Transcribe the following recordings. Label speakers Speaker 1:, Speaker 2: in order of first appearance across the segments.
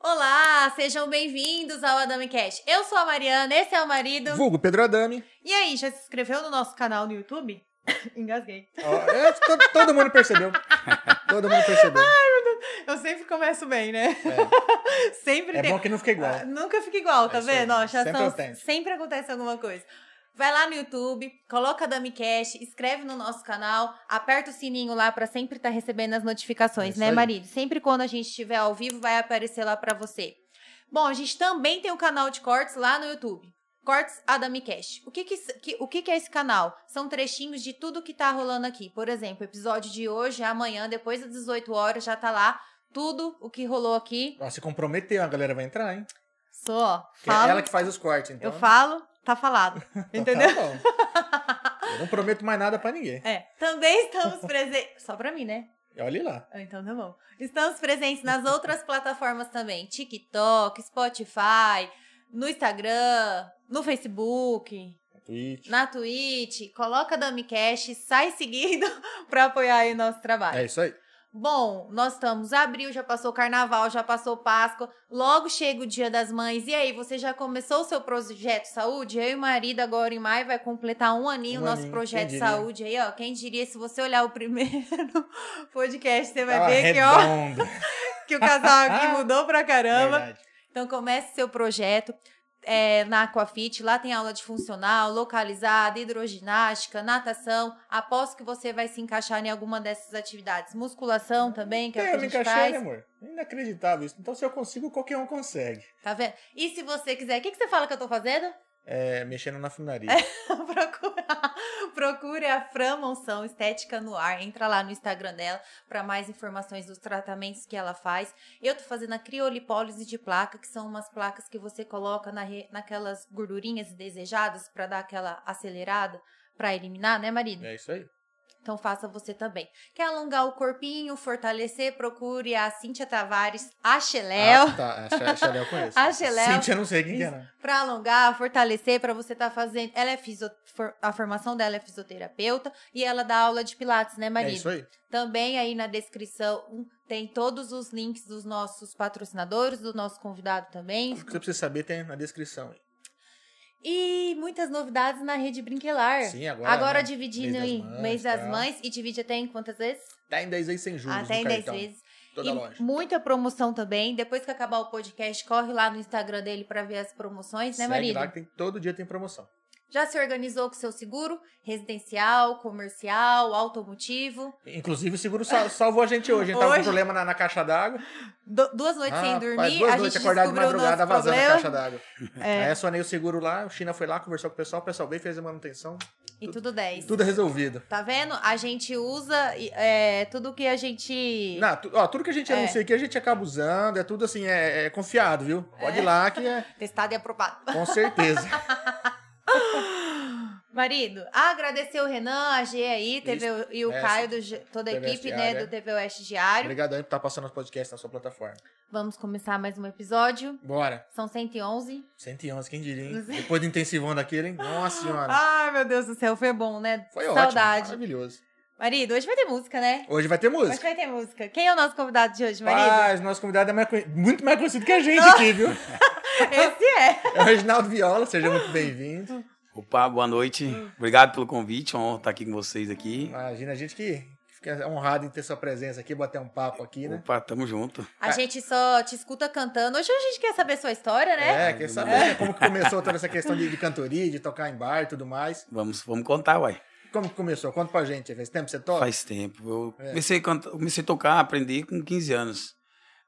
Speaker 1: Olá, sejam bem-vindos ao Adame Cash. Eu sou a Mariana, esse é o marido.
Speaker 2: Vulgo Pedro Adame.
Speaker 1: E aí, já se inscreveu no nosso canal no YouTube? Engasguei.
Speaker 2: Ó, é, to- todo mundo percebeu. Todo mundo percebeu.
Speaker 1: Eu sempre começo bem, né? sempre
Speaker 2: É
Speaker 1: tem.
Speaker 2: bom que não fica igual.
Speaker 1: Ah, Nunca fica igual, tá
Speaker 2: É isso aí.
Speaker 1: vendo? Ó, já
Speaker 2: Sempre
Speaker 1: são-
Speaker 2: acontece.
Speaker 1: sempre acontece alguma coisa. Vai lá no YouTube, coloca a Dami Cash, inscreve no nosso canal, aperta o sininho lá pra sempre estar recebendo as
Speaker 2: É
Speaker 1: notificações,
Speaker 2: isso
Speaker 1: né,
Speaker 2: aí.
Speaker 1: marido? Sempre quando a gente estiver ao vivo vai aparecer lá pra você. Bom, a gente também tem um canal de cortes lá no YouTube. Cortes Adami Cash. O que que, s- que- o que que é esse canal? São trechinhos de tudo que tá rolando aqui. Por exemplo, o episódio de hoje, amanhã, depois das 18 horas, já tá lá tudo o que rolou aqui.
Speaker 2: Ó, Ah, se comprometeu, a galera vai entrar, hein?
Speaker 1: Sou, ó,
Speaker 2: Que é
Speaker 1: falo.
Speaker 2: ela que faz os cortes, então.
Speaker 1: Eu falo, tá falado.
Speaker 2: Então tá
Speaker 1: Entendeu?
Speaker 2: bom. Eu não prometo mais nada pra ninguém.
Speaker 1: É. Também estamos presentes. Só pra mim, né?
Speaker 2: Olha lá.
Speaker 1: Ah, Então tá bom. Estamos presentes nas outras plataformas também: TikTok, Spotify, no Instagram, no Facebook,
Speaker 2: Twitch.
Speaker 1: na Twitch. Coloca DamiCast, sai seguido pra apoiar aí o nosso trabalho.
Speaker 2: É isso aí.
Speaker 1: Bom, nós estamos abril, já passou carnaval, já passou Páscoa, logo chega o Dia das Mães. E aí, você já começou o seu projeto saúde? Eu e o marido agora em maio vai completar um aninho o
Speaker 2: Um
Speaker 1: nosso
Speaker 2: aninho,
Speaker 1: projeto
Speaker 2: quem diria?
Speaker 1: saúde aí, ó. Quem diria, se você olhar o primeiro podcast, você vai
Speaker 2: Tá
Speaker 1: ver que, ó,
Speaker 2: redondo.
Speaker 1: que o casal aqui mudou pra caramba.
Speaker 2: Verdade.
Speaker 1: Então comece seu projeto é, na Aquafit, lá tem aula de funcional, localizada, hidroginástica, natação. Aposto que você vai se encaixar em alguma dessas atividades. Musculação também, que é o que
Speaker 2: eu
Speaker 1: a
Speaker 2: me
Speaker 1: gente
Speaker 2: encaixei, né,
Speaker 1: faz.
Speaker 2: amor? Inacreditável isso. Então, se eu consigo, qualquer um consegue.
Speaker 1: Tá vendo? E se você quiser, o que, que você fala que eu tô fazendo?
Speaker 2: É, mexendo na funaria.
Speaker 1: Procura, procure a Fran Monção Estética no Ar. Entra lá no Instagram dela para mais informações dos tratamentos que ela faz. Eu tô fazendo a criolipólise de placa, que são umas placas que você coloca na re- naquelas gordurinhas desejadas para dar aquela acelerada para eliminar, né, marido?
Speaker 2: É isso aí.
Speaker 1: Então faça você também. Quer alongar o corpinho, fortalecer? Procure a Cíntia Tavares, a Xeléu.
Speaker 2: Ah, tá. A Xa- A Xeléu eu conheço.
Speaker 1: É, A Xeléu.
Speaker 2: Cintia, não sei quem que é, não.
Speaker 1: Pra alongar, fortalecer, pra você estar fazendo. Ela é fisio... for- a formação dela é fisioterapeuta e ela dá aula de pilates, né,
Speaker 2: É
Speaker 1: marido?
Speaker 2: isso aí.
Speaker 1: Também aí na descrição hum, tem todos os links dos nossos patrocinadores, do nosso convidado também.
Speaker 2: Tudo que você precisa saber tem na descrição.
Speaker 1: E muitas novidades na rede Brinquelar.
Speaker 2: Sim, agora.
Speaker 1: Agora
Speaker 2: né?
Speaker 1: dividindo
Speaker 2: Mês das
Speaker 1: em
Speaker 2: Mães,
Speaker 1: mês das
Speaker 2: tá.
Speaker 1: mães e divide até em quantas vezes?
Speaker 2: Tá em 10 vezes sem juros.
Speaker 1: até
Speaker 2: no
Speaker 1: em 10
Speaker 2: cartão.
Speaker 1: vezes.
Speaker 2: Toda
Speaker 1: e né,
Speaker 2: loja.
Speaker 1: muita promoção também. Depois que acabar o podcast, corre lá no Instagram dele pra ver as promoções, né,
Speaker 2: Segue
Speaker 1: marido?
Speaker 2: lá que tem- todo dia tem promoção.
Speaker 1: Já se organizou com seu seguro? Residencial, comercial, automotivo?
Speaker 2: Inclusive, o seguro sal- salvou a gente hoje. A gente tava
Speaker 1: Hoje?
Speaker 2: com problema na, na caixa d'água.
Speaker 1: Du- duas noites sem
Speaker 2: Rapaz,
Speaker 1: dormir,
Speaker 2: duas
Speaker 1: a
Speaker 2: noites
Speaker 1: gente
Speaker 2: acordado de
Speaker 1: descobriu o
Speaker 2: madrugada
Speaker 1: nosso
Speaker 2: vazando
Speaker 1: problema.
Speaker 2: a caixa d'água.
Speaker 1: É,
Speaker 2: Aí acionei o seguro lá, o China foi lá, conversou com o pessoal, o pessoal veio, fez a manutenção.
Speaker 1: e tudo 10.
Speaker 2: Tudo resolvido.
Speaker 1: Tá vendo? A gente usa e, é, tudo que a gente...
Speaker 2: Não, tu- ó, tudo que a gente
Speaker 1: É.
Speaker 2: anuncia aqui, a gente acaba usando. É tudo assim, é, é confiado, viu? Pode ir lá que é
Speaker 1: Testado e aprovado.
Speaker 2: com certeza.
Speaker 1: Marido, agradecer o Renan, a G aí, TV o- e o
Speaker 2: Essa.
Speaker 1: Caio, do G- toda a
Speaker 2: TV
Speaker 1: equipe
Speaker 2: Diário,
Speaker 1: né,
Speaker 2: é.
Speaker 1: do TV Oeste Diário.
Speaker 2: Obrigado aí por estar passando os podcasts na sua plataforma.
Speaker 1: Vamos começar mais um episódio.
Speaker 2: Bora.
Speaker 1: São 111.
Speaker 2: 111, quem diria, hein?
Speaker 1: Não sei.
Speaker 2: Depois do intensivão daquele, hein? Nossa senhora.
Speaker 1: Ai, meu Deus do céu, foi bom, né?
Speaker 2: Foi ótimo.
Speaker 1: Ah, Saudade.
Speaker 2: Maravilhoso.
Speaker 1: Marido, hoje vai ter música, né?
Speaker 2: Hoje vai ter
Speaker 1: Hoje
Speaker 2: música.
Speaker 1: vai ter música. Quem é o nosso convidado de hoje, marido?
Speaker 2: Mas nosso convidado é mais conhe- muito mais conhecido que a gente aqui, viu?
Speaker 1: Esse é.
Speaker 2: É o Reginaldo Viola, seja muito bem-vindo.
Speaker 3: Opa, boa noite. Obrigado pelo convite. É uma honra estar aqui com vocês aqui.
Speaker 2: Imagina, a gente que fica honrado em ter sua presença aqui, bater um papo aqui, né?
Speaker 3: Opa, tamo junto.
Speaker 1: A gente só te escuta cantando. Hoje a gente quer saber sua história, né?
Speaker 2: É, quer saber como que começou toda essa questão de, de cantoria, de tocar em bar e tudo mais.
Speaker 3: Vamos, vamos contar, uai.
Speaker 2: Como que começou? Conta pra gente, faz tempo que você toca?
Speaker 3: Faz tempo. Eu
Speaker 2: É.
Speaker 3: comecei, a cantar, comecei a tocar, aprendi com 15 anos.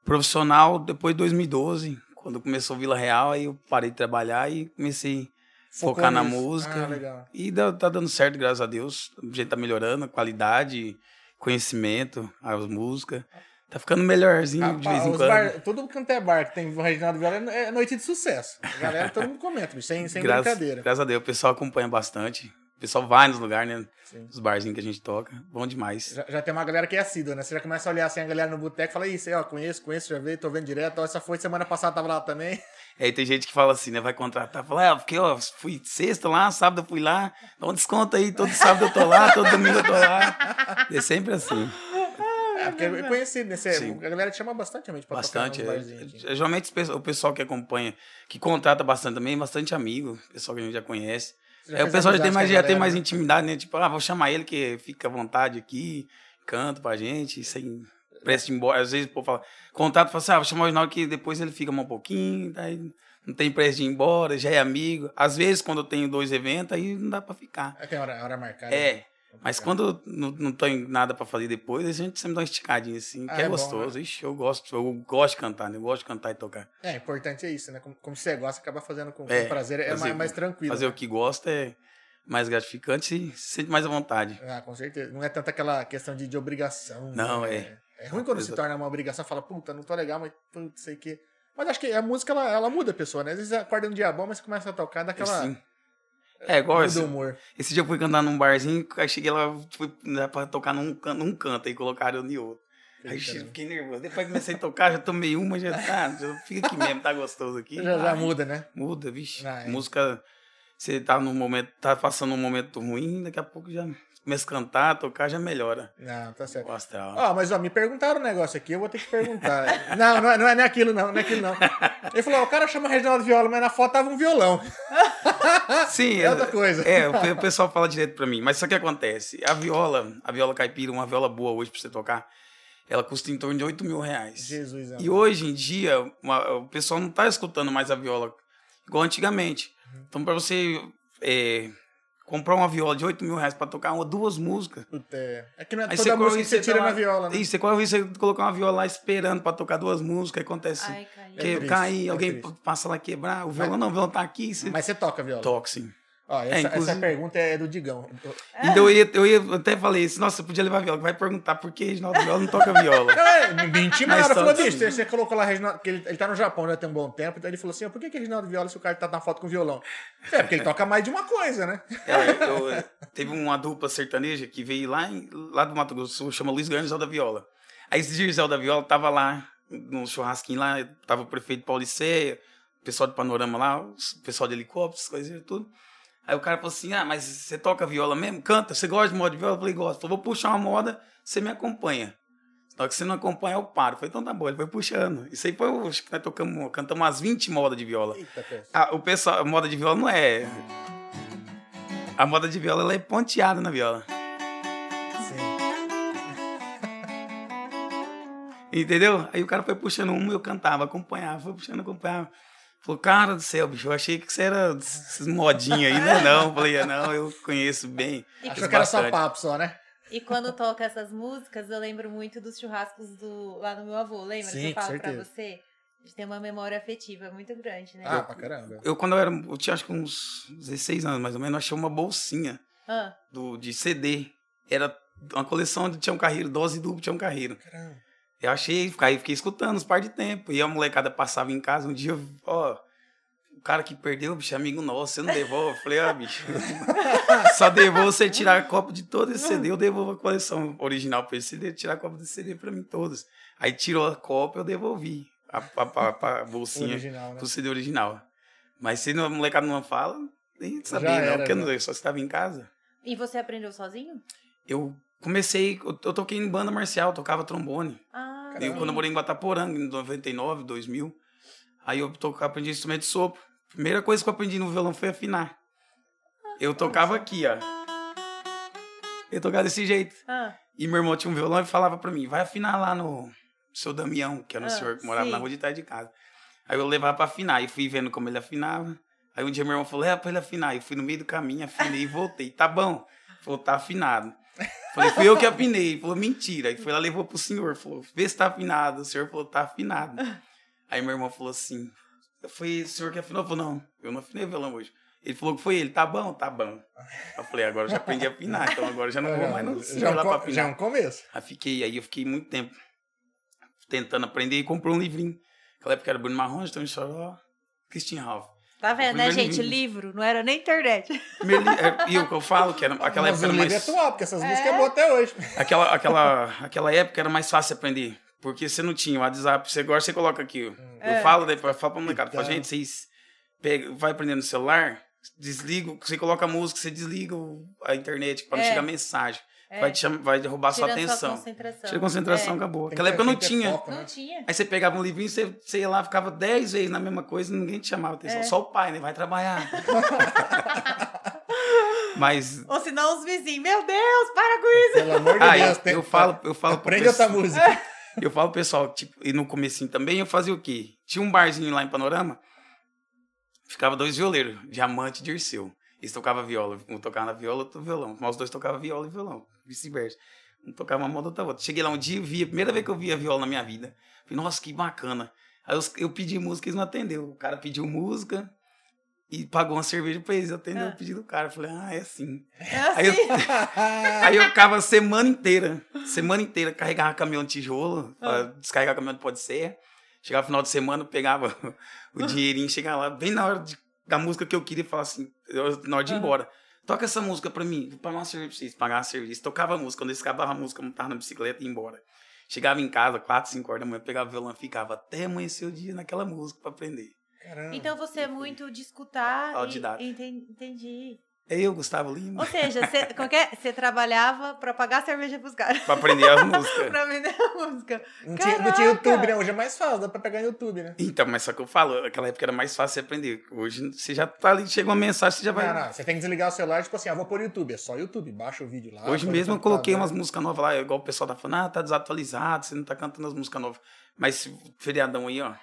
Speaker 3: Profissional depois de 2012, quando começou Vila Real, aí eu parei de trabalhar e comecei a
Speaker 2: Focou
Speaker 3: focar na
Speaker 2: nisso.
Speaker 3: música.
Speaker 2: Ah, legal.
Speaker 3: E dá- tá dando certo, graças a Deus. A gente tá melhorando, a qualidade, conhecimento, as músicas. Tá ficando melhorzinho de vez
Speaker 2: Rapaz,
Speaker 3: em
Speaker 2: os
Speaker 3: quando.
Speaker 2: bar, todo canto é bar que tem o Reginaldo Viola é noite de sucesso. A galera, todo mundo comenta, bicho, sem, sem
Speaker 3: graças,
Speaker 2: brincadeira.
Speaker 3: Graças a Deus, o pessoal acompanha bastante. O pessoal vai nos lugares, né?
Speaker 2: Sim.
Speaker 3: Os barzinhos que a gente toca. Bom demais.
Speaker 2: Já, já tem uma galera que é assídua, né? Você já começa a olhar assim a galera no boteco e fala, isso aí, ó, conheço, conheço, já veio, tô vendo direto. Ó, essa foi semana passada, tava lá também.
Speaker 3: Aí tem gente que fala assim, né? Vai contratar, fala, ah, porque ó, fui sexta lá, sábado eu fui lá, dá um desconto aí, todo sábado eu tô lá, todo domingo eu tô lá. É sempre assim.
Speaker 2: É, porque é conhecido, né? Você-
Speaker 3: Sim.
Speaker 2: A galera te chama bastante realmente pra
Speaker 3: Bastante.
Speaker 2: tocar
Speaker 3: é.
Speaker 2: nos barzinhos né? aqui.
Speaker 3: Geralmente os pessoal- o pessoal que acompanha, que contrata bastante também, é bastante amigo, pessoal que a gente já conhece.
Speaker 2: Você já
Speaker 3: Aí É, o
Speaker 2: fez
Speaker 3: pessoal já tem,
Speaker 2: amizade
Speaker 3: mais,
Speaker 2: com a
Speaker 3: já tem
Speaker 2: galera,
Speaker 3: mais
Speaker 2: né?
Speaker 3: intimidade, né? Tipo, ah, vou chamar ele que fica à vontade aqui, canta pra gente, sem pressa de ir embora. Às vezes o povo fala, contato, fala assim, ah, vou chamar o Reginaldo que depois ele fica mais um pouquinho, daí não tem pressa de ir embora, já é amigo. Às vezes quando eu tenho dois eventos, aí não dá pra ficar.
Speaker 2: É, tem hora, hora marcada.
Speaker 3: É, mas quando não, não tem nada pra fazer depois, a gente sempre dá uma esticadinha assim,
Speaker 2: Ah,
Speaker 3: que
Speaker 2: é
Speaker 3: é,
Speaker 2: bom,
Speaker 3: gostoso. Ixi, eu gosto, eu gosto de cantar, né? Eu gosto de cantar e tocar.
Speaker 2: É, importante é isso, né? Como, como você gosta, acaba fazendo com, com
Speaker 3: É,
Speaker 2: prazer, é
Speaker 3: fazer-
Speaker 2: mais, mais tranquilo.
Speaker 3: Fazer o que gosta é mais gratificante e se sente mais à vontade.
Speaker 2: Ah, com certeza. Não é tanto aquela questão de, de obrigação.
Speaker 3: Não,
Speaker 2: né? é. ruim quando se
Speaker 3: Exato.
Speaker 2: torna uma obrigação, fala, puta, não tô legal, mas putz, sei que. Mas acho que a música, ela, ela muda a pessoa, né? Às vezes acorda um dia bom, mas você começa a tocar, dá aquela.
Speaker 3: Assim. É, igual
Speaker 2: muda
Speaker 3: esse,
Speaker 2: o humor.
Speaker 3: esse dia eu fui cantar num barzinho, aí cheguei lá, fui né, pra tocar num, can- num canto, aí colocaram eu em outro. Aí
Speaker 2: Eita,
Speaker 3: eu
Speaker 2: né?
Speaker 3: fiquei nervoso. Depois que comecei a tocar, já tomei uma, já tá, já fica aqui mesmo, tá gostoso aqui.
Speaker 2: Já, já
Speaker 3: Ai,
Speaker 2: muda, né?
Speaker 3: Muda, vixe.
Speaker 2: Ah, é.
Speaker 3: Música, você tá num momento, tá passando um momento ruim, daqui a pouco já começa a cantar, tocar, já melhora
Speaker 2: Não, tá certo.
Speaker 3: o astral.
Speaker 2: Ó, mas ó, me perguntaram um negócio aqui, eu vou ter que perguntar. não, não é, não é, não é aquilo, não, não é aquilo, não. Ele falou, ó, o cara chama Reginaldo Viola, mas na foto tava um violão.
Speaker 3: Sim,
Speaker 2: É outra coisa.
Speaker 3: É, o pe- o pessoal fala direto pra mim, mas só que acontece, a viola, a viola caipira, uma viola boa hoje pra você tocar, ela custa em torno de 8 mil reais.
Speaker 2: Jesus, é. amado.
Speaker 3: E hoje em dia, uma- o pessoal não tá escutando mais a viola igual antigamente.
Speaker 2: Uhum.
Speaker 3: Então, pra você é, comprar uma viola de 8 mil reais pra tocar uma, duas músicas.
Speaker 2: Puta, é. É que não é
Speaker 3: Aí
Speaker 2: toda
Speaker 3: corre
Speaker 2: música
Speaker 3: e
Speaker 2: que você
Speaker 3: tá
Speaker 2: tira
Speaker 3: lá-
Speaker 2: na viola, né?
Speaker 3: Isso, você corre e você colocar uma viola lá esperando pra tocar duas músicas, acontece.
Speaker 1: Ai, caiu.
Speaker 2: É
Speaker 3: que
Speaker 2: triste,
Speaker 3: cair,
Speaker 2: é
Speaker 3: alguém
Speaker 2: triste.
Speaker 3: passa lá quebrar, o violão não, o violão tá aqui, você
Speaker 2: Mas você toca viola.
Speaker 3: toca, sim.
Speaker 2: Ó, essa,
Speaker 3: É,
Speaker 2: essa
Speaker 3: inclusive-
Speaker 2: pergunta é do Digão. É.
Speaker 3: Então eu, ia, eu ia- eu até falei isso, nossa, eu podia levar viola, que vai perguntar por que Reginaldo Viola não toca viola.
Speaker 2: Não, é, me menti, mas
Speaker 3: Mas
Speaker 2: ela falou
Speaker 3: toca,
Speaker 2: disso.
Speaker 3: sim.
Speaker 2: Você colocou lá, Reginaldo, que ele, ele tá no Japão já tem um bom tempo, então ele falou assim, ó, por que que Reginaldo Viola se o cara tá na foto com violão? É, porque ele toca mais de uma coisa, né?
Speaker 3: É, eu- teve uma dupla sertaneja que veio lá, em- lá do Mato Grosso do Sul, chama Luiz Grande e Zé da Viola. Aí esse dia o Zé da Viola tava lá, num churrasquinho lá, tava o prefeito Pauliceia, o pessoal de panorama lá, o pessoal de helicóptero, essas coisas e tudo. Aí o cara falou assim: Ah, mas você toca viola mesmo? Canta? Você gosta de moda de viola? Eu falei: Gosto. Falei, vou puxar uma moda, você me acompanha. Só que se não acompanhar, eu paro. Eu falei: Então tá bom, ele foi puxando. Isso aí foi, o- acho que nós tocamos, cantamos umas 20 modas de viola.
Speaker 2: Eita, peça.
Speaker 3: Ah, o pessoal, a moda de viola não é. A moda de viola ela é ponteada na viola.
Speaker 2: Sim.
Speaker 3: Entendeu? Aí o cara foi puxando uma e eu cantava, acompanhava, foi puxando, acompanhava. Falou, cara do céu, bicho, eu achei que você era desses modinha aí. Não, é não. Falei, é não, eu conheço bem.
Speaker 1: E
Speaker 2: Achou que era só papo só, né?
Speaker 1: E quando toca essas músicas, eu lembro muito dos churrascos do lá no meu avô, lembra?
Speaker 2: Sim,
Speaker 1: que eu
Speaker 2: com
Speaker 1: falo pra
Speaker 2: certeza.
Speaker 1: você? A gente tem uma memória afetiva muito grande, né?
Speaker 2: Ah, pra caramba.
Speaker 3: Eu, quando eu era, eu tinha acho que uns 16 anos mais ou menos, eu achei uma bolsinha
Speaker 1: Ah,
Speaker 3: do, de CD. Era uma coleção de Tião Carreiro, dose duplo Tião Carreiro.
Speaker 2: Caramba.
Speaker 3: Eu achei, aí fiquei escutando uns par de tempo. E a molecada passava em casa um dia, eu, ó, o cara que perdeu, bicho, é amigo nosso, você não devolve. Eu falei, ah, bicho, só devolvo você tirar a copa de todo esse CD, eu devolvo a coleção original pra esse CD, tirar a copa desse CD pra mim todos. Aí tirou a copa, eu devolvi a, a, a, a
Speaker 2: O
Speaker 3: bolsinha
Speaker 2: original, né?
Speaker 3: do CD original. Mas se não- a molecada não fala, nem sabia, não,
Speaker 2: era,
Speaker 3: porque eu
Speaker 2: já.
Speaker 3: não- eu só estava em casa
Speaker 1: e você aprendeu sozinho?
Speaker 3: eu comecei, eu, eu toquei em banda marcial, tocava trombone.
Speaker 1: Ah,
Speaker 3: Eu,
Speaker 2: Caramba.
Speaker 3: quando eu morei em Guataporanga, em 99, 2000, aí eu to- aprendi instrumento de sopro. Primeira coisa que eu aprendi no violão foi afinar. Eu tocava aqui, ó. Eu tocava desse jeito.
Speaker 1: Ah,
Speaker 3: E meu irmão tinha um violão e falava pra mim, vai afinar lá no seu Damião, que era um
Speaker 1: Ah,
Speaker 3: senhor que morava
Speaker 1: sim.
Speaker 3: na rua de trás de casa. Aí eu levava pra afinar e fui vendo como ele afinava. Aí um dia meu irmão falou, é pra ele afinar. E fui no meio do caminho, afinei e voltei. Tá bom. Falou, tá afinado. Falei, fui eu que afinei. Ele falou, mentira. E foi lá, levou pro senhor. Falou, vê se tá afinado. O senhor falou, tá afinado. Aí meu irmão falou assim, foi o senhor que afinou? Eu falei, não, eu não afinei o violão hoje. Ele falou que foi ele, tá bom, tá bom. Eu falei, agora eu já aprendi a afinar, então agora eu já não vou mais no
Speaker 2: já,
Speaker 3: senhor lá
Speaker 2: é um
Speaker 3: pra
Speaker 2: co- já é
Speaker 3: afinar.
Speaker 2: um começo.
Speaker 3: Aí fiquei, aí eu fiquei muito tempo tentando aprender e comprei um livrinho. Naquela época era Bruno Marrone, Tony Choró, Christian Ralph.
Speaker 1: tá vendo, né,
Speaker 3: primeiro
Speaker 1: gente?
Speaker 3: livro.
Speaker 1: Livro, não era nem internet.
Speaker 3: Primeiro li- é, E o que eu falo, que era, aquela
Speaker 2: Mas
Speaker 3: época
Speaker 2: o
Speaker 3: era
Speaker 2: livro é
Speaker 3: mais...
Speaker 2: atual, porque essas músicas
Speaker 1: É.
Speaker 2: é boa até hoje.
Speaker 3: Aquela, aquela, aquela época era mais fácil aprender. Porque você não tinha o WhatsApp, você agora você coloca aqui. ó.
Speaker 1: É.
Speaker 3: Eu falo, daí pra- falo pra molecada, fala,
Speaker 2: Então.
Speaker 3: gente, vocês pega, vai prendendo o celular, desliga, o- você coloca a música, você desliga o- a internet pra não
Speaker 1: É.
Speaker 3: chegar mensagem.
Speaker 1: É.
Speaker 3: Vai, te cham- vai derrubar sua
Speaker 1: Tirando
Speaker 3: atenção.
Speaker 1: concentração.
Speaker 3: Tira a concentração, acabou.
Speaker 2: Tem
Speaker 3: Naquela
Speaker 2: que-
Speaker 3: época não
Speaker 2: tem que ter
Speaker 3: tinha.
Speaker 2: foco,
Speaker 1: É. Não
Speaker 2: né?
Speaker 1: tinha.
Speaker 3: Aí você pegava um livrinho, você, você ia lá, ficava dez vezes na mesma coisa e ninguém te chamava atenção.
Speaker 1: É.
Speaker 3: Só o pai, né? Vai trabalhar. Mas.
Speaker 1: Ou senão os vizinhos, meu Deus, para com isso.
Speaker 2: Pelo amor de
Speaker 3: Ah,
Speaker 2: Deus.
Speaker 3: eu, eu falo, eu falo pro
Speaker 2: Aprende outra
Speaker 3: pessoal-
Speaker 2: música.
Speaker 3: eu falo pro pessoal, tipo, e no comecinho também eu fazia o quê? Tinha um barzinho lá em Panorama, ficava dois violeiros, Diamante e Dirceu. Eles tocavam viola, um tocava na viola, outro violão. Mas os dois tocavam viola e violão, vice-versa. Um tocava uma moda, outra outra. Cheguei lá um dia, vi, a primeira vez que eu vi a viola na minha vida. Falei, nossa, que bacana. Aí eu, eu pedi música, eles não atenderam. O cara pediu música e pagou uma cerveja pra eles. Atendeu
Speaker 1: Ah.
Speaker 3: o pedido do cara. Eu Falei, ah, é assim.
Speaker 1: É assim.
Speaker 3: Aí eu- Aí eu ficava a semana inteira, semana inteira, carregava caminhão de tijolo, pra descarregar caminhão de pó de serra. Chegava no final de semana, eu pegava o dinheirinho, chegava lá, bem na hora de- da música que eu queria, falar assim, eu- na hora de ir
Speaker 1: Aham.
Speaker 3: embora. Toca essa música pra mim, vou pagar uma cerveja pra vocês, pagar uma cerveja. Tocava a música, quando eles acabavam a música, eu montava na bicicleta e ia embora. Chegava em casa, 4, 5 horas da manhã, pegava o violão, ficava até amanhecer o dia naquela música pra aprender.
Speaker 2: Caramba.
Speaker 1: Então você é muito de escutar.
Speaker 3: Autodidata.
Speaker 1: E, enten- entendi.
Speaker 3: É Eu, Gustavo Lima,
Speaker 1: Ou seja, você, qualquer, você trabalhava pra pagar a cerveja pros caras.
Speaker 3: pra aprender as músicas.
Speaker 1: pra vender a música.
Speaker 2: Não tinha, não
Speaker 1: Caraca!
Speaker 2: tinha YouTube, né? Hoje é mais fácil, dá pra pegar no YouTube, né?
Speaker 3: Então, mas só que eu falo, aquela época era mais fácil você aprender. Hoje você já tá ali, chega uma mensagem, você já vai.
Speaker 2: Não, não, você tem que desligar o celular, tipo assim, ah, vou pôr YouTube, é só YouTube, baixa o vídeo lá.
Speaker 3: Hoje
Speaker 2: põe no
Speaker 3: mesmo eu coloquei
Speaker 2: computador.
Speaker 3: umas músicas novas lá, igual o pessoal tá falando, ah, tá desatualizado, você não tá cantando as músicas novas. Mas esse feriadão aí, ó,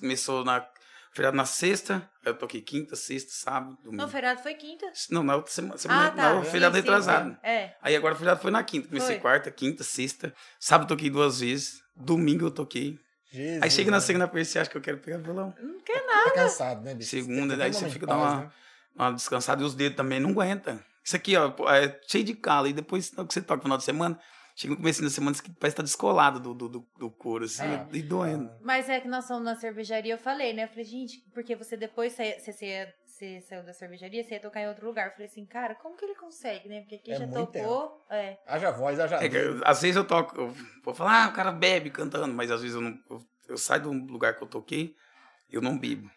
Speaker 3: começou na feriado na sexta, aí eu toquei quinta, sexta, sábado,
Speaker 1: Não, o
Speaker 3: domingo.
Speaker 1: feriado foi quinta.
Speaker 3: Não, na outra semana, semana
Speaker 1: tá.
Speaker 3: na outra feriado
Speaker 1: Sim, sim.
Speaker 3: retrasado.
Speaker 1: É.
Speaker 3: Aí agora o feriado foi na quinta, comecei
Speaker 1: Foi.
Speaker 3: quarta, quinta, sexta, sábado eu toquei duas vezes, domingo eu toquei.
Speaker 2: Jesus,
Speaker 3: Aí chega na
Speaker 2: mano,
Speaker 3: segunda-feira, você acha que eu quero pegar violão?
Speaker 1: Não quer nada.
Speaker 2: Tá cansado, né, bicho?
Speaker 3: Segunda,
Speaker 2: Tem que ter
Speaker 3: daí
Speaker 2: um
Speaker 3: você
Speaker 2: momento
Speaker 3: fica
Speaker 2: de
Speaker 3: dando
Speaker 2: pausa,
Speaker 3: uma-
Speaker 2: né?
Speaker 3: uma descansada e os dedos também não aguenta. Isso aqui, ó, é cheio de calo. E depois que você toca no final de semana, chega no começo da semana, isso aqui parece que tá descolado do, do, do, do couro, assim,
Speaker 1: É.
Speaker 2: Ah,
Speaker 3: e doendo.
Speaker 1: Mas é que nós fomos na cervejaria, eu falei, né? Eu falei, gente, porque você depois saía- você, saía- você saiu da cervejaria, você ia tocar em outro lugar. Eu falei assim, cara, como que ele consegue, né? Porque aqui
Speaker 2: É
Speaker 1: já
Speaker 2: muito
Speaker 1: tocou. É.
Speaker 2: Ah, Haja voz, haja
Speaker 3: É que,
Speaker 2: dedo.
Speaker 3: às vezes eu toco, eu vou falar, ah, o cara bebe cantando, mas às vezes eu não. Eu, eu saio de um lugar que eu toquei, eu não bebo.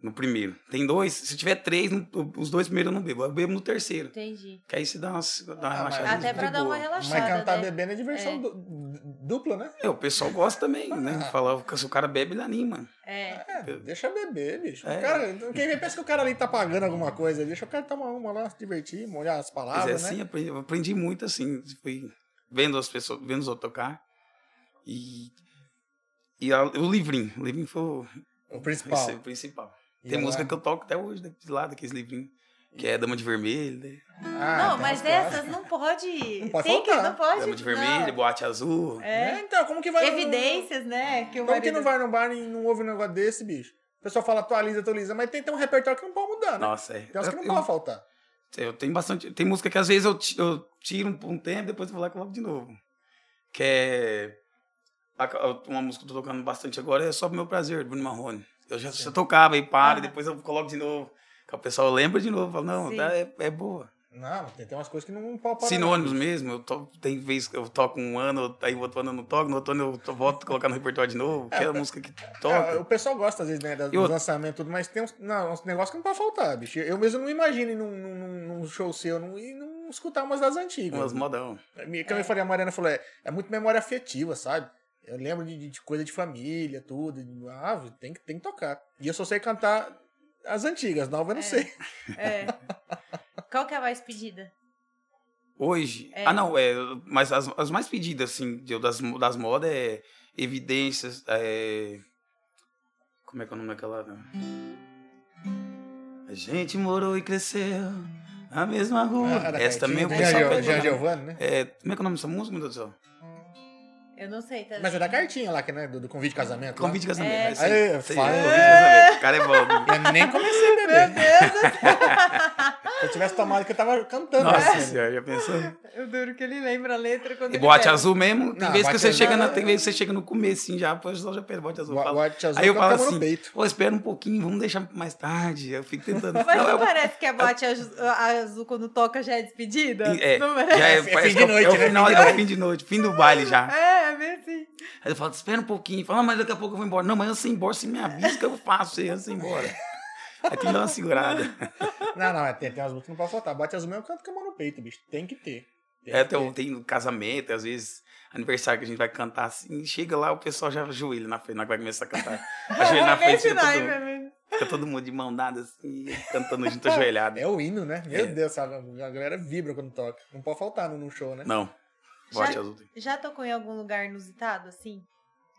Speaker 3: No primeiro. Tem dois, se tiver três, não- os dois primeiros eu não bebo. Eu bebo no terceiro.
Speaker 1: Entendi.
Speaker 3: Que aí se dá uma, dá uma
Speaker 2: Ah, mas-
Speaker 3: relaxada.
Speaker 1: Até
Speaker 3: de
Speaker 1: pra dar uma
Speaker 3: boa.
Speaker 1: relaxada.
Speaker 2: Mas cantar
Speaker 1: né?
Speaker 2: bebendo é diversão
Speaker 1: É.
Speaker 2: du- du- dupla, né?
Speaker 3: É, o pessoal gosta também, né? Falar, se o cara bebe, ele anima.
Speaker 1: É.
Speaker 2: É, deixa beber, bicho. O
Speaker 3: É.
Speaker 2: cara, quem vê pensa que o cara ali tá pagando alguma coisa, deixa o cara tomar uma lá, se divertir, molhar as
Speaker 3: Mas é
Speaker 2: palavras,
Speaker 3: assim,
Speaker 2: né?
Speaker 3: aprendi, eu aprendi muito assim, fui vendo as pessoas, vendo os outros tocar. E, e a- o livrinho, o livrinho foi o,
Speaker 2: O principal.
Speaker 3: esse é o principal.
Speaker 2: E
Speaker 3: Tem
Speaker 2: ela-
Speaker 3: música que eu toco até hoje, né, de lado, aqueles livrinhos, que é Dama de Vermelho, né?
Speaker 2: Ah,
Speaker 1: não,
Speaker 2: tem
Speaker 1: mas
Speaker 2: umas clássicas.
Speaker 1: essas não pode.
Speaker 2: Não pode
Speaker 1: Tem que,
Speaker 2: faltar.
Speaker 1: não pode.
Speaker 3: Dama de
Speaker 1: não.
Speaker 3: É Vermelho, Boate Azul.
Speaker 1: É.
Speaker 2: É, então, como que vai. no-
Speaker 1: Evidências, né? Que o
Speaker 2: Como que
Speaker 1: marido...
Speaker 2: não vai num bar e não ouve um negócio desse, bicho? O pessoal fala atualiza, atualiza, mas tem, tem um repertório que não pode mudar, né?
Speaker 3: Nossa, é.
Speaker 2: Tem umas que não
Speaker 3: Eu-
Speaker 2: pode faltar.
Speaker 3: eu, eu tenho bastante. Tem música que às vezes eu, ti- eu tiro um, um tempo, depois eu vou lá e coloco de novo. Que é. a- Uma música que eu tô tocando bastante agora é Só pro Meu Prazer, do Bruno Marrone. Eu já só tocava e para,
Speaker 1: Aham.
Speaker 3: depois eu coloco de novo. Que O pessoal lembra de novo, fala, não,
Speaker 1: Sim.
Speaker 3: tá, é, é boa.
Speaker 2: Não, tem, tem umas coisas que não pode parar.
Speaker 3: Sinônimos mesmo, eu to, tem vez que eu toco um ano, aí o outro ano eu não toco, no outro ano eu to- volto a colocar no repertório de novo, aquela música que
Speaker 2: É,
Speaker 3: toca.
Speaker 2: o pessoal gosta, às vezes, né, das-
Speaker 3: E outra-
Speaker 2: dos lançamentos e tudo, mas tem uns, não, uns negócios que não pode faltar, bicho. Eu mesmo não imagino ir num, num- num- num show seu não, e não escutar umas das antigas.
Speaker 3: Umas modão.
Speaker 2: Me- Como eu falei, a Mariana falou, é, é muito memória afetiva, sabe? Eu lembro de, de- de coisa de família, tudo. e, Ah, vi- tem, que- tem que tocar. E eu só sei cantar as antigas, novas eu não
Speaker 1: É.
Speaker 2: sei.
Speaker 1: É. Qual que é a mais pedida?
Speaker 3: Hoje.
Speaker 1: É.
Speaker 3: Ah, não, é. Mas as, as mais pedidas, assim, de- das, das modas é evidências. É, como é que é o nome daquela? né? A gente morou e cresceu na mesma rua.
Speaker 2: Ah, da
Speaker 3: Essa também
Speaker 2: Caetinha,
Speaker 3: o
Speaker 2: né?
Speaker 3: pessoal
Speaker 2: Jean-
Speaker 3: pede
Speaker 2: Jean
Speaker 3: pra caramba.
Speaker 2: Giovanni, né?
Speaker 3: é, Como é que é o nome dessa música, meu Deus do céu?
Speaker 1: Eu não sei, tá?
Speaker 2: Mas é da cartinha lá, que né? Do, do convite de casamento. lá.
Speaker 3: Convite de casamento.
Speaker 1: É.
Speaker 3: É. isso aí,
Speaker 2: Aê,
Speaker 3: isso aí,
Speaker 2: fala.
Speaker 3: Convite de casamento. O cara é bom.
Speaker 2: Eu nem comecei a beber.
Speaker 1: Meu Deus do céu.
Speaker 2: Se eu tivesse tomado que eu tava cantando.
Speaker 3: Nossa
Speaker 2: né?
Speaker 3: senhora, já pensou?
Speaker 1: Eu duro que ele lembra a letra quando
Speaker 3: E
Speaker 1: ele
Speaker 3: boate
Speaker 1: pega.
Speaker 3: azul mesmo, tem
Speaker 2: Não,
Speaker 3: vezes que
Speaker 2: boate
Speaker 3: você
Speaker 2: azul é-
Speaker 3: chega
Speaker 2: não,
Speaker 3: na
Speaker 2: não.
Speaker 3: tem vezes que você chega no comecinho já, pô, só já pede boate azul.
Speaker 2: Bo-
Speaker 3: fala.
Speaker 2: Boate azul
Speaker 3: Aí eu
Speaker 2: com a
Speaker 3: falo
Speaker 2: cama no
Speaker 3: assim,
Speaker 2: peito.
Speaker 3: pô, espera um pouquinho, vamos deixar pra mais tarde. Eu fico tentando.
Speaker 1: Mas
Speaker 3: Não, é
Speaker 1: não
Speaker 3: eu-
Speaker 1: parece que a boate azu- a- azul quando toca já é despedida?
Speaker 3: é,
Speaker 1: Não
Speaker 3: já é,
Speaker 2: É fim de
Speaker 3: parece que é o-
Speaker 2: noite,
Speaker 3: é o
Speaker 2: né?
Speaker 3: final,
Speaker 2: Fim de
Speaker 3: é o
Speaker 2: noite.
Speaker 3: fim de noite, fim do baile já.
Speaker 1: É, é bem assim.
Speaker 3: Aí eu falo, espera um pouquinho. Fala, ah, mas daqui a pouco eu vou embora. Não, mas antes de ir embora, você me avisa que eu faço você antes de ir embora. Aí tem que dar uma segurada.
Speaker 2: Não, não, é, tem, tem umas músicas que não pode faltar. Boate azul mesmo canta cama no peito, bicho. Tem que ter. Tem
Speaker 3: É,
Speaker 2: que
Speaker 3: tem,
Speaker 2: ter.
Speaker 3: tem casamento, às vezes aniversário que a gente vai cantar assim. Chega lá, o pessoal já ajoelha na frente, na hora que vai começar a cantar. Ajoelha na
Speaker 1: É bem
Speaker 3: frente, fica
Speaker 1: sinais,
Speaker 3: todo,
Speaker 1: é bem-
Speaker 3: fica todo mundo de mão dada assim, cantando junto ajoelhado.
Speaker 2: É o hino, né? Meu
Speaker 3: É.
Speaker 2: Deus, sabe? A galera vibra quando toca. Não pode faltar num num show, né?
Speaker 3: Não, bote
Speaker 1: Já-
Speaker 3: azul. tem.
Speaker 1: Já tocou em algum lugar inusitado, assim?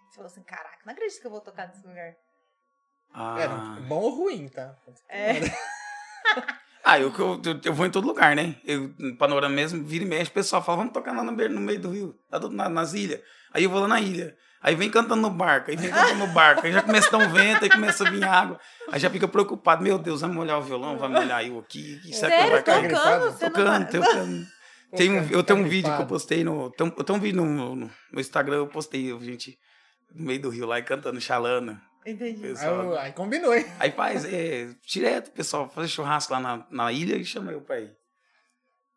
Speaker 1: Você falou assim, caraca, não acredito que eu vou tocar nesse lugar.
Speaker 2: É,
Speaker 3: Ah,
Speaker 2: não- bom ou ruim, tá?
Speaker 1: É.
Speaker 3: ah eu, que eu, eu, eu vou em todo lugar, né? Eu, no panorama mesmo, vira e mexe, o pessoal fala, vamos tocar lá no, meio- no meio do rio, lá do- na- nas ilhas. Aí eu vou lá na ilha. Aí vem cantando no barco, aí vem cantando no barco, aí já começa a dar um vento, aí começa a vir água. Aí já fica preocupado, meu Deus, vai molhar o violão, vai molhar eu aqui, que será que eu
Speaker 1: Sério,
Speaker 3: vai cair?
Speaker 2: Tá gripado?
Speaker 1: tocando? Você não
Speaker 3: tocando,
Speaker 1: vai-
Speaker 3: tocando.
Speaker 2: Pô,
Speaker 3: Tem um,
Speaker 2: cara,
Speaker 3: eu tenho um
Speaker 2: cara
Speaker 3: vídeo que eu
Speaker 2: gripado.
Speaker 3: postei no. tem um- Eu tenho um vídeo no, no, no Instagram, eu postei, eu, gente, no meio do rio lá e cantando xalana.
Speaker 1: Entendi.
Speaker 2: Aí, eu- aí combinou, hein?
Speaker 3: Aí faz, é, direto, pessoal, fazer churrasco lá na, na ilha e chama eu pra ir.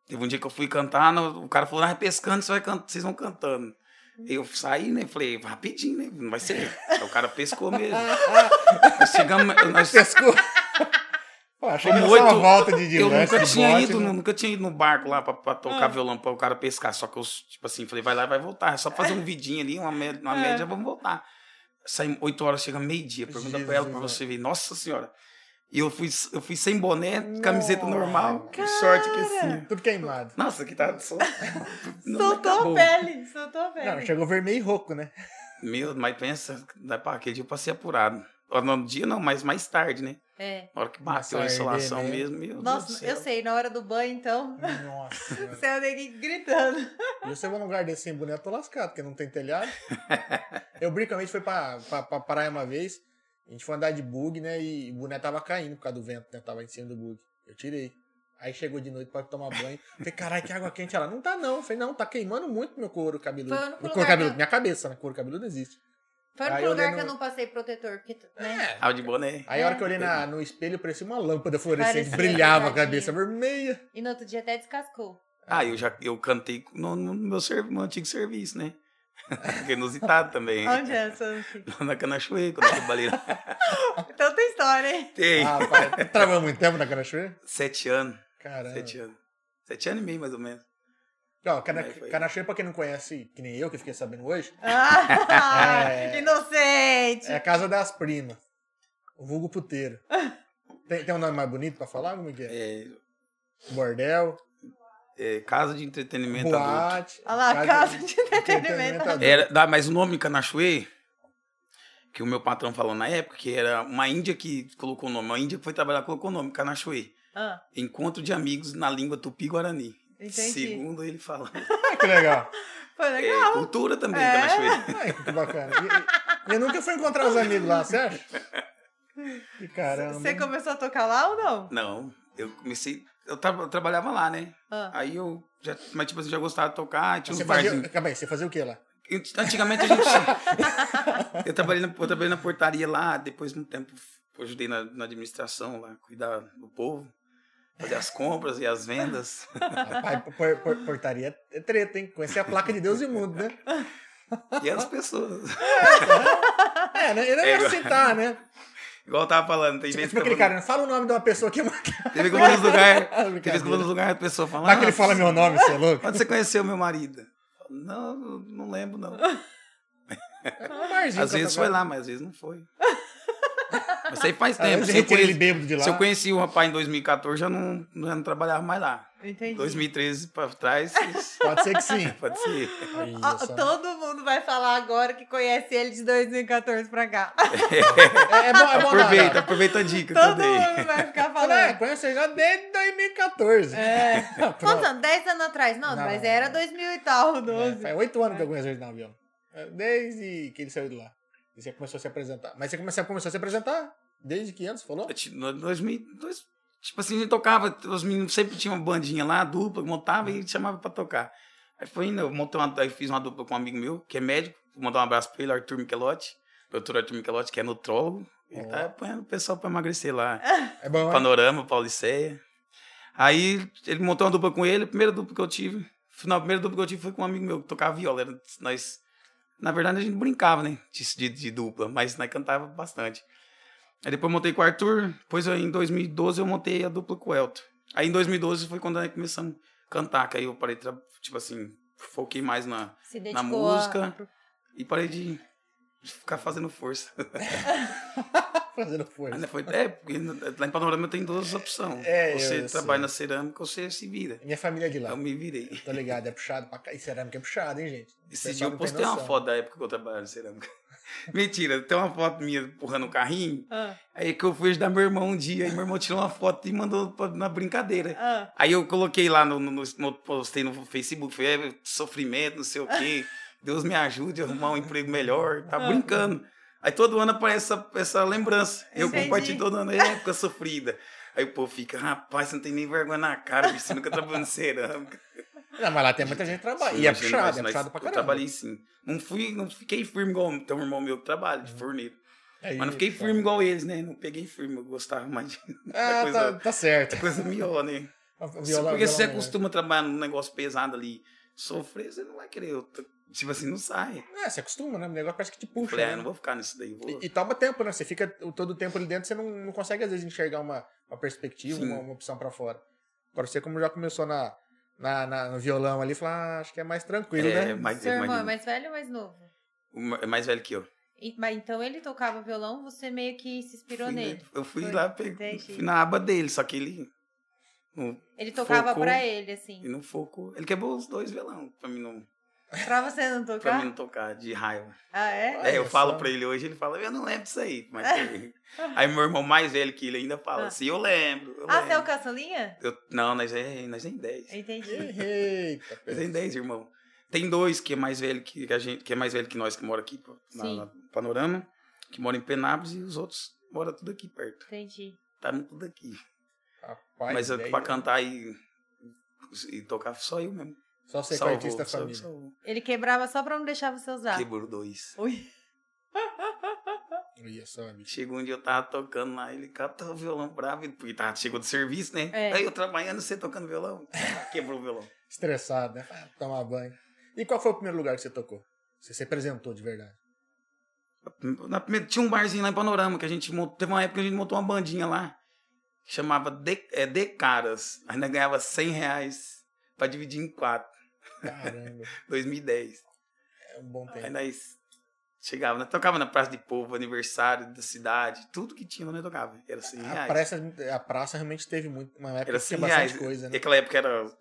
Speaker 3: Teve um dia que eu fui cantar, no- o cara falou, ah, pescando, você vai can- vocês vão cantando. Eu saí, né? Falei, rapidinho, né? Não vai ser. Aí o cara pescou mesmo. Nós chegamos. Nós,
Speaker 2: Pescou. Pô, achei que era
Speaker 3: Como
Speaker 2: só uma
Speaker 3: oito-
Speaker 2: volta de, de
Speaker 3: eu
Speaker 2: lanche,
Speaker 3: nunca
Speaker 2: de
Speaker 3: tinha
Speaker 2: bote,
Speaker 3: ido,
Speaker 2: né?
Speaker 3: nunca tinha ido no barco lá pra, pra tocar
Speaker 1: Ah.
Speaker 3: violão pra o cara pescar. Só que eu, tipo assim, falei, vai lá e vai voltar. É só fazer um vidinho ali, uma, mé- uma
Speaker 1: É.
Speaker 3: média, vamos voltar. Saímos 8 horas, chega meio-dia. Pergunta pra ela pra
Speaker 2: Jesus, é.
Speaker 3: você ver. Nossa senhora. E eu fui, eu fui sem boné, camiseta
Speaker 2: Nossa.
Speaker 3: normal, short que assim.
Speaker 2: Tudo queimado.
Speaker 3: Nossa, que tá. sol- Não, é
Speaker 1: Soltou a
Speaker 3: acabou.
Speaker 1: pele, soltou a
Speaker 2: Não,
Speaker 1: pele.
Speaker 2: chegou vermelho e rouco, né?
Speaker 3: Meu, mas pensa, dá pra aquele dia eu passei apurado. Ó, No dia não, mas mais tarde, né?
Speaker 1: É.
Speaker 3: Na hora que
Speaker 2: Começa
Speaker 3: bateu a
Speaker 2: a arder,
Speaker 3: insolação
Speaker 2: né?
Speaker 3: mesmo, meu Deus do
Speaker 1: Nossa,
Speaker 3: céu.
Speaker 1: eu sei, na hora do banho, então,
Speaker 2: Nossa. senhora.
Speaker 1: você anda aqui gritando.
Speaker 2: E se eu vou num lugar desse sem boné, eu tô lascado, porque não tem telhado. eu brincamente fui pra, pra, pra praia uma vez, a gente foi andar de bug, né? E o boné tava caindo por causa do vento, né? Tava em cima do bug. Eu tirei. Aí chegou de noite pra tomar banho. Falei, caralho, que água quente. Ela, não tá não. Eu falei, não, tá queimando muito meu couro cabeludo.
Speaker 1: Foi o único
Speaker 2: Meu
Speaker 1: lugar
Speaker 2: couro
Speaker 1: que
Speaker 2: cabeludo,
Speaker 1: eu-
Speaker 2: minha cabeça, né? Couro cabeludo não existe.
Speaker 1: Foi o
Speaker 2: Aí
Speaker 1: único
Speaker 2: eu
Speaker 1: lugar
Speaker 2: olhei
Speaker 1: que eu
Speaker 2: no-
Speaker 1: não passei protetor, porque, né?
Speaker 2: É.
Speaker 3: Ah, de boné.
Speaker 2: Aí a hora que eu olhei na- no espelho, parecia uma lâmpada fluorescente,
Speaker 1: Parecia,
Speaker 2: brilhava a
Speaker 1: tadinha.
Speaker 2: cabeça vermelha.
Speaker 1: E no outro dia até descascou.
Speaker 3: Ah, eu já eu cantei no, no meu, servi- no antigo serviço, né? Fiquei inusitado também.
Speaker 1: Onde é essa?
Speaker 3: Na Canachoeira, quando eu fui baleiro.
Speaker 1: Tanta Então história, hein?
Speaker 3: Tem
Speaker 2: Ah, pai, trabalhou muito tempo na Canachoeira?
Speaker 3: sete anos.
Speaker 2: Caramba.
Speaker 3: Sete
Speaker 1: É.
Speaker 3: anos. Sete anos e meio, mais ou menos.
Speaker 2: Ó, cana,
Speaker 3: Aí foi.
Speaker 2: Canachoeira, pra quem não conhece, que nem eu, que fiquei sabendo hoje,
Speaker 1: Ah,
Speaker 2: É.
Speaker 1: Inocente!
Speaker 2: É a casa das primas. O vulgo puteiro. Tem, tem um nome mais bonito pra falar? Como é que é?
Speaker 3: É,
Speaker 2: Bordel,
Speaker 3: é, casa de entretenimento adulto.
Speaker 2: boate.
Speaker 1: Olha lá, casa de entretenimento.
Speaker 2: adulto.
Speaker 3: Era, dá, mas o nome Canachoeira, que o meu patrão falou na época, que era uma índia que colocou o nome. Uma índia que foi trabalhar colocou o nome, Canachoeira.
Speaker 1: Ah,
Speaker 3: Encontro de amigos na língua tupi-guarani.
Speaker 1: entendi.
Speaker 3: Segundo ele falou.
Speaker 2: Ah, que legal.
Speaker 1: Foi
Speaker 3: É,
Speaker 1: legal.
Speaker 3: cultura também,
Speaker 1: É.
Speaker 3: Canachoeira.
Speaker 2: Ai, que bacana. E- e- Eu nunca fui encontrar os amigos lá, você acha? Que caramba.
Speaker 1: Você começou a tocar lá ou não?
Speaker 3: Não, eu comecei. Eu, tra- eu trabalhava lá, né?
Speaker 1: Ah.
Speaker 3: Aí eu já. Mas tipo assim, já gostava de tocar, tinha um
Speaker 2: Você
Speaker 3: uns
Speaker 2: fazia,
Speaker 3: barzinhos.
Speaker 2: calma aí, você fazia o que lá?
Speaker 3: Antigamente a gente. eu, trabalhei na, eu trabalhei na portaria lá, depois de um tempo eu ajudei na, na administração lá, cuidar do povo, fazer as compras e as vendas.
Speaker 2: Rapaz, por- por- portaria é treta, hein? Conhecer a placa de Deus e o mundo, né?
Speaker 3: e as pessoas.
Speaker 2: É, né? Eu não ia
Speaker 3: É,
Speaker 2: citar, né?
Speaker 3: Igual eu tava falando, tem
Speaker 2: Tipo
Speaker 3: vezes que eu
Speaker 2: aquele
Speaker 3: vou.
Speaker 2: cara, né? fala o nome de uma pessoa que marca.
Speaker 3: Tem vezes que eu vou nos lugares. Tem
Speaker 2: Brincadeira.
Speaker 3: vezes que eu vou nos lugares, a pessoa fala.
Speaker 2: Tá que ele
Speaker 3: "Ah,
Speaker 2: fala meu nome, você é louco?
Speaker 3: Quando você conheceu meu marido? Eu falo, Não, não lembro, não.
Speaker 2: É um barzinho
Speaker 3: Às
Speaker 2: que eu
Speaker 3: vezes foi
Speaker 2: tocava.
Speaker 3: lá, mas às vezes não foi. Mas isso aí faz
Speaker 2: Às
Speaker 3: tempo.
Speaker 2: vezes
Speaker 3: Se eu,
Speaker 2: retira É, ele
Speaker 3: conheci,
Speaker 2: bêbado de lá.
Speaker 3: se eu conheci o rapaz em 2014, já não, já não trabalhava mais lá.
Speaker 1: Entendi.
Speaker 3: 2013 pra trás,
Speaker 2: Pode ser que sim.
Speaker 3: pode ser.
Speaker 1: Ó, todo mundo vai falar agora que conhece ele de 2014 pra cá.
Speaker 2: É, é bom, é bom
Speaker 3: Aproveita,
Speaker 2: dar,
Speaker 3: aproveita a dica
Speaker 1: Todo
Speaker 3: também.
Speaker 1: mundo vai ficar
Speaker 2: dar. É,
Speaker 1: falando.
Speaker 2: conhece ele já desde 2014.
Speaker 1: É.
Speaker 2: Pronto.
Speaker 1: Quantos anos? 10 anos atrás? Não,
Speaker 2: Não,
Speaker 1: mas
Speaker 2: não.
Speaker 1: era 2000 e tal,
Speaker 2: É,
Speaker 1: 12.
Speaker 2: faz oito anos que eu conheço ele no avião. É, Desde que ele saiu de lá. E você começou a se apresentar. Mas você começou, começou a se apresentar? Desde que anos, você falou?
Speaker 3: Eu te- no- 2000, dois- Tipo assim, a gente tocava, os meninos sempre tinham uma bandinha lá, dupla, montava e chamava pra tocar. Aí foi indo, eu montei uma, aí fiz uma dupla com um amigo meu, que é médico, vou mandar um abraço pra ele, Arthur Michelotti, doutor Arthur Michelotti, que é nutrólogo, ele
Speaker 2: Ó.
Speaker 3: tá apanhando o pessoal pra emagrecer lá.
Speaker 2: É bom, né?
Speaker 3: Panorama, Pauliceia. Aí ele montou uma dupla com ele, a primeira dupla que eu tive. Não, a primeira dupla que eu tive foi com um amigo meu que tocava viola. Era- Nós, na verdade, a gente brincava, né? De, de- de dupla, mas nós cantava bastante. Aí depois eu montei com o Arthur, depois eu- em 2012 eu montei a dupla com o Elton. Aí em 2012 foi quando nós começamos a cantar, que aí eu parei, de tra- tipo assim, foquei mais na.
Speaker 1: Se dedicou a-
Speaker 3: música. E parei de de ficar fazendo força.
Speaker 2: né? Fazendo
Speaker 3: Aí
Speaker 2: força.
Speaker 3: nós foi, é, porque lá em Panorama tem duas opções.
Speaker 2: É, eu
Speaker 3: você
Speaker 2: sei.
Speaker 3: trabalha na cerâmica ou você se vira.
Speaker 2: Minha família é de lá.
Speaker 3: Eu me virei.
Speaker 2: Tô ligado, é puxado pra cá. E cerâmica é puxado, hein, gente? O
Speaker 3: Esse
Speaker 2: pessoal
Speaker 3: dia eu
Speaker 2: não tem
Speaker 3: postei uma
Speaker 2: noção.
Speaker 3: foto da época que eu trabalhava na cerâmica. Mentira, tem uma foto minha empurrando o carrinho.
Speaker 1: Ah,
Speaker 3: Aí que eu fui ajudar meu irmão um dia. Aí meu irmão tirou uma foto e mandou pra- na brincadeira.
Speaker 1: ah.
Speaker 3: Aí eu coloquei lá, no, no- no- no- postei no Facebook, foi é, sofrimento, não sei o quê. Deus me ajude a arrumar um emprego melhor. Tá
Speaker 1: Ah.
Speaker 3: brincando. Aí todo ano aparece essa, essa lembrança. Eu
Speaker 1: Entendi.
Speaker 3: compartilho todo ano, é época sofrida. Aí o povo fica, rapaz, você não tem nem vergonha na cara, bicho, você nunca trabalhou em cerâmica.
Speaker 2: Não, mas lá tem muita gente que trabalha.
Speaker 3: Sim,
Speaker 2: e é
Speaker 3: mas-
Speaker 2: puxado,
Speaker 3: mas-
Speaker 2: é
Speaker 3: mas
Speaker 2: puxado pra
Speaker 3: Eu
Speaker 2: caramba.
Speaker 3: trabalhei sim. Não, fui, não fiquei firme igual tem um irmão meu que trabalha,
Speaker 2: Uhum.
Speaker 3: de forneiro.
Speaker 2: Aí,
Speaker 3: Mas não fiquei
Speaker 2: tá.
Speaker 3: firme igual eles, né? Não peguei firme, eu gostava mais de
Speaker 2: Ah,
Speaker 3: coisa-
Speaker 2: tá, tá certo.
Speaker 3: da coisa melhor, né?
Speaker 2: A viola-
Speaker 3: Porque
Speaker 2: viola
Speaker 3: se você
Speaker 2: é-
Speaker 3: acostuma a trabalhar num negócio pesado ali, sofrer, você não vai querer. outra- Tipo assim, não sai.
Speaker 2: É, você acostuma, né? O negócio parece que te
Speaker 3: Eu
Speaker 2: puxa.
Speaker 3: falei, ah,
Speaker 2: né?
Speaker 3: eu não vou ficar nisso daí. Vou...
Speaker 2: E, e toma tempo, né? Você fica o- todo o tempo ali dentro, você não, não consegue, às vezes, enxergar uma, uma perspectiva,
Speaker 3: Sim.
Speaker 2: uma, uma opção pra fora. Agora, você como já começou na, na, na- no violão ali, fala, ah, acho que é mais tranquilo,
Speaker 3: é,
Speaker 2: né?
Speaker 3: mais,
Speaker 1: Seu irmão é
Speaker 3: mais,
Speaker 1: mais velho ou mais novo?
Speaker 3: mais, é mais velho que eu.
Speaker 1: E- mas então ele tocava violão, você meio que se inspirou
Speaker 3: Fui, né?
Speaker 1: nele.
Speaker 3: Eu fui
Speaker 1: Foi.
Speaker 3: lá, peguei,
Speaker 1: Entendi.
Speaker 3: fui na aba dele, só que ele não,
Speaker 1: Ele tocava
Speaker 3: Focou.
Speaker 1: pra ele, assim.
Speaker 3: ele não focou. Ele quebrou os dois violão pra mim não,
Speaker 1: Pra você não
Speaker 3: pra mim
Speaker 1: tocar?
Speaker 3: não tocar, de raiva.
Speaker 1: Ah, é?
Speaker 3: É, eu
Speaker 2: Olha
Speaker 3: falo
Speaker 2: só.
Speaker 3: pra ele hoje, ele fala, eu não lembro disso aí. Mas foi. aí meu irmão mais velho que ele ainda fala
Speaker 1: Ah.
Speaker 3: assim, eu lembro. Eu
Speaker 1: Ah, você é o
Speaker 3: lembro.
Speaker 1: caçulinha?
Speaker 3: Eu- não, nós é, nós é em 10.
Speaker 1: Entendi.
Speaker 2: Eita,
Speaker 3: Mas Tem 10, irmão. Tem dois que é mais velho que, que a gente, que é mais velho que nós que mora aqui na,
Speaker 1: Sim.
Speaker 3: na Panorama, que mora em Penápolis e os outros moram tudo aqui perto.
Speaker 1: Entendi.
Speaker 3: Tá tudo aqui.
Speaker 2: rapaz.
Speaker 3: Mas é eu,
Speaker 2: velho.
Speaker 3: pra cantar e, e tocar só eu mesmo.
Speaker 2: Só você que é
Speaker 3: Salvou,
Speaker 2: artista da
Speaker 3: só-
Speaker 2: família.
Speaker 3: salvou.
Speaker 1: Ele quebrava só pra não deixar você usar.
Speaker 3: Quebrou dois.
Speaker 1: Ui.
Speaker 2: Olha só, bicho.
Speaker 3: Chegou um dia eu tava tocando lá, ele catou o violão bravo, e- porque tava, chegou do serviço, né?
Speaker 1: É.
Speaker 3: Aí eu trabalhando, você tocando violão. Ah, Quebrou o violão.
Speaker 2: Estressado, né? Ah, Tomar banho. E qual foi o primeiro lugar que você tocou? Você se apresentou de verdade.
Speaker 3: Na primeira- tinha um barzinho lá em Panorama que a gente montou. Teve uma época que a gente montou uma bandinha lá. Que chamava De, é, De Caras. Ainda ganhava 100 reais pra dividir em quatro.
Speaker 2: Caramba,
Speaker 3: 2010.
Speaker 2: é um bom
Speaker 3: Aí
Speaker 2: tempo.
Speaker 3: nós chegava, nós tocava na Praça de Povo, aniversário da cidade, tudo que tinha, nós tocava. Era 100
Speaker 2: A
Speaker 3: reais.
Speaker 2: praça, a praça realmente teve muito, uma época
Speaker 3: Era
Speaker 2: que tinha
Speaker 3: 100
Speaker 2: bastante
Speaker 3: reais.
Speaker 2: coisa,
Speaker 3: E
Speaker 2: né?
Speaker 3: aquela época era. O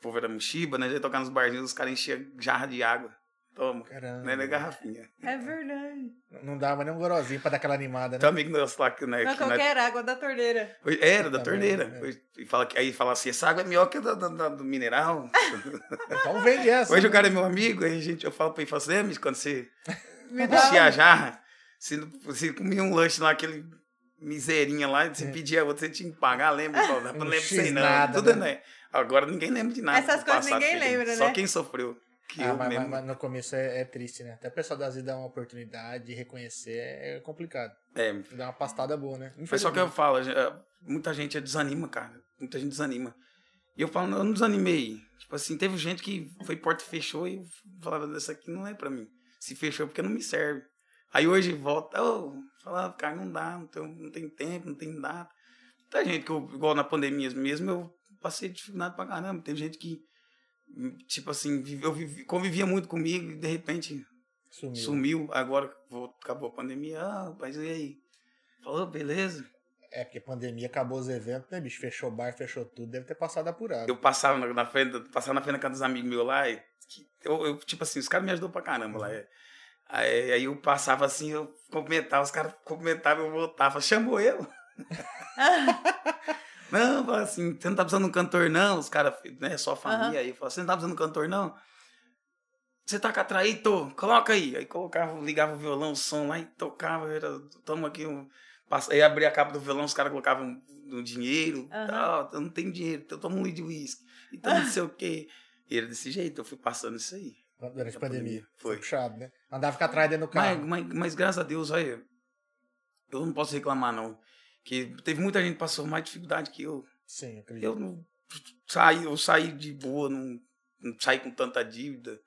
Speaker 3: povo era mochiba, né? A gente ia tocar nos barzinhos, os caras enchiam jarra de água. Toma. Não
Speaker 2: Caramba.
Speaker 3: era Né, garrafinha.
Speaker 1: É verdade.
Speaker 2: Não dava nem um gorozinho pra dar aquela animada, né?
Speaker 3: Tem um amigo nosso lá que, né,
Speaker 1: Não,
Speaker 3: que nós
Speaker 1: qualquer água da torneira.
Speaker 3: Hoje- Era, da
Speaker 2: Tá
Speaker 3: torneira.
Speaker 2: vendo? É.
Speaker 3: Hoje- E fala, que- aí fala assim, essa água é melhor que a da, da- da- do mineral.
Speaker 2: Então vende essa.
Speaker 3: Hoje o cara é meu amigo, aí a gente, eu falo pra ele, falo assim, "É, amigo, quando você
Speaker 1: Me dá. um-
Speaker 3: enchia a jarra, se não- você comia um lanche lá, aquele miserinha lá, você
Speaker 2: É.
Speaker 3: pedia, você tinha que pagar, lembra? Eu falo, não,
Speaker 2: Não
Speaker 3: não lembro
Speaker 2: fiz
Speaker 3: sei não.
Speaker 2: nada,
Speaker 3: Tudo,
Speaker 2: né?
Speaker 3: né? Agora ninguém lembra de nada.
Speaker 1: Essas
Speaker 3: do
Speaker 1: coisas
Speaker 3: passado
Speaker 1: ninguém
Speaker 3: que teve.
Speaker 1: lembra,
Speaker 3: Só
Speaker 1: né?
Speaker 3: quem sofreu. Que
Speaker 2: Ah,
Speaker 3: eu
Speaker 2: mas, mas-
Speaker 3: mesmo.
Speaker 2: mas no começo é, é triste, né? Até o pessoal das vezes dá uma oportunidade, reconhecer é complicado.
Speaker 3: É,
Speaker 2: Dá uma pastada boa, né?
Speaker 3: Foi só que eu falo, já- muita gente desanima, cara. Muita gente desanima. E eu falo, não, eu não desanimei. Tipo assim, teve gente que foi porta e fechou e eu falava, essa aqui não é pra mim. Se fechou é porque não me serve. Aí hoje volta, oh, falava, cara, não dá, não tem, não tem tempo, não tem data. Muita gente que eu, igual na pandemia mesmo, eu passei dificuldade pra caramba. Teve gente que, tipo assim, vive- eu vivi- convivia muito comigo e de repente
Speaker 2: Sumiu.
Speaker 3: sumiu. Agora vou- acabou a pandemia, ah, mas e aí? Falou, beleza.
Speaker 2: É, porque pandemia acabou os eventos, né, bicho? Fechou bar, fechou tudo, deve ter passado apurado.
Speaker 3: Eu passava na, na frente, passava na frente da casa dos amigos meus lá, e que- eu, eu, tipo assim, os caras me ajudou pra caramba lá. é. Aí, aí eu passava assim, eu cumprimentava, os caras cumprimentavam, eu voltava, chamou eu. não, falava assim, você não tá precisando de um cantor, não, os caras, né, só a família. Aí eu falava, você não tá precisando de um cantor, não? Você tá com atraído? Coloca aí. Aí colocava, ligava o violão, o som lá e tocava, era, tamo aqui um Passa- Aí abria a capa do violão, os caras colocavam no dinheiro,
Speaker 1: Aham.
Speaker 3: tal, eu não tenho dinheiro, então toma um litro de uísque, então não sei o quê. E era desse jeito, eu fui passando isso aí.
Speaker 2: Durante a
Speaker 3: Da pandemia.
Speaker 2: pandemia.
Speaker 3: Foi.
Speaker 2: puxado, né? Andava com atrás dentro do
Speaker 3: Mas,
Speaker 2: carro.
Speaker 3: mas, mas graças a Deus, olha, eu não posso reclamar, não. Que teve muita gente que passou mais dificuldade que eu.
Speaker 2: Sim, acredito.
Speaker 3: Eu não saí, eu saí de boa, não, não saí com tanta dívida.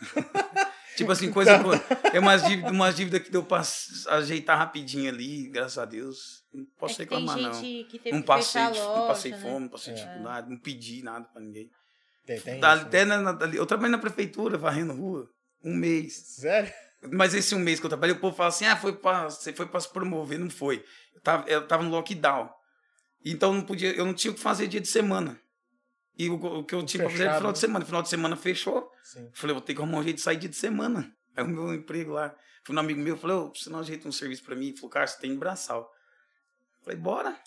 Speaker 3: tipo assim, coisa boa. É umas dívidas umas dívida que deu pra s- ajeitar rapidinho ali, graças a Deus. Não posso
Speaker 1: é que tem
Speaker 3: reclamar, não.
Speaker 1: gente que teve
Speaker 3: Não
Speaker 1: que
Speaker 3: passei,
Speaker 1: fechar a
Speaker 3: dif-
Speaker 1: loja,
Speaker 3: não passei
Speaker 1: né?
Speaker 3: fome, não passei
Speaker 2: É.
Speaker 3: dificuldade, não pedi nada pra ninguém.
Speaker 2: Tem, tem
Speaker 3: Tá-
Speaker 2: isso, né?
Speaker 3: até na- na- ali- eu trabalhei na prefeitura, varrendo rua, um mês.
Speaker 2: Sério?
Speaker 3: Mas esse um mês que eu trabalhei, o povo fala assim: ah, foi pra, você foi pra se promover. Não foi. Eu tava, eu tava no lockdown. Então não podia, eu não tinha o que fazer dia de semana. E o, o que eu
Speaker 2: Tudo
Speaker 3: tinha pra fazer era
Speaker 2: fechado,
Speaker 3: final de
Speaker 2: né?
Speaker 3: semana. Final de semana fechou.
Speaker 2: Sim.
Speaker 3: Eu Falei, vou ter que arrumar um jeito de sair dia de semana. Aí o meu emprego lá. Fui um amigo meu, falei, ô, você não ajeita um serviço pra mim? Ele falou, cara, você tem em braçal. Falei, bora.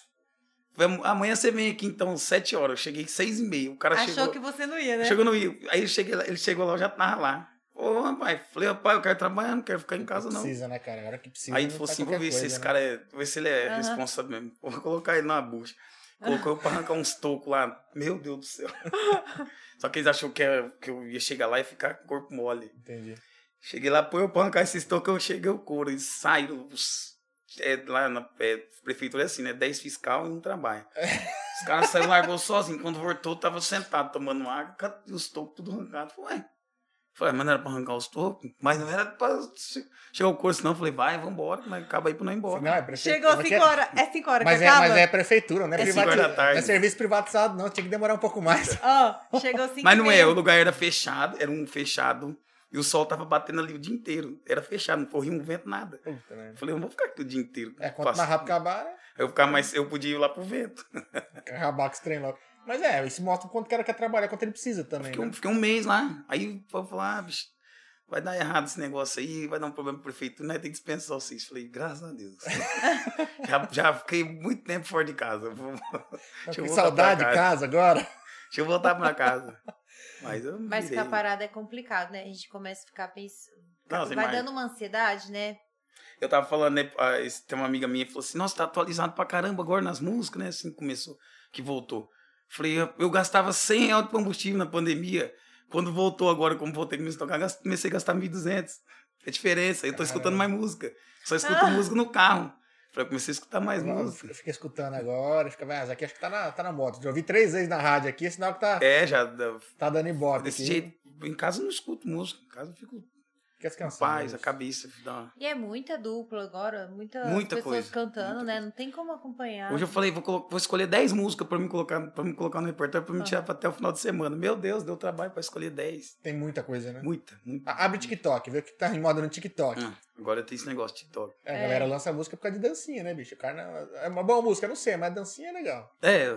Speaker 3: Falei, amanhã você vem aqui então, sete horas. Eu cheguei seis e meia. O cara
Speaker 1: Achou
Speaker 3: chegou.
Speaker 1: que você não ia, né?
Speaker 3: Chegou no Rio. Aí eu cheguei lá- ele chegou lá, eu já tava lá. Ô, rapaz, falei, rapaz, eu quero trabalhar, não quero ficar em casa, não.
Speaker 2: Precisa, né, cara? A hora que precisa.
Speaker 3: Aí
Speaker 2: não
Speaker 3: ele falou
Speaker 2: faz
Speaker 3: assim: vou
Speaker 2: qualquer
Speaker 3: ver se
Speaker 2: coisa,
Speaker 3: esse
Speaker 2: né?
Speaker 3: cara é. Vou ver se ele é
Speaker 1: Aham.
Speaker 3: responsável mesmo. Vou colocar ele na bucha. Colocou eu pra arrancar uns tocos lá. Meu Deus do céu. Só que eles acharam que eu, que eu ia chegar lá e ficar com o corpo mole.
Speaker 2: Entendi.
Speaker 3: Cheguei lá, pô, eu pra arrancar esses tocos, eu cheguei o couro. Eles saíram. os- é, lá na é, prefeitura é assim, né? 10 fiscal e um trabalho. Os caras saíram, largou sozinho. Quando voltou, eu tava sentado tomando água ca- e os tocos tudo arrancados. Falei, ué. Falei, mas não era pra arrancar os tocos? Mas não era pra che- chegar o curso, não. Falei, vai, vambora, mas acaba aí pra não ir embora.
Speaker 2: Não, é prefeitura.
Speaker 1: Chegou
Speaker 2: mas
Speaker 1: 5
Speaker 2: que é-
Speaker 1: horas. É 5 horas
Speaker 2: Mas
Speaker 1: que
Speaker 2: é,
Speaker 1: acaba?
Speaker 2: mas é prefeitura, não é
Speaker 3: É cinco horas
Speaker 2: privatizado.
Speaker 3: da tarde.
Speaker 2: Não é serviço privatizado, não. Tinha que demorar um pouco mais.
Speaker 1: Ó, chegou 5
Speaker 3: Mas não é, o lugar era fechado, era um fechado, e o sol tava batendo ali o dia inteiro. Era fechado, não corria um vento, nada.
Speaker 2: Puta, né?
Speaker 3: Eu falei, eu não vou ficar aqui o dia inteiro.
Speaker 2: É, quanto mais rápido acabar, né?
Speaker 3: Eu, ficar mais, eu podia ir lá pro vento.
Speaker 2: acabar com esse trem logo. Mas é, isso mostra o quanto o cara quer trabalhar, quanto ele precisa também.
Speaker 3: Fiquei
Speaker 2: né?
Speaker 3: um, fiquei um mês lá. Aí o povo falou, ah, bicho, vai dar errado esse negócio aí, vai dar um problema pro prefeito, né? Tem que dispensar vocês. Falei, graças a Deus. já, já fiquei muito tempo fora de casa.
Speaker 2: Eu
Speaker 3: Vou- Deixa eu
Speaker 2: fiquei
Speaker 3: voltar
Speaker 2: saudade
Speaker 3: pra
Speaker 2: de
Speaker 3: casa.
Speaker 2: casa agora.
Speaker 3: Deixa eu voltar pra casa. Mas eu me
Speaker 1: Mas
Speaker 3: virei.
Speaker 1: ficar parado é complicado, né? A gente começa a ficar pensando.
Speaker 3: Não,
Speaker 1: Vai
Speaker 3: sem mais.
Speaker 1: dando uma ansiedade, né?
Speaker 3: Eu tava falando, né? ah, esse- Tem uma amiga minha que falou assim: Nossa, tá atualizado pra caramba agora nas músicas, né? Assim começou, que voltou. Falei: Eu, eu gastava 100 reais de combustível na pandemia. Quando voltou agora, como voltei começou a tocar, gas- comecei a gastar 1.200. É diferença. Eu tô escutando mais música. Só escuto
Speaker 1: Ah.
Speaker 3: música no carro. Falei: Eu comecei a escutar mais
Speaker 2: Eu
Speaker 3: música.
Speaker 2: fica escutando agora, fica, ah, isso aqui acho que tá na, tá na moto. Já ouvi três vezes na rádio aqui, é sinal que tá,
Speaker 3: É, já. da-
Speaker 2: tá dando embora.
Speaker 3: Desse
Speaker 2: aqui.
Speaker 3: jeito. Em casa eu não escuto música. Em casa eu fico
Speaker 2: Fica
Speaker 3: com
Speaker 2: descansando.
Speaker 3: paz,
Speaker 2: isso.
Speaker 3: a cabeça. dá uma-
Speaker 1: E é muita dupla agora, muitas
Speaker 3: Muita
Speaker 1: pessoas
Speaker 3: coisa,
Speaker 1: cantando,
Speaker 3: muita
Speaker 1: né?
Speaker 3: coisa.
Speaker 1: Não tem como acompanhar.
Speaker 3: Hoje eu falei, vou, colo- vou escolher 10 músicas pra me colocar, para me colocar no repertório, pra me
Speaker 1: Aham.
Speaker 3: tirar pra até o final de semana. Meu Deus, deu trabalho pra escolher 10.
Speaker 2: Tem muita coisa, né?
Speaker 3: Muita, muita.
Speaker 2: Ah, Abre o TikTok, vê o que tá em moda no TikTok.
Speaker 3: Ah, agora tem esse negócio de TikTok.
Speaker 2: É, a
Speaker 1: É.
Speaker 2: galera lança música por causa de dancinha, né, bicho? O cara não- É uma boa música, eu não sei, mas dancinha é legal.
Speaker 3: É,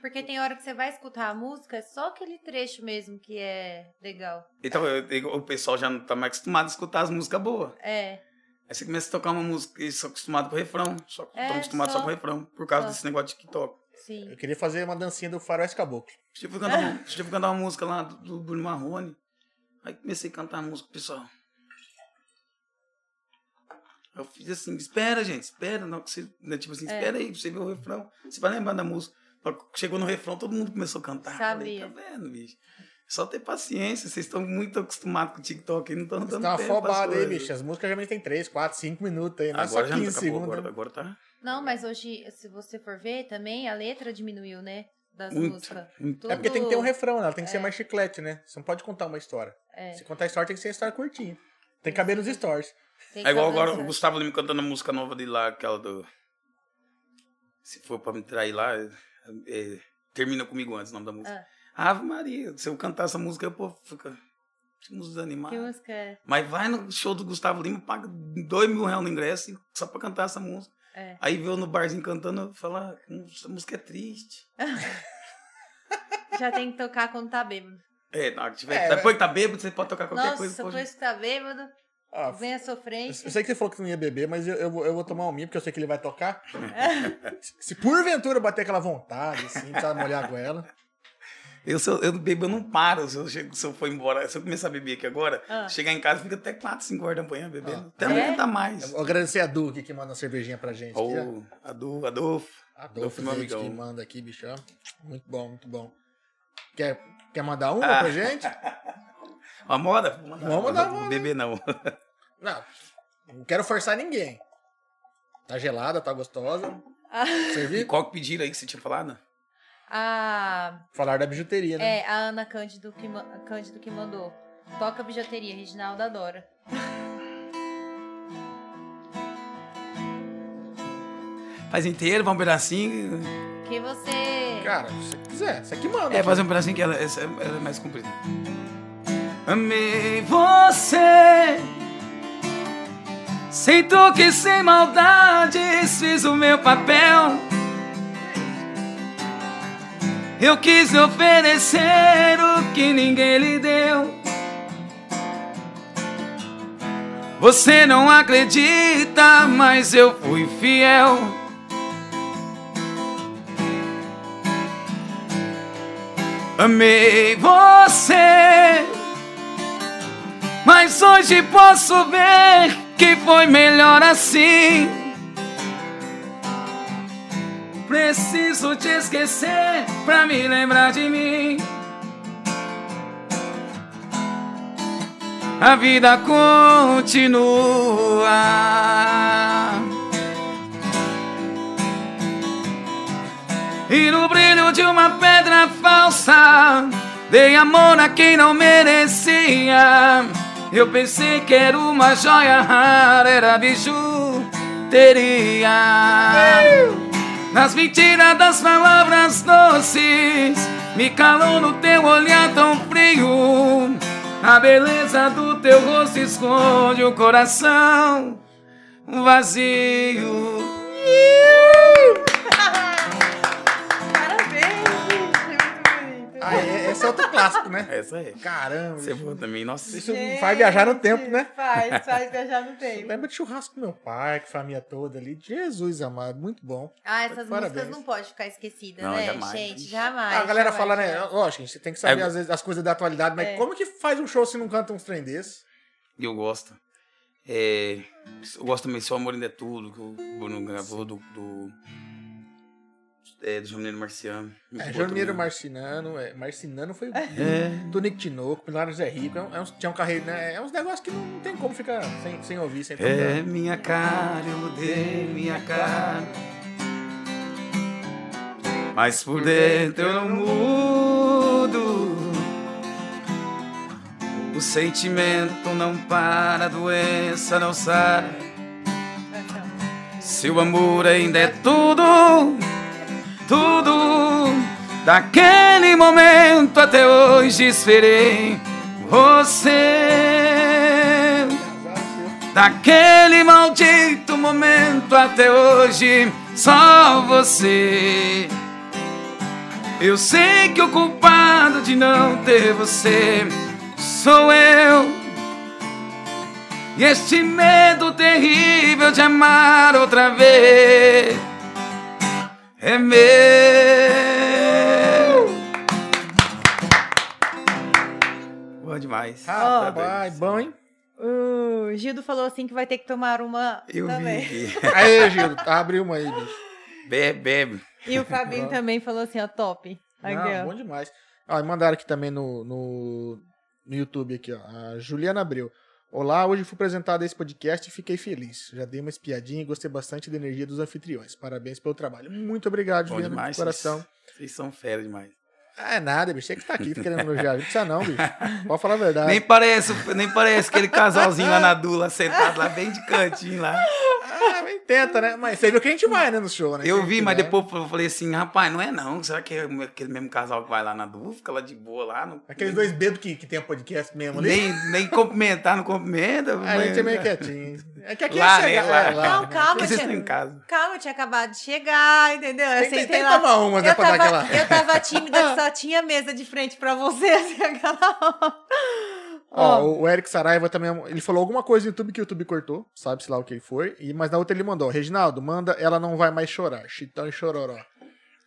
Speaker 1: Porque tem hora que você vai escutar a música, é só aquele trecho mesmo que é legal.
Speaker 3: então eu- eu- o pessoal já não tá mais acostumado a escutar as músicas boas.
Speaker 1: É.
Speaker 3: Aí você começa a tocar uma música e só acostumado com o refrão. Só
Speaker 1: É,
Speaker 3: tão acostumado só
Speaker 1: só.
Speaker 3: com o refrão, por causa
Speaker 1: Só.
Speaker 3: desse negócio de TikTok.
Speaker 1: Sim.
Speaker 2: Eu queria fazer uma dancinha do Faroeste Caboclo.
Speaker 3: Deixa eu fui cantar, uma, deixa eu fui cantar uma música lá do, do Bruno Marrone. Aí comecei a cantar a música, pessoal. Eu fiz assim, espera, gente, espera. Não, que você, né, tipo assim,
Speaker 1: É.
Speaker 3: espera aí, pra você ver o refrão. Você vai lembrar da música. Só que Chegou no refrão, todo mundo começou a cantar. Falei,
Speaker 1: Sabia.
Speaker 3: tá vendo, bicho? Só ter paciência, vocês estão muito acostumados com o TikTok, aí não estão
Speaker 2: Você
Speaker 3: dando
Speaker 2: tá
Speaker 3: tempo. às
Speaker 2: afobado aí,
Speaker 3: coisas.
Speaker 2: bicho. As músicas geralmente tem 3, 4, 5 minutos aí, não é só
Speaker 3: Agora já
Speaker 2: 15
Speaker 3: não acabou,
Speaker 2: segundos.
Speaker 3: agora,
Speaker 2: né?
Speaker 3: agora tá
Speaker 1: Não, mas hoje, se você for ver também, a letra diminuiu, né? Das
Speaker 3: muito.
Speaker 1: músicas.
Speaker 3: muito.
Speaker 1: Tudo-
Speaker 2: É porque tem que ter um refrão, né? Ela tem que
Speaker 1: É.
Speaker 2: ser mais chiclete, né? Você não pode contar uma história.
Speaker 1: É.
Speaker 2: Se contar a história, tem que ser uma história curtinha. Tem que caber nos stories.
Speaker 1: Tem um. que assim.
Speaker 3: É igual
Speaker 1: saber
Speaker 3: agora
Speaker 1: usar.
Speaker 3: o Gustavo Lima cantando a música nova dele lá, aquela do. Se for pra me trair lá, é- é- termina comigo antes o nome da música.
Speaker 1: Ah.
Speaker 3: Ave Maria, se eu cantar essa música, pô, fica. Ficamos
Speaker 1: Que
Speaker 3: desanimados.
Speaker 1: música é?
Speaker 3: Mas vai no show do Gustavo Lima, paga dois mil reais no ingresso e- só pra cantar essa música.
Speaker 1: É.
Speaker 3: Aí vê eu no barzinho cantando, fala, "Hum, essa música é triste.
Speaker 1: Já tem que tocar quando tá bêbado.
Speaker 3: É, na hora que tiver.
Speaker 2: É,
Speaker 3: depois que tá bêbado, você pode Ah. tocar qualquer
Speaker 1: Nossa,
Speaker 3: coisa. pô,
Speaker 1: depois que tá bêbado,
Speaker 2: Ó,
Speaker 1: vem a
Speaker 2: Ah, eu
Speaker 1: sofrência.
Speaker 2: eu sei que você falou que não ia beber, mas eu, eu, vou, eu vou tomar um minha, porque eu sei que ele vai tocar. Se porventura bater aquela vontade, assim, precisar molhar com ela.
Speaker 3: Eu, sou, eu bebo, eu não paro. Se eu, chego, se eu for embora, se eu começar a beber aqui agora,
Speaker 1: Ah.
Speaker 3: chegar em casa, fica até 4, 5 horas da manhã bebendo.
Speaker 2: Ah.
Speaker 3: Até amanhã
Speaker 1: É?
Speaker 3: tá mais.
Speaker 2: Eu agradecer a Du aqui que manda uma cervejinha pra gente. aqui, ó.
Speaker 3: Ou Adolfo, Adolfo.
Speaker 2: Adolfo,
Speaker 3: Adolfo, meu é um
Speaker 2: Leite, que
Speaker 3: amigão.
Speaker 2: manda aqui, bicho. ó. Muito bom, muito bom. Quer, quer mandar uma
Speaker 3: Ah.
Speaker 2: pra gente?
Speaker 3: Uma moda?
Speaker 2: Vamos mandar
Speaker 3: Não
Speaker 2: uma,
Speaker 3: vou beber, não.
Speaker 2: Não, não quero forçar ninguém. Tá gelada, tá gostosa.
Speaker 3: Ah. E
Speaker 2: Servir?
Speaker 3: qual que pediram aí que você tinha falado?
Speaker 1: A,
Speaker 2: Falar da bijuteria, né?
Speaker 1: é, a Ana Cândido que, ma- Cândido que mandou. Toca bijuteria, Reginaldo adora.
Speaker 3: Faz inteiro, vai um pedacinho.
Speaker 1: Que você.
Speaker 2: Cara, se quiser, você que manda.
Speaker 3: É, fazer um pedacinho que ela, essa- ela é mais comprida. Amei você Sem toque, sem maldades Fiz o meu papel Eu quis lhe oferecer o que ninguém lhe deu Você não acredita, mas eu fui fiel Amei você, mas hoje posso ver que foi melhor assim. Preciso te esquecer pra me lembrar de mim. A vida continua. E no brilho de uma pedra falsa Dei amor a quem não merecia Eu pensei que era uma joia rara Era bijuteria Nas mentiras das palavras doces Me calou no teu olhar tão frio A beleza do teu rosto esconde o coração vazio
Speaker 1: Parabéns! Muito bonito.
Speaker 2: Ah, é, esse é outro clássico, né?
Speaker 3: Essa é.
Speaker 2: Caramba.
Speaker 3: Você
Speaker 2: bicho.
Speaker 3: voa também, nossa.
Speaker 2: Isso faz viajar no tempo, né? é
Speaker 1: Faz, faz viajar no tempo.
Speaker 2: Lembra de churrasco com meu pai, com a família toda ali. Jesus amado, muito bom.
Speaker 1: Ah, essas
Speaker 2: Parabéns.
Speaker 1: músicas não podem ficar esquecidas,
Speaker 3: Não,
Speaker 1: né,
Speaker 3: jamais.
Speaker 1: gente? Jamais.
Speaker 3: Ah,
Speaker 2: a galera
Speaker 1: jamais,
Speaker 2: fala, né?
Speaker 1: jamais.
Speaker 2: Lógico, gente, você tem que saber
Speaker 3: É,
Speaker 2: às vezes as coisas da atualidade, mas
Speaker 1: É.
Speaker 2: como que faz um show se não canta uns trem desse?
Speaker 3: E eu gosto. É, eu gosto também Se o Amor Ainda é Tudo, que o Bruno gravou do. do é, do Janeiro Marciano. Muito
Speaker 2: É,
Speaker 3: boa
Speaker 2: Janeiro
Speaker 3: também.
Speaker 2: Marcinano, é, Marcinano foi
Speaker 3: É.
Speaker 2: Tonico Tinoco, Pilares é Rico, é, um- é uns, tinha um carreiro, né? É uns negócios que não, não tem como ficar sem, sem ouvir, sem
Speaker 3: É
Speaker 2: tocar.
Speaker 3: minha cara, eu mudei minha cara. Mas por dentro eu não mudo. O sentimento não para, a doença não sai. Se o amor ainda é tudo, tudo, daquele momento até hoje esperei você. Daquele maldito momento até hoje, só você. Eu sei que o culpado de não ter você sou eu. E este medo terrível de amar outra vez é meu. Boa demais.
Speaker 2: Ah, Rapaz, bom, hein?
Speaker 1: O Gildo falou assim que vai ter que tomar uma
Speaker 3: Eu
Speaker 1: também.
Speaker 3: vi.
Speaker 2: Aê, Gildo, tá, abriu uma aí, bicho.
Speaker 3: Bebe, bebe.
Speaker 1: E o Fabinho também falou assim, ó, top. Aqui,
Speaker 2: Não,
Speaker 1: ó.
Speaker 2: bom demais. Ó, e mandaram aqui também no, no, no YouTube aqui, ó. A Juliana Abreu. Olá, hoje fui apresentado a esse podcast e fiquei feliz. Já dei uma espiadinha e gostei bastante da energia dos anfitriões. Parabéns pelo trabalho. Muito obrigado,
Speaker 3: Bom
Speaker 2: Juliana,
Speaker 3: demais.
Speaker 2: de coração.
Speaker 3: Vocês, vocês são fera demais.
Speaker 2: Ah, é nada, bicho. Você que tá aqui tá querendo elogiar. Não precisa não, bicho. Pode falar a verdade.
Speaker 3: Nem parece, nem parece aquele casalzinho lá na Dula, sentado lá bem de cantinho lá.
Speaker 2: Ah, mas tenta, né? Mas você viu que a gente vai, né, no show, né?
Speaker 3: Eu
Speaker 2: Sempre
Speaker 3: vi,
Speaker 2: que
Speaker 3: mas
Speaker 2: vai.
Speaker 3: é depois eu falei assim, rapaz, não é não. Será que é aquele mesmo casal que vai lá na Dula? Fica lá de boa lá. Não,
Speaker 2: Aqueles dois dedos que, que tem podcast mesmo ali.
Speaker 3: nem, nem cumprimentar, não cumprimenta.
Speaker 2: A gente é meio quietinho. É que aqui
Speaker 3: Lá,
Speaker 2: é chegar-
Speaker 3: né? Lá.
Speaker 2: é,
Speaker 1: Não,
Speaker 2: né?
Speaker 1: calma,
Speaker 3: Vocês um estão
Speaker 1: tia.
Speaker 3: em casa.
Speaker 1: Calma, eu tinha acabado de chegar, entendeu? Eu
Speaker 2: Tem, tem,
Speaker 1: sentei
Speaker 2: tem que
Speaker 1: lá.
Speaker 2: tomar umas, né,
Speaker 1: Eu
Speaker 2: pra dar
Speaker 1: tava,
Speaker 2: aquela...
Speaker 1: eu tava tímida que só tinha mesa de frente pra você, assim, aquela hora.
Speaker 2: Ó,
Speaker 1: Ó,
Speaker 2: o- o Eric Saraiva também. Ele falou alguma coisa no YouTube que o YouTube cortou, sabe-se lá o que foi. E, mas na outra ele mandou: Reginaldo, manda Ela Não Vai Mais Chorar, Chitão e Chororó.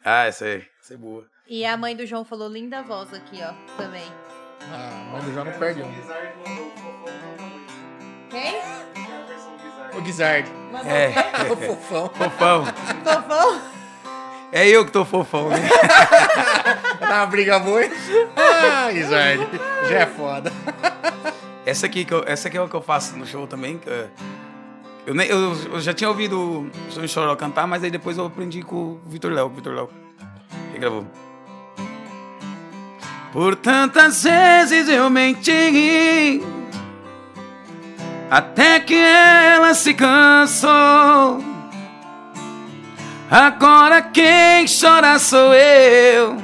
Speaker 3: Ah, essa aí. Essa é boa.
Speaker 1: E a mãe do João falou linda voz aqui, ó, também.
Speaker 2: Ah, mas o João não perde um.
Speaker 1: Quem?
Speaker 2: O Guizard.
Speaker 1: Mandou
Speaker 3: É.
Speaker 1: quem?
Speaker 2: O Tá fofão.
Speaker 3: Fofão.
Speaker 1: Fofão?
Speaker 3: É eu que tô fofão, né?
Speaker 2: Dá uma briga boa. hein? Ah, Guizard. Já é foda.
Speaker 3: Essa aqui, que eu, essa aqui é o que eu faço no show também. que é- eu, nem- eu, eu já tinha ouvido o Sonho Choró cantar, mas aí depois eu aprendi com o Vitor Léo. Vitor Léo. Ele gravou. Por tantas vezes eu menti Até que ela se cansou Agora quem chora sou eu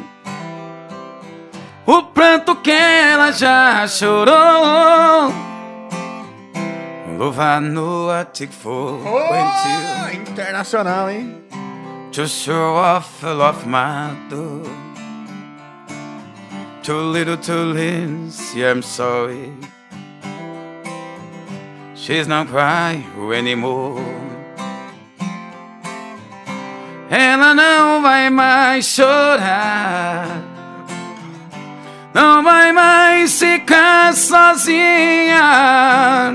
Speaker 3: o pranto que ela já chorou. Louva no atic for
Speaker 2: Oh, internacional, hein?
Speaker 3: to show off a lot of my door. Too little, too lazy, I'm sorry. She's not crying anymore. Ela não vai mais chorar. Não vai mais ficar sozinha.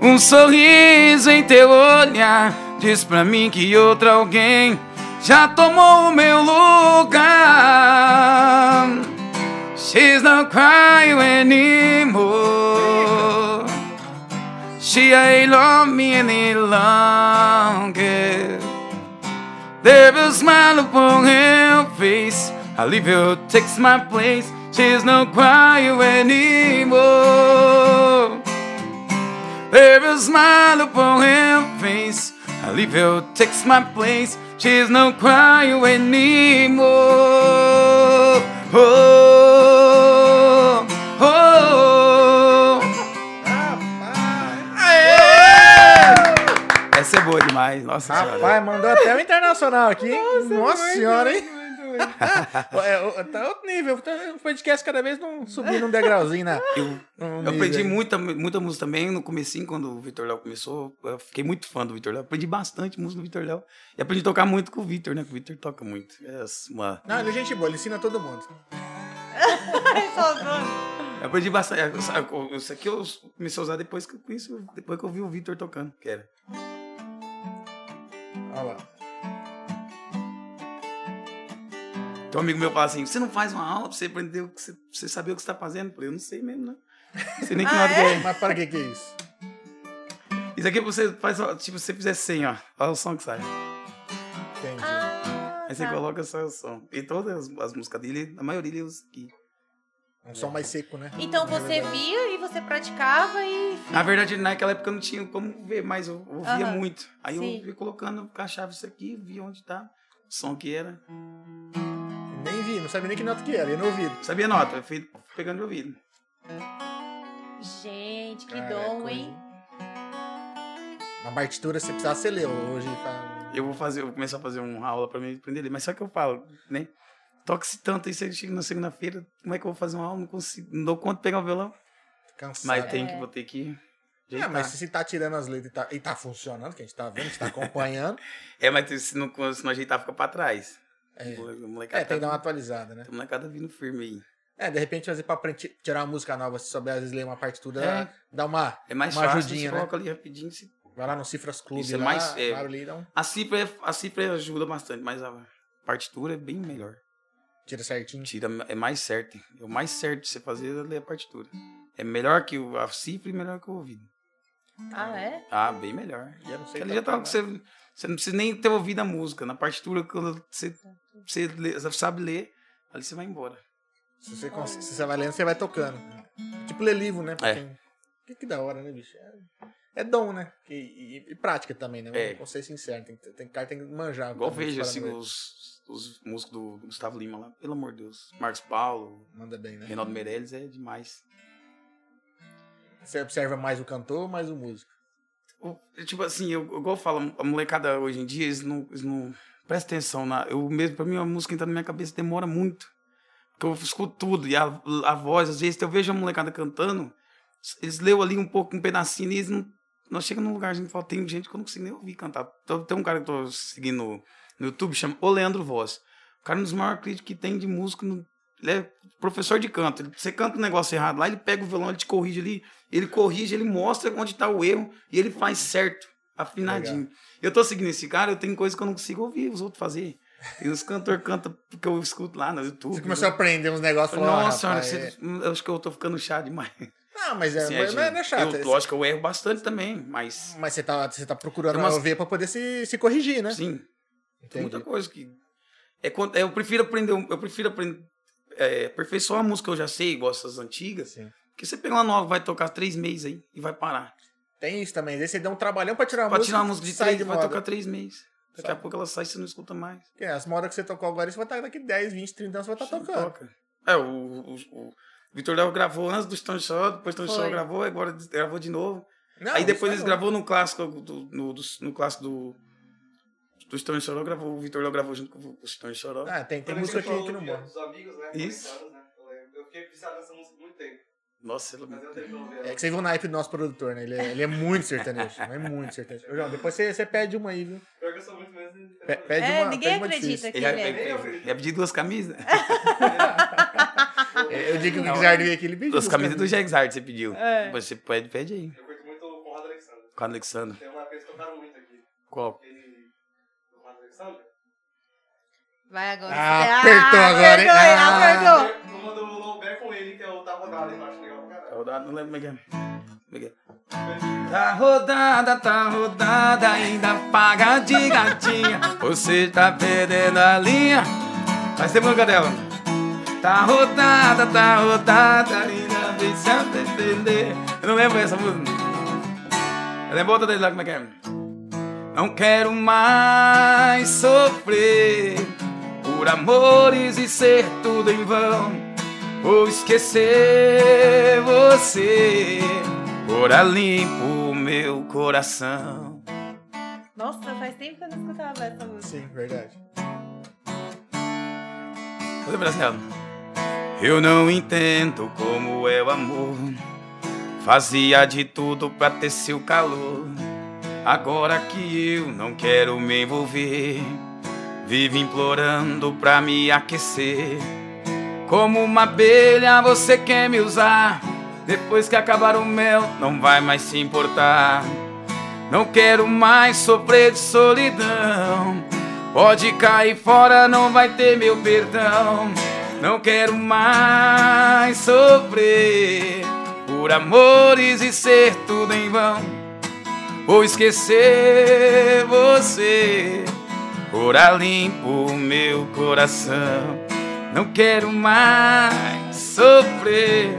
Speaker 3: Um sorriso em teu olhar diz pra mim que outro alguém já tomou o meu lugar. She's not crying anymore. She ain't love me any longer. There is smile upon her face. Olivia takes my place. She's not crying anymore. There is smile upon her face. Olivia takes my place. She's no crying anymore. Oh, oh.
Speaker 2: Rapaz,
Speaker 3: Aê! Essa é boa demais, nossa senhora.
Speaker 2: rapaz, mandou até o internacional aqui, hein? Nossa, senhora, hein? É, é, tá outro nível. Tá- O podcast cada vez não subindo um degrauzinho, né?
Speaker 3: Eu,
Speaker 2: Um
Speaker 3: eu aprendi
Speaker 2: nível.
Speaker 3: muita, muita música também no comecinho, quando o Vitor Léo começou. Eu fiquei muito fã do Vitor Léo. Aprendi bastante música do Vitor Léo. E aprendi a tocar muito com o Vitor, né? Que o Vitor toca muito. É uma
Speaker 2: Não, ele é gente boa, ele ensina todo mundo.
Speaker 1: Fofão.
Speaker 3: Eu aprendi bastante. é, sabe, eu- Isso aqui eu comecei a usar depois que eu conheci, o- depois que eu vi o Vitor tocando, que era.
Speaker 2: Olha lá.
Speaker 3: Então um amigo meu fala assim: você não faz uma aula pra você aprender o que você, pra você saber o que você tá fazendo? Eu falei, eu não sei mesmo, né? Não sei nem que
Speaker 1: Ah,
Speaker 3: nota que é.
Speaker 2: Mas para que que é isso?
Speaker 3: Isso aqui é você faz, ó, tipo, se você fizer 100, ó. Olha o som que sai.
Speaker 2: Entendi.
Speaker 1: Ah,
Speaker 2: é
Speaker 3: Aí você
Speaker 1: tá.
Speaker 3: coloca só o som. E todas as, as músicas dele, a maioria ele usa aqui.
Speaker 2: Um som mais seco, né?
Speaker 1: Então você
Speaker 2: viu.
Speaker 1: via e você praticava e.
Speaker 3: Na verdade, naquela época eu não tinha como ver, mas eu ouvia
Speaker 1: Aham.
Speaker 3: muito. Aí
Speaker 1: Sim.
Speaker 3: eu fui colocando, achava isso aqui, via onde tá, o som que era.
Speaker 2: Nem vi, não sabia nem que nota que era, ia no ouvido.
Speaker 3: Sabia nota, eu fui pegando de ouvido.
Speaker 1: Gente, que
Speaker 2: Cara, é
Speaker 1: dom,
Speaker 2: coisa.
Speaker 1: hein?
Speaker 2: Na partitura você precisava ser leu hoje. Tá...
Speaker 3: Eu vou fazer, eu vou começar a fazer uma aula pra me aprender, mas só que eu falo, né? Toca-se tanto aí, você chega na segunda-feira, como é que eu vou fazer uma aula? Não consigo, não dou conta de pegar o violão.
Speaker 2: Cansado.
Speaker 3: Mas
Speaker 2: Mas
Speaker 3: tem
Speaker 1: É.
Speaker 3: que, vou ter que.
Speaker 2: É,
Speaker 3: ajeitar.
Speaker 2: mas se você tá tirando as letras e tá, e tá funcionando, que a gente tá vendo, a gente tá acompanhando,
Speaker 3: É, mas se não, se não ajeitar, fica pra trás.
Speaker 2: É.
Speaker 3: O molecada,
Speaker 2: é, tem que dar uma atualizada, né?
Speaker 3: o molecada vindo firme aí.
Speaker 2: É, de repente fazer pra aprender, tirar uma música nova, se souber às vezes ler uma partitura,
Speaker 3: É.
Speaker 2: dá uma.
Speaker 3: É mais
Speaker 2: Uma
Speaker 3: fácil,
Speaker 2: ajudinha,
Speaker 3: você
Speaker 2: né?
Speaker 3: coloca ali rapidinho. Você...
Speaker 2: Vai lá no Cifras Clube,
Speaker 3: Isso é
Speaker 2: lá,
Speaker 3: mais- é.
Speaker 2: barulho aí, dá um-
Speaker 3: A, cifra, é- a cifra ajuda bastante, mas a partitura é bem melhor.
Speaker 2: tira certinho.
Speaker 3: Tira, é mais certo. É o mais certo de você fazer é ler a partitura. É melhor que o, a cifra e melhor que o ouvido.
Speaker 1: Ah, é?
Speaker 3: Ah, bem melhor.
Speaker 2: Eu não sei né?
Speaker 3: Ele já tá,
Speaker 2: tocar,
Speaker 3: você, você não precisa nem ter ouvido a música. Na partitura, quando você, você, lê- você sabe ler, ali você vai embora.
Speaker 2: Se você, cons- se você vai lendo, você vai tocando. Tipo ler livro, né? pra
Speaker 3: É.
Speaker 2: quem- Que, que da hora, né, bicho? É, é dom, né? E, e- e prática também, né?
Speaker 3: É.
Speaker 2: Vamos ser sincero. Tem, que- tem, cara tem que manjar.
Speaker 3: Igual
Speaker 2: também,
Speaker 3: vejo
Speaker 2: Tá para
Speaker 3: assim,
Speaker 2: ver.
Speaker 3: os, os músicos do Gustavo Lima lá. Pelo amor de Deus. Marcos Paulo,
Speaker 2: Manda bem, né?
Speaker 3: Reinaldo Meirelles é demais.
Speaker 2: Você observa mais o cantor ou mais o músico?
Speaker 3: O- Tipo assim, eu, igual eu falo, a molecada hoje em dia, eles não, eles não prestam atenção. Na, eu mesmo, pra mim, a música entrar na minha cabeça demora muito. Porque eu escuto tudo, e a, a voz, às vezes, eu vejo a molecada cantando, eles leu ali um pouco, um pedacinho, e eles não. Nós chegamos num lugar, a gente fala, tem gente que eu não consigo nem ouvir cantar. Então, tem um cara que eu tô seguindo no, no YouTube, chama O Leandro Voz. O cara é um dos maiores críticos que tem de música. no- Ele é professor de canto. Ele- Você canta um negócio errado lá, ele pega o violão, ele te corrige ali. Ele corrige, ele mostra onde tá o erro e ele faz certo, afinadinho. Eu tô seguindo esse cara, eu tenho coisa que eu não consigo ouvir os outros fazer. E os cantores cantam que eu escuto lá no YouTube.
Speaker 2: Você começou a aprender uns negócios e falou,
Speaker 3: Nossa
Speaker 2: ah,
Speaker 3: senhora,
Speaker 2: rapaz,
Speaker 3: você- hum, eu acho que eu tô ficando chato demais.
Speaker 2: é... Ah, mas é,
Speaker 3: Assim,
Speaker 2: mas
Speaker 3: gente,
Speaker 2: não é, não é chato.
Speaker 3: Eu, lógico que eu erro bastante também, mas.
Speaker 2: Mas você tá, você tá procurando
Speaker 3: Tem umas-
Speaker 2: ver pra poder se, se corrigir, né?
Speaker 3: Sim,
Speaker 2: Entendi.
Speaker 3: tem muita coisa que. É, quando- eu prefiro aprender. um- Eu prefiro aprender. É, aperfeiçoar a música que eu já sei, igual essas antigas.
Speaker 2: Sim.
Speaker 3: Porque você pega uma nova, vai tocar três meses aí e vai parar.
Speaker 2: Tem isso também. Às vezes você dá um trabalhão pra tirar a
Speaker 3: Vai
Speaker 2: música.
Speaker 3: tirar uma música de
Speaker 2: sai
Speaker 3: três,
Speaker 2: de
Speaker 3: vai
Speaker 2: moda.
Speaker 3: tocar três meses. Daqui a
Speaker 2: Sai.
Speaker 3: pouco ela sai e você não escuta mais.
Speaker 2: É, as modas que você tocou agora, você vai estar daqui 10, 20, 30 anos, você vai estar
Speaker 3: Não
Speaker 2: tá tocando.
Speaker 3: Toca. É, o, o, o Vitor Léo gravou antes do Stone Show, depois do Stone
Speaker 1: Foi.
Speaker 3: Show gravou, agora gravou de novo.
Speaker 2: Não,
Speaker 3: aí
Speaker 2: isso
Speaker 3: depois eles
Speaker 2: é bom.
Speaker 3: gravou no clássico do, no, do- no clássico do do Stone Choró, gravou, o Vitor Léo gravou junto com o Stone Choró.
Speaker 2: Ah, tem, tem
Speaker 4: Quando
Speaker 2: música
Speaker 4: você
Speaker 2: que,
Speaker 4: falou
Speaker 2: que não
Speaker 4: de-
Speaker 2: morre.
Speaker 4: Dos amigos, né?
Speaker 3: Isso.
Speaker 4: conectados, né? Eu lembro. Eu fiquei viciado nessa música há muito tempo.
Speaker 3: Nossa, ela...
Speaker 4: Mas eu tenho que ouvir ela.
Speaker 2: É que você viu o naipe do nosso produtor, né? Ele é, ele é muito sertanejo. é muito sertanejo. Ô, João, depois você, você pede uma aí, viu?
Speaker 4: Pior que eu sou muito menos.
Speaker 2: Pe- Pede
Speaker 1: É,
Speaker 2: uma,
Speaker 1: ninguém
Speaker 2: pede uma
Speaker 1: acredita
Speaker 2: difícil.
Speaker 1: que
Speaker 3: ele ia,
Speaker 1: ele é.
Speaker 3: ia- ia- ia pedir duas camisas?
Speaker 2: Eu digo que o
Speaker 3: Não,
Speaker 2: Guizard veio aqui, ele pediu.
Speaker 3: duas
Speaker 2: os
Speaker 3: camisas do
Speaker 2: caminhos.
Speaker 3: Jack Zard você pediu.
Speaker 1: É.
Speaker 3: Você pede, pede aí,
Speaker 4: Eu curto muito o Conrado Alexandre.
Speaker 3: com o Alexandre.
Speaker 4: Tem uma vez que tocaram muito aqui.
Speaker 3: Qual?
Speaker 4: Ele. O Conrado Alexandre?
Speaker 1: Vai agora.
Speaker 2: Ah, apertou agora, hein?
Speaker 1: Perdoe,
Speaker 2: Ah.
Speaker 1: apertou.
Speaker 4: Eu Uma do Lowback com ele, que é o Tá Rodado, eu acho legal pra caralho.
Speaker 3: Tá rodada, não lembro como é que é. Como é que é. Tá rodada, tá rodada, ainda paga de gatinha. Você tá perdendo a linha. Faz tempo que eu nunca dela. Tá rodada, tá rodada, ainda vem se arrepender. Eu não lembro essa música. Eu lembro outra dele lá, como é que é? Não quero mais sofrer por amores e ser tudo em vão. Vou esquecer você, ora limpo o meu coração.
Speaker 1: Nossa, faz tempo que eu não escutava essa música.
Speaker 2: Sim, verdade.
Speaker 3: Lembra dela? Eu não entendo como é o amor. Fazia de tudo pra ter seu calor. Agora que eu não quero me envolver, vivo implorando pra me aquecer. Como uma abelha você quer me usar. Depois que acabar o mel, não vai mais se importar. Não quero mais sofrer de solidão. Pode cair fora, não vai ter meu perdão. Não quero mais sofrer por amores e ser tudo em vão. Vou esquecer você, ora limpo o meu coração. Não quero mais sofrer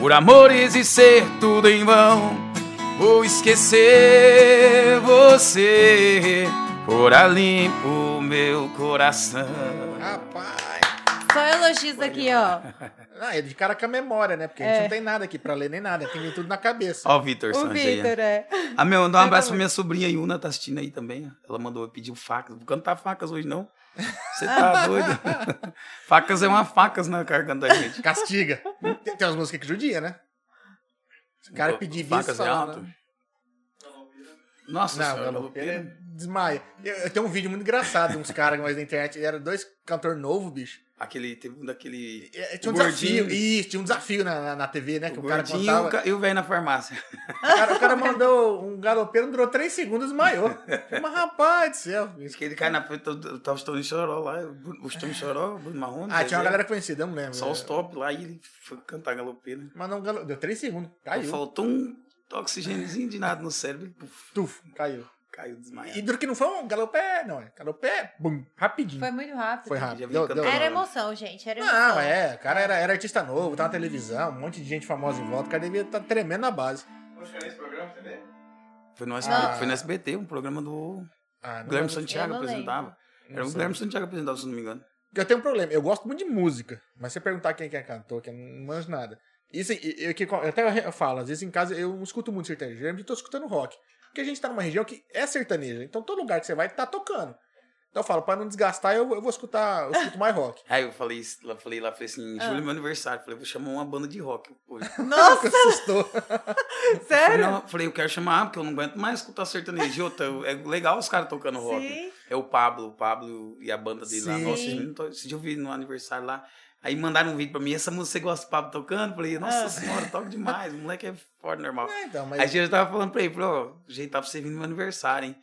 Speaker 3: por amores e ser tudo em vão. Vou esquecer você, ora limpo o meu coração.
Speaker 2: Rapaz!
Speaker 1: Só elogios aqui, ó.
Speaker 2: Ah, é de cara com a memória, né? Porque a gente
Speaker 1: É.
Speaker 2: não tem nada aqui pra ler nem nada, tem tudo na cabeça.
Speaker 3: Ó, o Vitor
Speaker 1: O
Speaker 2: né?
Speaker 1: Vitor,
Speaker 3: Sanjeia.
Speaker 1: é.
Speaker 3: Ah, meu, mandar um abraço pra minha sobrinha Yuna, tá assistindo aí também. ó. Ela mandou eu pedir facas. Vou cantar facas hoje, não. Você tá doido? facas é uma facas na garganta da gente.
Speaker 2: Castiga. Tem, tem umas músicas que judia, né? Se o cara pedir
Speaker 3: facas
Speaker 2: vista.
Speaker 3: é alto. Nossa
Speaker 2: Não,
Speaker 3: senhora, né?
Speaker 2: não,
Speaker 3: Lopira.
Speaker 2: ele desmaia. Eu, eu tenho um vídeo muito engraçado de uns caras mais na internet. Era dois cantor novo, bicho.
Speaker 3: Aquele, teve um daquele.
Speaker 2: E, e Tinha um
Speaker 3: O gordinho.
Speaker 2: desafio. Isso, tinha um desafio na, na, na TV, né? Que o,
Speaker 3: o
Speaker 2: cara
Speaker 3: gordinho
Speaker 2: contava.
Speaker 3: e o ca- e o velho na farmácia.
Speaker 2: O cara, o cara mandou um galopeiro, durou três segundos e desmaiou. Mas rapaz do céu.
Speaker 3: Diz que ele cai na frente, tá- tá os Tony Choró lá, os Tony Choró, o Bruno Marrone.
Speaker 2: Ah,
Speaker 3: Zezé.
Speaker 2: tinha uma galera conhecida, eu não lembro.
Speaker 3: Só os top lá e ele foi cantar galopeira.
Speaker 2: Mandou um galo... Deu três segundos. Caiu.
Speaker 3: Faltou um oxigêniozinho de nada no cérebro, ele puf,
Speaker 2: Tuf, caiu.
Speaker 3: caiu desmaiado.
Speaker 2: E duro que não foi um galopé, não. É galopé, bum, rapidinho.
Speaker 1: Foi muito rápido.
Speaker 2: Foi
Speaker 3: Já
Speaker 2: rápido.
Speaker 3: vi
Speaker 2: Deu,
Speaker 3: cantando.
Speaker 2: deu-
Speaker 1: Era emoção, gente. Era emoção.
Speaker 2: Não, é. O cara era, era artista novo, tava na televisão, um monte de gente famosa em volta. O cara devia estar tremendo na base.
Speaker 4: Poxa, nesse programa também?
Speaker 3: Foi, no SBT,
Speaker 2: Ah.
Speaker 3: foi no SBT, um programa do
Speaker 2: Ah, não-
Speaker 3: Guilherme Santiago
Speaker 1: Eu não
Speaker 3: apresentava.
Speaker 2: não
Speaker 3: Era o
Speaker 2: sei.
Speaker 3: Guilherme Santiago apresentava, se eu não me engano.
Speaker 2: Eu tenho um problema. Eu gosto muito de música, mas se eu perguntar quem que é cantor, que eu não manjo nada. Isso, eu, eu, que- eu até eu falo, às vezes em casa eu não escuto muito sertanejo. Geralmente eu tô escutando rock. Porque a gente tá numa região que é sertaneja. Então todo lugar que você vai tá tocando. Então eu falo, pra não desgastar, eu, eu vou escutar, eu escuto mais rock.
Speaker 3: Aí eu falei, isso- lá- falei lá, falei assim,
Speaker 1: Ah.
Speaker 3: julho é meu aniversário. Falei, vou chamar uma banda de rock hoje.
Speaker 2: Nossa! assustou.
Speaker 1: Sério?
Speaker 3: Não, falei, eu quero chamar, porque eu não aguento mais escutar sertanejo. E outra, é legal os caras tocando rock.
Speaker 1: Sim.
Speaker 3: É o Pablo, o Pablo e a banda dele lá.
Speaker 2: Sim.
Speaker 3: Nossa, esse menino to- esse dia eu vi no aniversário lá. Aí mandaram um vídeo pra mim, essa música você gosta do Pablo tocando? Eu Falei, nossa senhora, toca demais, o moleque é forte, normal.
Speaker 2: Ah, então,
Speaker 3: Aí um
Speaker 2: mas
Speaker 3: eu já tava falando pra ele, falei, ó, ajeitar tá pra você vir no meu aniversário, hein?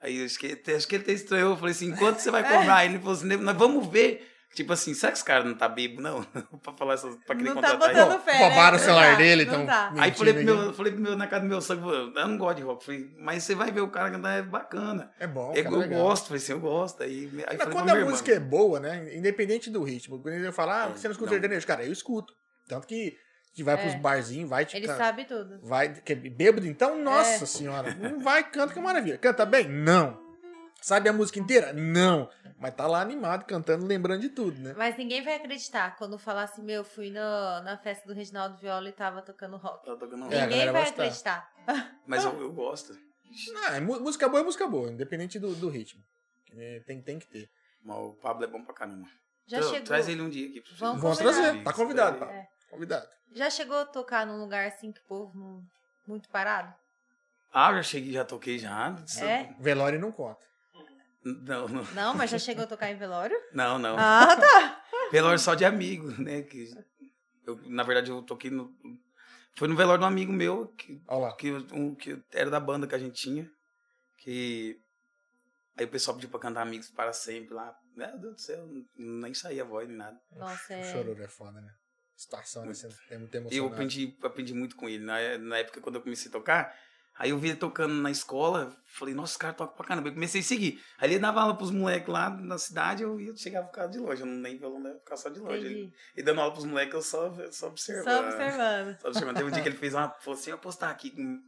Speaker 3: Aí eu acho que, até- acho que ele até estranhou, eu falei assim, quanto você vai cobrar? Ele falou assim, "Não, nós vamos ver. Tipo assim, será que esse cara não tá bebo, não? pra falar essas, pra querer
Speaker 1: Não tá
Speaker 3: contratar ele.
Speaker 2: Pô,
Speaker 1: botando fé. né?
Speaker 2: roubaram o
Speaker 1: Não
Speaker 2: celular
Speaker 1: tá,
Speaker 2: dele,
Speaker 1: não
Speaker 2: então.
Speaker 1: tá.
Speaker 3: Aí falei pro,
Speaker 2: mentira aqui.
Speaker 3: meu, falei pro meu na casa do meu sangue, eu não gosto de rock. Falei, mas você vai ver o cara cantar, é bacana.
Speaker 2: É bom,
Speaker 3: eu
Speaker 2: cara,
Speaker 3: eu
Speaker 2: legal.
Speaker 3: gosto, falei assim, eu gosto. Aí, aí falei
Speaker 2: Mas
Speaker 3: pra
Speaker 2: quando
Speaker 3: minha
Speaker 2: a
Speaker 3: irmã.
Speaker 2: música é boa, né? Independente do ritmo. Quando eu falar, ah,
Speaker 3: É,
Speaker 2: você não escuta
Speaker 3: não.
Speaker 2: sertanejo? Cara, eu escuto. Tanto que, que vai pros
Speaker 1: É.
Speaker 2: barzinhos, vai te
Speaker 1: Ele
Speaker 2: can-
Speaker 1: sabe tudo.
Speaker 2: Vai, que é bêbado então? Nossa senhora. Não vai, canta que é maravilha. Canta bem? Não. Sabe a música inteira? Não. Mas tá lá animado, cantando, lembrando de tudo, né?
Speaker 1: Mas ninguém vai acreditar quando falar assim, meu, fui no- na festa do Reginaldo Viola e tava tocando rock.
Speaker 3: Tava tocando rock.
Speaker 2: É, a
Speaker 1: ninguém
Speaker 2: galera
Speaker 1: vai
Speaker 2: vai estar.
Speaker 1: acreditar.
Speaker 3: Mas eu, eu gosto.
Speaker 2: Não, é mu- música boa é música boa, independente do, do ritmo. É, tem, tem que ter.
Speaker 3: Mas o Pablo é bom pra caramba.
Speaker 1: Já
Speaker 3: Então,
Speaker 1: chegou.
Speaker 3: Traz ele um dia aqui. pra você.
Speaker 1: Vamos É.
Speaker 2: Vamos
Speaker 1: combinar.
Speaker 2: trazer. Tá convidado,
Speaker 3: Isso
Speaker 2: tá?
Speaker 3: daí.
Speaker 2: Convidado.
Speaker 1: Já chegou a tocar num lugar assim que o povo não- muito parado?
Speaker 3: Ah, já cheguei, já toquei já.
Speaker 1: É?
Speaker 2: Velório não conta.
Speaker 3: Não, não,
Speaker 1: Não, mas já chegou a tocar em velório?
Speaker 3: não. não.
Speaker 1: Ah, tá.
Speaker 3: Velório só de amigo, né? Que eu, na verdade, eu toquei no. Foi no velório de um amigo meu, que
Speaker 2: Olha lá.
Speaker 3: que, um, que era da banda que a gente tinha, que aí o pessoal pediu pra cantar Amigos para Sempre lá. Meu Deus do céu, nem saía a voz nem nada.
Speaker 1: Nossa,
Speaker 2: O
Speaker 1: é.
Speaker 2: chororô é foda, né? Situação, né? Você é muito
Speaker 3: E eu
Speaker 2: emocionante.
Speaker 3: aprendi, aprendi muito com ele. Na, na época, quando eu comecei a tocar, aí eu vi ele tocando na escola, falei, nossa, esse cara toca pra caramba. Eu comecei a seguir. Aí ele dava aula pros moleques lá na cidade, eu ia, chegava e ficava de longe. Eu não nem violão, eu ficava só de longe. Ele,
Speaker 1: Entendi.
Speaker 3: e dando aula pros moleques, eu só, só
Speaker 1: Só observando.
Speaker 3: Só observando. Teve um dia que ele fez uma. Falou assim: eu postar aqui. hum,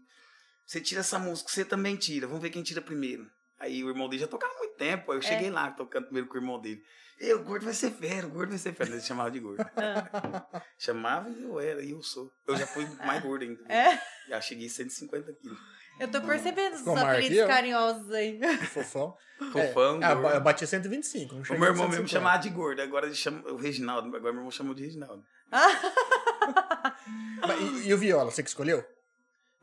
Speaker 3: Você tira essa música, você também tira. Vamos ver quem tira primeiro. Aí o irmão dele já tocava há muito tempo. Aí
Speaker 1: É.
Speaker 3: eu cheguei lá tocando primeiro com o irmão dele. E o gordo vai ser fera, o gordo vai ser fera. Ele chamava de gordo.
Speaker 1: Ah,
Speaker 3: Chamava e eu era, e eu sou. Eu já fui mais gordo ainda.
Speaker 1: É,
Speaker 3: Já cheguei em 150 quilos.
Speaker 1: eu tô percebendo os
Speaker 2: Ficou maior que
Speaker 1: apelidos
Speaker 2: eu?
Speaker 1: carinhosos aí.
Speaker 2: Fofão.
Speaker 3: Fofão,
Speaker 2: É, ah, eu ba- eu
Speaker 3: gordo.
Speaker 2: bati 125. Não
Speaker 3: O
Speaker 2: cheguei
Speaker 3: meu
Speaker 2: em
Speaker 3: irmão
Speaker 2: 150.
Speaker 3: mesmo chamava de gordo. Agora ele chama o Reginaldo. Agora meu irmão chamou de Reginaldo.
Speaker 2: Mas E, e o viola, você que escolheu?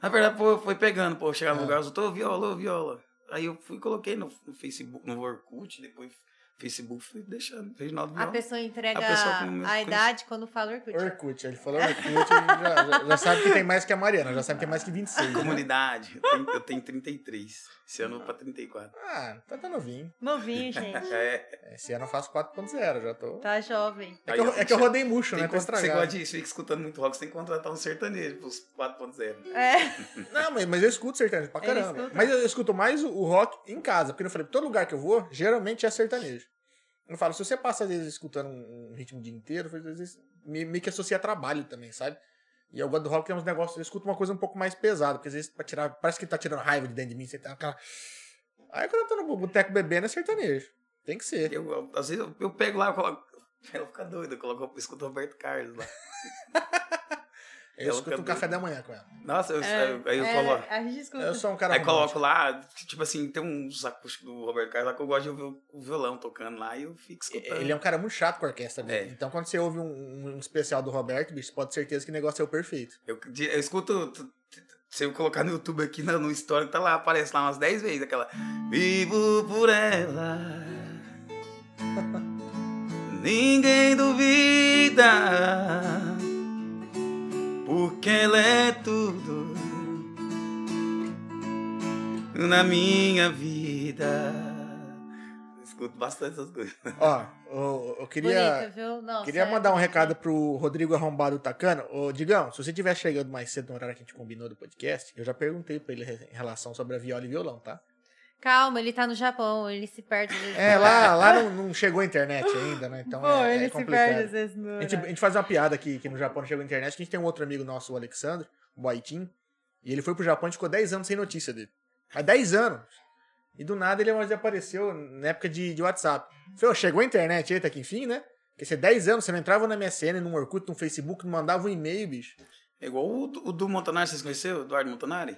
Speaker 3: Na verdade, pô, foi pegando, pô, chegar no
Speaker 2: Ah.
Speaker 3: lugar, eu tô viola, ô, viola. Aí eu fui, coloquei no, no Facebook, no Orkut, depois Facebook, fui deixando, Reginaldo
Speaker 1: A
Speaker 3: Viola.
Speaker 1: pessoa entrega
Speaker 3: A pessoa com-
Speaker 1: a idade quando fala Orkut.
Speaker 2: Orkut. Ele falou Orkut, já, já- já sabe que tem mais que a Mariana, já sabe que tem mais que 26. né?
Speaker 3: Comunidade, eu tenho, eu tenho 33, esse ano eu vou pra 34.
Speaker 2: Ah, tá tão novinho.
Speaker 1: Novinho, gente.
Speaker 3: É,
Speaker 2: Esse ano eu faço 4.0, já tô.
Speaker 1: Tá jovem.
Speaker 2: É que, eu, é que eu rodei murcho,
Speaker 3: tem
Speaker 2: né?
Speaker 3: que,
Speaker 2: Tô
Speaker 3: você gosta
Speaker 2: estragado.
Speaker 3: disso, fica escutando muito rock, você tem que contratar um sertanejo pros 4.0.
Speaker 1: É.
Speaker 2: Não, mas, mas eu escuto sertanejo pra
Speaker 1: Ele
Speaker 2: caramba.
Speaker 1: escuta.
Speaker 2: Mas eu escuto mais o, o rock em casa, porque eu falei, todo lugar que eu vou, geralmente é sertanejo. Eu falo, se você passa às vezes escutando um, um ritmo o dia inteiro, às vezes me- meio que associa a trabalho também, sabe? E eu gosto do rock, tem uns negócios, eu escuto uma coisa um pouco mais pesada, porque às vezes pra tirar, parece que tá tirando raiva de dentro de mim, você tá aquela... Aí quando eu tô no boteco bebendo é sertanejo. Tem que ser.
Speaker 3: Eu, eu- às vezes eu, eu pego lá, eu coloco, ela fica doida, eu coloco, escuto Roberto Carlos lá.
Speaker 2: Eu,
Speaker 3: eu
Speaker 2: escuto um
Speaker 3: também.
Speaker 2: café da manhã com ela.
Speaker 3: Nossa, eu,
Speaker 1: É,
Speaker 3: aí eu
Speaker 1: é,
Speaker 3: coloco.
Speaker 1: A gente escuta.
Speaker 2: Eu sou um cara
Speaker 3: Aí
Speaker 2: romântico.
Speaker 3: coloco lá, tipo assim, tem uns acústicos do Roberto Carlos lá que eu gosto de ouvir o violão tocando lá e eu fico escutando.
Speaker 2: Ele é um cara muito chato com a orquestra, né?
Speaker 3: É.
Speaker 2: Então, quando você ouve um, um- um especial do Roberto, bicho, pode ter certeza que o negócio é o perfeito.
Speaker 3: eu, eu escuto. t- t- Se eu colocar no YouTube aqui na- no história, tá lá, aparece lá umas 10 vezes aquela. Vivo por ela. Ninguém duvida. Porque ela é tudo na minha vida. Escuto bastante essas coisas.
Speaker 2: Ó, eu, eu
Speaker 1: Bonito,
Speaker 2: queria,
Speaker 1: viu? Tá Nossa,
Speaker 2: queria mandar um recado pro Rodrigo Arrombado Tacano. Ô, Digão, se você estiver chegando mais cedo no horário que a gente combinou do podcast, eu já perguntei pra ele em relação sobre a viola e violão, tá?
Speaker 1: Calma, ele tá no Japão, ele se perde. às vezes.
Speaker 2: É, lá, lá não, não chegou a internet ainda, né? Então
Speaker 1: Pô,
Speaker 2: é, é
Speaker 1: ele se
Speaker 2: complicado. tipo,
Speaker 1: perde às vezes no. né?
Speaker 2: A gente, a gente faz uma piada aqui que no Japão não chegou a internet, que a gente tem um outro amigo nosso, o Alexandre, o Boitin, e ele foi pro Japão e ficou 10 anos sem notícia dele. Mas 10 anos! E do nada ele apareceu na época de, de WhatsApp. Falei, "Ô, chegou a internet, eita, que enfim, né? Porque você 10 anos, você não entrava na MSN, num Orkut, num Facebook, não mandava um e-mail, bicho.
Speaker 3: É igual o, Du- o Du Montanari, vocês conheceram? Eduardo Montanari?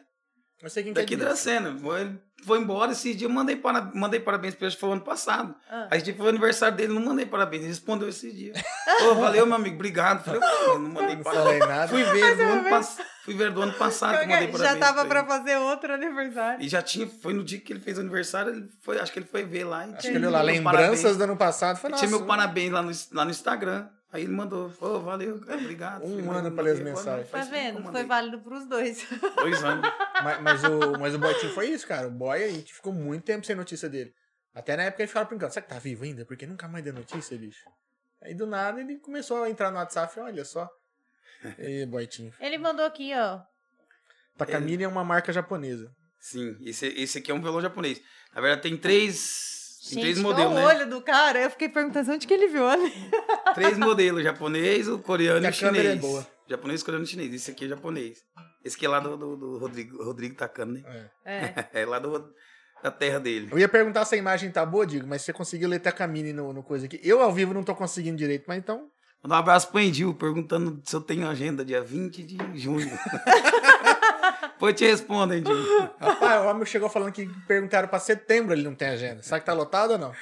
Speaker 2: Não sei quem que é
Speaker 3: Daqui de
Speaker 2: disso.
Speaker 3: Dracena. Ele foi embora esse dia, eu mandei, para, mandei parabéns pra ele, acho que foi ano passado.
Speaker 1: Ah.
Speaker 3: Aí tipo, foi o aniversário dele, não mandei parabéns, ele respondeu esse dia. Ô, valeu, meu amigo, obrigado. Falei, "Ô, não mandei
Speaker 2: Não
Speaker 3: parabéns.
Speaker 1: é
Speaker 2: falei nada.
Speaker 3: Fui ver, do ano pass... fui ver do ano passado que eu mandei parabéns.
Speaker 1: já tava
Speaker 3: pra
Speaker 1: pra
Speaker 3: ele.
Speaker 1: fazer outro aniversário.
Speaker 3: E já tinha, foi no dia que ele fez aniversário, ele foi, acho que ele foi ver lá. E
Speaker 2: Acho
Speaker 3: tinha
Speaker 2: que olhou lá,
Speaker 3: meu
Speaker 2: lembranças
Speaker 3: parabéns.
Speaker 2: do ano passado. Foi,
Speaker 3: Tinha meu
Speaker 2: nossa,
Speaker 3: parabéns lá no, lá no Instagram. Aí ele mandou, ô, valeu, cara, obrigado.
Speaker 2: Um
Speaker 3: Falei, "Mas
Speaker 2: ano
Speaker 3: eu
Speaker 2: pra ler as
Speaker 3: mandei,
Speaker 1: Tá
Speaker 2: mensagens.
Speaker 3: faz tempo que eu
Speaker 1: vendo? Foi
Speaker 3: mandei."
Speaker 1: válido pros dois.
Speaker 3: Dois anos.
Speaker 2: Mas, mas o, mas o Boitinho foi isso, cara. O Boy, a gente ficou muito tempo sem notícia dele. Até na época ele ficava brincando, será que tá vivo ainda? Porque nunca mais deu notícia, bicho. Aí do nada ele começou a entrar no WhatsApp, olha só. E Boitinho.
Speaker 1: Ele mandou aqui, ó.
Speaker 2: Takamine é uma marca japonesa.
Speaker 3: Sim, esse, esse aqui é um violão japonês. Na verdade, tem três, tem três
Speaker 1: olha
Speaker 3: modelos,
Speaker 1: o
Speaker 3: né?
Speaker 1: olho do cara. Eu fiquei perguntando onde que ele viu. Né?
Speaker 3: Três modelos, o japonês, o coreano e
Speaker 2: A
Speaker 3: o
Speaker 2: câmera
Speaker 3: chinês.
Speaker 2: é boa.
Speaker 3: Japonês, coreano e chinês. Esse aqui é japonês. Esse aqui é lá do, do, do Rodrigo, Rodrigo Takano, né?
Speaker 2: É.
Speaker 1: É.
Speaker 3: É lá do, da terra dele.
Speaker 2: Eu ia perguntar se a imagem tá boa, Digo, mas você conseguiu ler Takamine no, no coisa aqui. Eu ao vivo não tô conseguindo direito, mas então.
Speaker 3: Mandar um abraço pro Endil, perguntando se eu tenho agenda dia 20 de junho. Depois eu te respondo, Endil.
Speaker 2: Rapaz, o homem chegou falando que perguntaram pra setembro, ele não tem agenda. Será que tá lotado ou não?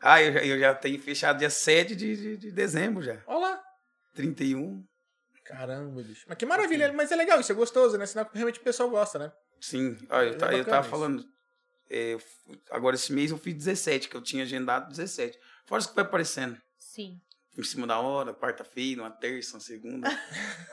Speaker 3: Ah, eu já, eu já tenho fechado dia 7 de, de, de dezembro já.
Speaker 2: Olha lá.
Speaker 3: 31.
Speaker 2: Caramba, bicho. Mas que maravilha, mas é legal, isso é gostoso, né? Sinal que realmente o pessoal gosta, né?
Speaker 3: Sim, ah,
Speaker 2: É
Speaker 3: eu, ta- eu
Speaker 2: bacana
Speaker 3: tava
Speaker 2: isso.
Speaker 3: falando. é, eu fu- agora esse mês eu fiz 17, que eu tinha agendado 17. Fora isso que vai aparecendo.
Speaker 1: Sim.
Speaker 3: Em cima da hora, quarta-feira, uma terça, uma segunda.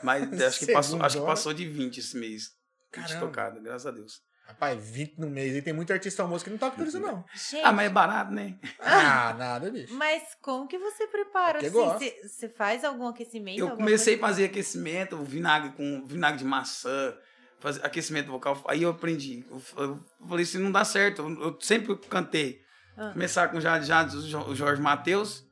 Speaker 3: Mas acho que,
Speaker 2: Segunda
Speaker 3: passou, acho que
Speaker 2: hora?
Speaker 3: passou de 20 esse mês. 20
Speaker 2: Caramba.
Speaker 3: tocada, graças a Deus.
Speaker 2: Rapaz, 20 no mês. E tem muito artista famoso que não toca tudo isso, não.
Speaker 1: Gente,
Speaker 3: Ah, mas
Speaker 1: mas...
Speaker 3: é barato, né?
Speaker 2: Ah, nada, bicho.
Speaker 1: como que você prepara?
Speaker 2: Porque
Speaker 1: assim?
Speaker 2: gosta.
Speaker 1: Você você faz algum aquecimento?
Speaker 3: Eu
Speaker 1: alguma
Speaker 3: comecei a
Speaker 1: coisa?
Speaker 3: fazer aquecimento, vinagre com vinagre de maçã, fazer aquecimento vocal. Aí eu aprendi. Eu, f- eu falei assim, não dá certo. Eu, eu sempre cantei.
Speaker 1: Ah.
Speaker 3: Começar com já, já, o Jorge Matheus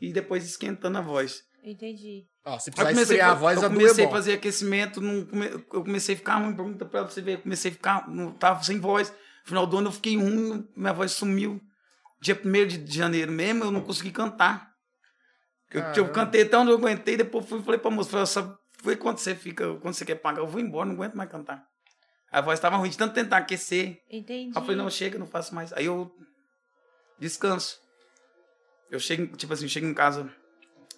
Speaker 3: e depois esquentando a voz.
Speaker 1: Entendi.
Speaker 2: Ó, se
Speaker 3: Eu
Speaker 2: precisar
Speaker 3: comecei,
Speaker 2: esfriar a
Speaker 3: eu-
Speaker 2: voz, a
Speaker 3: eu
Speaker 2: do é
Speaker 3: comecei a
Speaker 2: bom.
Speaker 3: fazer aquecimento, não come- eu comecei a ficar ruim, pergunta pra você ver, eu comecei a ficar, não tava sem voz. No final do ano eu fiquei ruim, minha voz sumiu. Dia 1 de janeiro mesmo, eu não consegui cantar. Eu, eu
Speaker 2: Caramba.
Speaker 3: cantei até onde eu aguentei, depois fui, falei pra moça, falei, "Sabe, foi quando você fica, quando você quer pagar, eu vou embora, não aguento mais cantar. A voz tava ruim de tanto tentar aquecer.
Speaker 1: Entendi.
Speaker 3: Aí eu falei, Ah, não, chega, não faço mais. Aí eu descanso. Eu chego, tipo assim, chego em casa,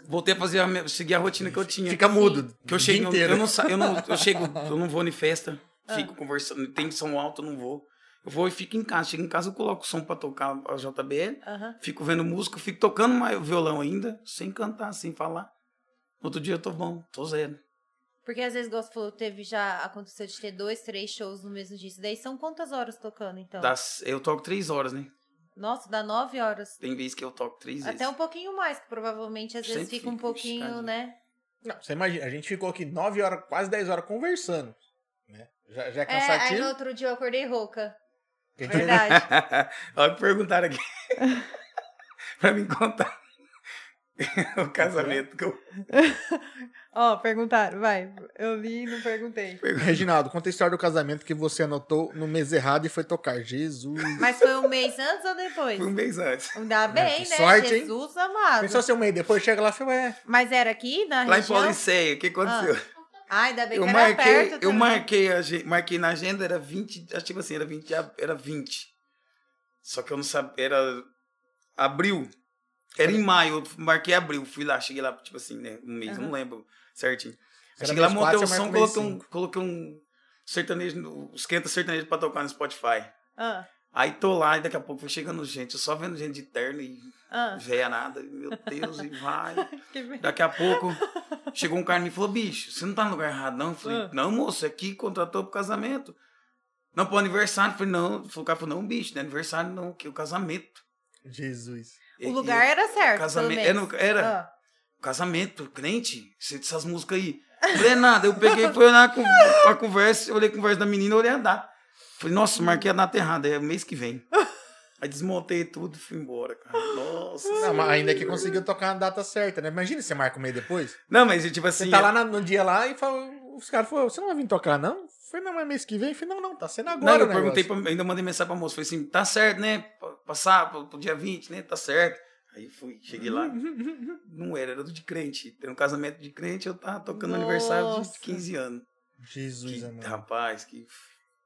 Speaker 3: voltei a fazer a minha- seguir a rotina que eu tinha.
Speaker 2: Fica mudo.
Speaker 3: Que eu
Speaker 2: o
Speaker 3: chego,
Speaker 2: dia
Speaker 3: eu,
Speaker 2: inteiro.
Speaker 3: eu não sa- eu não, eu chego, eu não vou em festa,
Speaker 1: Ah.
Speaker 3: fico conversando, tem som alto, eu não vou. Eu vou e fico em casa, chego em casa eu coloco o som pra tocar a JBL,
Speaker 1: Aham.
Speaker 3: fico vendo música, fico tocando mais o violão ainda, sem cantar, sem falar. No Outro dia eu tô bom, tô zero.
Speaker 1: Porque às vezes, igual você falou, teve já aconteceu de ter dois, três shows no mesmo dia. Isso daí são quantas horas tocando, então?
Speaker 3: Das- eu toco três horas, né?
Speaker 1: Nossa, dá nove horas.
Speaker 3: Tem vezes que eu toco três
Speaker 1: Até um
Speaker 3: vezes.
Speaker 1: pouquinho mais, que provavelmente às vezes
Speaker 3: Sempre
Speaker 1: fica um
Speaker 3: fica,
Speaker 1: pouquinho,
Speaker 3: cara.
Speaker 1: né?
Speaker 2: Não, você imagina, a gente ficou aqui 9 horas, quase 10 horas conversando. Né? Já, já é
Speaker 1: É, aí
Speaker 2: cansativo.
Speaker 1: no outro dia eu acordei rouca.
Speaker 2: Que a gente-
Speaker 1: Verdade.
Speaker 3: Olha o que perguntaram aqui. pra me contar. o casamento que eu
Speaker 1: Ó, perguntaram, vai. Eu li e não perguntei.
Speaker 2: Reginaldo, conta a história do casamento que você anotou no mês errado e foi tocar. Jesus.
Speaker 1: Mas foi um mês antes ou depois?
Speaker 3: fui um mês antes.
Speaker 1: Ainda
Speaker 2: que
Speaker 1: bem, né?
Speaker 2: sorte, hein?
Speaker 1: Jesus amado.
Speaker 2: Pensou assim, ser um mês depois, chega lá e fala, ué,
Speaker 1: Mas era aqui na
Speaker 3: Lá em
Speaker 1: região?
Speaker 3: Pauliceia, o que aconteceu?
Speaker 1: Ah, ainda bem
Speaker 3: eu
Speaker 1: que
Speaker 3: marquei,
Speaker 1: era perto.
Speaker 3: eu
Speaker 1: também.
Speaker 3: marquei, a gen- marquei na agenda, era 20, acho que tipo assim, era 20, de ab- era 20. Só que eu não sabia, era abril. Era em maio, eu marquei abril, fui lá, cheguei lá, tipo assim, né, um mês,
Speaker 1: Aham.
Speaker 3: não lembro certinho.
Speaker 2: Era
Speaker 3: cheguei lá,
Speaker 2: mês
Speaker 3: montei
Speaker 2: quatro,
Speaker 3: o
Speaker 2: você
Speaker 3: som,
Speaker 2: marca mês
Speaker 3: coloquei um, coloquei um sertanejo, no- esquenta sertanejo pra tocar no Spotify.
Speaker 1: Ah,
Speaker 3: Aí tô lá e daqui a pouco foi chegando gente, eu só vendo gente de terno e
Speaker 1: ah,
Speaker 3: véia nada, e, meu Deus, e vai.
Speaker 1: que bem.
Speaker 3: Daqui a pouco, chegou um cara e me falou, bicho, você não tá no lugar errado, não? Eu falei,
Speaker 1: Ah.
Speaker 3: não, moço, aqui contratou pro casamento. Não, pro aniversário. Eu falei, não. O cara falou, não, bicho, não é aniversário não, que é o casamento.
Speaker 2: Jesus.
Speaker 1: O lugar era certo,
Speaker 3: casamento,
Speaker 1: pelo menos.
Speaker 3: Era, era
Speaker 1: Ah.
Speaker 3: casamento, crente, você disse essas músicas aí. Não Falei, "É nada, eu peguei, fui olhar com- a conversa, olhei a conversa da menina, olhei a data. Falei, nossa, marquei a data errada, é mês que vem. Aí desmontei tudo e fui embora, cara. Nossa.
Speaker 2: Não, mas ainda que conseguiu tocar na data certa, né? Imagina você marca um mês depois.
Speaker 3: Não, mas tipo
Speaker 2: Você
Speaker 3: assim...
Speaker 2: tá lá na- no dia lá e fala, os caras falaram, você não vai vir tocar, não? Foi não, mas mês que vem? Eu falei, não, não, tá sendo agora.
Speaker 3: Não, eu
Speaker 2: o
Speaker 3: perguntei,
Speaker 2: negócio.
Speaker 3: pra, ainda mandei mensagem pra moça. Falei assim, tá certo, né? Pa- Passar pro, pro dia 20, né? Tá certo. Aí fui, cheguei lá. Não era, era do de crente. Era um casamento de crente, eu tava tocando aniversário
Speaker 1: Nossa.
Speaker 3: de 15 anos.
Speaker 2: Jesus,
Speaker 3: Que,
Speaker 2: amado.
Speaker 3: rapaz, que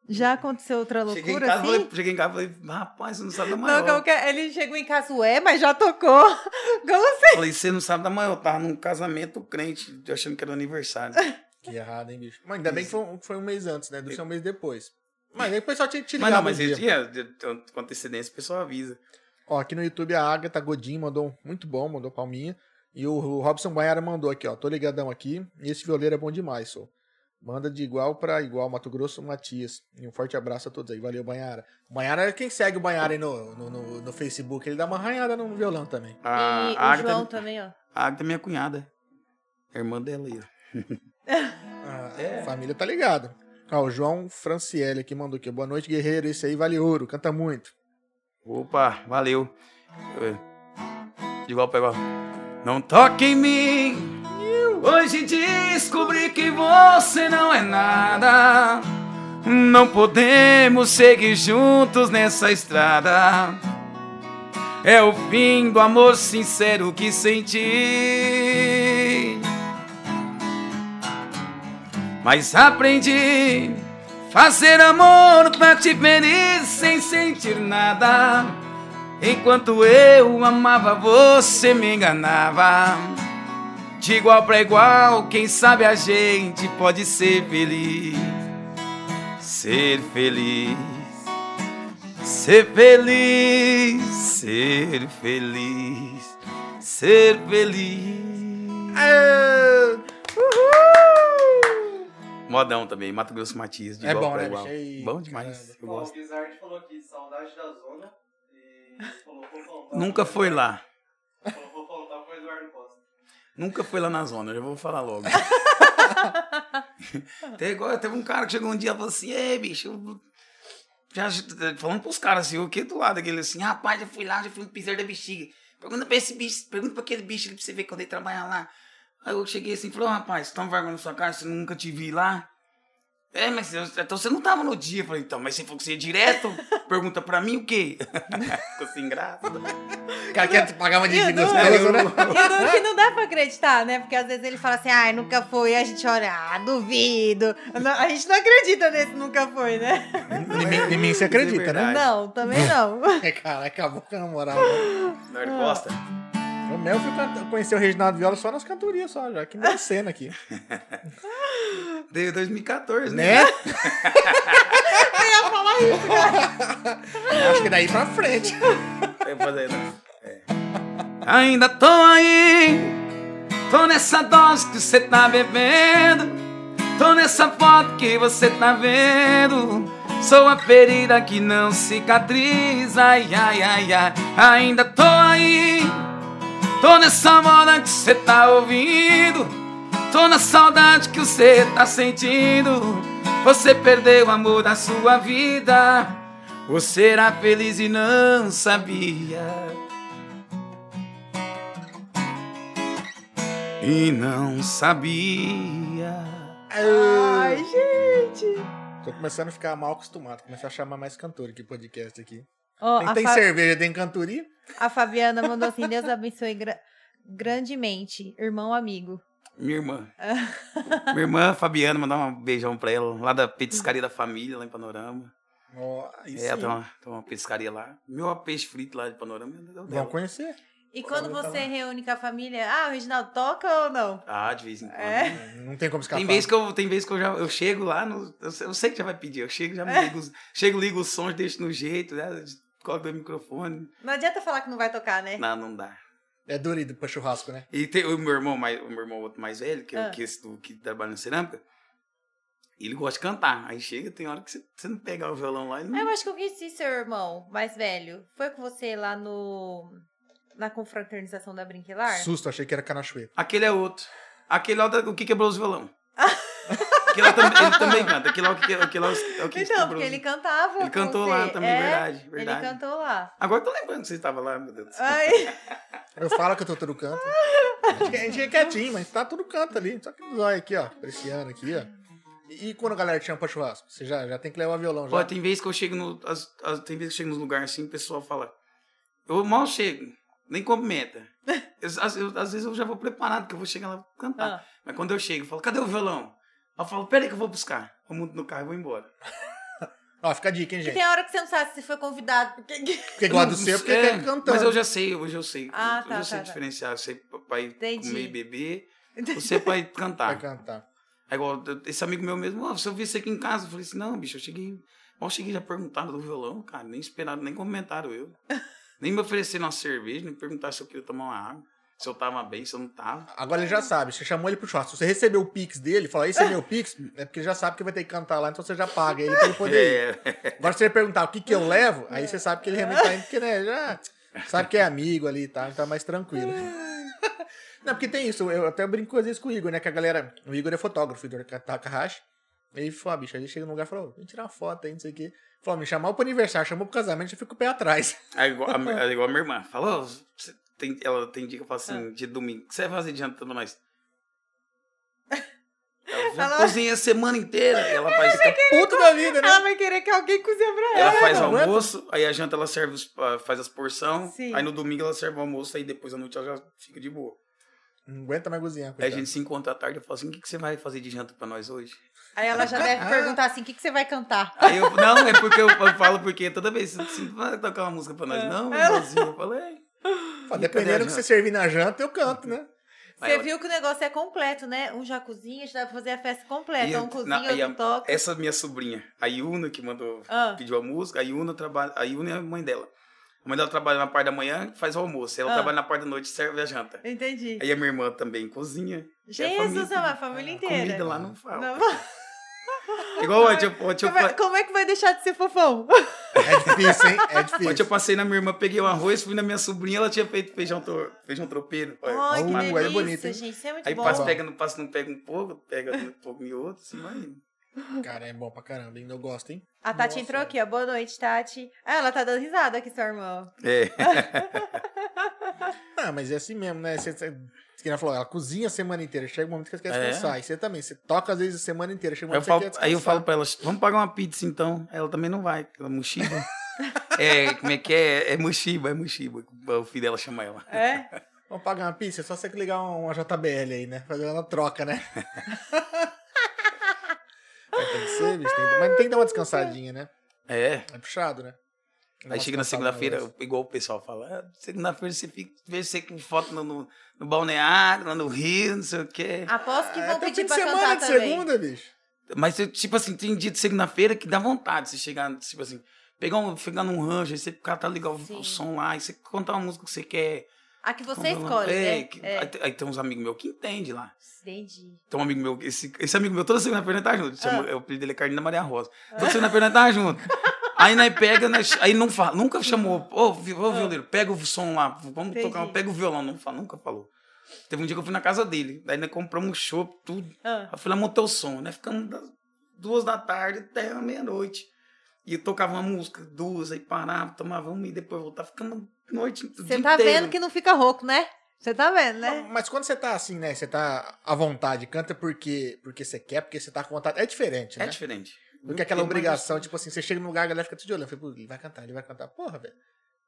Speaker 1: Já aconteceu outra loucura
Speaker 3: Cheguei em casa,
Speaker 1: assim?
Speaker 3: falei, cheguei em casa falei, rapaz, você não sabe da maior.
Speaker 1: Não, como que é? Ele chegou em casa, ué, mas já tocou. Como assim?
Speaker 3: Falei, você não sabe da maior. Eu tava num casamento crente, eu achando que era aniversário.
Speaker 2: Que errado, hein, bicho? Mas ainda bem que foi, um- foi um mês antes, né? Do que ser um mês depois. Mas aí o pessoal tinha que te ligar
Speaker 3: mas não,
Speaker 2: no
Speaker 1: um
Speaker 3: mas
Speaker 2: dia.
Speaker 3: ele tinha, com antecedência, o pessoal avisa.
Speaker 2: Ó, aqui no YouTube a Agatha Godinho mandou um muito bom, mandou palminha. E o Robson Guaiara mandou aqui, ó. Tô ligadão aqui. E esse violeiro é bom demais, sou. Manda de igual pra igual, Mato Grosso Matias. E um forte abraço a todos aí. Valeu, Banhara. Banhara é quem segue o Banhara aí no, no, no- no Facebook. Ele dá uma arranhada no violão também.
Speaker 3: A,
Speaker 1: e
Speaker 3: a
Speaker 1: o
Speaker 3: Agatha,
Speaker 1: João tá- também, ó.
Speaker 3: a Agatha é minha cunhada. A irmã dela aí. ó.
Speaker 2: A
Speaker 3: É.
Speaker 2: família tá ligada. Ó, o João Franciele aqui mandou aqui. Boa noite, guerreiro. Esse aí vale ouro, canta muito.
Speaker 3: Opa, valeu. Eu- De igual pra igual. Não toque em mim. Hoje descobri que você não é nada. Não podemos seguir juntos nessa estrada. É o fim do amor sincero que senti. Mas aprendi fazer amor pra te ferir sem sentir nada. Enquanto eu amava, você me enganava. De igual pra igual, quem sabe a gente pode ser feliz. Ser feliz. Ser feliz. Ser feliz. Ser feliz.
Speaker 2: É.
Speaker 3: Modão também, Mato Grosso Matias, de
Speaker 2: É
Speaker 3: igual
Speaker 2: bom,
Speaker 3: pra
Speaker 2: né,
Speaker 3: igual.
Speaker 2: bicho? Aí,
Speaker 3: Bom demais,
Speaker 2: caramba.
Speaker 3: eu
Speaker 4: Paulo
Speaker 3: gosto.
Speaker 4: Guizard falou aqui, saudade da zona. E falou, vou faltar.
Speaker 3: Nunca foi
Speaker 2: né?
Speaker 3: lá,
Speaker 4: Falou, vou faltar com o Eduardo Costa.
Speaker 3: nunca foi lá na zona, eu já vou falar logo. Tem igual- Teve um cara que chegou um dia e falou assim, ei, bicho, eu- já, falando pros caras assim, o que do lado daquele assim, rapaz, já fui lá, já fui no piseiro da bexiga. Pergunta pra esse bicho, pergunta pra aquele bicho ali pra você ver quando ele trabalha lá. Aí eu cheguei assim e falei, ô rapaz, você tá vergonha na sua cara, você nunca te vi lá. É, mas eu- então você não tava no dia. Eu falei, então, mas você falou que você ia direto? Pergunta pra mim o quê? Ficou sem graça.
Speaker 2: O cara quer te pagar uma de
Speaker 1: Eu não-
Speaker 2: gostoso, né?
Speaker 1: E não, que não dá pra acreditar, né? Porque às vezes ele fala assim, ai, nunca foi, e a gente olha, ah, duvido. Não, a gente não acredita nesse nunca foi, né?
Speaker 2: Em mim- Em mim você acredita, né?
Speaker 3: Verdade.
Speaker 1: Não, também não.
Speaker 2: é Cara, acabou com a moral. né?
Speaker 3: Eduardo Costa.
Speaker 2: O Mel fui canta- conhecer o Reginaldo Viola só nas cantorias, só, já que nem cena aqui.
Speaker 3: Desde 2014, né?
Speaker 2: Né? Né? Acho que daí pra frente.
Speaker 3: É, mas aí não. É. Ainda tô aí, tô nessa dose que você tá bebendo, tô nessa foto que você tá vendo. Sou a ferida que não cicatriza, ai, ai, ai, ai. Ainda tô aí, tô nessa moda que você tá ouvindo, tô na saudade que você tá sentindo. Você perdeu o amor da sua vida. Você era feliz e não sabia. E não sabia.
Speaker 1: Ai, gente.
Speaker 2: Tô começando a ficar mal acostumado, começar a chamar mais cantor aqui, podcast aqui.
Speaker 1: Ó,
Speaker 2: Tem,
Speaker 1: a,
Speaker 2: tem
Speaker 1: Fa-
Speaker 2: cerveja, tem cantoria.
Speaker 1: a Fabiana mandou assim, Deus abençoe gra- grandemente, irmão amigo.
Speaker 3: Minha irmã. Minha irmã Fabiana, mandar um beijão pra ela, lá da petiscaria da família, lá em Panorama.
Speaker 2: Ó, aí
Speaker 3: é,
Speaker 2: sim.
Speaker 3: tem uma, tem uma petiscaria lá. Meu peixe frito lá de Panorama. é
Speaker 2: Vão
Speaker 3: dela.
Speaker 2: conhecer.
Speaker 1: E quando
Speaker 2: Fabiana tá
Speaker 1: você
Speaker 2: lá.
Speaker 1: reúne com a família, ah, o Reginaldo toca ou não?
Speaker 3: Ah, de vez em quando.
Speaker 1: É.
Speaker 2: Não tem como escapar.
Speaker 3: Tem vezes que eu, tem vezes que eu já eu chego lá, no- eu, sei- eu sei que já vai pedir, eu chego, já me ligo, os- chego, ligo o som, deixo no jeito, né? Coloco o microfone.
Speaker 1: Não adianta falar que não vai tocar, né?
Speaker 3: Não, não dá.
Speaker 2: É durido pra churrasco, né?
Speaker 3: E tem o meu irmão, mais, o meu irmão outro mais velho, que é
Speaker 1: Ah.
Speaker 3: o que, esse do- que trabalha na cerâmica, ele gosta de cantar. Aí chega, tem hora que você, você não pega o violão lá e
Speaker 1: Ah,
Speaker 3: não.
Speaker 1: Eu acho que eu conheci seu irmão mais velho. Foi com você lá no. Na confraternização da Brinquilar?
Speaker 2: Susto, achei que era canachueta.
Speaker 3: Aquele é outro. Aquele lá, da- o que quebrou os violão. aquele lá também, ele também canta. Aquele lá, o que, que- aquele lá é o- é o que
Speaker 1: então,
Speaker 3: quebrou
Speaker 1: porque
Speaker 3: os-
Speaker 1: ele cantava.
Speaker 3: Ele
Speaker 1: com
Speaker 3: cantou
Speaker 1: você.
Speaker 3: lá também,
Speaker 1: É,
Speaker 3: verdade, verdade.
Speaker 1: Ele Ah, cantou lá.
Speaker 3: Agora eu tô lembrando que você estava lá, meu Deus do céu.
Speaker 1: Ai,
Speaker 2: Eu falo que eu tô todo canto. A gente é quietinho, mas tá todo canto ali. Só que zóio aqui, ó. Pra esse ano aqui, ó. E, e quando a galera te chama pra churrasco? Você já, já tem que levar violão já.
Speaker 3: Ó, tem vezes que eu chego no. as- as- tem vezes que eu chego nos lugares assim, o pessoal fala. Eu mal chego, nem cumprimenta. Eu- às, eu- às vezes eu já vou preparado, que eu vou chegar lá pra cantar.
Speaker 1: Ah.
Speaker 3: Mas quando eu chego, eu falo, cadê o violão? Aí Eu falo, peraí que eu vou buscar. Eu mudo no carro e vou embora.
Speaker 2: Ó, fica a dica,
Speaker 1: Porque
Speaker 2: hein, gente?
Speaker 1: tem hora que você não sabe se foi convidado. Porque...
Speaker 2: Porque gosta do seu, porque
Speaker 3: É,
Speaker 2: quer cantando.
Speaker 3: Mas eu já sei, hoje eu sei.
Speaker 1: Ah,
Speaker 3: hoje
Speaker 1: tá,
Speaker 3: eu sei
Speaker 1: tá, tá.
Speaker 3: diferenciar. Eu sei pra ir
Speaker 1: Entendi.
Speaker 3: comer e beber, você pra ir
Speaker 2: Vai
Speaker 3: cantar.
Speaker 2: cantar.
Speaker 3: Aí, É igual, esse amigo meu mesmo, ó, se eu vi você aqui em casa, eu falei assim, não, bicho, eu cheguei. Mal cheguei já perguntaram do violão, cara, nem esperaram, nem comentaram eu. nem me ofereceram uma cerveja, nem perguntaram se eu queria tomar uma água, se eu tava bem, se eu não tava.
Speaker 2: Agora ele já sabe, você chamou ele pro churrasco. Se você recebeu o Pix dele, fala, esse é meu Pix, é porque ele já sabe que vai ter que cantar lá, então você já paga ele pra ele poder ir.
Speaker 3: É,
Speaker 2: Agora se ele perguntar o que que eu levo, aí você sabe que ele realmente tá indo, porque né, já sabe que é amigo ali e tal, então é mais tranquilo. Não, porque tem isso, eu até brinco às vezes com o Igor, né, que a galera, o Igor é fotógrafo, o Igor Takahashi, ele falou, ah, bicho, aí ele chega num lugar e falou, vem tirar uma foto aí, não sei o quê. Falou, "Ah, me chamou pro aniversário, chamou pro casamento, eu fico com o pé atrás.
Speaker 3: é igual, a, é igual a minha irmã. Falou, tem, ela tem dia que eu falo assim, de domingo, o que você vai fazer de janta pra nós? Ela já
Speaker 1: Ela-
Speaker 3: cozinha a semana inteira. Ela faz, "Então,
Speaker 2: Puto da vida, né?
Speaker 1: Ela vai querer que alguém cozinhe pra ela.
Speaker 3: ela faz o
Speaker 2: não aguenta.
Speaker 3: almoço, aí a janta ela serve, os- ah, faz as porção,
Speaker 1: Sim.
Speaker 3: aí no domingo ela serve o almoço, aí depois à noite ela já fica de boa.
Speaker 2: Não aguenta mais cozinhar.
Speaker 3: Aí a
Speaker 2: coitado.
Speaker 3: gente se encontra à tarde e fala assim: o que, que você vai fazer de janta pra nós hoje?
Speaker 1: Aí ela já
Speaker 3: Ah.
Speaker 1: deve perguntar assim: o que, que você vai cantar?
Speaker 3: Aí eu, não, é porque eu, eu falo, porque toda vez assim, vai tocar uma música pra nós.
Speaker 1: É.
Speaker 3: Não, irmãozinho, eu falei.
Speaker 2: Fala,
Speaker 3: Cadê a
Speaker 2: Dependendo do que
Speaker 3: janta?
Speaker 2: você servir na janta, eu canto, né?
Speaker 3: Aí
Speaker 1: Você
Speaker 3: ela-
Speaker 1: viu que o negócio é completo, né? Um já cozinha, já dá pra fazer a festa completa.
Speaker 3: E-
Speaker 1: um cozinha,
Speaker 3: na- e a- é
Speaker 1: outro toca.
Speaker 3: Essa minha sobrinha, a Yuna, que mandou,
Speaker 1: Ah.
Speaker 3: pediu a música, a Yuna trabalha, a Yuna é a mãe dela. A mãe dela trabalha na parte da manhã, faz o almoço. Ela
Speaker 1: Ah.
Speaker 3: trabalha na parte da noite e serve a janta.
Speaker 1: Entendi.
Speaker 3: Aí a minha irmã também cozinha. é a
Speaker 1: Jesus,
Speaker 3: família-
Speaker 1: amado, a família inteira.
Speaker 3: Comida lá não fala.
Speaker 1: Não,
Speaker 3: Igual ontem, eu- ontem, eu,
Speaker 1: como, é,
Speaker 3: pa-
Speaker 1: como é que vai deixar de ser fofão?
Speaker 2: É difícil, hein? É
Speaker 3: ontem eu
Speaker 2: difícil.
Speaker 3: passei na minha irmã, peguei o arroz, fui na minha sobrinha, ela tinha feito feijão, tro- feijão tropeiro. Olha,
Speaker 1: Ai, que
Speaker 2: uh, aí é
Speaker 1: delícia,
Speaker 2: bonito, hein?
Speaker 1: gente. Isso é muito
Speaker 3: Aí
Speaker 1: bom.
Speaker 3: passa, pega, não passa, não pega um pouco, pega um pouco e outro, assim, vai. indo.
Speaker 2: Cara, é bom pra caramba, hein? Eu gosto, hein?
Speaker 1: A Tati
Speaker 2: Nossa.
Speaker 1: entrou aqui, ó. Boa noite, Tati. Ah, ela tá dando risada aqui, sua irmã.
Speaker 3: É.
Speaker 2: Ah, mas é assim mesmo, né? Você, você, você que nem falou, ela cozinha a semana inteira, chega um momento que você quer
Speaker 3: É.
Speaker 2: descansar. E você também, você toca às vezes a semana inteira, chega um
Speaker 3: Aí eu,
Speaker 2: momento
Speaker 3: falo,
Speaker 2: que você quer
Speaker 3: aí eu
Speaker 2: descansar.
Speaker 3: falo pra ela, vamos pagar uma pizza então. Ela também não vai, ela é mochiba. é, como é que é? É mochiba, é mochiba. O filho dela chama ela.
Speaker 1: É?
Speaker 2: Vamos pagar uma pizza? É só você ligar uma, uma JBL aí, né? Fazer uma troca, né? Mas tem que ser, bicho. Tem, que- mas tem que dar uma descansadinha, né?
Speaker 3: É.
Speaker 2: É puxado, né? Dá uma
Speaker 3: Aí chega na
Speaker 2: descansada
Speaker 3: segunda-feira,
Speaker 2: vez.
Speaker 3: igual o pessoal fala, "Ah, segunda-feira você fica, vê você com foto no, no, no balneário, lá no Rio, não sei o quê.
Speaker 1: Aposto que
Speaker 2: É,
Speaker 1: vão
Speaker 2: tem
Speaker 1: pedir
Speaker 2: fim de
Speaker 1: pra
Speaker 2: semana
Speaker 1: cantar
Speaker 2: de
Speaker 1: também.
Speaker 2: segunda, bicho.
Speaker 3: Mas, eu, tipo assim, tem dia de segunda-feira que dá vontade de você chegar, tipo assim, pegar um, pegar num rancho, aí você catar, ligar o, tá
Speaker 1: Sim.
Speaker 3: o som lá, aí você cantar uma música que você quer.
Speaker 1: A que você
Speaker 3: Conta lá.
Speaker 1: escolhe,
Speaker 3: é,
Speaker 1: né?
Speaker 3: que-
Speaker 1: É.
Speaker 3: Aí, tem- aí tem uns amigos meus que entendem lá.
Speaker 1: Entendi.
Speaker 3: Tem um amigo meu, esse, esse amigo meu, toda segunda-feira nós tá junto. Chama-
Speaker 1: Ah.
Speaker 3: é O apelido dele é Carolina Maria Rosa. Toda segunda-feira nós tá junto. Aí nós pega, nós- aí não fala, nunca chamou, ô, vi- ô violeiro, pega o som lá, vamos
Speaker 1: Ah. Entendi.
Speaker 3: tocar, pega o violão, não fala, nunca falou. Teve um dia que eu fui na casa dele, daí nós compramos um show, tudo.
Speaker 1: Ah.
Speaker 3: Aí fui lá montar o som, né? Ficamos das duas da tarde até a meia-noite. E eu tocava uma música, duas, aí parava, tomava uma e depois voltava. Ficamos a noite o
Speaker 1: Você
Speaker 3: dia
Speaker 1: tá
Speaker 3: inteiro.
Speaker 1: vendo que não fica rouco, né? Você tá vendo, né?
Speaker 2: Mas quando você tá assim, né? Você tá à vontade, canta porque, porque você quer, porque você tá com vontade. É diferente,
Speaker 3: É
Speaker 2: né?
Speaker 3: diferente.
Speaker 2: Do que aquela
Speaker 3: Tem mais
Speaker 2: obrigação, tipo assim, você chega num lugar, a galera fica te olhando. Fala, "Pô, ele vai cantar, ele vai cantar. Porra, velho.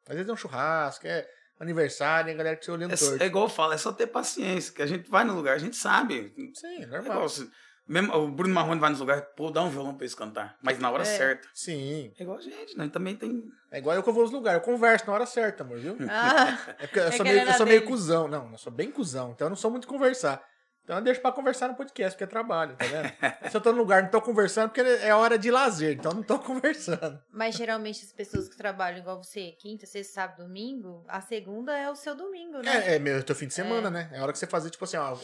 Speaker 2: Às vezes é um churrasco, é aniversário, e a galera te olhando
Speaker 3: É,
Speaker 2: torto.
Speaker 3: é igual eu falo, é só ter paciência, que a gente vai no lugar, a gente sabe.
Speaker 2: Sim, é
Speaker 3: É
Speaker 2: normal.
Speaker 3: igual, se- mesmo, o Bruno Marrone vai nos lugares, pô, dá um violão pra eles cantar, mas na hora
Speaker 1: É.
Speaker 3: certa.
Speaker 2: Sim.
Speaker 3: É igual a gente, né? Também tem.
Speaker 2: É igual eu que eu vou nos lugares, eu converso na hora certa, amor, viu?
Speaker 1: Ah,
Speaker 2: É porque eu
Speaker 1: É
Speaker 2: sou,
Speaker 1: que
Speaker 2: meio,
Speaker 1: ele
Speaker 2: eu
Speaker 1: era
Speaker 2: sou meio
Speaker 1: dele.
Speaker 2: cuzão. Não, eu sou bem cuzão, então eu não sou muito de conversar. Então eu deixo pra conversar no podcast, porque é trabalho, tá vendo? Se eu tô no lugar e não tô conversando, porque é hora de lazer, então eu não tô conversando.
Speaker 1: mas geralmente as pessoas que trabalham igual você, quinta, sexta, sábado, domingo, a segunda é o seu domingo, né?
Speaker 2: É, é meu, é teu fim de semana, né? É a hora que você fazer, tipo assim, ó,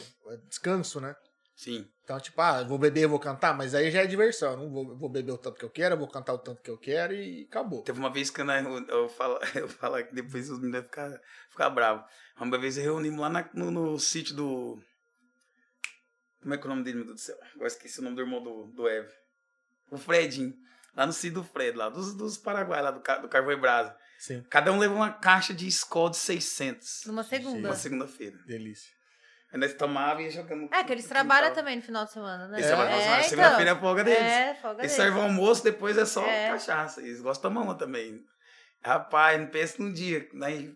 Speaker 2: descanso, né?
Speaker 3: Sim.
Speaker 2: Então, tipo, ah, eu vou beber, eu vou cantar, mas aí já é diversão. Eu não vou, eu vou beber o tanto que eu quero, eu vou cantar o tanto que eu quero e acabou.
Speaker 3: Teve uma vez que né, eu, eu falo, eu falo que depois os meninos ficam ficar bravos. Uma vez reunimos lá na- no, no sítio do. Como é que é o nome dele, meu Deus do céu? Agora esqueci o nome do irmão do, do Eve. O Fredinho. Lá no sítio do Fred, lá dos, dos Paraguai, lá do, Ca- do Carvão e Brasa.
Speaker 2: Sim.
Speaker 3: Cada um levou uma caixa de escola de 600.
Speaker 1: Numa segunda.
Speaker 3: Uma segunda-feira.
Speaker 2: Delícia.
Speaker 3: Aí nós tomava e ia jogando.
Speaker 1: É, que eles trabalham também no final de semana, né?
Speaker 3: Eles
Speaker 2: É,
Speaker 3: trabalham
Speaker 1: é,
Speaker 3: na
Speaker 1: então.
Speaker 3: segunda-feira é a folga deles.
Speaker 1: É, folga
Speaker 3: eles
Speaker 1: deles.
Speaker 3: servem o almoço, depois é só
Speaker 1: É.
Speaker 3: cachaça. Eles gostam de tomar uma também. Rapaz, não pensa num dia. Aí,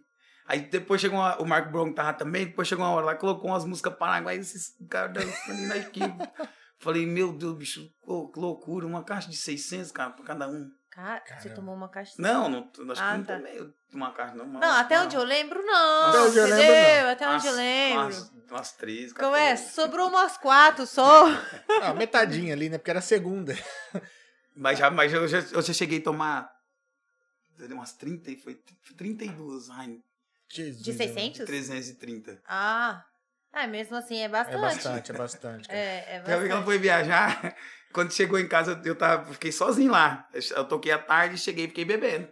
Speaker 3: aí depois chegou uma- o Marco Bronco tava também, depois chegou uma hora lá, colocou umas músicas paraguaias, esses caras dançando na equipe. Falei, meu Deus, bicho, ô, que loucura, uma caixa de 600, cara, pra cada um.
Speaker 1: Tá? Você
Speaker 2: Caramba.
Speaker 1: tomou uma caixa?
Speaker 3: Não, não acho
Speaker 1: Ah,
Speaker 3: que não
Speaker 1: tá.
Speaker 3: tomei uma carne, não.
Speaker 1: Não, até onde eu lembro, não.
Speaker 2: Até onde eu lembro,
Speaker 1: entendeu? Até onde eu lembro.
Speaker 3: Umas, umas três.
Speaker 1: Como é?
Speaker 3: 14.
Speaker 1: Sobrou umas quatro só.
Speaker 2: Ah, metadinha ali, né? Porque era segunda.
Speaker 3: Mas, já, mas eu, já, eu já cheguei a tomar deu umas 30, e foi 32 Heineken,
Speaker 2: Jesus,
Speaker 1: De
Speaker 3: de
Speaker 1: 600?
Speaker 3: 330.
Speaker 1: Ah. Ah, mesmo assim é
Speaker 2: É
Speaker 1: bastante.
Speaker 2: bastante, é bastante. cara.
Speaker 1: É, é
Speaker 3: Até que ela
Speaker 1: bastante.
Speaker 3: foi viajar, quando chegou em casa, eu tava, fiquei sozinho lá. Eu- Eu toquei à tarde, cheguei e fiquei bebendo.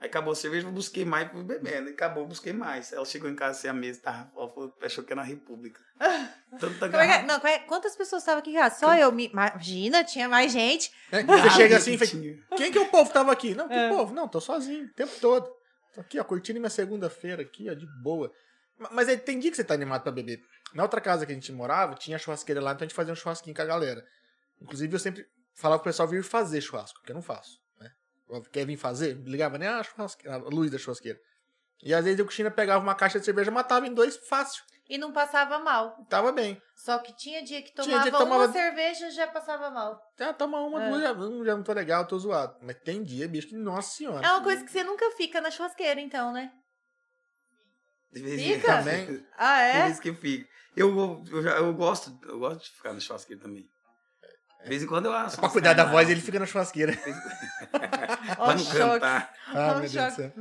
Speaker 3: Aí acabou a cerveja, eu busquei mais, fui bebendo. E acabou, busquei mais. Ela chegou em casa sem a mesa, tava, ela falou, achou que era na República.
Speaker 1: Como
Speaker 3: Tanta
Speaker 1: é que é?
Speaker 3: garrafa.
Speaker 1: Não, qual é- quantas pessoas estavam aqui? em casa? só eu. me- Imagina, tinha mais gente.
Speaker 2: É que você chega assim e fala,
Speaker 3: Tinha.
Speaker 2: quem que o povo tava aqui? Não, que
Speaker 1: É.
Speaker 2: povo? Não, tô sozinho o tempo todo. Tô aqui, ó, curtindo minha segunda-feira aqui, ó, de boa. Ma- Mas aí tem dia que você tá animado pra beber. Na outra casa que a gente morava, tinha churrasqueira lá, então a gente fazia um churrasquinho com a galera. Inclusive, eu sempre falava pro pessoal vir fazer churrasco, que eu não faço, né? Quer vir fazer? Ligava, né? Ah, churrasqueira, a luz da churrasqueira. E às vezes o Cristina pegava uma caixa de cerveja, matava em dois, fácil.
Speaker 1: E não passava mal.
Speaker 2: Tava bem.
Speaker 1: Só que tinha dia que
Speaker 2: Tinha
Speaker 1: tomava,
Speaker 2: dia que tomava-
Speaker 1: uma cerveja e já passava mal.
Speaker 2: Ah, toma uma,
Speaker 1: É.
Speaker 2: duas, já, hum, já não tô legal, tô zoado. Mas tem dia, bicho, que, nossa senhora.
Speaker 1: É uma coisa que você nunca fica na churrasqueira, então, né?
Speaker 3: De vez em-
Speaker 1: Fica?
Speaker 2: Também.
Speaker 1: Ah,
Speaker 3: Por
Speaker 1: é?
Speaker 3: isso que eu fico. Eu, eu, já- eu gosto, eu gosto de ficar no churrasqueiro também. De vez em quando eu acho.
Speaker 2: Pra cuidar da voz, ele fica na churrasqueira.
Speaker 1: Ó,
Speaker 3: Pra não
Speaker 1: choque.
Speaker 3: cantar.
Speaker 2: Ah,
Speaker 1: Ó,
Speaker 2: meu Deus
Speaker 1: choque.
Speaker 2: do céu.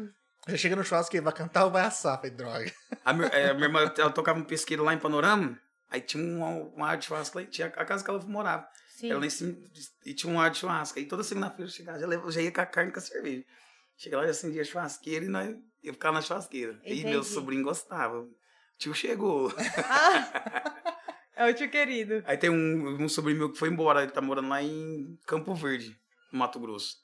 Speaker 2: Já chega no churrasco, quem vai cantar ou vai assar? Falei, droga.
Speaker 3: A minha, é, a minha irmã, ela tocava um pesqueiro lá em Panorama. Aí tinha um, um ar de churrasco lá, e tinha a casa que ela morava.
Speaker 1: Sim.
Speaker 3: Ela lá em cima, e tinha um ar de churrasco. Aí toda segunda-feira eu chegava, já, leva- já ia com a carne e com a cerveja. Chegava lá, já acendia a churrasqueira e nós, eu ficava na churrasqueira. E meu
Speaker 1: Entendi.
Speaker 3: sobrinho gostava. Tio chegou.
Speaker 1: Ah, é o tio querido.
Speaker 3: Aí tem um, um sobrinho meu que foi embora, ele tá morando lá em Campo Verde, no Mato Grosso.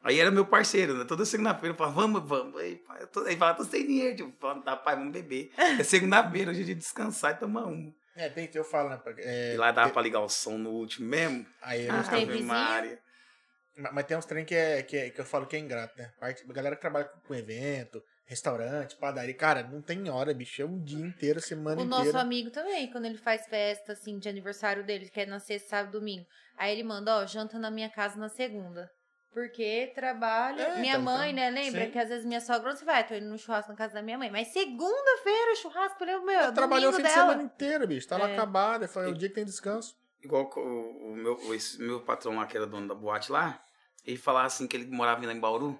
Speaker 3: Aí era meu parceiro, né? Toda segunda-feira eu falava, vamos, vamos. Aí, pai, eu tô, aí falava, tô sem dinheiro. Tipo, falando, tá, pai, vamos beber. É segunda-feira, hoje é dia de descansar e tomar uma.
Speaker 2: É, tem que ter, eu falo, né? É,
Speaker 3: E lá dava pra ligar o som no último mesmo.
Speaker 2: aí eu
Speaker 1: Ah,
Speaker 2: não sei.
Speaker 1: tem vizinho?
Speaker 2: Ma- Mas tem uns trem que, é, que, é- que eu falo que é ingrato, né? Parte, a galera que trabalha com, com evento, restaurante, padaria. Cara, não tem hora, bicho. É um dia inteiro, semana
Speaker 1: O nosso
Speaker 2: inteira.
Speaker 1: amigo também, quando ele faz festa, assim, de aniversário dele, que é na sexta, sábado, domingo. Aí ele manda, ó, janta na minha casa na segunda. Porque trabalha.
Speaker 2: É,
Speaker 1: minha
Speaker 2: então,
Speaker 1: mãe,
Speaker 2: então,
Speaker 1: né? Lembra
Speaker 2: sim.
Speaker 1: que às vezes minha sogra não vai, tô indo no churrasco na casa da minha mãe. Mas segunda-feira, churrasco, eu lembro, meu, é
Speaker 2: Ela trabalhou o
Speaker 1: domingo
Speaker 2: fim de
Speaker 1: dela.
Speaker 2: semana inteiro, bicho. Tava
Speaker 1: É.
Speaker 2: acabada. Eu falei, é o dia que tem descanso.
Speaker 3: Igual co- o, o meu, o esse meu patrão lá, que era dono da boate lá, ele falava assim que ele morava lá em Bauru.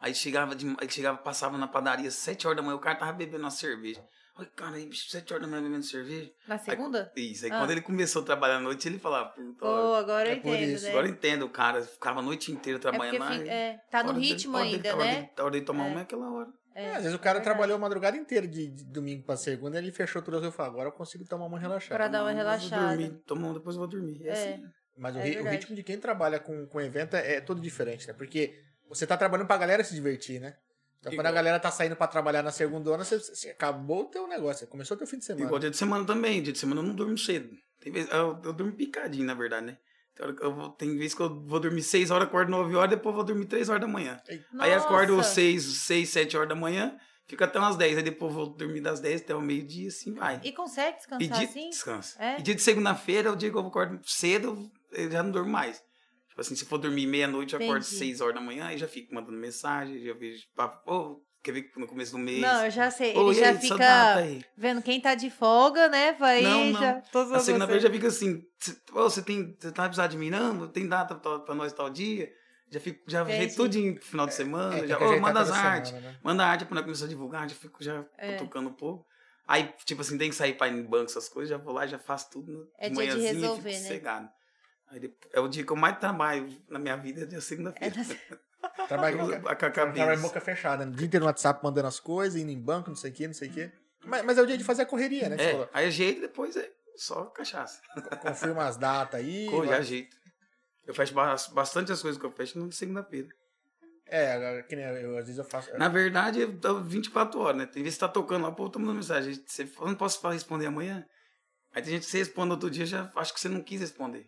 Speaker 3: Aí chegava, de, ele chegava, passava na padaria às 7 horas da manhã, o cara tava bebendo uma cerveja. Olha, cara, aí, bicho, 7 horas da manhã bebendo cerveja.
Speaker 1: Na segunda?
Speaker 3: Aí, isso, aí
Speaker 1: Ah.
Speaker 3: quando ele começou a trabalhar à noite, ele falava, puta,
Speaker 1: Pô,
Speaker 3: ó,
Speaker 1: agora eu
Speaker 2: é por
Speaker 1: entendo,
Speaker 2: isso.
Speaker 1: né?
Speaker 3: agora eu entendo, o cara ficava a noite inteira
Speaker 1: é porque
Speaker 3: trabalhando lá.
Speaker 1: fi-
Speaker 3: e-
Speaker 1: é, tá no
Speaker 3: hora dele-
Speaker 1: ritmo
Speaker 3: hora dele-
Speaker 1: ainda,
Speaker 3: hora
Speaker 1: né?
Speaker 3: dele- A hora dele tomar
Speaker 1: É.
Speaker 3: uma é aquela hora.
Speaker 1: É,
Speaker 2: É, às vezes o cara
Speaker 1: verdade.
Speaker 2: trabalhou a madrugada inteira, de, de domingo pra segunda, ele fechou tudo. Eu falei, agora eu consigo tomar uma relaxada.
Speaker 1: Pra dar uma
Speaker 3: Tomar vou
Speaker 1: relaxada.
Speaker 3: Dormir, tomar uma, depois eu vou dormir. É,
Speaker 1: É.
Speaker 3: assim.
Speaker 2: Mas o,
Speaker 1: É
Speaker 2: ri- o
Speaker 1: verdade.
Speaker 2: ritmo de quem trabalha com, com evento é, é todo diferente, né? Porque você tá trabalhando pra galera se divertir, né? Então, quando a
Speaker 3: Igual.
Speaker 2: galera tá saindo pra trabalhar na segunda-feira, você, você acabou o teu negócio, você começou o teu fim de semana.
Speaker 3: Igual dia de semana também. Dia de semana eu não durmo cedo. Tem vez, eu, eu durmo picadinho, na verdade, né? Tem, hora que eu vou, tem vez que eu vou dormir 6 horas, acordo 9 horas, depois eu vou dormir 3 horas da manhã. Aí acordo
Speaker 1: Nossa!
Speaker 3: 6, 6, 7 horas da manhã, fica até umas 10. Aí depois eu vou dormir das 10 até o meio-dia, assim vai.
Speaker 1: E consegue descansar
Speaker 3: E dia,
Speaker 1: assim?
Speaker 3: descansa.
Speaker 1: É.
Speaker 3: E dia de segunda-feira, o dia que eu acordo cedo, eu já não durmo mais. Tipo assim, se for dormir meia-noite, eu acordo
Speaker 1: Entendi.
Speaker 3: 6 horas da manhã e já fico mandando mensagem, já vejo papo. Ô, quer ver que no começo do mês?
Speaker 1: Não, eu já sei.
Speaker 3: Ô,
Speaker 1: Ele
Speaker 3: e
Speaker 1: já
Speaker 3: aí,
Speaker 1: fica
Speaker 2: tá
Speaker 3: saudade aí?
Speaker 1: vendo quem tá de folga, né? Vai
Speaker 3: Não, não.
Speaker 1: já. Tô
Speaker 3: Na
Speaker 1: zoando
Speaker 3: segunda-feira
Speaker 1: você.
Speaker 3: já fica assim, "Cê- ô, você tem, você tá precisando de mim? Não, tem data pra, pra nós tal dia. Já fico, já
Speaker 1: Entendi.
Speaker 3: vejo tudinho pro final de
Speaker 2: É,
Speaker 3: semana,
Speaker 2: tem
Speaker 3: já,
Speaker 2: que
Speaker 3: ô,
Speaker 2: ajeitar
Speaker 3: manda as
Speaker 2: toda semana,
Speaker 3: artes.
Speaker 2: né?
Speaker 3: Manda arte pra nós começar a divulgar, já fico já
Speaker 1: É.
Speaker 3: tocando um pouco. Aí, tipo assim, tem que sair pra ir no banco, essas coisas, já vou lá, já faço tudo
Speaker 1: É
Speaker 3: de
Speaker 1: dia de
Speaker 3: manhãzinha e
Speaker 1: resolver, né?
Speaker 3: fico sossegado. Aí depois- é o dia que eu mais trabalho na minha vida, é dia segunda-feira.
Speaker 2: Trabalha com
Speaker 3: Eu-
Speaker 2: a-
Speaker 3: a- com a
Speaker 2: trabalha
Speaker 3: cabeça.
Speaker 2: boca tá fechada, né? O dia inteiro no WhatsApp mandando as coisas, indo em banco, não sei o quê, não sei o quê. Mas, mas é o dia de fazer a correria, né? Você
Speaker 3: É,
Speaker 2: falou,
Speaker 3: aí ajeito depois é só cachaça.
Speaker 2: confirma as datas aí.
Speaker 3: Pô, já
Speaker 2: agora-
Speaker 3: ajeito. Eu fecho bas- bastante as coisas que eu fecho na segunda-feira.
Speaker 2: É, agora, que nem eu, às vezes eu faço.
Speaker 3: Na verdade, eu tô 24 horas, né? Tem vezes que tá tocando lá, pô, tô mandando mensagem. Você fala, não posso responder amanhã? Aí tem gente que você responde outro dia, já acho que você não quis responder.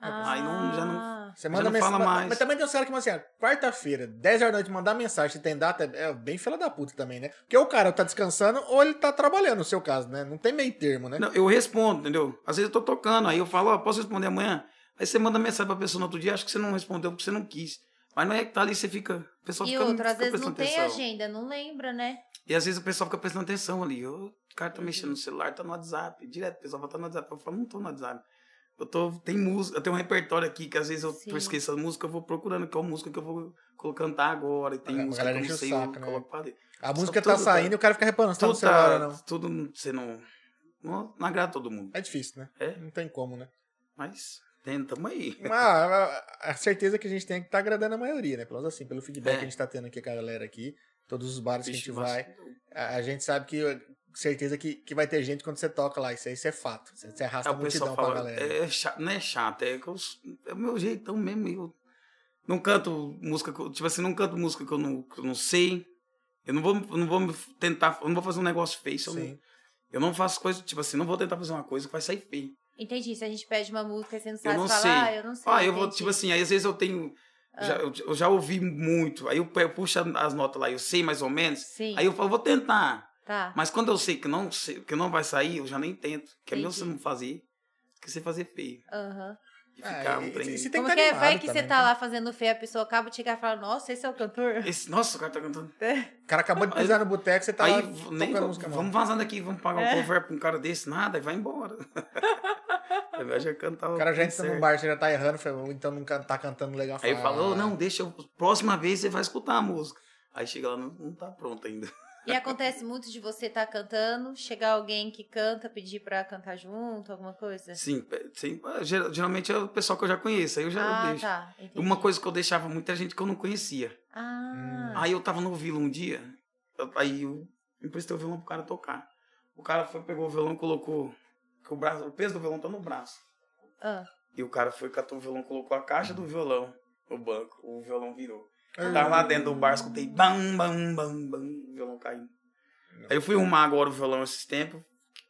Speaker 3: Aí não- já
Speaker 1: Ah,
Speaker 3: não-
Speaker 2: Você manda
Speaker 3: Já não
Speaker 2: mensagem.
Speaker 3: fala
Speaker 2: mas-
Speaker 3: mais.
Speaker 2: Mas também tem uns caras que mandam assim, ó, quarta-feira, 10 horas da noite, mandar mensagem, se tem data, é bem fila da puta também, né? Porque o cara tá descansando ou ele tá trabalhando, no seu caso, né? Não tem meio termo, né?
Speaker 3: Não, eu respondo, entendeu? Às vezes eu tô tocando, aí eu falo, ó, posso responder amanhã? Aí você manda mensagem pra pessoa no outro dia, acho que você não respondeu porque você não quis. Mas não é que tá ali, você fica. O pessoal
Speaker 1: E
Speaker 3: fica,
Speaker 1: outra, às
Speaker 3: fica
Speaker 1: vezes não
Speaker 3: prestando
Speaker 1: tem
Speaker 3: atenção.
Speaker 1: agenda, não lembra, né?
Speaker 3: E às vezes o pessoal fica prestando atenção ali. O cara
Speaker 2: Uhum.
Speaker 3: tá mexendo no celular, tá no WhatsApp. Direto, o pessoal fala, tá no WhatsApp. Eu falo, não tô no WhatsApp. Eu tô. Tem música, eu tenho um repertório aqui que às vezes eu
Speaker 1: Sim.
Speaker 3: esqueço a música, eu vou procurando qual música que eu vou colocando tá agora. E tem
Speaker 2: A
Speaker 3: música que
Speaker 2: galera
Speaker 3: eu
Speaker 2: enche
Speaker 3: não
Speaker 2: o
Speaker 3: sei,
Speaker 2: saco,
Speaker 3: eu
Speaker 2: né?
Speaker 3: coloco pra ali.
Speaker 2: A
Speaker 3: Só
Speaker 2: música tá
Speaker 3: tudo, cara.
Speaker 2: saindo e o cara fica reparando se tá no
Speaker 3: Tudo,
Speaker 2: celular
Speaker 3: tá,
Speaker 2: ou não.
Speaker 3: tudo não- você não. Não, não agrada todo mundo.
Speaker 2: É difícil, né?
Speaker 3: É.
Speaker 2: Não tem como, né?
Speaker 3: Mas tentamos aí.
Speaker 2: Mas a, a certeza que a gente tem é que tá agradando a maioria, né? Pelo menos assim, pelo feedback
Speaker 3: É.
Speaker 2: que a gente tá tendo aqui com a galera aqui, todos os bares
Speaker 3: Vixe,
Speaker 2: que a gente
Speaker 3: mas-
Speaker 2: vai. A, a gente sabe que certeza que, que vai ter gente quando você toca lá. Isso aí isso é fato. Você, você
Speaker 3: É,
Speaker 2: arrasta a
Speaker 3: o pessoal
Speaker 2: multidão
Speaker 3: fala,
Speaker 2: pra galera.
Speaker 3: é chato, não é chato, é, que eu, é o meu jeitão mesmo. Eu não canto música, que eu- tipo assim, não canto música que eu não, que eu não sei. Eu não vou, eu não vou me tentar, eu não vou fazer um negócio feio. se Eu não,
Speaker 2: Sim.
Speaker 3: eu não faço coisa, tipo assim, não vou tentar fazer uma coisa que vai sair feio.
Speaker 1: Entendi. Se a gente pede uma música e você não sabe
Speaker 3: não
Speaker 1: falar,
Speaker 3: sei.
Speaker 1: ah, eu não sei.
Speaker 3: ah, eu vou,
Speaker 1: entendi.
Speaker 3: tipo assim, aí às vezes eu tenho,
Speaker 2: Ah.
Speaker 3: já, eu, eu já ouvi muito, aí eu, pe- eu puxo as notas lá, eu sei mais ou menos,
Speaker 1: Sim,
Speaker 3: assim, aí eu falo, vou tentar.
Speaker 1: tá.
Speaker 3: Mas quando eu sei que não, sei- que não vai sair, eu já nem tento. Que é meu
Speaker 1: Entendi.
Speaker 3: você não fazer, que você fazer feio.
Speaker 1: Aham.
Speaker 3: E
Speaker 2: Ah,
Speaker 3: ficar
Speaker 2: e-
Speaker 3: um
Speaker 2: e-
Speaker 3: trem-
Speaker 2: e se tem
Speaker 1: Como
Speaker 2: tá
Speaker 1: que é? Vai
Speaker 2: animado
Speaker 1: que você
Speaker 2: também,
Speaker 1: tá
Speaker 2: né?
Speaker 1: lá fazendo feio, a pessoa acaba de chegar e fala, nossa, esse é o cantor?
Speaker 3: Esse- nossa, o cara tá cantando.
Speaker 2: O cara acabou de
Speaker 3: Aí-
Speaker 2: pisar no boteco, você tá
Speaker 3: aí,
Speaker 2: lá
Speaker 3: v-
Speaker 2: tocando
Speaker 3: nem, v-
Speaker 2: música
Speaker 3: vamos vazando aqui, vamos pagar
Speaker 1: É.
Speaker 3: um cover pra um cara desse, nada, e vai embora. eu já cantava.
Speaker 2: O cara já
Speaker 3: tudo
Speaker 2: entra no
Speaker 3: certo.
Speaker 2: bar, você já tá errando, fala, "Ou então não can- tá cantando legal.
Speaker 3: Aí
Speaker 2: fala,
Speaker 3: falou,
Speaker 2: "Ah,
Speaker 3: não, deixa, eu- próxima vez você vai escutar a música. Aí chega lá, não, não tá pronto ainda.
Speaker 1: E acontece muito de você estar cantando, chegar alguém que canta, pedir pra cantar junto, alguma coisa?
Speaker 3: Sim, pe- sim, ah, ger- geralmente é o pessoal que eu já conheço, aí eu já
Speaker 1: ah,
Speaker 3: deixo.
Speaker 1: tá. Entendi.
Speaker 3: Uma coisa que eu deixava muita gente que eu não conhecia.
Speaker 1: Ah,
Speaker 3: Aí eu tava no violão um dia, eu- aí eu emprestei o violão pro cara tocar. O cara foi, pegou o violão, colocou. que O, braço, o peso do violão tá no braço.
Speaker 1: ah,
Speaker 3: E o cara foi, catou o violão, colocou a caixa do violão no banco. O violão virou. Eu
Speaker 2: Hum.
Speaker 3: tava lá dentro do bar, escutei bam, bam, bam, bam, o violão caindo. Aí eu fui arrumar agora o violão esses tempos.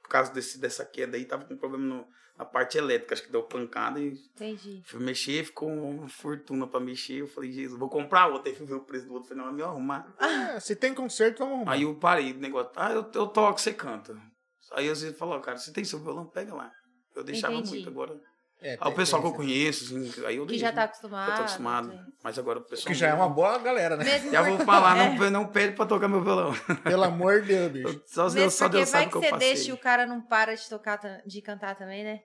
Speaker 3: Por causa desse, dessa queda aí, tava com problema no- na parte elétrica. Acho que deu pancada e
Speaker 1: entendi.
Speaker 3: fui mexer, ficou uma fortuna pra mexer. Eu falei, Jesus, vou comprar outro. Aí fui ver o preço do outro, falei, não, é melhor arrumar.
Speaker 2: é, se tem concerto, vamos arrumar.
Speaker 3: Aí eu parei do negócio. Ah, eu, eu toco, você canta. Aí às vezes falou, cara, você tem seu violão? Pega lá. Eu deixava
Speaker 1: Entendi.
Speaker 3: muito agora.
Speaker 2: É,
Speaker 3: Ah,
Speaker 2: tem-
Speaker 3: o pessoal que
Speaker 2: tem
Speaker 3: eu conheço, assim, aí eu
Speaker 1: Que já
Speaker 3: deixo.
Speaker 1: tá acostumado.
Speaker 3: Eu tô acostumado.
Speaker 1: né?
Speaker 3: Mas agora o pessoal.
Speaker 2: Que já é uma boa galera, né?
Speaker 1: Mesmo
Speaker 3: Já
Speaker 1: porque-
Speaker 3: vou falar, né?
Speaker 1: é.
Speaker 3: não, não pede pra tocar meu violão.
Speaker 2: Pelo amor de Deus, bicho.
Speaker 3: Só
Speaker 1: Mesmo
Speaker 3: Deus, só
Speaker 1: porque
Speaker 3: Deus
Speaker 1: vai
Speaker 3: sabe o
Speaker 1: que
Speaker 3: que eu
Speaker 1: você
Speaker 3: passei.
Speaker 1: deixa e o cara não para de tocar, ta- de cantar também, né?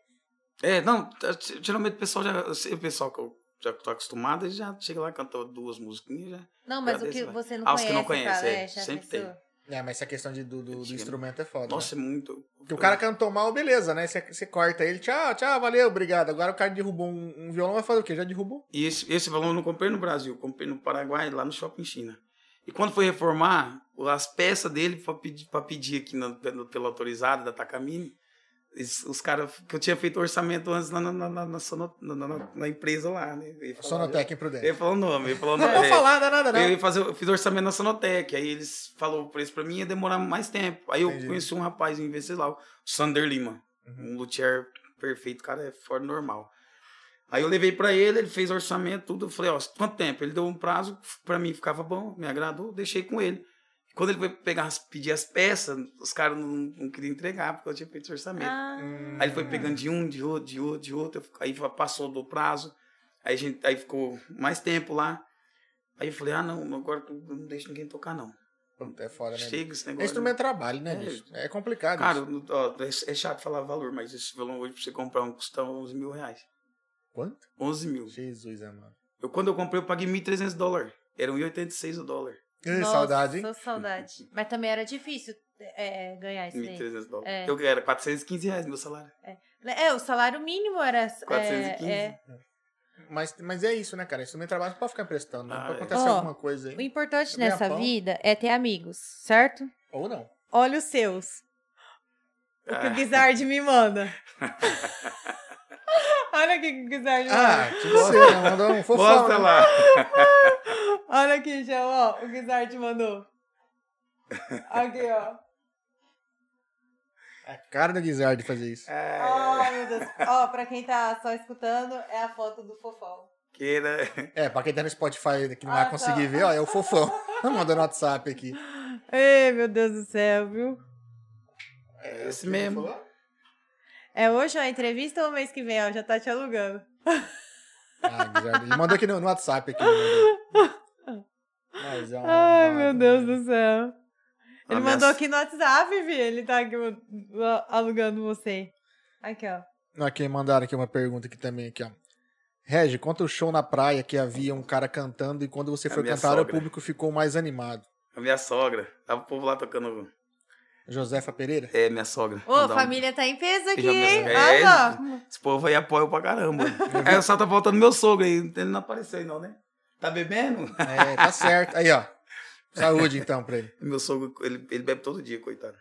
Speaker 3: É, não, t- geralmente o pessoal já. eu sei, O pessoal que eu já tô acostumado, ele já chega lá, canta duas musiquinhas já.
Speaker 1: Não, mas
Speaker 3: Já
Speaker 1: o que
Speaker 3: desse, vai.
Speaker 1: você não
Speaker 3: Ah, os
Speaker 1: conhece,
Speaker 3: que não
Speaker 1: cara,
Speaker 3: conhece, é.
Speaker 1: é, já
Speaker 3: Sempre
Speaker 1: pensou?
Speaker 3: tem.
Speaker 2: É, mas essa questão de, do, do- do
Speaker 3: Antiga, né?
Speaker 2: instrumento é foda. né?
Speaker 3: Nossa, é muito.
Speaker 2: Porque o cara cantou mal, beleza, né? Você, você corta ele, tchau, tchau, valeu, obrigado. Agora o cara derrubou um, um violão, vai fazer o quê? Já derrubou?
Speaker 3: E esse, esse violão eu não comprei no Brasil, eu comprei no Paraguai, lá no shopping China. E quando foi reformar, as peças dele pra pedir, pra pedir aqui na, pelo, pelo autorizado da Takamine, eles- os caras que eu tinha feito orçamento antes lá na, na, na, na, sono- na- na- na- na empresa lá, né? Eu ia falar-
Speaker 2: Sonotec
Speaker 3: Eu ia
Speaker 2: imprudente.
Speaker 3: falar o nome, eu ia falar o
Speaker 2: Não
Speaker 3: nome.
Speaker 2: vou
Speaker 3: é.
Speaker 2: falar, não é nada,
Speaker 3: Eu
Speaker 2: não.
Speaker 3: ia fazer, eu fiz orçamento na Sonotec, aí eles falaram o preço pra mim ia demorar mais tempo. Aí eu
Speaker 2: Entendi.
Speaker 3: conheci um rapaz em Venceslau, Sander Lima,
Speaker 2: Uhum.
Speaker 3: um luthier perfeito, cara, é fora do normal. Aí eu levei pra ele, ele fez orçamento, tudo, eu falei, ó, quanto tempo? Ele deu um prazo, pra mim ficava bom, me agradou, deixei com ele. Quando ele foi pegar, as- pedir as peças, os caras não, não queriam entregar, porque eu tinha feito orçamento.
Speaker 1: Ah,
Speaker 3: Aí ele foi
Speaker 2: Uhum.
Speaker 3: pegando de um, de outro, de outro, de outro. eu fico- Aí fa- passou do prazo. Aí, a gente, aí ficou mais tempo lá. Aí eu falei, ah, não, agora eu não deixo ninguém tocar, não.
Speaker 2: Puta, é foda, né? bicho?
Speaker 3: Chega esse
Speaker 2: É
Speaker 3: negócio.
Speaker 2: instrumento de trabalho, né,
Speaker 3: É.
Speaker 2: bicho? É complicado.
Speaker 3: Cara,
Speaker 2: isso.
Speaker 3: eu- ó, é- é chato falar valor, mas esse violão hoje, pra você comprar um, custa 11 mil reais.
Speaker 2: Quanto?
Speaker 3: 11 mil.
Speaker 2: Jesus, amado.
Speaker 3: Eu, quando eu comprei, eu paguei 1.300 dólares. Era 1,86 o dólar.
Speaker 2: Ih,
Speaker 1: nossa,
Speaker 2: saudade, hein?
Speaker 1: Sou saudade. Mas também era difícil é, ganhar isso daí.
Speaker 3: 1.300 dólares.
Speaker 1: É.
Speaker 3: Eu era 415 reais meu salário.
Speaker 1: É, o salário mínimo era...
Speaker 3: 415.
Speaker 1: é, é,
Speaker 2: Mas, mas é isso, né, cara? Instrumento de trabalho não pode ficar emprestando, né?
Speaker 3: Ah,
Speaker 2: Pode
Speaker 3: é.
Speaker 2: acontecer
Speaker 1: Ó,
Speaker 2: alguma coisa
Speaker 1: O
Speaker 2: aí.
Speaker 1: importante
Speaker 2: Ganhar
Speaker 1: nessa
Speaker 2: pão.
Speaker 1: vida é ter amigos, certo?
Speaker 2: Ou não.
Speaker 1: Olha os seus. O que o
Speaker 3: Ah.
Speaker 1: Guizard me manda. Olha aqui o que o Guizard me
Speaker 2: Ah,
Speaker 1: manda.
Speaker 2: que você né? mandou um fofão.
Speaker 3: Mostra
Speaker 2: né?
Speaker 3: tá lá.
Speaker 1: Olha aqui, João, ó. O Guizard mandou. Aqui, ó.
Speaker 2: É cara do Guizard fazer isso.
Speaker 1: É.
Speaker 3: Ah,
Speaker 1: Ó, meu Deus. Ó, pra quem tá só escutando, é a foto do fofão.
Speaker 3: Queira.
Speaker 2: É, pra quem tá no Spotify que não
Speaker 1: Ah,
Speaker 2: vai
Speaker 1: tá.
Speaker 2: conseguir ver, ó, é o fofão. Mandando WhatsApp aqui.
Speaker 1: Ei, meu Deus do céu, viu?
Speaker 3: É esse mesmo.
Speaker 1: É hoje a entrevista ou mês que vem? Ó, já tá te alugando.
Speaker 2: É, Ah, Guizardo. Ele mandou aqui no, no WhatsApp. Aqui, ele mandou. Mas é um-
Speaker 1: Ai,
Speaker 2: uma-
Speaker 1: meu Deus do céu.
Speaker 3: Uma
Speaker 1: Ele mandou
Speaker 3: ameaça.
Speaker 1: aqui no WhatsApp, Vi. Ele tá aqui ó, alugando você. Aqui, ó.
Speaker 2: Aqui mandaram aqui uma pergunta aqui também, aqui, ó. Regi, conta o show na praia que havia um cara cantando e quando você
Speaker 3: É
Speaker 2: foi
Speaker 3: minha
Speaker 2: cantar, o
Speaker 3: sogra.
Speaker 2: público ficou mais animado.
Speaker 3: A minha sogra. Tava o povo lá tocando.
Speaker 2: Josefa Pereira?
Speaker 3: É, minha sogra.
Speaker 1: Ô,
Speaker 3: Mandar um-
Speaker 1: família tá em peso aqui,
Speaker 3: Beijão,
Speaker 1: hein?
Speaker 3: beijão.
Speaker 1: Olha só.
Speaker 3: Esse povo aí apoia pra caramba. aí só tá faltando meu sogro aí. Ele não apareceu aí, não, né? Tá bebendo?
Speaker 2: É, tá certo. Aí, ó. Saúde então pra ele.
Speaker 3: Meu sogro, ele, ele bebe todo dia, coitado.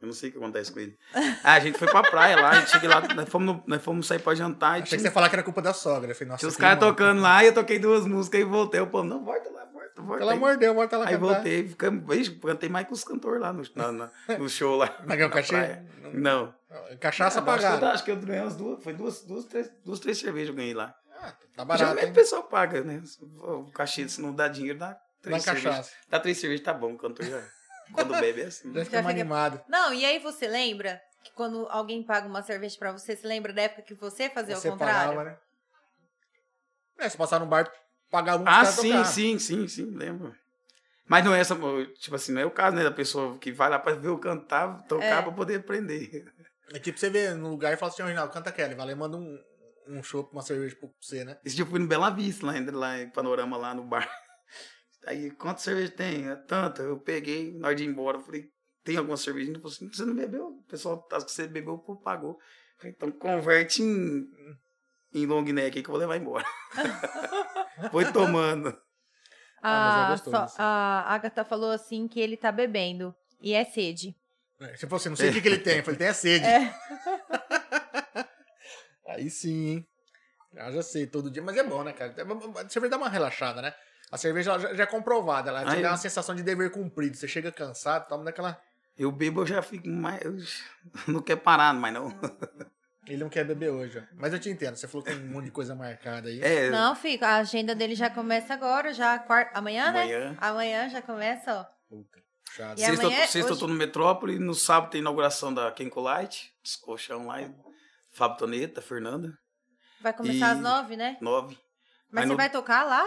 Speaker 3: Eu não sei o que acontece com ele. Ah, a gente foi pra praia lá, a gente chega lá, nós fomos, no- nós fomos sair pra jantar e
Speaker 2: Achei
Speaker 3: tinha,
Speaker 2: que você ia falar que era culpa da sogra. Eu falei, nossa,
Speaker 3: tinha os
Speaker 2: que
Speaker 3: caras
Speaker 2: irmão.
Speaker 3: tocando lá e eu toquei duas músicas e voltei. O povo, não, volta lá, volta, volta.
Speaker 2: Pelo
Speaker 3: aí.
Speaker 2: amor de Deus, bora tá lá
Speaker 3: Aí
Speaker 2: cantar.
Speaker 3: voltei, ficamos, vixe, cantei mais com os cantores lá no, na- na- no show lá.
Speaker 2: Mas ganhou
Speaker 3: na
Speaker 2: cachê?
Speaker 3: praia. Ah, Não.
Speaker 2: um Cachaça
Speaker 3: Não, acho que eu-
Speaker 2: pagada.
Speaker 3: Acho que eu ganhei umas duas, foi duas, duas, três, duas, três cervejas eu ganhei lá.
Speaker 2: Ah, tá barato,
Speaker 3: Geralmente o
Speaker 2: hein?
Speaker 3: pessoal paga, né? O cachê, se não dá dinheiro, dá
Speaker 2: Na
Speaker 3: três cervejas.
Speaker 2: cachaça.
Speaker 3: Dá três cervejas, tá bom, o cantor já. Quando bebe é assim.
Speaker 2: Já ficamos
Speaker 1: fica-
Speaker 2: animados.
Speaker 1: Não, e aí você lembra que quando alguém paga uma cerveja pra você, você lembra da época que você fazia
Speaker 2: Você
Speaker 1: o contrário?
Speaker 2: pagava, né? É, se passar no bar, pagava um
Speaker 3: Ah,
Speaker 2: pros caras
Speaker 3: sim,
Speaker 2: tocar.
Speaker 3: sim, sim, sim, lembro. Mas não é essa, tipo assim, não é o caso, né? Da pessoa que vai lá pra ver eu cantar, tocar
Speaker 1: É.
Speaker 3: pra poder aprender.
Speaker 2: É tipo você vê no lugar e fala assim, Reginaldo, canta Kelly. Vai lá e manda um, um chopp, uma cerveja pra você, né?
Speaker 3: Esse dia eu fui no Bela Vista, lá, em- lá em Panorama, lá no bar. Aí, quantas cerveja tem? É Tanta. Eu peguei, na hora de ir embora, eu falei, tem alguma cerveja? Ele falou assim, você não bebeu? O pessoal, tá- que você bebeu, o povo pagou. Eu falei, então converte em, em long neck aí que eu vou levar embora. Foi tomando.
Speaker 2: Ah, mas é
Speaker 1: A,
Speaker 2: gostoso,
Speaker 1: só-
Speaker 2: assim.
Speaker 1: a Agatha falou assim que ele tá bebendo. E é sede.
Speaker 2: É, Se fosse, não sei o que, que ele tem. Eu falei, tem a sede.
Speaker 1: É.
Speaker 2: Aí sim, hein? Eu já sei, todo dia. Mas é bom, né, cara? A cerveja dá uma relaxada, né? A cerveja ela já, já é comprovada. Ela te
Speaker 3: Aí-
Speaker 2: dá uma sensação de dever cumprido. Você chega cansado, toma daquela...
Speaker 3: Eu bebo, eu já fico mais... eu não quero parar mais, não.
Speaker 2: Ele não quer beber hoje, ó. Mas eu te entendo. Você falou que tem um monte de coisa marcada aí.
Speaker 3: É,
Speaker 1: Não, fica. A agenda dele já começa agora, já quar- amanhã, né?
Speaker 3: amanhã.
Speaker 1: Amanhã já começa, ó.
Speaker 2: Puta, puxado.
Speaker 1: E a-
Speaker 3: Sexta,
Speaker 1: amanhã é
Speaker 3: sexta eu tô no Metrópole, no sábado tem a inauguração da Kenko Light, os colchão
Speaker 1: É.
Speaker 3: lá, e Fábio Toneta, Fernanda,
Speaker 1: Vai começar
Speaker 3: E-
Speaker 1: às nove, né?
Speaker 3: nove.
Speaker 1: Mas
Speaker 3: Mas
Speaker 1: você
Speaker 3: não-
Speaker 1: vai tocar lá?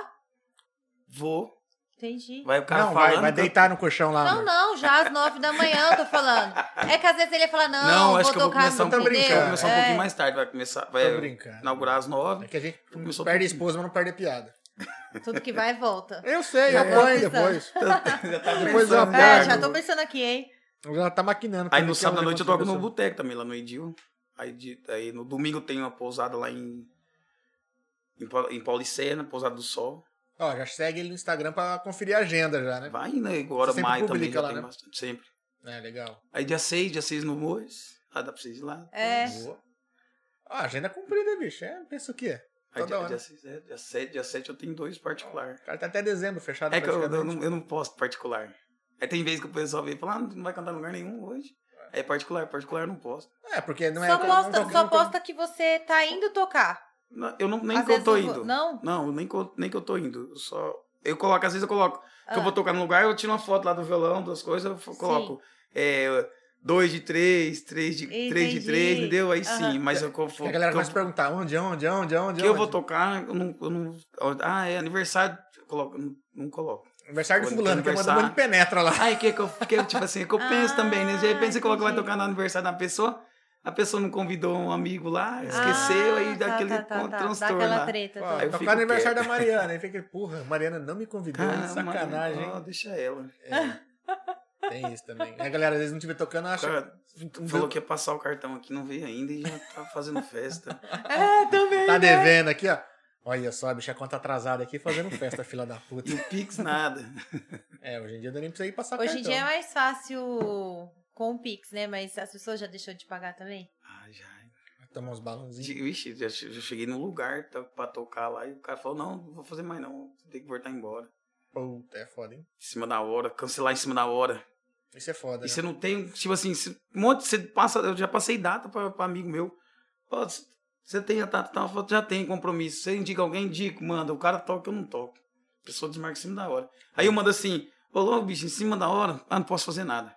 Speaker 3: Vou,
Speaker 1: Entendi.
Speaker 3: vai o cara
Speaker 2: não, vai,
Speaker 3: Tá falando.
Speaker 2: vai
Speaker 3: que eu-
Speaker 2: deitar no colchão lá.
Speaker 1: Não,
Speaker 2: mano.
Speaker 1: não, já às nove da manhã eu tô falando. É que às vezes ele ia falar, não,
Speaker 3: Não, acho
Speaker 1: vou
Speaker 3: que eu vou
Speaker 1: tocar
Speaker 3: começar um,
Speaker 1: no
Speaker 2: Tá
Speaker 3: pouco-
Speaker 1: primeiro.
Speaker 2: brincando.
Speaker 3: vou começar um
Speaker 1: É.
Speaker 3: pouquinho mais tarde, vai começar,
Speaker 2: Tô
Speaker 3: vai
Speaker 2: brincando.
Speaker 3: inaugurar às
Speaker 2: É
Speaker 3: nove.
Speaker 2: que a gente
Speaker 3: Começou
Speaker 2: perde a
Speaker 3: tudo.
Speaker 2: esposa, mas não perde a piada.
Speaker 1: Tudo que vai, volta.
Speaker 2: Eu sei,
Speaker 1: Já
Speaker 2: eu ponho
Speaker 1: tá
Speaker 2: depois.
Speaker 3: Já tá
Speaker 2: Depois eu
Speaker 3: pensando,
Speaker 2: apago.
Speaker 1: É,
Speaker 3: cara.
Speaker 1: já tô pensando aqui, hein?
Speaker 2: Já tá maquinando.
Speaker 3: Aí
Speaker 2: quando
Speaker 3: no
Speaker 2: que
Speaker 3: sábado à
Speaker 2: ela
Speaker 3: noite eu
Speaker 2: vai
Speaker 3: toco no
Speaker 2: conseguir
Speaker 3: boteco também, lá no Edil. Aí, de- aí no domingo tem uma pousada lá em, em, Pau- em Paulicéia, na Pousada do Sol.
Speaker 2: Ó, já segue ele no Instagram pra conferir a agenda já, né?
Speaker 3: Vai indo aí agora,
Speaker 2: Você sempre
Speaker 3: maio também,
Speaker 2: publica
Speaker 3: já
Speaker 2: lá,
Speaker 3: tem
Speaker 2: né?
Speaker 3: bastante, sempre.
Speaker 2: É, legal.
Speaker 3: Aí dia 6, dia 6 no Mois. Ah, dá pra vocês ir lá.
Speaker 1: É.
Speaker 2: Boa. Ó, a agenda é cumprida, bicho. É, pensa o quê?
Speaker 3: Aí
Speaker 2: Toda
Speaker 3: dia,
Speaker 2: hora.
Speaker 3: dia, 6, é, dia 7, dia 7 eu tenho dois particular.
Speaker 2: O cara tá até dezembro fechado
Speaker 3: É que eu, eu
Speaker 2: praticamente.
Speaker 3: não, eu não posto particular. Aí tem vezes que o pessoal vem e fala, ah, não vai cantar em lugar nenhum hoje. Aí é particular, particular eu não posto.
Speaker 2: É, porque não é...
Speaker 1: só
Speaker 2: não
Speaker 1: posta,
Speaker 2: tô-
Speaker 1: só
Speaker 2: não tô-
Speaker 1: posta que você tá indo tocar.
Speaker 3: Não, Eu não, nem
Speaker 1: Às
Speaker 3: que eu
Speaker 1: vezes
Speaker 3: tô
Speaker 1: vou-
Speaker 3: indo.
Speaker 1: Não?
Speaker 3: Não, nem que, eu- nem que eu tô indo. Eu só. Eu coloco, às vezes eu coloco. Que eu
Speaker 1: Ah.
Speaker 3: vou tocar no lugar, eu tiro uma foto lá do violão, duas coisas, eu fo- coloco. É, dois de três, três de, três de três,
Speaker 1: Entendi.
Speaker 3: entendeu? Aí
Speaker 1: Aham.
Speaker 3: sim, mas eu que eu for-
Speaker 2: A galera
Speaker 3: que eu
Speaker 2: vai se perguntar onde, onde, onde, onde,
Speaker 3: que eu
Speaker 2: onde?
Speaker 3: vou tocar, eu não, eu não- Ah, é aniversário. eu coloco, eu não, não coloco.
Speaker 2: Aniversário de
Speaker 3: Quando
Speaker 2: fulano, que manda um
Speaker 3: conversar.
Speaker 2: monte de penetra lá.
Speaker 3: Aí que, que eu fiquei, tipo assim, que eu penso
Speaker 1: Ah,
Speaker 3: também, né? De repente você coloca, vai
Speaker 1: entendi.
Speaker 3: tocar no aniversário da pessoa, a pessoa não convidou um amigo lá, esqueceu,
Speaker 1: Ah,
Speaker 3: aí dá
Speaker 1: tá,
Speaker 3: aquele
Speaker 1: tá, tá,
Speaker 3: con-
Speaker 1: tá.
Speaker 3: transtorno
Speaker 1: Dá aquela
Speaker 3: lá.
Speaker 1: treta.
Speaker 2: Ó,
Speaker 1: toda.
Speaker 3: Aí eu
Speaker 2: tocar
Speaker 3: fico Ah,
Speaker 2: aniversário da Mariana. Aí fica, porra, Mariana não me convidou, hein?
Speaker 3: Caramba,
Speaker 2: sacanagem.
Speaker 3: ó,
Speaker 2: hein?
Speaker 3: deixa ela.
Speaker 2: É, tem isso também. A galera, às vezes, não tiver tocando,
Speaker 3: O
Speaker 2: acha...
Speaker 3: cara
Speaker 2: um
Speaker 3: falou que ia passar o cartão aqui, não veio ainda e já tá fazendo festa.
Speaker 1: É, também.
Speaker 2: Tá
Speaker 1: né?
Speaker 2: devendo aqui, ó. Olha só, a bicha conta atrasada aqui fazendo festa, fila da puta.
Speaker 3: E o Pix nada.
Speaker 2: É, hoje em dia eu nem precisa ir passar
Speaker 1: Hoje em
Speaker 2: cartão.
Speaker 1: dia é mais fácil com o Pix, né? Mas as pessoas já deixou de pagar também.
Speaker 3: Ah, já.
Speaker 2: Tomar uns balãozinhos.
Speaker 3: Vixe, já, já cheguei num lugar tá, pra tocar lá e o cara falou, não, não vou fazer mais não, tem que voltar embora.
Speaker 2: Puta, é foda, hein?
Speaker 3: Em cima da hora, cancelar em cima da hora.
Speaker 2: Isso é foda,
Speaker 3: E
Speaker 2: né?
Speaker 3: você não tem, tipo assim, se- um monte, você passa, eu já passei data pra, pra amigo meu. Pô, c- você tem a data, tal, fala, já tem compromisso. Você indica alguém, indica, manda. O cara toca, eu não toco. A pessoa desmarca em cima da hora. Aí eu mando assim, ô logo, bicho, em cima da hora, ah, não posso fazer nada.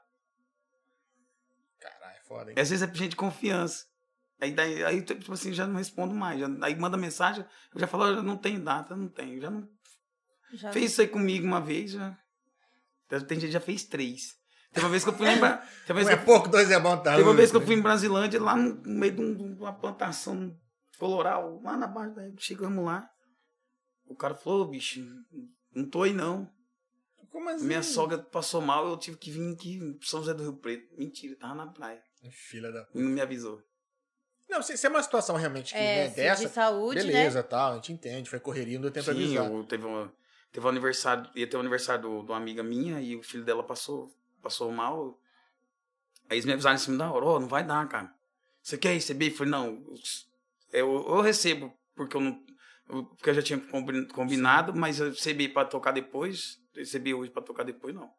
Speaker 2: Caralho, é foda, hein?
Speaker 3: E às vezes é gente de confiança. Aí, daí, aí, tipo assim, já não respondo mais. já- aí manda mensagem, eu já falo, olha, não tem data, não tem. Já não,
Speaker 1: Já
Speaker 3: fez isso aí comigo uma vez, já. Tem gente que já fez três. Teve uma vez que eu fui lembrar. Teve uma
Speaker 2: Um
Speaker 3: vez
Speaker 2: é
Speaker 3: que eu
Speaker 2: pouco, dois é bom, tá?
Speaker 3: Teve uma
Speaker 2: louco,
Speaker 3: vez que eu
Speaker 2: né?
Speaker 3: fui em Brasilândia, lá no no meio de, um- de uma plantação coloral, lá na base da chegamos lá. O cara falou, "Ô, bicho, não tô aí não.
Speaker 2: Como assim?
Speaker 3: Minha sogra passou mal, eu tive que vir aqui em São José do Rio Preto. Mentira, tava na praia.
Speaker 2: Filha da.
Speaker 3: E não me avisou.
Speaker 2: Não, se, se é uma situação realmente que,
Speaker 1: é,
Speaker 2: né,
Speaker 1: se-
Speaker 2: dessa,
Speaker 1: de saúde, né?
Speaker 2: beleza, tal, a gente entende, foi correria, não deu tempo de
Speaker 3: Sim,
Speaker 2: avisar.
Speaker 3: eu, teve, um, teve um aniversário, ia ter um aniversário do- de uma amiga minha e o filho dela passou, passou mal. Aí eles me avisaram em cima da hora, ó, não vai dar, cara. Você quer receber? Eu falei, não, eu, eu recebo, porque eu não. eu- Porque eu já tinha combi- combinado, mas eu recebi pra tocar depois. Recebi hoje pra tocar depois, não.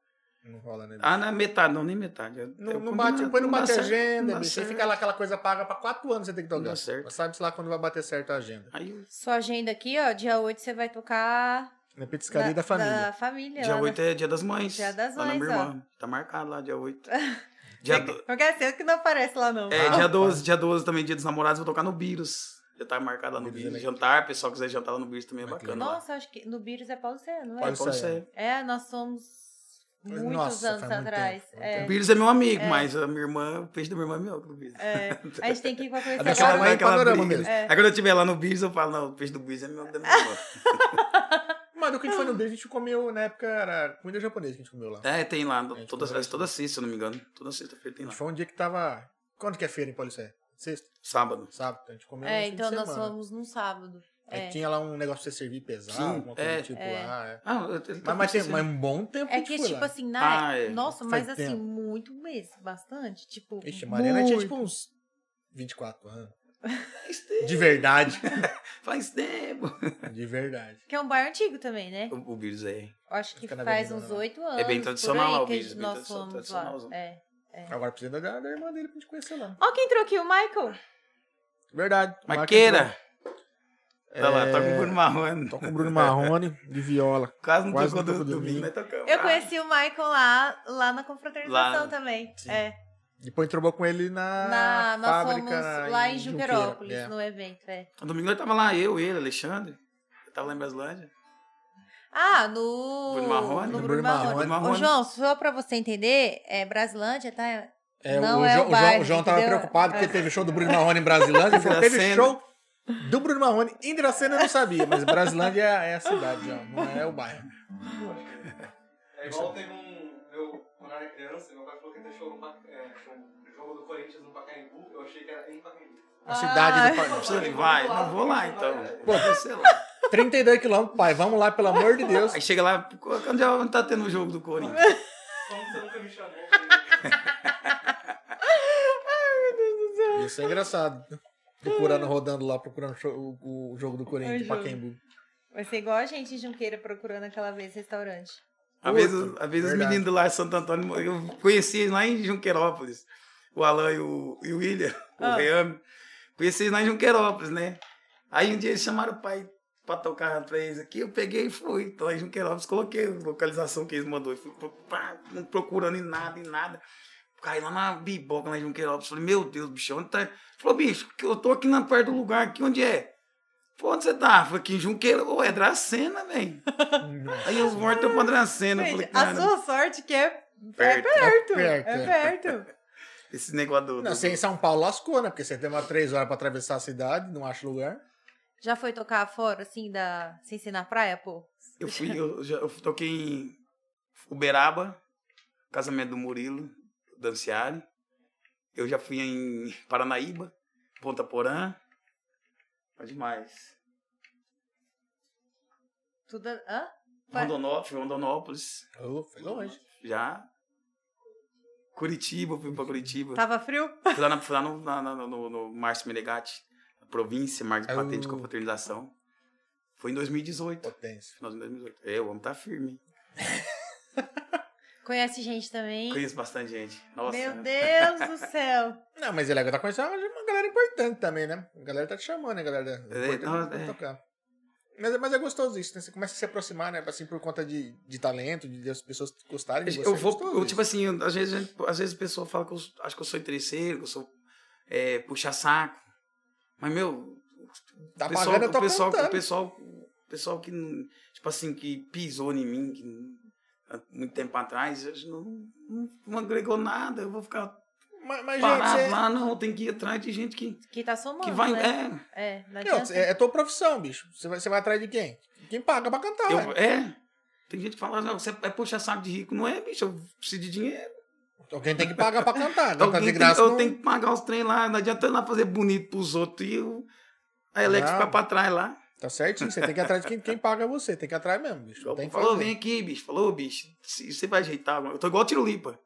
Speaker 2: Não rola, né? bicho?
Speaker 3: Ah, não é metade, não, nem metade. Eu-
Speaker 2: não,
Speaker 3: eu
Speaker 2: não bate,
Speaker 3: combinado,
Speaker 2: depois não
Speaker 3: dá
Speaker 2: bate a
Speaker 3: certo,
Speaker 2: agenda, bicho.
Speaker 3: dá
Speaker 2: Aí
Speaker 3: certo.
Speaker 2: fica lá aquela coisa paga pra quatro anos você tem que
Speaker 3: Não
Speaker 2: tocar.
Speaker 3: dá certo.
Speaker 2: Mas sabe-se lá quando vai bater certo a agenda.
Speaker 3: Aí,
Speaker 1: Sua agenda aqui, ó, dia 8 você vai tocar
Speaker 2: Na petiscaria da, família.
Speaker 1: Da família.
Speaker 3: dia
Speaker 1: lá né?
Speaker 3: 8 é dia das mães.
Speaker 1: Dia das
Speaker 3: lá na minha
Speaker 1: mães, ó.
Speaker 3: irmã. Tá marcado lá, dia 8.
Speaker 1: na...
Speaker 3: dia do...
Speaker 1: Não quer dizer que não aparece lá, não.
Speaker 3: É,
Speaker 2: Ah,
Speaker 3: dia
Speaker 2: rapaz.
Speaker 3: 12, dia 12 também, dia dos namorados, eu vou tocar no Birus. Já tá marcado lá no
Speaker 2: Birus
Speaker 3: Birus.
Speaker 2: Electro.
Speaker 3: Jantar, pessoal quiser jantar lá no Birus também é
Speaker 2: é Bacana.
Speaker 3: bacana. lá.
Speaker 1: Nossa, acho que no Bírus é Paulo Cé, não é?
Speaker 2: Paulo
Speaker 3: É, pode
Speaker 2: Cé,
Speaker 3: ser.
Speaker 1: É, nós somos
Speaker 2: Mas,
Speaker 1: muitos
Speaker 2: nossa,
Speaker 1: anos
Speaker 2: faz muito
Speaker 1: atrás.
Speaker 2: tempo,
Speaker 1: é,
Speaker 3: O Birus é meu amigo, mas a minha irmã, o peixe da minha irmã é meu. do Birus.
Speaker 1: é. A gente tem que ir pra
Speaker 2: A da
Speaker 1: conhecer
Speaker 2: sua
Speaker 1: agora.
Speaker 2: mãe é panorama
Speaker 3: briga.
Speaker 2: mesmo.
Speaker 1: É.
Speaker 3: Aí quando eu estiver lá no Birus, eu falo, não, o peixe do Birus é meu da minha irmã.
Speaker 2: Mano, quando a gente
Speaker 1: Ah.
Speaker 2: foi no beijo, a gente comeu, na época, era comida japonesa que a gente comeu lá.
Speaker 3: É, tem lá,
Speaker 2: gente
Speaker 3: toda,
Speaker 2: conversa.
Speaker 3: toda sexta, se eu não me engano. Toda sexta-feira
Speaker 2: A
Speaker 3: tem lá.
Speaker 2: gente foi um dia que tava... Quando que é feira em Policé? Sexta?
Speaker 3: Sábado.
Speaker 2: Sábado? Então a gente comeu no
Speaker 1: É,
Speaker 2: fim
Speaker 1: então
Speaker 2: de
Speaker 1: nós
Speaker 2: semana.
Speaker 1: fomos num sábado.
Speaker 2: Aí
Speaker 1: É.
Speaker 2: tinha lá um negócio pra você servir pesado,
Speaker 3: Sim,
Speaker 2: alguma coisa
Speaker 3: é.
Speaker 2: do tipo
Speaker 1: É.
Speaker 2: lá. é.
Speaker 3: Ah, eu, eu,
Speaker 2: Mas, mas, tem- mas um bom tempo
Speaker 1: É
Speaker 2: a gente
Speaker 1: que,
Speaker 2: foi
Speaker 1: tipo
Speaker 2: lá.
Speaker 1: assim, na...
Speaker 3: Ah, é.
Speaker 1: nossa,
Speaker 2: Faz
Speaker 1: mas assim,
Speaker 2: tempo.
Speaker 1: muito mesmo, bastante. Tipo,
Speaker 2: Ixi, a Mariana tinha tipo uns 24 anos. De verdade.
Speaker 3: Faz tempo.
Speaker 2: De verdade.
Speaker 1: que é um bar antigo também, né?
Speaker 3: O, o Birus é.
Speaker 1: Eu acho que
Speaker 2: Fica na
Speaker 1: faz
Speaker 2: Avenida
Speaker 1: uns
Speaker 2: lá.
Speaker 1: oito anos.
Speaker 3: bem
Speaker 1: por
Speaker 3: tradicional lá,
Speaker 1: aí,
Speaker 3: o
Speaker 1: que
Speaker 3: Bírus, bem
Speaker 1: nós
Speaker 3: tradicional-
Speaker 1: fomos lá.
Speaker 3: tradicionalzão.
Speaker 1: É.
Speaker 2: Agora precisa da, da irmã dele pra gente conhecer lá.
Speaker 1: Ó, quem entrou aqui? O Michael?
Speaker 2: Verdade.
Speaker 3: Marqueira.
Speaker 2: É.
Speaker 3: Olha lá, toca o Bruno Marrone.
Speaker 2: Tô com o Bruno Marrone de viola.
Speaker 3: Quase não
Speaker 2: Quase
Speaker 3: tocou
Speaker 2: não tocou
Speaker 3: do domingo,
Speaker 2: domingo.
Speaker 3: mas tocamos.
Speaker 1: Eu
Speaker 3: Ah,
Speaker 1: conheci o Michael lá, lá na confraternização
Speaker 3: Lá,
Speaker 1: também.
Speaker 2: sim.
Speaker 1: É.
Speaker 2: Depois trombou com ele na,
Speaker 1: Na, nós
Speaker 2: fábrica.
Speaker 1: fomos lá em
Speaker 2: Junqueira.
Speaker 1: Junquerópolis,
Speaker 2: É.
Speaker 1: no evento, é.
Speaker 3: No domingo nós tava lá, eu, ele, Alexandre. Eu tava lá em Brasilândia.
Speaker 1: Ah, no...
Speaker 3: Bruno Marrone?
Speaker 1: No Bruno
Speaker 2: No Bruno
Speaker 1: Marrone.
Speaker 2: Marrone.
Speaker 1: Ô, João, só pra você entender, é Brasilândia, tá?
Speaker 2: É,
Speaker 1: Não
Speaker 2: o,
Speaker 1: é o
Speaker 2: João, o
Speaker 1: bairro,
Speaker 2: João, o João tava
Speaker 1: entendeu?
Speaker 2: preocupado porque
Speaker 1: É.
Speaker 2: teve show do Bruno Marrone em Brasilândia. Ele falou, teve
Speaker 3: Dracena.
Speaker 2: show do Bruno Marrone em Dracena, eu não sabia. Mas Brasilândia é a cidade, João. Não é o bairro.
Speaker 4: É igual teve um. Meu, quando eu era criança, meu pai falou que ia ter show no Pac- é, show- jogo do Corinthians no Pacaembu, eu achei que era em Pacaembu.
Speaker 2: A cidade
Speaker 1: Ah.
Speaker 2: do
Speaker 3: Você vai, não vou lá então.
Speaker 2: Pô,
Speaker 3: sei lá.
Speaker 2: 32 quilômetros, pai. Vamos lá, pelo amor de Deus.
Speaker 3: Aí chega lá, pô, quando já tá tendo o jogo do Corinthians?
Speaker 4: Como você nunca um me chamou?
Speaker 2: Isso é engraçado. Procurando, rodando lá, procurando show- o, o jogo do
Speaker 1: É o
Speaker 2: Corinthians, o
Speaker 1: jogo.
Speaker 2: Pacaembu.
Speaker 1: Vai ser igual a gente em Junqueira procurando aquela vez restaurante.
Speaker 3: Às vezes,
Speaker 2: Puta,
Speaker 3: às vezes os
Speaker 2: verdade.
Speaker 3: meninos lá de Santo Antônio, eu conheci eles lá em Junquerópolis, o Alan e o, e o William,
Speaker 1: Ah.
Speaker 3: o Reame. Conheci eles lá em Junquerópolis, né? Aí um dia eles chamaram o pai pra tocar pra eles aqui, eu peguei e fui. Tô lá em Junquerópolis, coloquei a localização que eles mandou. e Fui pro- pá, não procurando em nada, em nada. Caí lá na biboca, lá em Junquerópolis. Falei, meu Deus, bicho, onde tá? Falou, bicho, que eu tô aqui na perto do lugar aqui, onde é? Falei, onde você tá? Falei, aqui em Junqueiro. Ô, é Dracena, velho.
Speaker 1: É
Speaker 3: Aí eu volto pra Dracena. Eu
Speaker 1: Gente,
Speaker 3: falei,
Speaker 1: a
Speaker 3: cara,
Speaker 1: sua sorte que é é
Speaker 3: Perto.
Speaker 1: perto. É
Speaker 2: É perto,
Speaker 1: perto.
Speaker 2: é.
Speaker 3: esse negócio do...
Speaker 2: Não,
Speaker 3: do-
Speaker 2: você em São Paulo lascou, né? Porque você demora três horas pra atravessar a cidade, não acha lugar.
Speaker 1: Já foi tocar fora, assim, da... sem ser na praia, pô?
Speaker 3: Eu fui, eu, já, eu toquei em Uberaba, casamento do Murilo, Danciari. Eu já fui em Paranaíba, Ponta Porã. Onde mais?
Speaker 1: Tudo... Hã? Vai.
Speaker 3: Rondonó- fui em Rondonópolis,
Speaker 2: Oh, foi longe.
Speaker 3: já. Curitiba, fui pra Curitiba.
Speaker 1: Tava frio?
Speaker 3: Fui lá, na- fui lá no, na- na- no, no Márcio Menegatti, na província, Marcos
Speaker 2: Ah,
Speaker 3: Patente de
Speaker 2: o-
Speaker 3: Confraternização. Foi em 2018,
Speaker 2: Potência.
Speaker 3: final de 2018. É, o homem tá firme. hein?
Speaker 1: Conhece gente também?
Speaker 3: Conheço bastante gente. Nossa,
Speaker 1: Meu Deus do céu.
Speaker 2: Não, mas ele agora tá conhecendo uma galera importante também, né? A galera tá te chamando, né, galera?
Speaker 3: É,
Speaker 2: Importante
Speaker 3: não,
Speaker 2: pra
Speaker 3: é.
Speaker 2: tocar. Mas, é- mas é gostoso isso, né? Você começa a se aproximar, né? Assim, por conta de, de talento, de as pessoas gostarem de você.
Speaker 3: Eu
Speaker 2: é
Speaker 3: vou,
Speaker 2: gostoso
Speaker 3: eu,
Speaker 2: isso.
Speaker 3: tipo assim, eu- às vezes, a gente- às vezes a pessoa fala que eu acho que eu sou interesseiro, que eu sou é, puxa saco. Mas, meu,
Speaker 2: Tá
Speaker 3: o pessoal,
Speaker 2: pagando, eu
Speaker 3: o
Speaker 2: tô
Speaker 3: pessoal, o
Speaker 2: apontando.
Speaker 3: pessoal, o pessoal que, não- tipo assim, que pisou em mim que, há muito tempo atrás, eu não, não, não agregou nada. Eu vou ficar
Speaker 2: Mas, mas, gente, é-
Speaker 3: parado
Speaker 2: você-
Speaker 3: lá, não. Tem que ir atrás de gente que,
Speaker 1: Que tá somando,
Speaker 3: que vai.
Speaker 1: né?
Speaker 3: É,
Speaker 1: É, não
Speaker 2: Meu,
Speaker 1: adianta.
Speaker 2: é, é tua profissão, bicho. Você vai, você vai atrás de quem? Quem paga pra cantar, né?
Speaker 3: Eu-
Speaker 2: ué.
Speaker 3: é. Tem gente que fala, não, você é puxar saco de rico. Não é, bicho, eu preciso de dinheiro.
Speaker 2: Alguém tem que pagar pra cantar. Não tá
Speaker 3: Alguém
Speaker 2: de
Speaker 3: tem-
Speaker 2: graça,
Speaker 3: eu
Speaker 2: não.
Speaker 3: tenho que pagar os trem lá. Não adianta eu ir lá fazer bonito pros outros e eu, a Alex
Speaker 2: Não.
Speaker 3: ficar pra trás lá.
Speaker 2: Tá certinho. Você tem que ir atrás de quem, quem paga é você. Tem que ir atrás mesmo, bicho. Não tem que
Speaker 3: Falou,
Speaker 2: fazer.
Speaker 3: vem aqui, bicho. Falou, bicho, se- você vai ajeitar. alguma- Eu tô igual tiro limpa.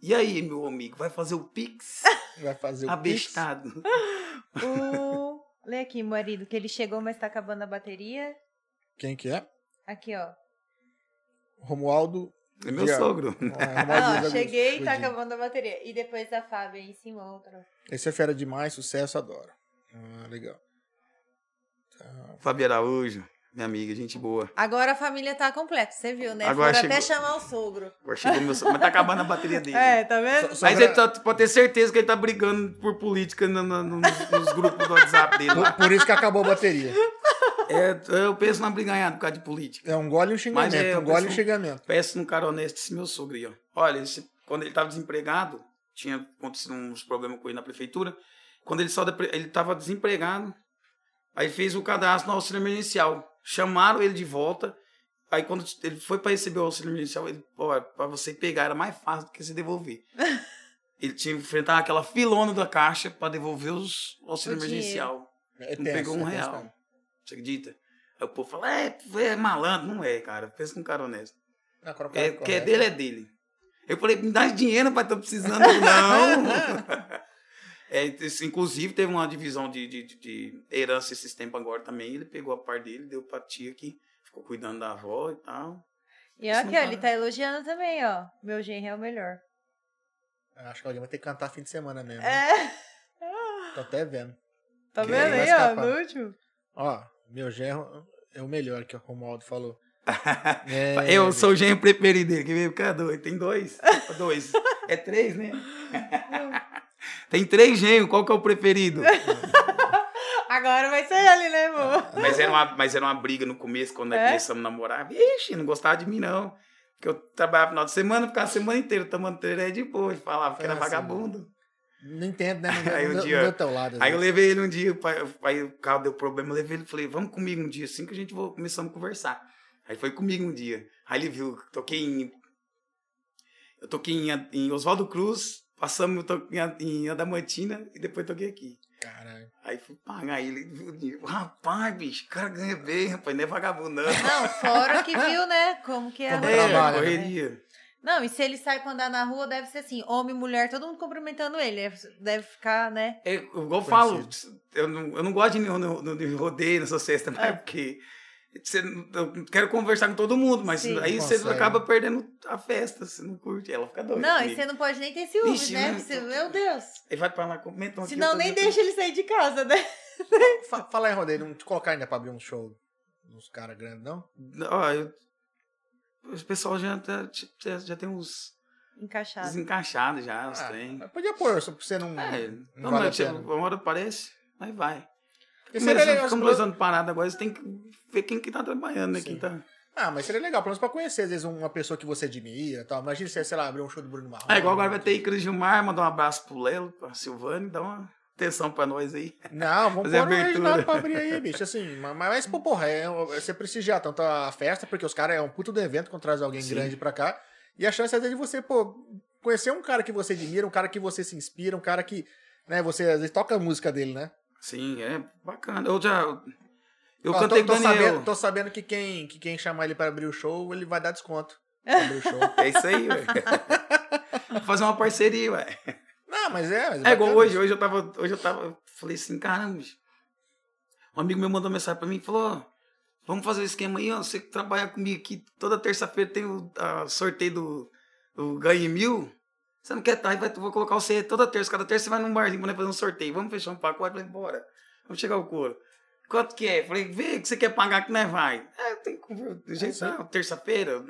Speaker 3: E aí, meu amigo, vai fazer o Pix?
Speaker 2: Vai fazer o pix.
Speaker 3: Abestado.
Speaker 1: O... Lê aqui, marido, que ele chegou, mas tá acabando a bateria.
Speaker 2: Quem que é?
Speaker 1: Aqui, ó.
Speaker 2: Romualdo.
Speaker 3: É meu
Speaker 2: Diabo.
Speaker 3: sogro.
Speaker 2: Ah,
Speaker 1: Ah,
Speaker 2: Romualdo
Speaker 1: ó, cheguei e tá
Speaker 2: Godinho.
Speaker 1: acabando a bateria. E depois a Fábio aí se encontra.
Speaker 2: Esse é fera demais, sucesso, adoro. Ah, legal. Tá.
Speaker 3: Fábio Araújo, minha amiga, gente boa.
Speaker 1: Agora a família tá completa, você viu, né?
Speaker 3: Agora
Speaker 1: Foram até
Speaker 3: chegou.
Speaker 1: chamar o sogro.
Speaker 3: Agora chegou meu sogro, mas tá acabando a bateria dele.
Speaker 1: É, tá vendo?
Speaker 2: Só- só
Speaker 3: Mas
Speaker 2: pra-
Speaker 3: ele tá, pode ter certeza que ele tá brigando por política no- no- no- nos, nos grupos do WhatsApp dele. lá.
Speaker 2: Por, por isso que acabou a bateria.
Speaker 3: É, eu penso na briganhada por causa de política.
Speaker 2: É um gole e um xingamento.
Speaker 3: Mas é,
Speaker 2: um gole e um
Speaker 3: pessoal-
Speaker 2: xingamento.
Speaker 3: Peço num cara honesto esse meu sogro aí, ó. Olha, esse- quando ele tava desempregado, tinha acontecido uns problemas com ele na prefeitura. Quando ele saiu da pre- ele tava desempregado, aí fez o cadastro no auxílio emergencial. Chamaram ele de volta. Aí quando ele foi para receber o auxílio emergencial, ele, ó, para você pegar era mais fácil do que você devolver. ele tinha que enfrentar aquela filona da caixa para devolver os auxílio
Speaker 1: O dinheiro.
Speaker 3: emergencial.
Speaker 2: É
Speaker 3: Não
Speaker 2: tenso,
Speaker 3: pegou um
Speaker 2: é tenso
Speaker 3: real.
Speaker 2: mesmo.
Speaker 3: Você acredita? Aí o povo fala, é, é malandro. Não é, cara. Pensa num cara honesto.
Speaker 2: Ah, quando o cara
Speaker 3: É, o que é
Speaker 2: correto.
Speaker 3: dele é dele. Eu falei, me dá esse dinheiro, pai, tô precisando. não. É, esse- inclusive, teve uma divisão de, de, de- de herança esses tempos agora também. Ele pegou a parte dele, deu pra tia que ficou cuidando da avó e tal.
Speaker 1: E ó,
Speaker 3: Isso não
Speaker 1: aqui, ó,
Speaker 3: tá,
Speaker 1: ele
Speaker 3: né?
Speaker 1: tá elogiando também, ó. Meu genro é o melhor.
Speaker 2: Ah, Acho que alguém vai ter que cantar fim de semana mesmo. né?
Speaker 1: É,
Speaker 2: Tô até vendo.
Speaker 1: tá
Speaker 3: Quem
Speaker 1: vendo
Speaker 3: vai
Speaker 1: aí, ó,
Speaker 2: escapar?
Speaker 1: no último.
Speaker 2: Ó, meu genro é o melhor que o Romualdo falou. É,
Speaker 3: eu sou o genro preferido dele, que veio ficar é doido. Tem dois? dois. É três, né? Tem três genros, qual que é o preferido?
Speaker 1: Agora vai ser ele, né, amor?
Speaker 3: Mas era, uma, mas era uma briga no começo, quando nós
Speaker 1: É?
Speaker 3: começamos a namorar. Vixe, não gostava de mim, não. Porque eu trabalhava final de semana, ficava a semana inteira tomando tereré de boa. e Falava que era
Speaker 2: Ah, sim.
Speaker 3: vagabundo.
Speaker 2: Não entendo, né? Não,
Speaker 3: Aí
Speaker 2: não,
Speaker 3: um
Speaker 2: não
Speaker 3: dia-
Speaker 2: deu teu lado.
Speaker 3: Aí eu
Speaker 2: né?
Speaker 3: levei ele um dia, pai- aí o carro deu problema, eu levei ele e falei, vamos comigo um dia, assim que a gente vou, começamos a conversar. Aí foi comigo um dia. Aí ele viu, toquei em. Eu toquei em, em Oswaldo Cruz, passamos to- em, em Adamantina e depois toquei aqui.
Speaker 2: Caralho.
Speaker 3: Aí fui pagar ele, viu o dinheiro. rapaz, bicho, o cara ganha bem, rapaz, não é vagabundo, não.
Speaker 1: Não, fora que viu, né? Como que é a
Speaker 2: Como
Speaker 1: rotina,
Speaker 2: trabalha,
Speaker 3: É,
Speaker 2: né?
Speaker 3: correria.
Speaker 1: Não, e se ele sai pra andar na rua, deve ser assim, homem, mulher, todo mundo cumprimentando ele. É, Deve ficar, né?
Speaker 3: É, igual eu falo, eu não, eu não gosto de nenhum no, no, de rodeio nessa sexta, mas é porque você não- eu quero conversar com todo mundo, mas
Speaker 1: Sim.
Speaker 3: aí
Speaker 2: Não
Speaker 3: você
Speaker 2: consegue.
Speaker 3: acaba perdendo a festa, você não curte, ela fica doida.
Speaker 1: Não, e
Speaker 3: comigo.
Speaker 1: você não pode nem ter ciúmes,
Speaker 3: Ixi,
Speaker 1: né?
Speaker 3: né?
Speaker 1: Você- meu Deus.
Speaker 3: Aí vai pra lá, comenta um aqui,
Speaker 1: Senão
Speaker 3: outro
Speaker 1: nem
Speaker 3: ali,
Speaker 1: deixa ele sair de casa, né?
Speaker 2: Fa- Fala aí, Rodeiro, não te colocar ainda pra abrir um show dos caras grandes, não?
Speaker 3: outro- Ó, eu- o pessoal já, tá- já, já tem uns
Speaker 1: Encaixado.
Speaker 3: desencaixados já, os
Speaker 2: Ah,
Speaker 3: trem.
Speaker 2: mas podia pôr, só pra você não.
Speaker 3: É,
Speaker 2: não
Speaker 3: não,
Speaker 2: vale a
Speaker 3: mas
Speaker 2: pena.
Speaker 3: uma hora aparece, aí vai.
Speaker 2: Porque
Speaker 3: Ficamos
Speaker 2: seria
Speaker 3: dois
Speaker 2: legal.
Speaker 3: anos- ficamos
Speaker 2: pelo-
Speaker 3: um, dois anos parados agora, você tem que ver quem que tá trabalhando, né?
Speaker 2: Sim.
Speaker 3: Quem tá...
Speaker 2: Ah, mas seria legal, pelo menos pra conhecer, às vezes, uma pessoa que você admira e tal. Imagina você, sei lá, abrir um show do Bruno Marrom.
Speaker 3: É igual agora vai ter Icris Gilmar, mandar um abraço pro Lelo, pra Silvane, dá uma atenção pra nós aí.
Speaker 2: Não, vamos
Speaker 3: Fazer
Speaker 2: pôr um
Speaker 3: abertura.
Speaker 2: original pra abrir aí, bicho. Assim, mas, mas pô, porra, é, você prestigiar tanto a festa, porque os caras é um puto do evento quando traz alguém
Speaker 3: Sim.
Speaker 2: grande pra cá. E a chance é de você, pô, conhecer um cara que você admira, um cara que você se inspira, um cara que, né, você às vezes toca a música dele, né?
Speaker 3: Sim, é bacana. Eu já. Eu
Speaker 2: Ó,
Speaker 3: cantei
Speaker 2: tô,
Speaker 3: com
Speaker 2: tô
Speaker 3: o Daniel.
Speaker 2: sabendo, tô sabendo que quem, que quem chamar ele pra abrir o show, ele vai dar desconto. pra abrir o show.
Speaker 3: É isso aí, ué. Fazer uma parceria, ué.
Speaker 2: Não, mas é. mas
Speaker 3: É igual
Speaker 2: bacana.
Speaker 3: hoje, hoje eu tava. Hoje eu tava. eu Falei assim, caramba. bicho. Um amigo meu mandou mensagem pra mim e falou, ó, vamos fazer o esquema aí, ó. Você que trabalha comigo aqui toda terça-feira tem o a sorteio do, do Ganhe Mil. Você não quer tá? Aí vai, vou colocar você toda terça, cada terça você vai num barzinho pra nós fazer um sorteio. Vamos fechar um pacote, vai embora. Vamos chegar ao couro. Quanto que é? Falei, vê o que você quer pagar que nós vai. É, tem que conver- do jeito
Speaker 2: sim.
Speaker 3: não, terça-feira.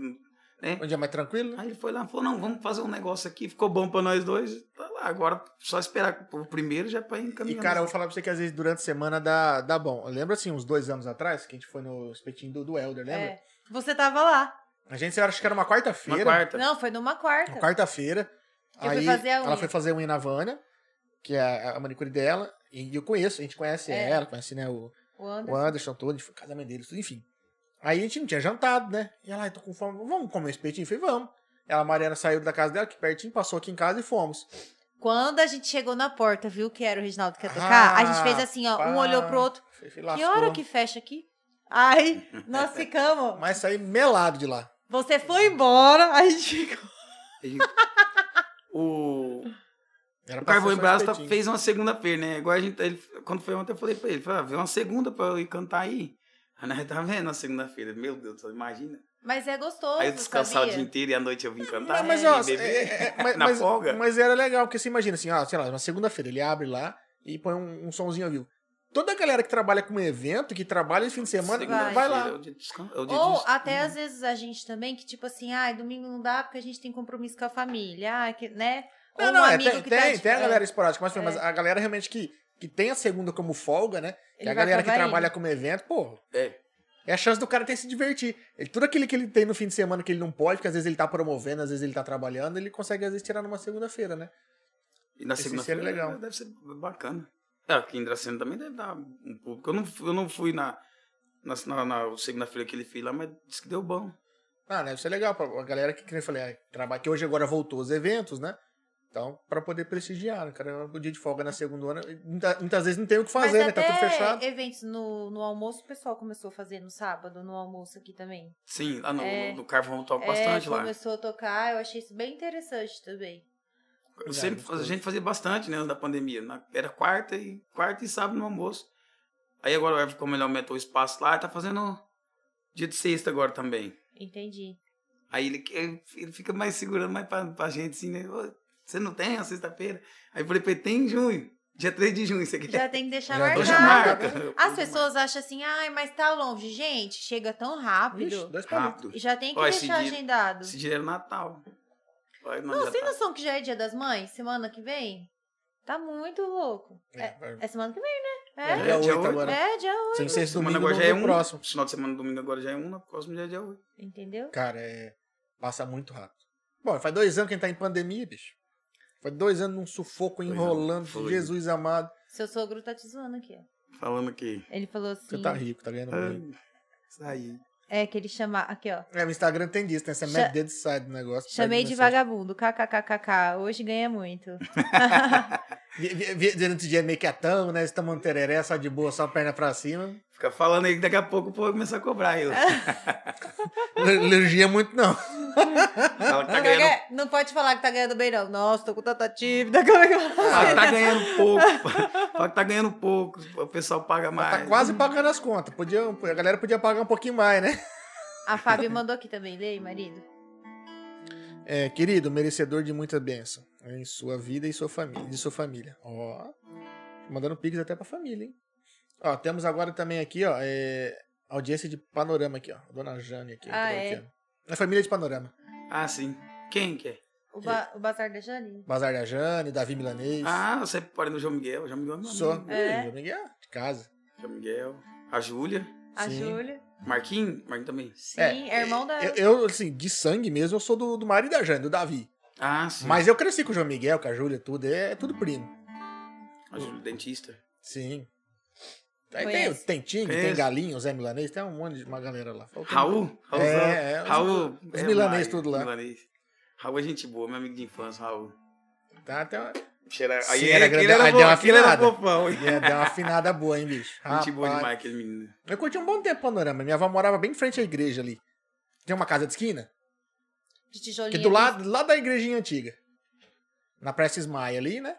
Speaker 3: né?
Speaker 2: Onde é mais tranquilo? né?
Speaker 3: Aí ele foi lá e falou, não, vamos fazer um negócio aqui, ficou bom pra nós dois, tá lá, agora só esperar o primeiro já pra
Speaker 2: E,
Speaker 3: encaminhar.
Speaker 2: cara, eu vou falar pra você que às vezes durante a semana dá, dá bom. Lembra assim, uns dois anos atrás, que a gente foi no espetinho do, do Elder, lembra?
Speaker 1: É. Você tava lá.
Speaker 2: A gente, acho que era uma
Speaker 3: uma
Speaker 2: quarta-feira.
Speaker 3: quarta.
Speaker 1: Não, foi numa
Speaker 2: Uma
Speaker 1: quarta.
Speaker 2: quarta-feira.
Speaker 1: Eu
Speaker 2: aí
Speaker 1: fui fazer a
Speaker 2: ela
Speaker 1: unha.
Speaker 2: foi fazer unha na Vânia, que é a manicure dela. E eu conheço, a gente conhece
Speaker 1: É.
Speaker 2: ela, conhece né, o,
Speaker 1: O Anderson.
Speaker 2: o Anderson todo, a gente foi no casamento deles, tudo, enfim. Aí a gente não tinha jantado, né? E ela, ai, tô com fome, vamos comer um espetinho? Eu falei, vamos. Ela, a Mariana, saiu da casa dela, que pertinho, passou aqui em casa e fomos.
Speaker 1: Quando a gente chegou na porta, viu que era o Reginaldo que ia tocar, a gente fez assim, ó, um
Speaker 2: Rapaz.
Speaker 1: olhou pro outro.
Speaker 2: Eu Falei, Ah, "Lascou."
Speaker 1: Que hora que fecha aqui? Aí, nós ficamos.
Speaker 2: Mas saí melado de lá.
Speaker 1: Você foi embora, a gente ficou.
Speaker 3: E o
Speaker 2: Era
Speaker 3: o
Speaker 2: pra ser
Speaker 3: Carvão
Speaker 2: só
Speaker 3: em Brás tá-
Speaker 2: espetinho.
Speaker 3: fez uma segunda-feira, né? Igual a gente, ele, quando foi ontem eu falei pra ele, falei, ah, vê uma segunda pra eu ir cantar aí. Aí nós tá vendo na segunda-feira, meu Deus, do céu, imagina.
Speaker 1: Mas é gostoso.
Speaker 3: Aí eu descansar o
Speaker 1: sabia?
Speaker 3: dia inteiro e à noite eu vim
Speaker 1: Tá
Speaker 3: cantar. né?
Speaker 2: Não, mas,
Speaker 3: e
Speaker 2: ó,
Speaker 3: beber.
Speaker 2: é- é- mas,
Speaker 3: Na
Speaker 2: mas-
Speaker 3: folga?
Speaker 2: mas era legal, porque você imagina assim, ó, sei lá, uma segunda-feira ele abre lá e põe um, um somzinho ao vivo. Toda a galera que trabalha com evento, que trabalha esse fim de semana,
Speaker 1: Vai.
Speaker 2: vai,
Speaker 3: É o
Speaker 2: lá.
Speaker 3: dia de descanso, é o dia de
Speaker 1: Ou
Speaker 3: descanso.
Speaker 1: até
Speaker 2: Uhum.
Speaker 1: às vezes a gente também, que tipo assim, ai, domingo não dá porque a gente tem compromisso com a família, ai, que, né? Ou
Speaker 2: Não,
Speaker 1: um
Speaker 2: não, é,
Speaker 1: amigo
Speaker 2: tem,
Speaker 1: que tá
Speaker 2: tem,
Speaker 1: de-
Speaker 2: tem a
Speaker 1: é,
Speaker 2: galera esporádica, mas,
Speaker 1: É.
Speaker 2: mas a galera realmente que, que tem a segunda como folga, né?
Speaker 1: ele
Speaker 2: é a
Speaker 1: vai
Speaker 2: galera que
Speaker 1: pra Bahia.
Speaker 2: trabalha como evento, pô,
Speaker 3: É.
Speaker 2: é a chance do cara ter se divertir. Ele, tudo aquilo que ele tem no fim de semana que ele não pode, porque às vezes ele tá promovendo, às vezes ele tá trabalhando, ele consegue às vezes tirar numa segunda-feira, né?
Speaker 3: E na
Speaker 2: Esse
Speaker 3: segunda-feira
Speaker 2: seria legal.
Speaker 3: deve ser bacana. É, aqui em Dracena também deve dar um público. Eu não, fui- eu não fui na, na, na, na segunda-feira que ele fez lá, mas disse que deu bom.
Speaker 2: Ah, deve ser legal pra a galera que, que nem eu falei, ah, trabalha, que hoje agora voltou os eventos, né? Então, pra poder prestigiar, né, cara, o dia de folga na segunda hora, muita- muitas vezes não tem o que fazer,
Speaker 1: Mas
Speaker 2: né? Tá tudo
Speaker 1: até
Speaker 2: fechado.
Speaker 1: eventos no, no almoço, o pessoal começou a fazer no sábado, no almoço aqui também.
Speaker 3: Sim, lá no,
Speaker 1: É.
Speaker 3: no Carvão toca
Speaker 1: É,
Speaker 3: bastante lá.
Speaker 1: começou a tocar, eu achei isso bem interessante também.
Speaker 3: Eu sempre,
Speaker 2: Verdade,
Speaker 3: a gente fazia bastante, né, antes da pandemia. Na- era quarta e, quarta e sábado no almoço. Aí agora o Everton, como ele aumentou o espaço lá, tá fazendo dia de sexta agora também.
Speaker 1: Entendi.
Speaker 3: Aí ele, ele- ele fica mais segurando mais pra, pra gente, assim, né? Ô, Você não tem a sexta-feira? Aí eu falei, pra ele, tem em junho. Dia 3 de junho, você quer?
Speaker 1: Já tem que deixar
Speaker 2: Já
Speaker 3: Hoje
Speaker 2: deixa
Speaker 3: é
Speaker 1: marcado.
Speaker 3: marca.
Speaker 1: As pessoas acham assim, ai, mas tá longe. Gente, chega tão
Speaker 2: Ixi,
Speaker 1: rápido.
Speaker 2: dois palitos.
Speaker 3: Rápido.
Speaker 1: Já tem que
Speaker 3: Ó, esse
Speaker 1: deixar
Speaker 3: dia-
Speaker 1: agendado.
Speaker 3: Esse dinheiro é Natal. Vai, nós
Speaker 1: Não,
Speaker 3: já
Speaker 1: sem
Speaker 3: tá-
Speaker 1: noção que já é dia das mães? Semana que vem? Tá muito louco.
Speaker 2: É,
Speaker 1: É,
Speaker 2: vai-
Speaker 1: é semana que vem, né?
Speaker 2: é,
Speaker 1: É,
Speaker 2: dia
Speaker 3: É, dia
Speaker 2: oito
Speaker 3: oito.
Speaker 2: agora.
Speaker 1: é dia hoje.
Speaker 2: Sem ser esse
Speaker 3: Semana
Speaker 2: domingo,
Speaker 3: agora
Speaker 2: no,
Speaker 3: já é
Speaker 2: no
Speaker 3: um.
Speaker 2: próximo.
Speaker 3: Final de semana, domingo agora já é um, no próximo dia já é oito.
Speaker 1: Entendeu?
Speaker 2: Cara, é, passa muito rápido. Bom, faz dois anos que a gente tá em pandemia, bicho. Faz dois anos num sufoco
Speaker 3: anos,
Speaker 2: enrolando,
Speaker 3: foi.
Speaker 2: Jesus amado.
Speaker 1: Seu sogro tá te zoando aqui, ó.
Speaker 3: Falando aqui.
Speaker 1: Ele falou assim.
Speaker 2: Você tá rico, tá ganhando bem.
Speaker 3: Ai, Hum. Isso aí.
Speaker 1: É que ele chama. Aqui, ó.
Speaker 3: Tá
Speaker 2: É, meu Instagram tem disso, tem essa
Speaker 1: Cha-
Speaker 2: mad dead side do negócio.
Speaker 1: Chamei
Speaker 2: pede
Speaker 3: assim.
Speaker 1: de
Speaker 2: mensagem.
Speaker 1: vagabundo. KKKKK. Hoje ganha muito.
Speaker 2: Vi- vi- vi- Durante o dia meio quietão, né? Estamos um tereré, só de boa, só perna pra cima.
Speaker 3: Fica falando aí que daqui a pouco o povo vai começar a cobrar. Eu.
Speaker 2: Alergia muito não.
Speaker 3: Fala que tá
Speaker 1: Não,
Speaker 3: ganhando,
Speaker 1: ganha- não pode falar que tá ganhando bem, não. Nossa, tô com tanta dívida. Como é que eu vou
Speaker 3: fala que
Speaker 1: fazer?
Speaker 3: tá ganhando pouco. Fala que tá ganhando pouco. O pessoal paga mais.
Speaker 2: Tá quase pagando as contas. Podia, a galera podia pagar um pouquinho mais, né?
Speaker 1: A Fábio mandou aqui também. Lei, marido.
Speaker 2: É, querido, merecedor de muita bênção né? em sua vida e sua família, de sua família. Ó, mandando pix até pra família, hein? Ó, temos agora também aqui, ó, é, audiência de panorama aqui, ó. Dona Jane aqui.
Speaker 1: Ah,
Speaker 2: entrou
Speaker 1: é?
Speaker 2: aqui, ó. A família de panorama.
Speaker 3: Ah, sim. Quem que é?
Speaker 1: O, ba- o bazar da Janine.
Speaker 2: Bazar da Jane, Davi Milanês.
Speaker 3: Ah, você pode no João Miguel. O João Miguel é meu
Speaker 2: só.
Speaker 3: amigo.
Speaker 1: É.
Speaker 2: Ih, o Miguel, de casa.
Speaker 3: João Miguel. A Júlia.
Speaker 1: A
Speaker 2: Sim.
Speaker 1: Júlia.
Speaker 3: Marquinhos? Marquinhos também.
Speaker 1: Sim, é, irmão da.
Speaker 2: Eu, eu, assim, de sangue mesmo, eu sou do, do marido da Jane, do Davi.
Speaker 3: Ah, sim. Hum.
Speaker 2: Mas eu cresci com o João Miguel, com a Júlia, tudo. É, é tudo primo.
Speaker 3: A Júlia, dentista.
Speaker 2: Sim. Aí tem,
Speaker 1: Conhece?
Speaker 2: tem Ting, tem
Speaker 3: Conheço.
Speaker 2: Galinho, Zé Milanês, tem um monte de uma galera lá. Falta-
Speaker 3: Raul? Raul?
Speaker 2: É, é, os-
Speaker 3: Raul.
Speaker 2: os milanês
Speaker 3: Maia,
Speaker 2: tudo lá.
Speaker 3: Milanês. Raul é gente boa, meu amigo de infância, Raul.
Speaker 2: Tá, tem uma...
Speaker 3: Cheira,
Speaker 2: Sim,
Speaker 3: aí
Speaker 2: era
Speaker 3: era, aquele
Speaker 2: grande- aí
Speaker 3: era,
Speaker 2: deu
Speaker 3: bo-
Speaker 2: uma
Speaker 3: aquele era
Speaker 2: afinada.
Speaker 3: bobão. hein?
Speaker 2: é, Deu deu uma afinada boa, hein, bicho?
Speaker 3: Gente boa
Speaker 2: Rapaz.
Speaker 3: demais, aquele menino.
Speaker 2: Eu curti um bom tempo o panorama. Minha avó morava bem em frente à igreja ali. Tem uma casa de esquina?
Speaker 1: De tijolinho.
Speaker 2: Que do
Speaker 1: ali.
Speaker 2: lado, lá da igrejinha antiga. Na Prestes Maia ali, né?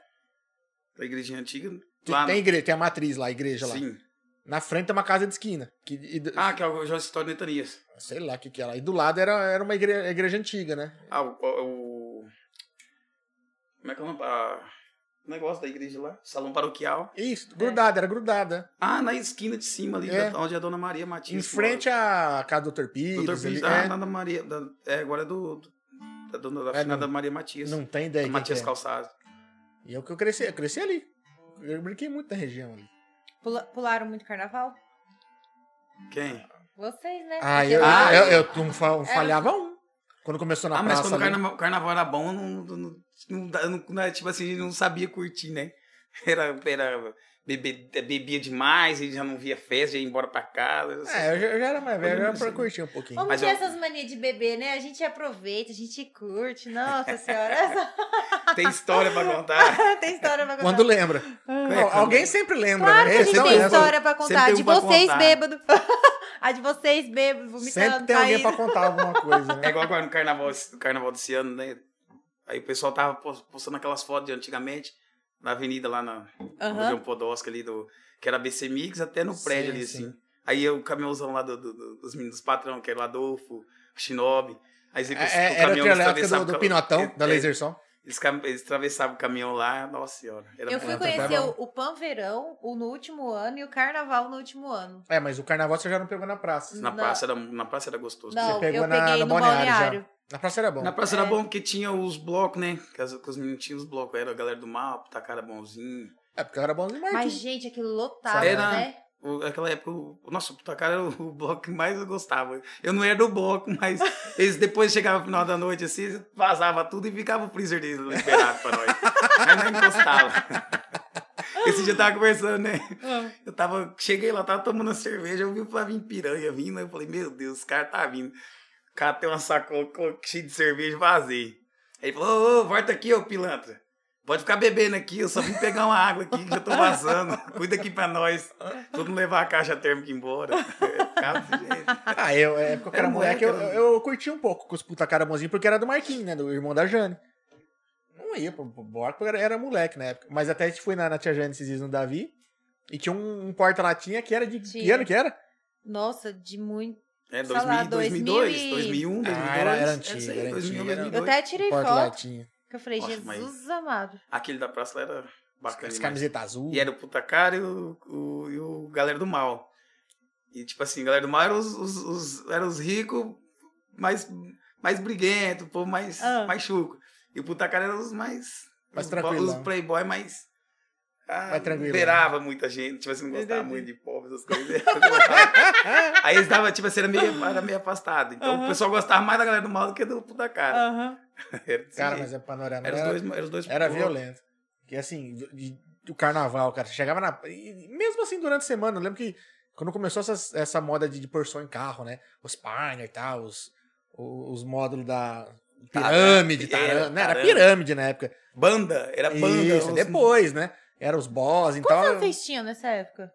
Speaker 3: Da igrejinha antiga.
Speaker 2: Tem,
Speaker 3: lá,
Speaker 2: tem igreja, tem a matriz lá, a igreja lá.
Speaker 3: Sim.
Speaker 2: Na frente tem uma casa de esquina. Que, e do-
Speaker 3: Ah, que é o João Citório Netanias.
Speaker 2: Sei lá o que, que é lá. E do lado era, era uma igreja, igreja antiga, né?
Speaker 3: Ah, o, o- o- Como é que é o nome? A negócio da igreja lá, salão paroquial.
Speaker 2: Isso, grudada, era grudada.
Speaker 3: Ah, na esquina de cima ali,
Speaker 2: É.
Speaker 3: da- onde a Dona Maria
Speaker 2: em
Speaker 3: Matias.
Speaker 2: frente à casa do Dr. Pires.
Speaker 3: Doutor Pires,
Speaker 2: ali,
Speaker 3: ah,
Speaker 2: é.
Speaker 3: na Dona Maria. da- é, agora é do. Da dona da
Speaker 2: É,
Speaker 3: finada
Speaker 2: não-
Speaker 3: Maria Matias.
Speaker 2: Não tem ideia. quem
Speaker 3: Matias
Speaker 2: que é.
Speaker 3: Calçado.
Speaker 2: E eu que eu cresci, eu cresci ali. Eu brinquei muito na região ali.
Speaker 1: Pula- pularam muito carnaval?
Speaker 3: Quem?
Speaker 1: Vocês, né?
Speaker 2: Ah,
Speaker 1: Porque
Speaker 2: eu,
Speaker 1: lá-
Speaker 3: Ah,
Speaker 2: eu, eu- eu não fa- falhava um. Quando começou na
Speaker 3: ah, mas
Speaker 2: praça.
Speaker 3: quando o
Speaker 2: ali.
Speaker 3: carnaval, carnaval era bom, não, não, não, não dá- não- não- tipo assim, a gente não sabia curtir, né? Era, era bebe- bebia demais, a gente já não via festa, ia embora pra casa. assim.
Speaker 2: É, eu já, eu já era mais velho, eu
Speaker 3: Quando
Speaker 2: era pra
Speaker 3: você-
Speaker 2: curtir um pouquinho.
Speaker 1: Vamos
Speaker 3: Mas
Speaker 1: ter
Speaker 3: eu-
Speaker 1: essas manias de bebê, né? A gente aproveita, a gente curte. Nossa senhora, essa...
Speaker 2: É.
Speaker 3: Tem história pra contar.
Speaker 1: tem história pra contar.
Speaker 2: Quando lembra.
Speaker 3: É,
Speaker 2: Não,
Speaker 3: quando-
Speaker 2: alguém sempre lembra,
Speaker 1: Claro
Speaker 2: né?
Speaker 1: que a gente
Speaker 2: Então,
Speaker 1: tem
Speaker 2: é,
Speaker 1: história pra contar.
Speaker 3: sempre
Speaker 1: A
Speaker 3: tem
Speaker 1: de
Speaker 3: um pra
Speaker 1: vocês,
Speaker 3: contar.
Speaker 1: bêbado. A de vocês, bêbado, vomitando,
Speaker 2: Sempre tem alguém
Speaker 1: caindo.
Speaker 2: pra contar alguma coisa,
Speaker 3: É
Speaker 2: né?
Speaker 3: igual agora no carnaval, no carnaval desse ano, né? Aí o pessoal tava pos- postando aquelas fotos de antigamente, na avenida lá na no
Speaker 1: Aham.
Speaker 3: João Podolski ali, um do, que era BC Mix, até no
Speaker 2: Sim,
Speaker 3: prédio ali,
Speaker 2: sim.
Speaker 3: assim. Aí o caminhãozão lá do- do- do- dos meninos patrão, que era o Adolfo, o Shinobi. Aí eles,
Speaker 2: É, é, era o trio elétrico do, do Pinotão, da
Speaker 3: laser
Speaker 2: Laser Som.
Speaker 3: é, Eles, cam- eles atravessavam o caminhão lá, nossa senhora. Era
Speaker 1: Eu
Speaker 3: bom.
Speaker 1: fui
Speaker 2: Era bom.
Speaker 1: conhecer o, o Panverão o, no último ano e o Carnaval no último ano.
Speaker 2: É, mas o carnaval você já não pegou na praça.
Speaker 3: na,
Speaker 1: na-
Speaker 3: praça era, na praça era gostoso. né?
Speaker 1: Não,
Speaker 2: pegou
Speaker 1: eu
Speaker 2: na-
Speaker 1: peguei
Speaker 2: no
Speaker 1: no
Speaker 2: balneário já.
Speaker 1: balneário.
Speaker 2: Na praça era bom.
Speaker 3: Na praça
Speaker 1: É.
Speaker 3: era bom porque tinha os blocos, né? Que, as, que os meninos tinham os blocos. Era a galera do mal, Tacara Bonzinho.
Speaker 2: É, porque eu era bom demais.
Speaker 1: Mas, gente, aquilo lotado,
Speaker 3: Era-
Speaker 1: né?
Speaker 3: O- Naquela época, o, nossa, o Putacara era o, o bloco que mais eu gostava. Eu não era do bloco, mas eles depois chegavam no final da noite assim, vazava tudo e ficava o freezer deles liberado pra nós. Aí não encostava. Esse dia eu tava conversando, né?
Speaker 1: Hum.
Speaker 3: Eu tava, cheguei lá, tava tomando cerveja, eu vi o Flavinho Piranha vindo, aí eu falei, meu Deus, os caras tá vindo. O cara tem uma sacola co- cheia de cerveja, vazei. Aí ele falou, ô, ô, volta aqui, ô pilantra. Pode ficar bebendo aqui, eu só vim pegar uma água aqui que eu tô vazando. Cuida aqui pra nós. Todo mundo levar a caixa térmica embora. É, Ficava desse jeito.
Speaker 2: Ah, eu, é, porque eu era
Speaker 3: Era
Speaker 2: moleque,
Speaker 3: moleque,
Speaker 2: eu,
Speaker 3: era-
Speaker 2: eu, eu curti um pouco com os puta cara bonzinho, porque era do Marquinhos, né? Do irmão da Jane. Não ia pro pro bloco, porque era, era moleque na época. Mas até a gente foi na, na tia Jane esses dias no Davi, e tinha um, um porta-latinha que era de... Que
Speaker 1: Tinha.
Speaker 2: ano que era?
Speaker 1: Nossa, de muito.
Speaker 3: É,
Speaker 1: Sei lá,
Speaker 3: 2000, 2002,
Speaker 1: 2000 e-
Speaker 3: 2001, 2002.
Speaker 2: Ah, era- era
Speaker 3: é isso
Speaker 2: antigo,
Speaker 3: aí,
Speaker 2: era
Speaker 3: 2000,
Speaker 2: antigo, era-
Speaker 3: 2002.
Speaker 1: Eu até tirei foto.
Speaker 2: Um Porta-latinha.
Speaker 1: Que eu falei,
Speaker 3: Nossa,
Speaker 1: Jesus
Speaker 3: mas-
Speaker 1: amado.
Speaker 3: Aquele da praça lá era bacana
Speaker 2: As
Speaker 3: demais.
Speaker 2: camisetas azul.
Speaker 1: Uh.
Speaker 3: E era o Putacara e o, o, e o Galera do Mal. E, tipo assim, Galera do Mal eram os, os, os- eram os ricos mais, mais briguento, o povo mais,
Speaker 1: Ah.
Speaker 3: mais chuco. E o Putacara eram os mais...
Speaker 2: Mais
Speaker 3: os,
Speaker 2: tranquilão.
Speaker 3: Os playboy mais... Ah,
Speaker 2: Mais tranquilão.
Speaker 3: Liberava muita gente, tipo assim, não gostava
Speaker 1: Entendi.
Speaker 3: muito de pobre, essas coisas. Aí eles estavam, tipo assim, era meio, era meio afastado. Então
Speaker 1: Aham. Ah.
Speaker 3: o pessoal gostava mais da Galera do Mal do que do
Speaker 2: Ah.
Speaker 3: Putacara.
Speaker 1: Aham.
Speaker 3: Era desse
Speaker 2: Cara,
Speaker 3: jeito.
Speaker 2: mas é panorama.
Speaker 3: Era os
Speaker 2: era-
Speaker 3: dois, era os dois tipo,
Speaker 2: Era
Speaker 3: pô,
Speaker 2: violento. Porque assim, do- de- o carnaval, cara, você chegava na. e- e mesmo assim, durante a semana, eu lembro que quando começou essas- essa moda de, de porção em carro, né? Os Piner e tal, os, o- os, módulos da. Pirâmide,
Speaker 3: Tarã- é,
Speaker 2: tarã, né? Era
Speaker 3: tarã.
Speaker 2: pirâmide na época.
Speaker 3: Banda, era banda.
Speaker 2: Isso,
Speaker 3: os-
Speaker 2: depois, né? Era os boss, então.
Speaker 1: Quantos
Speaker 2: eu-
Speaker 1: anos vocês tinham nessa época?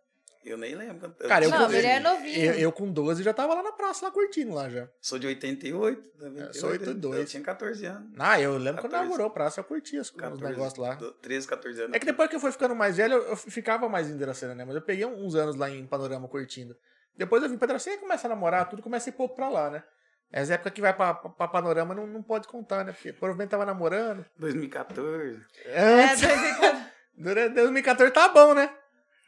Speaker 3: Eu nem lembro.
Speaker 2: Cara, eu
Speaker 1: não,
Speaker 2: comecei-
Speaker 1: ele é
Speaker 2: Eu,
Speaker 1: novinho.
Speaker 2: eu com 12 já tava lá na praça, lá curtindo lá já.
Speaker 3: Sou de 88, né? 28,
Speaker 2: É, sou 82.
Speaker 3: Eu tinha 14 anos.
Speaker 2: Ah, eu lembro quando
Speaker 3: 14.
Speaker 2: inaugurou a praça, eu curtia os, os
Speaker 3: 14,
Speaker 2: negócios lá.
Speaker 3: do- 13, 14 anos.
Speaker 2: É que depois que eu fui ficando mais velho, eu eu ficava mais em Dracena, né? Mas eu peguei uns anos lá em Panorama curtindo. Depois eu vim pra Dracena e começa a namorar, tudo começa a ir pouco pra lá, né? Essa época que vai pra, pra- pra Panorama não, não pode contar, né? Porque provavelmente tava namorando.
Speaker 3: 2014,
Speaker 1: É,
Speaker 2: Antes,
Speaker 1: dois e quatro.
Speaker 2: durante 2014 tá bom, né?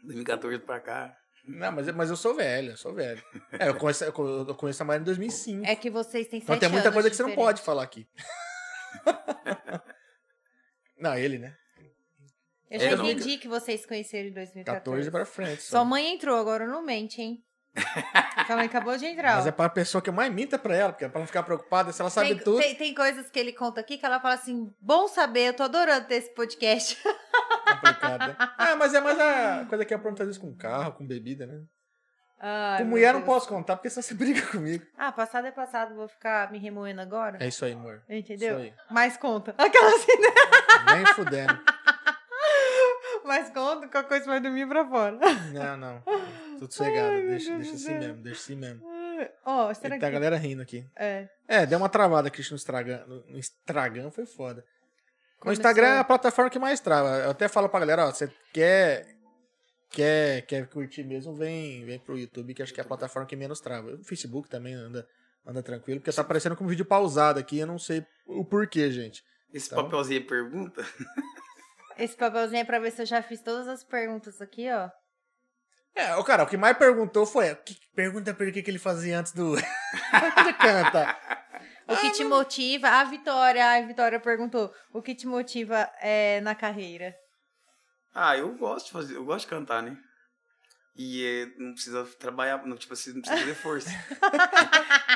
Speaker 3: 2014 pra cá.
Speaker 2: Não, mas, mas eu sou velho, eu sou velho. É, eu conheço, eu co- eu conheço a Maria em 2005.
Speaker 1: É que vocês têm sete
Speaker 2: então
Speaker 1: anos.
Speaker 2: tem muita coisa que você não
Speaker 1: diferente.
Speaker 2: pode falar aqui. não, ele, né?
Speaker 1: Eu
Speaker 3: É,
Speaker 1: já
Speaker 3: não.
Speaker 1: entendi que vocês se conheceram em 2014.
Speaker 2: 14 pra frente. só.
Speaker 1: Sua mãe entrou, agora não mente, hein? Sua mãe acabou de entrar.
Speaker 2: Mas
Speaker 1: ó.
Speaker 2: é pra pessoa que mais minta pra ela, porque é pra não ficar preocupada, se ela sabe
Speaker 1: tem,
Speaker 2: tudo.
Speaker 1: Tem, tem coisas que ele conta aqui que ela fala assim: bom saber, eu tô adorando ter esse podcast.
Speaker 2: complicado. né? Ah, mas é mais a coisa que apronta às vezes com carro, com bebida, né?
Speaker 1: Ai,
Speaker 2: com
Speaker 1: meu
Speaker 2: mulher não
Speaker 1: Deus.
Speaker 2: posso contar, porque senão você briga comigo.
Speaker 1: Ah, passado é passado, vou ficar me remoendo agora?
Speaker 2: É isso aí, amor.
Speaker 1: Entendeu?
Speaker 2: Isso
Speaker 1: Mas conta. Aquela assim, né?
Speaker 2: aí. Nem fudendo.
Speaker 1: Mas conta, qualquer coisa vai dormir pra fora.
Speaker 2: Não, não. Tudo sossegado.
Speaker 1: Ai, meu
Speaker 2: deixa
Speaker 1: Deus
Speaker 2: deixa
Speaker 1: do
Speaker 2: assim
Speaker 1: céu.
Speaker 2: mesmo, deixa assim mesmo.
Speaker 1: Ó, será
Speaker 3: tá
Speaker 2: Tem
Speaker 1: que.
Speaker 2: a galera rindo aqui.
Speaker 1: É.
Speaker 2: É, deu uma travada, Cristian, no Instagram. No no Instagram foi foda. O
Speaker 1: Começou-
Speaker 2: Instagram é a plataforma que mais trava. Eu até falo pra galera, ó, você quer, quer, quer curtir mesmo, vem, vem pro YouTube, que acho que é a plataforma que menos trava. O Facebook também anda, anda tranquilo, porque tá aparecendo como vídeo pausado aqui, eu não sei o porquê, gente.
Speaker 3: Esse
Speaker 2: Então-
Speaker 3: papelzinho é pergunta?
Speaker 1: Esse papelzinho é pra ver se eu já fiz todas as perguntas aqui, ó.
Speaker 2: É, o cara, o que mais perguntou foi: que, pergunta pra ele o que, que ele fazia antes do. ele canta.
Speaker 1: O que te motiva? A Vitória, a Vitória perguntou. O que te motiva é, na carreira?
Speaker 3: Ah, eu gosto de fazer, eu gosto de cantar, né? E eh, não precisa trabalhar, não, tipo assim, não precisa fazer força.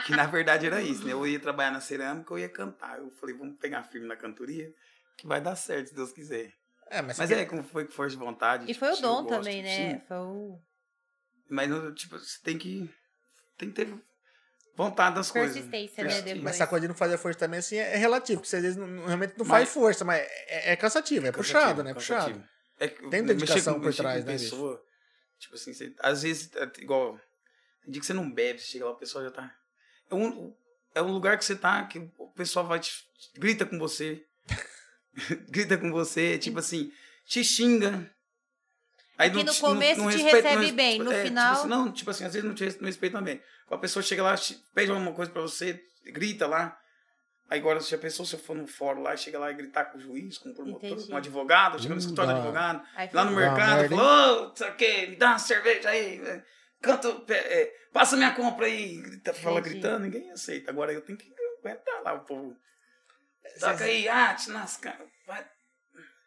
Speaker 3: que na verdade era isso, né? Eu ia trabalhar na cerâmica, eu ia cantar. Eu falei, vamos pegar firme na cantoria, que vai dar certo, se Deus quiser.
Speaker 2: É, mas,
Speaker 3: Mas
Speaker 2: que-
Speaker 3: é, como foi com força de vontade.
Speaker 1: E foi o
Speaker 3: tipo, eu
Speaker 1: dom
Speaker 3: gosto,
Speaker 1: também,
Speaker 3: tipo,
Speaker 1: né?
Speaker 3: sim.
Speaker 1: Foi o...
Speaker 3: Mas, eu, tipo, você tem que, tem que ter vontade das coisas.
Speaker 1: Persistência, né,
Speaker 3: Persistência.
Speaker 1: depois.
Speaker 2: mas essa coisa de não fazer força também, assim, é é relativo, porque você às vezes não- não- realmente não
Speaker 3: Mas-
Speaker 2: faz força, mas é, é cansativo, é puxado, né? É puxado.
Speaker 3: É que
Speaker 2: Tem
Speaker 3: mexer
Speaker 2: dedicação
Speaker 3: com-
Speaker 2: por
Speaker 3: mexer com
Speaker 2: trás, né, bicho?
Speaker 3: pessoa, Tipo assim, você- às vezes, é, igual, tem dia que você não bebe, você chega lá, o pessoal já tá. É um, é um lugar que você tá, que o pessoal vai te, grita com você. grita com você, tipo assim, te xinga. Aí
Speaker 1: Aqui É no
Speaker 3: te-
Speaker 1: começo te
Speaker 3: respeita-
Speaker 1: recebe
Speaker 3: res-
Speaker 1: bem, no
Speaker 3: tipo
Speaker 1: final-
Speaker 3: assim, não, tipo assim, às vezes não te res- não respeita bem. A pessoa chega lá, te- pede alguma coisa pra você, grita lá. Aí agora, se a pessoa, se eu for no fórum lá, chega lá e gritar com o juiz, com o promotor,
Speaker 1: Entendi.
Speaker 3: com o advogado, chega no
Speaker 2: Hum,
Speaker 3: escritório do
Speaker 2: dá.
Speaker 3: advogado
Speaker 1: Aí foi
Speaker 3: lá no
Speaker 1: o-
Speaker 2: Dá uma
Speaker 3: mercado,
Speaker 2: merda, hein?
Speaker 3: falou, ô, sei o quê, me dá uma cerveja aí, é, canta, é, é, passa minha compra aí, grita, fala
Speaker 1: Entendi.
Speaker 3: gritando, ninguém aceita. Agora eu tenho que aguentar lá o povo. Toca aí, ah, te nasca. vai.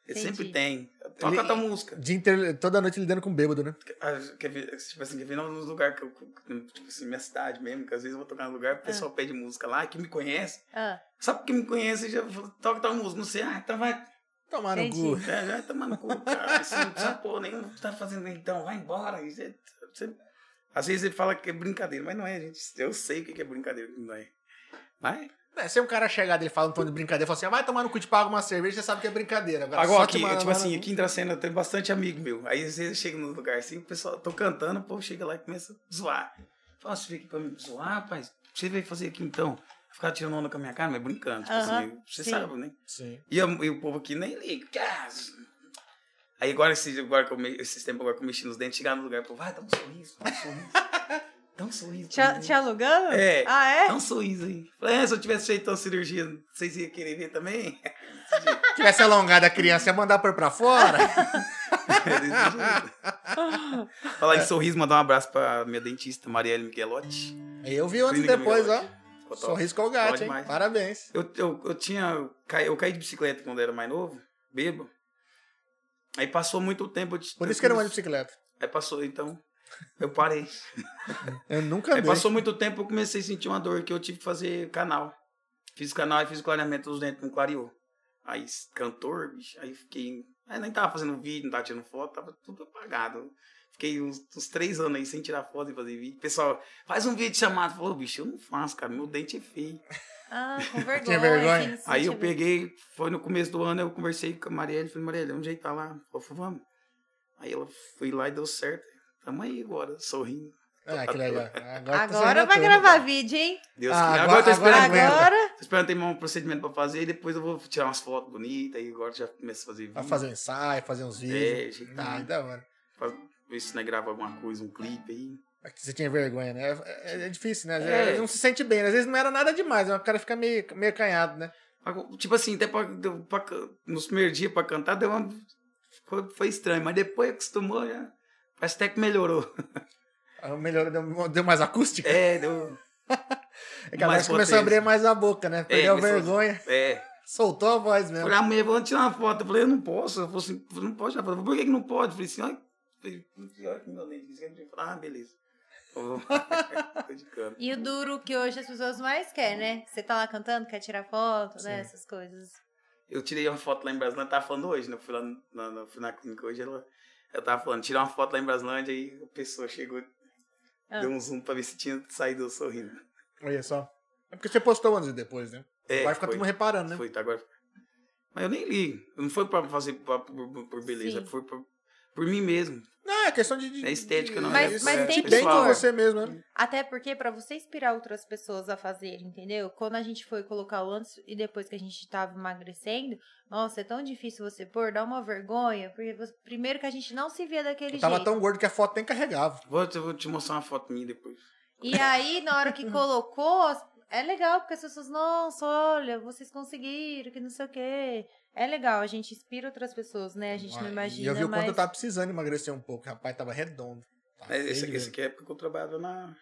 Speaker 1: Entendi.
Speaker 3: Sempre tem. Toca tua música.
Speaker 2: De inter- Toda noite lidando com bêbado, né?
Speaker 3: Ah, Quer ver, tipo assim, quer ver nos lugares que eu, tipo assim, minha cidade mesmo, que às vezes eu vou tocar num lugar, o pessoal pede música lá, que me conhece,
Speaker 1: Ah,
Speaker 3: sabe que me conhece, já fala, toca tua música, não sei, ah, então vai,
Speaker 2: Tomar no
Speaker 1: Entendi.
Speaker 2: cu.
Speaker 3: É, já tá maluco, cara. Você não precisa pôr nenhum. Tá fazendo então, vai embora. E você- você- Às vezes ele fala que é brincadeira, mas não é, gente. Eu sei o que que é brincadeira, não é. Mas.
Speaker 2: É, se um cara chegar dele e fala um tom de brincadeira, fala assim, ah, vai tomar no cu te paga uma cerveja, você sabe que é brincadeira. Agora,
Speaker 3: Agora,
Speaker 2: só
Speaker 3: aqui,
Speaker 2: tomar-
Speaker 3: tipo assim, aqui em Dracena eu tenho bastante amigo meu. Aí às vezes eu chego num lugar assim, o pessoal, tô cantando, o povo chega lá e começa a zoar. Fala, você veio aqui pra me zoar, rapaz? O que Você veio fazer aqui então? Ficar tirando onda com a minha cara, mas brincando. Tipo
Speaker 1: Aham,
Speaker 3: assim, você
Speaker 1: sim.
Speaker 3: sabe, né?
Speaker 2: Sim.
Speaker 3: E, a- e o povo aqui nem liga. que ah, z- Aí agora, esse, agora que eu me, esse tempo agora que eu mexi nos dentes, chegar no lugar, pô, vai, dá um sorriso, dá um sorriso. dá um sorriso.
Speaker 1: te,
Speaker 3: pra mim.
Speaker 1: te alugando?
Speaker 3: É.
Speaker 1: Ah, é?
Speaker 3: Dá um sorriso aí. Falei, é, se eu tivesse feito uma cirurgia, vocês iam querer ver também?
Speaker 2: Se tivesse alongado a criança, ia mandar por pra fora.
Speaker 3: Falar em sorriso, mandar um abraço pra minha dentista, Marielle Miguelotti.
Speaker 2: Aí eu vi antes e
Speaker 3: Clínica
Speaker 2: depois, ó.
Speaker 3: Miguelotti. Ficou top.
Speaker 2: Sorriso colgate,
Speaker 3: Bom
Speaker 2: hein?
Speaker 3: demais.
Speaker 2: Parabéns.
Speaker 3: Eu, eu, eu tinha. Eu caí, eu caí de bicicleta quando eu era mais novo, bebo. Aí passou muito tempo. eu te-
Speaker 2: Por
Speaker 3: eu
Speaker 2: isso que eu não
Speaker 3: comecei-
Speaker 2: ando de bicicleta.
Speaker 3: Aí passou, então. Eu parei.
Speaker 2: Eu nunca
Speaker 3: Aí
Speaker 2: andei.
Speaker 3: É, passou muito tempo, eu comecei a sentir uma dor que eu tive que fazer canal. Fiz canal e fiz clareamento dos dentes, não clareou. Aí, s- cantor, bicho, aí fiquei. Aí nem tava fazendo vídeo, não tava tirando foto, tava tudo apagado. Fiquei uns, uns três anos aí sem tirar foto e fazer vídeo. Pessoal, faz um vídeo chamado. Falou, bicho, eu não faço, cara, meu dente é feio.
Speaker 1: Ah, com vergonha.
Speaker 2: Tinha vergonha?
Speaker 1: assim, se
Speaker 3: Aí eu
Speaker 1: tiver-
Speaker 3: peguei, foi no começo do ano, eu conversei com a Marielle, falei, Marielle, onde é que tá lá? Ela falou, vamos. Aí ela foi lá e deu certo. Tamo aí agora, sorrindo.
Speaker 2: Ah, que legal. Agora, tá
Speaker 1: Agora
Speaker 2: saindo
Speaker 1: vai
Speaker 2: tudo.
Speaker 1: gravar vídeo, hein?
Speaker 3: Deus
Speaker 2: Ah,
Speaker 3: que...
Speaker 2: agora-
Speaker 3: agora, eu tô
Speaker 2: agora
Speaker 3: esperando.
Speaker 2: aguenta.
Speaker 1: Agora.
Speaker 3: Tô esperando ter um procedimento pra fazer e depois eu vou tirar umas fotos bonitas e agora já começo a fazer vídeo.
Speaker 2: Vai fazer um ensaio, fazer uns
Speaker 3: É,
Speaker 2: vídeos. Ah,
Speaker 3: ajeitar.
Speaker 2: da hora.
Speaker 3: Faz- Ver se né, grava alguma coisa, um clipe aí.
Speaker 2: É que Você tinha vergonha, né? É, é- é difícil, né?
Speaker 3: É.
Speaker 2: Não se sente bem. Às vezes não era nada demais, mas o cara fica meio, meio canhado, né?
Speaker 3: Agora, Tipo assim, até pra, deu- pra can- nos primeiros dias pra cantar deu uma. Foi, foi estranho, mas depois acostumou, já. Parece até que melhorou.
Speaker 2: Ah, Melhorou, deu, deu mais acústica.
Speaker 3: É, deu.
Speaker 2: É que agora
Speaker 3: mais
Speaker 2: você começou a
Speaker 3: potência. É,
Speaker 2: abrir mais a boca, né? Perdeu a
Speaker 3: começou-
Speaker 2: vergonha,
Speaker 3: É.
Speaker 2: soltou a voz mesmo.
Speaker 3: Falei, ah, mulher, vamos tirar uma foto. Eu falei, eu não posso. Eu falei assim, não pode tirar foto. Por que, que não pode? Eu falei assim, olha. Olha que meu leite. Eu falei, ah, beleza. Eu vou- Tô de cano.
Speaker 1: E o duro que hoje as pessoas mais querem, né? Você tá lá cantando, quer tirar foto, né?
Speaker 2: Sim.
Speaker 1: Essas coisas.
Speaker 3: Eu tirei uma foto lá em Brasilândia, tava falando hoje, né? Eu fui lá na, na, fui na clínica hoje, ela, ela tava falando, tirei uma foto lá em Brasilândia e a pessoa chegou,
Speaker 1: Ah.
Speaker 3: deu um zoom pra ver se tinha saído sorrindo.
Speaker 2: Olha só. É porque você postou anos depois, né?
Speaker 3: É,
Speaker 2: Vai ficar
Speaker 3: foi,
Speaker 2: todo mundo reparando, né?
Speaker 3: foi, tá agora. Mas eu nem ligo. Não foi pra fazer pra- por, por- por beleza,
Speaker 1: Sim.
Speaker 3: foi por, por mim mesmo.
Speaker 2: Não, é questão de. de-
Speaker 3: É estética, não é?
Speaker 1: Mas-
Speaker 2: de-
Speaker 1: mas
Speaker 2: de-
Speaker 1: tem
Speaker 2: de
Speaker 1: que
Speaker 2: bem com
Speaker 1: pôr.
Speaker 2: você mesmo, né?
Speaker 1: Até porque pra você inspirar outras pessoas a fazer, entendeu? Quando a gente foi colocar o antes e depois que a gente tava emagrecendo, nossa, é tão difícil você pôr, dá uma vergonha, porque você- primeiro que a gente não se via daquele
Speaker 2: Eu tava
Speaker 1: jeito.
Speaker 2: tão gordo que a foto nem carregava.
Speaker 3: Vou, eu vou te mostrar uma foto minha depois.
Speaker 1: E aí, na hora que colocou, as- é legal, porque as pessoas, nossa, olha, vocês conseguiram, que não sei o quê. É legal, a gente inspira outras pessoas, né? A gente não
Speaker 2: Ah,
Speaker 1: imagina,
Speaker 2: E eu vi o
Speaker 1: mas...
Speaker 2: quanto eu tava precisando emagrecer um pouco. Rapaz, tava redondo. Tava
Speaker 3: Mas Esse,
Speaker 2: feio
Speaker 3: esse
Speaker 2: mesmo.
Speaker 3: aqui é porque eu trabalhava na.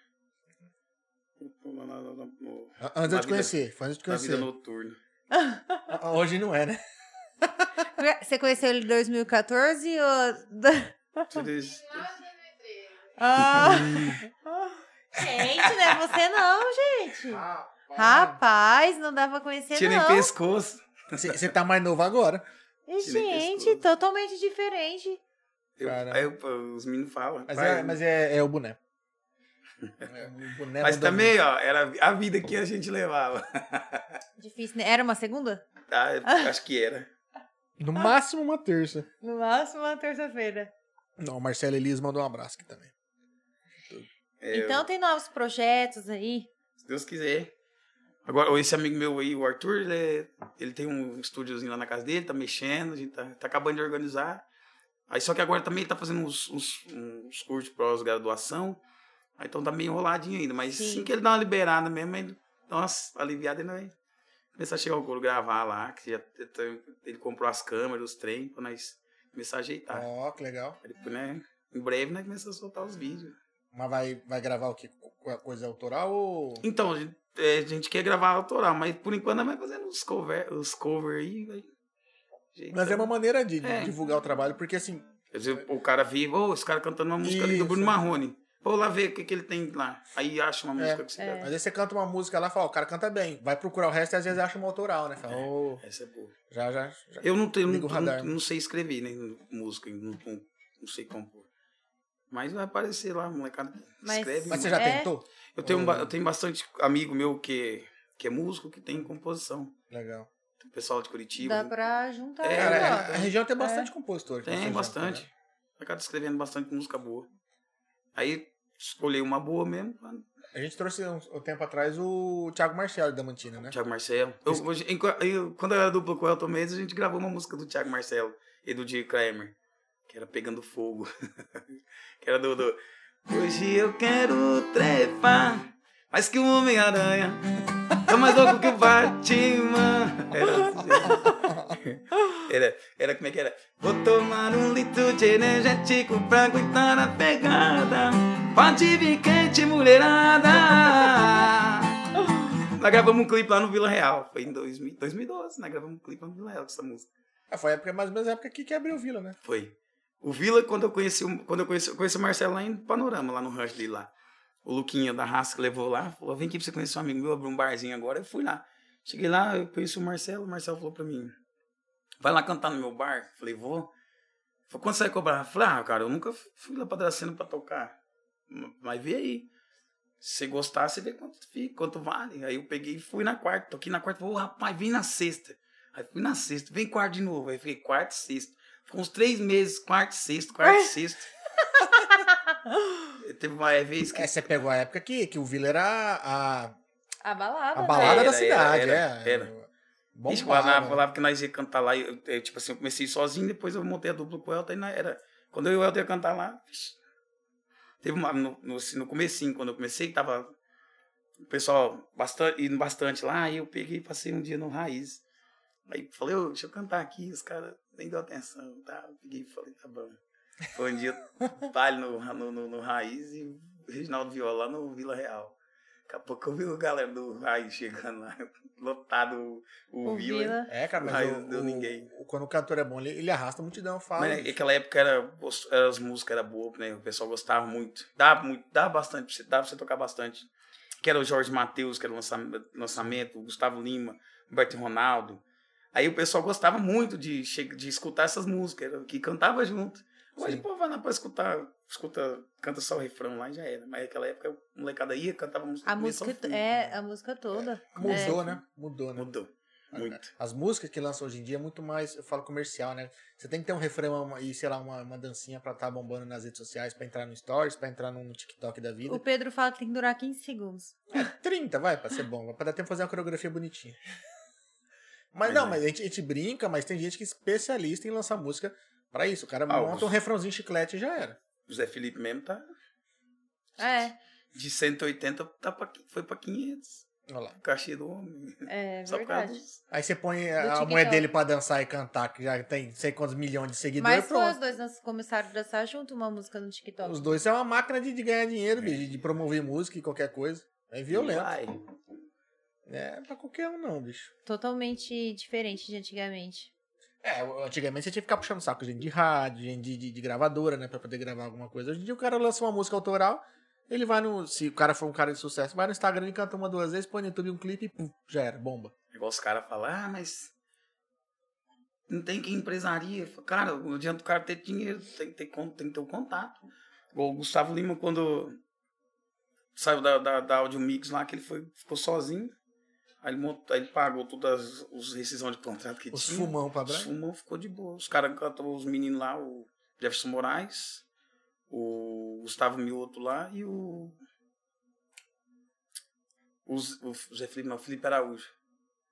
Speaker 3: na- na- na- no-
Speaker 2: A- Antes
Speaker 3: na
Speaker 2: de eu te
Speaker 3: vida-
Speaker 2: conhecer, foi antes de eu te
Speaker 3: na
Speaker 2: conhecer.
Speaker 3: vida noturna.
Speaker 2: Ah, Hoje não é, né?
Speaker 1: Você conheceu ele em 2014 ou...
Speaker 3: Você diz-
Speaker 1: Ah. gente, não é você não, gente.
Speaker 2: Rapaz.
Speaker 1: Rapaz, não dá pra conhecer
Speaker 3: Tirei
Speaker 1: não.
Speaker 3: pescoço.
Speaker 2: Você tá mais novo agora.
Speaker 1: E,
Speaker 3: tirei
Speaker 1: gente,
Speaker 3: pescoço.
Speaker 1: totalmente diferente.
Speaker 3: Eu-
Speaker 2: Cara.
Speaker 3: aí eu- os meninos falam.
Speaker 2: Mas,
Speaker 3: pai,
Speaker 2: é, mas é, é o boné. É, o boné
Speaker 3: mas
Speaker 2: mandou
Speaker 3: também, ó, era a vida que a gente levava.
Speaker 1: Difícil, né? Era uma segunda?
Speaker 3: Ah, eu acho que era.
Speaker 2: No máximo uma terça.
Speaker 1: No máximo, uma terça-feira.
Speaker 2: Não, o Marcelo Elias mandou um abraço aqui também.
Speaker 3: É,
Speaker 1: Então tem novos projetos aí.
Speaker 3: Se Deus quiser. Agora, esse amigo meu aí, o Arthur, ele, é- ele tem um estúdiozinho lá na casa dele, tá mexendo, a gente tá, tá acabando de organizar. Aí só que agora também ele tá fazendo uns, uns, uns cursos pós-graduação. Aí então tá meio enroladinho ainda, mas
Speaker 1: Sim.
Speaker 3: assim que ele dá uma liberada mesmo, ele, nossa, aliviado ele vai começar a chegar ao couro gravar lá, que já t- t- ele comprou as câmeras, os trem, pra nós começar a ajeitar.
Speaker 2: Ó, que legal.
Speaker 3: Aí, depois, né, em breve nós começamos a soltar os vídeos.
Speaker 2: Mas vai, vai gravar o quê? Co- Coisa autoral ou.
Speaker 3: Então, a gente- é, a gente quer gravar autoral, mas por enquanto nós vamos fazendo os cover, os cover aí. vai. Jeito.
Speaker 2: Mas é uma maneira de de
Speaker 3: Então. É.
Speaker 2: divulgar o trabalho, porque assim,
Speaker 3: Quer dizer, o cara vive, ô, esse cara cantando uma música ali do
Speaker 2: Isso.
Speaker 3: Bruno Marrone. Vou lá ver o que, que ele tem lá. Aí acha uma
Speaker 2: É.
Speaker 3: música que você
Speaker 1: É.
Speaker 2: às vezes você canta uma música lá e fala, ó, o cara canta bem. Vai procurar o resto e às vezes acha uma autoral, né? Fala, ô,
Speaker 3: Essa é boa.
Speaker 2: já, já, já.
Speaker 3: Eu não tenho, não,
Speaker 2: Liga o radar.
Speaker 3: não, não sei escrever, né? Música, não, não- não sei compor. Mas vai aparecer lá, molecada. que
Speaker 1: Mas-
Speaker 3: escreve.
Speaker 2: Mas você já
Speaker 1: É.
Speaker 2: tentou?
Speaker 3: Eu, tenho, um ba-
Speaker 2: Hum.
Speaker 3: eu tenho bastante amigo meu que, que é músico que tem composição.
Speaker 2: Legal.
Speaker 3: Tem pessoal de Curitiba.
Speaker 1: Dá pra juntar.
Speaker 3: Tipo, É,
Speaker 2: Cara,
Speaker 1: né?
Speaker 2: a- a região tem bastante compositor. aqui na
Speaker 3: Tem
Speaker 2: região,
Speaker 3: bastante.
Speaker 2: cara.
Speaker 3: Acaba escrevendo bastante música boa. Aí escolhi uma boa mesmo, pra-
Speaker 2: A gente trouxe um, um tempo atrás o Thiago Marcelo da Mantina, né?
Speaker 3: Thiago Marcelo. Eu, hoje, em- eu- quando eu era duplo com o Elton Mendes, a gente gravou uma música do Thiago Marcelo e do Diego Kramer, que era Pegando Fogo. que era do, do. Hoje eu quero trepar, mais que o Homem-Aranha. Tá mais louco que o Batman. Era, era, era como é que era? Vou tomar um litro de energético pra aguentar a pegada. Pode vir quente, mulherada. Nós gravamos um clipe lá no Vila Real. Foi em 2000, 2012, nós gravamos um clipe lá no Vila Real com essa música.
Speaker 2: Ah, foi a época, mais ou menos a época que, que abriu o Vila, né?
Speaker 3: Foi. O Vila, quando eu conheci, o- quando eu conheci, eu conheci o Marcelo lá em Panorama, lá no rancho dele lá. O Luquinha da raça que levou lá, falou: vem aqui pra você conhecer um amigo meu, abriu um barzinho agora. Eu fui lá. Cheguei lá, eu conheci o Marcelo, o Marcelo falou pra mim: vai lá cantar no meu bar? Falei: vou. Falei, quando você vai cobrar? Falei: ah, cara, eu nunca fui lá pra Dracena pra tocar. Mas vê aí. Se você gostar, você vê quanto fica, quanto vale. Aí eu peguei e fui na quarta. Toquei na quarta, falei, ô rapaz, vem na sexta. Aí fui na sexta, vem quarta de novo. Aí fiquei quarta e sexta. Ficou uns três meses, quarta e sexta, quarta e sexta. E Teve uma vez que.
Speaker 2: É, você pegou a época que, que o Vila era a,
Speaker 1: A balada.
Speaker 2: a balada
Speaker 1: né?
Speaker 3: Era,
Speaker 2: da cidade,
Speaker 3: era,
Speaker 2: é.
Speaker 3: era.
Speaker 2: Bom
Speaker 3: Ixi, falava, falava que nós ia cantar lá. Eu, eu, tipo assim, eu comecei sozinho, depois eu montei a dupla com o Elton. E nós era, quando eu e o Elton ia cantar lá, ixi, teve uma, no, no, assim, no comecinho, quando eu comecei, tava o pessoal bastante, indo bastante lá. Aí eu peguei e passei um dia no Raiz. Aí falei, ô, deixa eu cantar aqui. Os caras nem deu atenção, tá? Eu peguei e falei, tá bom. Foi um dia baile no, no, no, no Raiz e o Reginaldo Viola lá no Vila Real. Daqui a pouco eu vi o galera do Raiz chegando lá, lotado o, o,
Speaker 1: O
Speaker 3: Vila.
Speaker 1: Vila.
Speaker 2: É, cara, mas
Speaker 3: Ai,
Speaker 2: o-
Speaker 3: não deu
Speaker 2: o-
Speaker 3: ninguém.
Speaker 2: o- quando o cantor é bom, ele, ele arrasta a multidão, fala.
Speaker 3: Mas é naquela época era, os- era- as músicas eram boas, né? O pessoal gostava muito. Dava muito, dava bastante, pra você- dava pra você tocar bastante. Que era o Jorge Matheus, que era o lançamento, lançamento o Gustavo Lima, Humberto Ronaldo. Aí o pessoal gostava muito de, che- de escutar essas músicas, era, que cantava junto. Hoje,
Speaker 2: Sim.
Speaker 3: pô, vai lá pra escutar, escuta, canta só o refrão lá e já era. Mas naquela época, o molecada ia, cantava música.
Speaker 1: A
Speaker 3: do começo ao
Speaker 1: música,
Speaker 3: fim.
Speaker 1: é, a música toda.
Speaker 2: Mudou,
Speaker 1: É.
Speaker 2: né? Mudou, né?
Speaker 3: Mudou, muito.
Speaker 2: As músicas que lançam hoje em dia é muito mais, eu falo comercial, né? Você tem que ter um refrão uma- e, sei lá, uma, uma dancinha pra estar bombando nas redes sociais, pra entrar no Stories, pra entrar no TikTok da vida.
Speaker 1: O Pedro fala que tem que durar 15 segundos.
Speaker 2: 30, vai, pra ser bom. Pra dar tempo de fazer uma coreografia bonitinha. Mas
Speaker 3: Mas
Speaker 2: não,
Speaker 3: é.
Speaker 2: mas a gente, a gente brinca, mas tem gente que é especialista em lançar música pra isso. O cara
Speaker 3: Ah,
Speaker 2: monta
Speaker 3: os-
Speaker 2: um refrãozinho chiclete e já era.
Speaker 3: O Zé Felipe mesmo tá
Speaker 1: É.
Speaker 3: de 180, tá pra, qui- foi pra 500.
Speaker 2: Olha lá.
Speaker 3: Cachê do homem.
Speaker 5: É
Speaker 3: Só por causa
Speaker 5: verdade.
Speaker 3: dos-
Speaker 2: Aí você põe
Speaker 5: Do
Speaker 2: a
Speaker 5: TikTok.
Speaker 2: mulher dele pra dançar e cantar, que já tem sei quantos milhões de seguidores,
Speaker 1: Mas foi
Speaker 2: pronto.
Speaker 1: os dois dança- né? começaram a dançar junto uma música no TikTok.
Speaker 2: Os dois são uma máquina de, de ganhar dinheiro, bicho, de promover música e qualquer coisa. É violento.
Speaker 3: Vai.
Speaker 2: É pra qualquer um, não, bicho.
Speaker 1: Totalmente diferente de antigamente.
Speaker 2: É, antigamente você tinha que ficar puxando saco gente de rádio, gente de, de- de gravadora, né? Pra poder gravar alguma coisa. Hoje em dia o cara lança uma música autoral, ele vai no. Se o cara for um cara de sucesso, vai no Instagram e canta uma, duas vezes, põe no YouTube um clipe e pum, já era, bomba.
Speaker 3: Igual os caras falam, ah, mas não tem que empresaria. Fala, Cara, não adianta o cara ter dinheiro, tem que ter, con- tem que ter o contato. Igual o Gustavo Lima, quando saiu da, da, da Audio Mix lá, que ele foi, ficou sozinho. Aí ele, mont- aí ele pagou todas as os rescisão de contrato que
Speaker 2: Os
Speaker 3: tinha.
Speaker 2: fumão pra
Speaker 3: Os
Speaker 2: branco.
Speaker 3: fumão ficou de boa. Os caras cantou os meninos lá, o Jefferson Moraes, o Gustavo Mioto lá e o. os- o Zé Felipe, não, Felipe Araújo.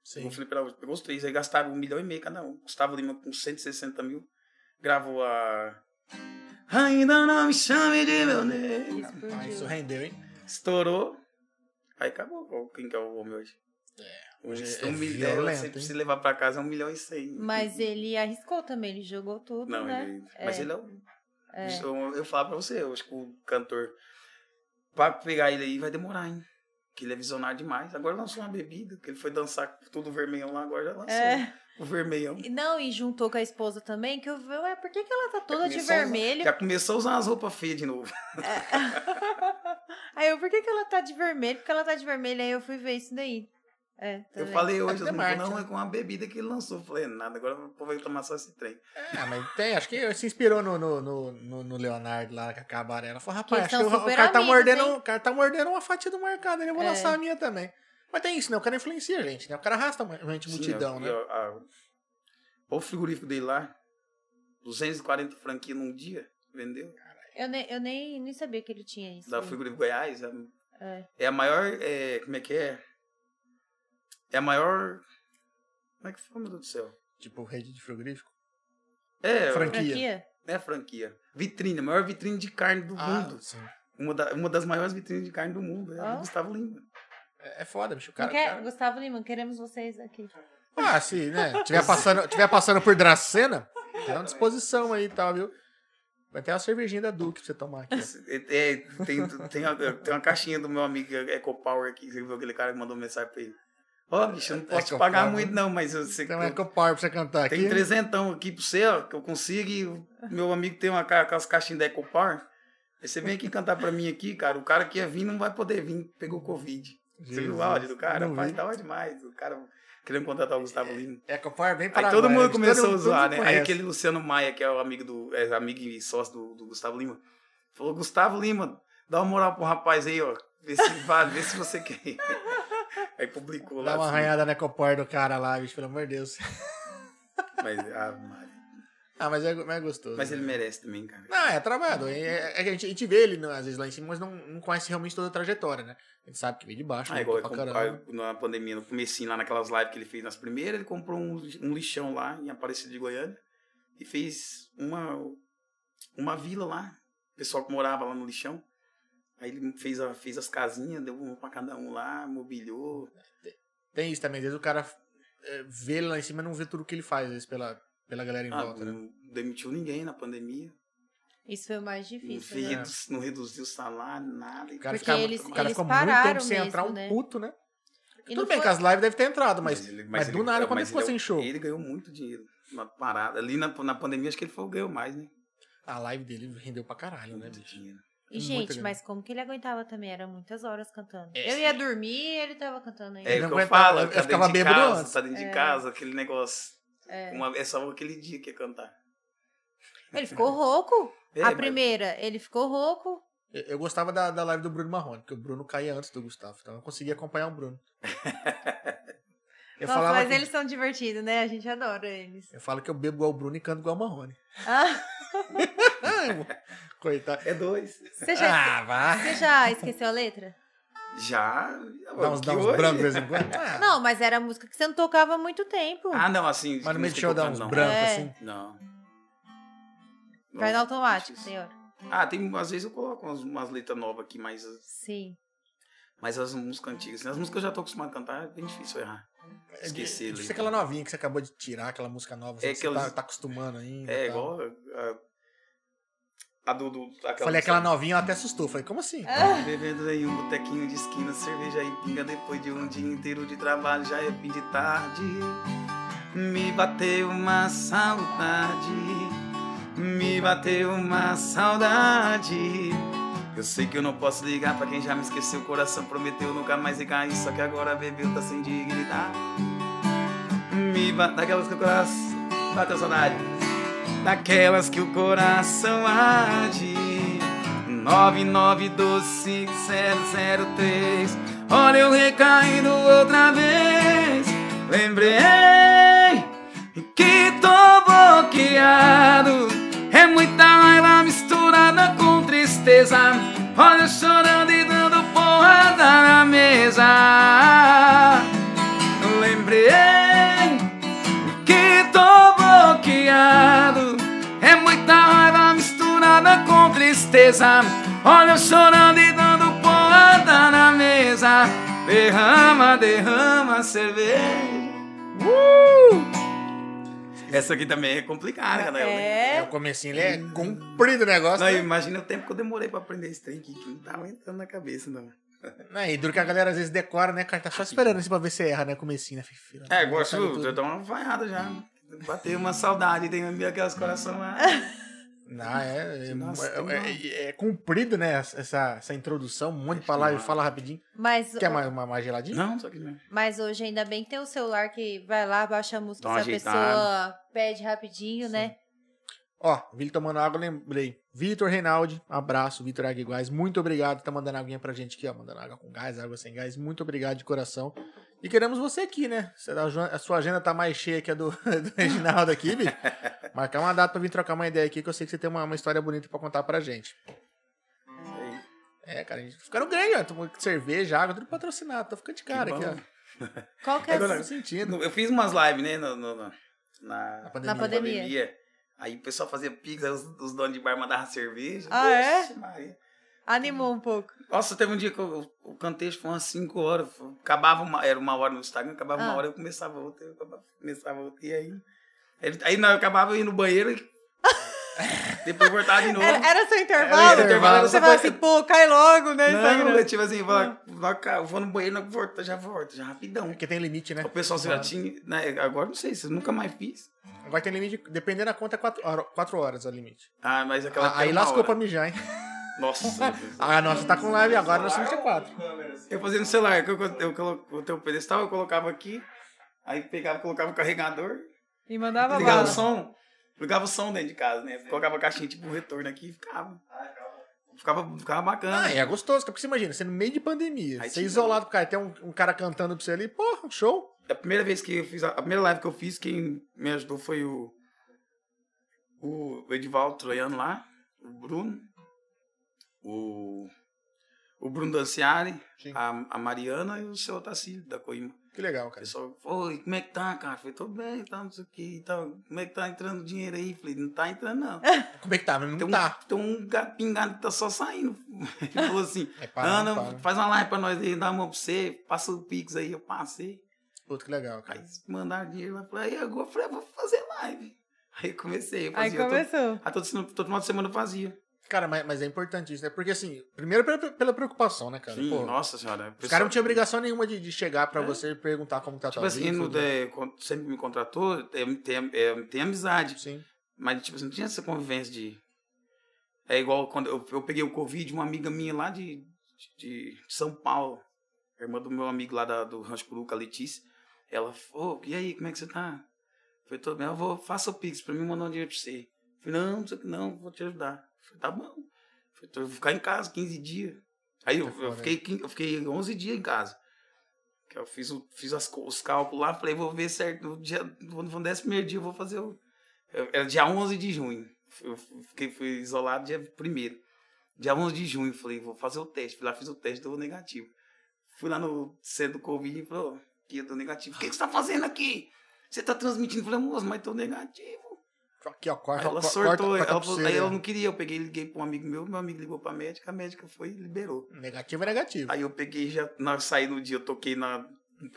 Speaker 2: Sim.
Speaker 3: O Felipe Araújo pegou os três, aí gastaram um milhão e meio cada um. Gustavo Lima com 160 mil, gravou a. Ainda não me chame de meu
Speaker 5: Que
Speaker 3: nome.
Speaker 5: explodiu.
Speaker 2: Ah, isso rendeu, hein?
Speaker 3: Estourou. Aí acabou. Ó, Quem que é o homem hoje? É. Hoje
Speaker 2: é
Speaker 3: um milhão.
Speaker 2: violento,
Speaker 3: você
Speaker 2: hein?
Speaker 3: precisa levar pra casa é um milhão e cem.
Speaker 1: Mas ele arriscou também, ele jogou tudo,
Speaker 3: Não,
Speaker 1: né?
Speaker 3: ele, mas
Speaker 1: É.
Speaker 3: ele é um.
Speaker 1: É.
Speaker 3: bicho, Eu, eu falo pra você, eu acho que o cantor. Pra pegar ele aí vai demorar, hein? Que ele é visionário demais. Agora lançou uma bebida, que ele foi dançar com tudo vermelhão lá, agora já lançou.
Speaker 1: É.
Speaker 3: O vermelhão.
Speaker 1: Não, e juntou com a esposa também, que eu vi, ué, por que, que ela tá toda de
Speaker 3: começou a usar-
Speaker 1: vermelho?
Speaker 3: Já começou a usar as roupas feias de novo.
Speaker 1: Aí eu, por que, que ela tá de vermelho? Porque ela tá de vermelho, aí eu fui ver isso daí. É, tá
Speaker 3: Eu
Speaker 1: vendo?
Speaker 3: falei hoje,
Speaker 2: É
Speaker 3: eu não,
Speaker 2: marketing,
Speaker 3: não, é
Speaker 2: né?
Speaker 3: com a bebida que ele lançou. Eu Falei, "É nada, agora o povo vai tomar só esse trem.
Speaker 2: É, mas tem, acho que se inspirou no, no, no, no- no Leonardo lá, com a cabarela. Falou, rapaz,
Speaker 1: Que
Speaker 2: acho que
Speaker 1: são
Speaker 2: o, o
Speaker 1: super
Speaker 2: cara tá
Speaker 1: amigos,
Speaker 2: mordendo,
Speaker 1: hein?
Speaker 2: o cara tá mordendo uma fatia do mercado, ele eu vou
Speaker 1: É.
Speaker 2: lançar a minha também. Mas tem isso, né? O cara influencia a gente, né? O cara arrasta a gente multidão,
Speaker 3: Sim, é,
Speaker 2: né?
Speaker 3: eu- a- Olha o frigorífico dele lá, 240 franquias num dia, vendeu.
Speaker 1: Eu, nem, eu nem, nem sabia que ele tinha isso.
Speaker 3: da Frigorífico Goiás. É,
Speaker 1: É.
Speaker 3: é a maior. é, como é que é? É a maior. Como é que foi, meu Deus do céu?
Speaker 2: Tipo, rede de frigorífico.
Speaker 3: É,
Speaker 2: Franquia.
Speaker 1: Franquia?
Speaker 3: é franquia. Vitrine, a maior vitrine de carne do
Speaker 2: Ah.
Speaker 3: mundo.
Speaker 2: sim.
Speaker 3: Uma, da- uma das maiores vitrines de carne do mundo. É a do
Speaker 1: Ah.
Speaker 3: Gustavo Lima.
Speaker 2: É, é foda, bicho. O
Speaker 1: Não
Speaker 2: cara,
Speaker 1: quer?
Speaker 2: o cara-
Speaker 1: Gustavo Lima, queremos vocês aqui.
Speaker 2: Ah, sim, né? Tiver passando, tiver passando por Dracena, tem uma disposição aí e tal, viu? Vai ter uma cervejinha da Duque pra você tomar aqui. ó.
Speaker 3: É, é, tem, tem, a- tem uma caixinha do meu amigo EcoPower aqui. Você viu aquele cara que mandou mensagem pra ele? Ó, bicho, eu não posso te
Speaker 2: Ecopower.
Speaker 3: pagar muito, não, mas eu sei que.
Speaker 2: Tem um Eco Power pra você cantar aqui.
Speaker 3: Tem trezentão aqui pra você, ó, que eu consigo. e o Meu amigo tem uma, ca- aquelas caixinhas da Ecopar. Aí você vem aqui cantar pra mim aqui, cara. O cara que ia vir não vai poder vir, pegou Covid. Você viu o
Speaker 2: Jesus,
Speaker 3: áudio do cara?
Speaker 2: não
Speaker 3: Rapaz,
Speaker 2: vi.
Speaker 3: tá
Speaker 2: É,
Speaker 3: da hora demais. O cara querendo contratar o Gustavo Lima.
Speaker 2: Eco Power bem para
Speaker 3: Aí todo mundo começou a zoar, né? Aí aquele Luciano Maia, que é o amigo do é, amigo e sócio do, do Gustavo Lima, falou: Gustavo Lima, dá uma moral pro rapaz aí, ó. Vê se vale, vê se você quer. Aí publicou lá.
Speaker 2: Dá uma
Speaker 3: assim,
Speaker 2: arranhada na Eco Power do cara lá, bicho, pelo amor de Deus.
Speaker 3: mas, ah, Mari.
Speaker 2: Ah, mas é, mas é gostoso.
Speaker 3: mas ele
Speaker 2: né?
Speaker 3: merece também, cara.
Speaker 2: Não, é trabalhado. É, é- é que a, gente, a gente vê ele né, às vezes lá em cima, mas não, não conhece realmente toda a trajetória, né? A gente sabe que veio de baixo,
Speaker 3: Ah,
Speaker 2: lutou
Speaker 3: igual
Speaker 2: pra
Speaker 3: ele comprou-
Speaker 2: caramba.
Speaker 3: aí, na pandemia, no comecinho, lá naquelas lives que ele fez nas primeiras, ele comprou um, um lixão lá em Aparecida de Goiânia e fez uma, uma vila lá. O pessoal que morava lá no lixão. Aí ele fez, a, fez as casinhas, deu uma pra cada um lá, mobiliou.
Speaker 2: Tem isso também, às vezes o cara é, vê ele lá em cima e não vê tudo que ele faz, às vezes, pela, pela galera em
Speaker 3: Ah,
Speaker 2: volta, né?
Speaker 3: não demitiu ninguém na pandemia.
Speaker 1: Isso foi o mais
Speaker 3: Não,
Speaker 1: difícil,
Speaker 3: fez-
Speaker 1: né?
Speaker 3: não reduziu o salário, nada.
Speaker 2: O cara,
Speaker 1: Porque
Speaker 2: fica,
Speaker 1: eles-
Speaker 2: o cara
Speaker 1: eles
Speaker 2: ficou muito
Speaker 1: pararam
Speaker 2: tempo sem
Speaker 1: mesmo,
Speaker 2: entrar, um
Speaker 1: né?
Speaker 2: puto, né?
Speaker 1: E
Speaker 2: Tudo
Speaker 1: não
Speaker 2: bem
Speaker 1: foi-
Speaker 2: que as lives devem ter entrado, mas, mas,
Speaker 3: ele-
Speaker 2: do
Speaker 3: ele-
Speaker 2: nada, quando ele
Speaker 3: mas
Speaker 2: ficou
Speaker 3: é-
Speaker 2: sem show.
Speaker 3: Ele ganhou muito dinheiro na parada. Ali na, na pandemia, acho que ele foi o que ganhou mais, né?
Speaker 2: a live dele rendeu pra caralho, né,
Speaker 3: Muito
Speaker 2: bicho?
Speaker 3: dinheiro.
Speaker 1: E,
Speaker 2: Muita
Speaker 1: gente,
Speaker 2: grana.
Speaker 1: mas como que ele aguentava também? Era muitas horas cantando.
Speaker 2: É,
Speaker 1: eu ia dormir e ele tava cantando ainda.
Speaker 3: É,
Speaker 2: não
Speaker 3: o que eu
Speaker 2: aguentava,
Speaker 3: falo,
Speaker 2: eu
Speaker 3: tá dentro
Speaker 2: ficava
Speaker 3: de
Speaker 2: bêbado
Speaker 3: casa,
Speaker 2: antes.
Speaker 3: tá dentro de casa, aquele negócio.
Speaker 1: É.
Speaker 3: Uma, é só aquele dia que ia cantar.
Speaker 1: Ele ficou rouco.
Speaker 3: É,
Speaker 1: a
Speaker 3: mas-
Speaker 1: primeira, ele ficou rouco.
Speaker 2: Eu, eu gostava da, da live do Bruno Marrone, porque o Bruno caía antes do Gustavo, então eu conseguia acompanhar o Bruno. Eu,
Speaker 1: Nossa,
Speaker 2: falava
Speaker 1: mas
Speaker 2: que,
Speaker 1: eles são divertidos, né? A gente adora eles.
Speaker 2: eu falo que eu bebo igual o Bruno e canto igual o Marrone. Ah,
Speaker 1: Ah,
Speaker 2: Coitado.
Speaker 3: É dois.
Speaker 1: você, já,
Speaker 2: Ah, vai.
Speaker 1: você já esqueceu a letra?
Speaker 3: Já.
Speaker 2: Dá uns,
Speaker 3: que
Speaker 2: dá uns
Speaker 3: hoje?
Speaker 2: brancos de vez em quando. Ah,
Speaker 1: Não, mas era música que você não tocava há muito tempo.
Speaker 3: Ah, não, assim.
Speaker 2: mas no meio do
Speaker 3: música
Speaker 2: show dá
Speaker 3: tocando,
Speaker 2: uns
Speaker 3: não.
Speaker 2: brancos,
Speaker 1: É.
Speaker 2: assim.
Speaker 3: Não.
Speaker 1: Vai no
Speaker 3: Não.
Speaker 1: automático, senhor.
Speaker 3: Ah, tem, às vezes eu coloco umas, umas letras novas aqui, mas
Speaker 1: Sim.
Speaker 3: Mas as músicas antigas, assim, as músicas que eu já tô acostumado a cantar, é bem difícil errar.
Speaker 2: É,
Speaker 3: Esqueci.
Speaker 2: de- de
Speaker 3: ali.
Speaker 2: ser aquela novinha que você acabou de tirar, aquela música nova, assim,
Speaker 3: É
Speaker 2: que
Speaker 3: que
Speaker 2: você tá,
Speaker 3: eu-
Speaker 2: tá acostumando ainda.
Speaker 3: É,
Speaker 2: tá?
Speaker 3: igual a, a- a do... do aquela
Speaker 2: Falei aquela
Speaker 3: música.
Speaker 2: novinha, ela até assustou. Falei, como assim?
Speaker 1: É.
Speaker 3: Bebendo em um botequinho de esquina, cerveja e pinga depois de um dia inteiro de trabalho, já é fim de tarde. Me bateu uma saudade, me bateu uma saudade. Eu sei que eu não posso ligar pra quem já me esqueceu, o coração prometeu nunca mais ligar, e só que agora bebeu, tá sem dignidade. Me bateu daquelas que o coração bateu saudade, daquelas que o coração arde. 9925003 Olha eu recaindo outra vez Lembrei que tô bloqueado É muita raiva misturada com tristeza Olha eu chorando e dando porrada na mesa Lembrei que tô bloqueado. É muita raiva misturada com tristeza. Olha eu chorando e dando porrada na mesa. Derrama, derrama a cerveja. Uh! Essa aqui também é complicada, galera.
Speaker 2: É,
Speaker 1: É.
Speaker 2: o comecinho, ele é comprido o negócio.
Speaker 3: Não,
Speaker 2: né?
Speaker 3: imagina o tempo que eu demorei pra aprender esse trem aqui, que não tava entrando na cabeça, não.
Speaker 2: Não, e duro que a galera às vezes decora, né, cara? Tá só esperando assim pra ver se erra, né? Comecinho, né? Filho,
Speaker 3: É, agora eu
Speaker 2: tudo.
Speaker 3: já dou uma vaiada já. Bateu uma saudade, tem aquelas corações lá.
Speaker 2: Não, é, é,
Speaker 3: Nossa, tem
Speaker 2: é, é- é comprido, né? Essa, essa introdução, um monte de palavra, fala rapidinho.
Speaker 1: Mas,
Speaker 2: Quer mais uma, uma geladinha?
Speaker 3: Não, só que não.
Speaker 1: mas hoje ainda bem que tem o celular que vai lá, baixa a música,
Speaker 3: Dá uma
Speaker 1: se a
Speaker 3: ajeitada.
Speaker 1: pessoa pede rapidinho, né?
Speaker 2: Ó, Vili tomando água, lembrei. Vitor Reinaldi, abraço, Vitor Aguiguais, muito obrigado. Tá mandando aguinha pra gente aqui, ó. Mandando água com gás, água sem gás. Muito obrigado de coração. E queremos você aqui, né? Você- A jo- a sua agenda tá mais cheia que a do, do Reginaldo aqui, bicho. Marcar uma data pra vir trocar uma ideia aqui, que eu sei que você tem uma, uma história bonita pra contar pra gente.
Speaker 3: Sei.
Speaker 2: É, cara, a gente ficaram grande, ó. Tomou cerveja, água, tudo patrocinado. Tô ficando de cara
Speaker 3: bom.
Speaker 2: aqui, ó.
Speaker 1: Qual que é
Speaker 3: Agora-
Speaker 1: a-
Speaker 2: Tô sentindo.
Speaker 3: Eu fiz umas lives, né? no- no- no- na,
Speaker 2: Na
Speaker 3: na
Speaker 2: pandemia.
Speaker 3: pandemia.
Speaker 1: Na pandemia.
Speaker 3: Aí o pessoal fazia pix, aí os, os donos de bar mandavam cerveja.
Speaker 1: Ah, é?
Speaker 3: Vixe, Maria.
Speaker 1: Animou um pouco.
Speaker 3: Nossa, teve um dia que eu, eu cantei, acho que foi umas 5 horas. Foi- Acabava uma, era uma hora no Instagram, acabava
Speaker 1: Ah.
Speaker 3: uma hora, eu começava outra, eu acabava- começava outra. E aí. Aí, aí não, eu acabava eu ia no banheiro e. depois voltava de novo.
Speaker 1: Era, era seu
Speaker 3: Era
Speaker 1: intervalo?
Speaker 3: o intervalo, era
Speaker 1: Você
Speaker 3: só
Speaker 1: fala
Speaker 3: pra-
Speaker 1: assim, pô, cai logo, né?
Speaker 3: Não,
Speaker 1: Instagram? Ah.
Speaker 3: eu tipo assim, eu falava, "Vai cá, eu vou no banheiro, não volto, já volto, já rapidão.
Speaker 2: Porque tem limite,
Speaker 1: É.
Speaker 2: né?
Speaker 3: O pessoal já tinha. né, agora não sei, se eu nunca mais fiz.
Speaker 2: Agora tem limite, dependendo da conta, 4 horas, quatro horas é o limite.
Speaker 3: Ah, mas aquela.
Speaker 2: aí
Speaker 3: aquela uma
Speaker 2: lascou
Speaker 3: hora.
Speaker 2: pra mijar, hein?
Speaker 3: Nossa. meu Deus.
Speaker 2: Ah, nossa, tá com live agora, nós somos T4.
Speaker 3: eu fazia no celular, que eu, eu colo- o teu pedestal, eu colocava aqui, aí pegava, colocava o carregador,
Speaker 1: E mandava
Speaker 3: ligava
Speaker 1: bala.
Speaker 3: o som, ligava o som dentro de casa, né? Colocava a caixinha tipo um retorno aqui e ficava. Ficava, ficava bacana.
Speaker 2: Ah, é gostoso, porque você imagina, você no meio de pandemia,
Speaker 3: Aí
Speaker 2: você
Speaker 3: tinha-
Speaker 2: isolado pro cara, tem um, um cara cantando pra você ali, porra, show.
Speaker 3: A primeira vez que eu fiz, a, a primeira live que eu fiz, quem me ajudou foi o. O Edivaldo Troiano lá, o Bruno, o. O Bruno Danciari,
Speaker 2: Sim.
Speaker 3: a, a Mariana e o seu Otacílio da Coima.
Speaker 2: Que legal,
Speaker 3: O
Speaker 2: cara.
Speaker 3: pessoal, oi, como é que tá, cara? Falei, tô bem, tá, não sei o que e tal. Como é que tá entrando dinheiro aí? Falei, não tá entrando, não.
Speaker 2: Como é que tá? Mas
Speaker 3: Tem
Speaker 2: Não
Speaker 3: um,
Speaker 2: tá.
Speaker 3: tem um ga- pingado que tá só saindo. Ele falou assim,
Speaker 2: É para,
Speaker 3: Ana,
Speaker 2: não para.
Speaker 3: faz uma live pra nós aí, dá uma mão pra você, passa o Pix aí, eu passei.
Speaker 2: Puta, que legal,
Speaker 3: Aí
Speaker 2: cara.
Speaker 3: mandaram dinheiro lá, falei, aí agora eu falei, eu vou fazer live. Aí eu comecei, um eu ah, fazia.
Speaker 1: Aí começou.
Speaker 3: Todo, aí todo, sino- todo final de semana eu fazia.
Speaker 2: Cara, mas, mas é importante isso, né? Porque assim, primeiro pela, pela preocupação, né, cara?
Speaker 3: Sim,
Speaker 2: Pô,
Speaker 3: nossa senhora.
Speaker 2: os caras não tinham obrigação nenhuma de, de chegar pra você e perguntar como tá a
Speaker 3: Tipo
Speaker 2: tua
Speaker 3: assim,
Speaker 2: vida.
Speaker 3: no-
Speaker 2: tudo, né?
Speaker 3: é, quando sempre me contratou, tem, tem, é, tem amizade.
Speaker 2: Sim.
Speaker 3: Mas, tipo, assim, não tinha essa convivência de. É igual quando eu, eu peguei o Covid, uma amiga minha lá de, de, de São Paulo, irmã do meu amigo lá da- do Rancho Curuca, a Letícia, ela falou: e aí, como é que você tá? Eu Falei, tô bem, eu vou, faça o Pix pra mim mandar um dinheiro pra você. Eu Falei, não, não sei o que não, vou te ajudar. Eu Falei, tá bom. Eu Falei, tô, eu vou ficar em casa 15 dias. Aí eu,
Speaker 2: Tá
Speaker 3: eu
Speaker 2: fora,
Speaker 3: fiquei, quin- eu fiquei 11 dias em casa. Que Eu fiz, o- fiz as co- os cálculos lá, falei, vou ver certo, no dia, no no 11 dia eu vou fazer o... eu- Era dia 11 de junho, eu fiquei, fui isolado dia 1 Dia 11 de junho, falei, vou fazer o teste. Fui lá, fiz o teste, deu negativo. Fui lá no centro do Covid e falou, que eu tô negativo. O que, que você tá fazendo aqui? Você tá transmitindo? Eu Falei, moço, mas tô negativo.
Speaker 2: Aqui, ó, corta,
Speaker 3: Aí ela
Speaker 2: corta-
Speaker 3: sortou,
Speaker 2: corta a
Speaker 3: ela falou-
Speaker 2: pulseira.
Speaker 3: aí ela não queria, eu peguei, liguei pra um amigo meu, meu amigo ligou pra médica, a médica foi e liberou.
Speaker 2: Negativo é negativo.
Speaker 3: Aí eu peguei, já na, saí no dia, eu toquei na,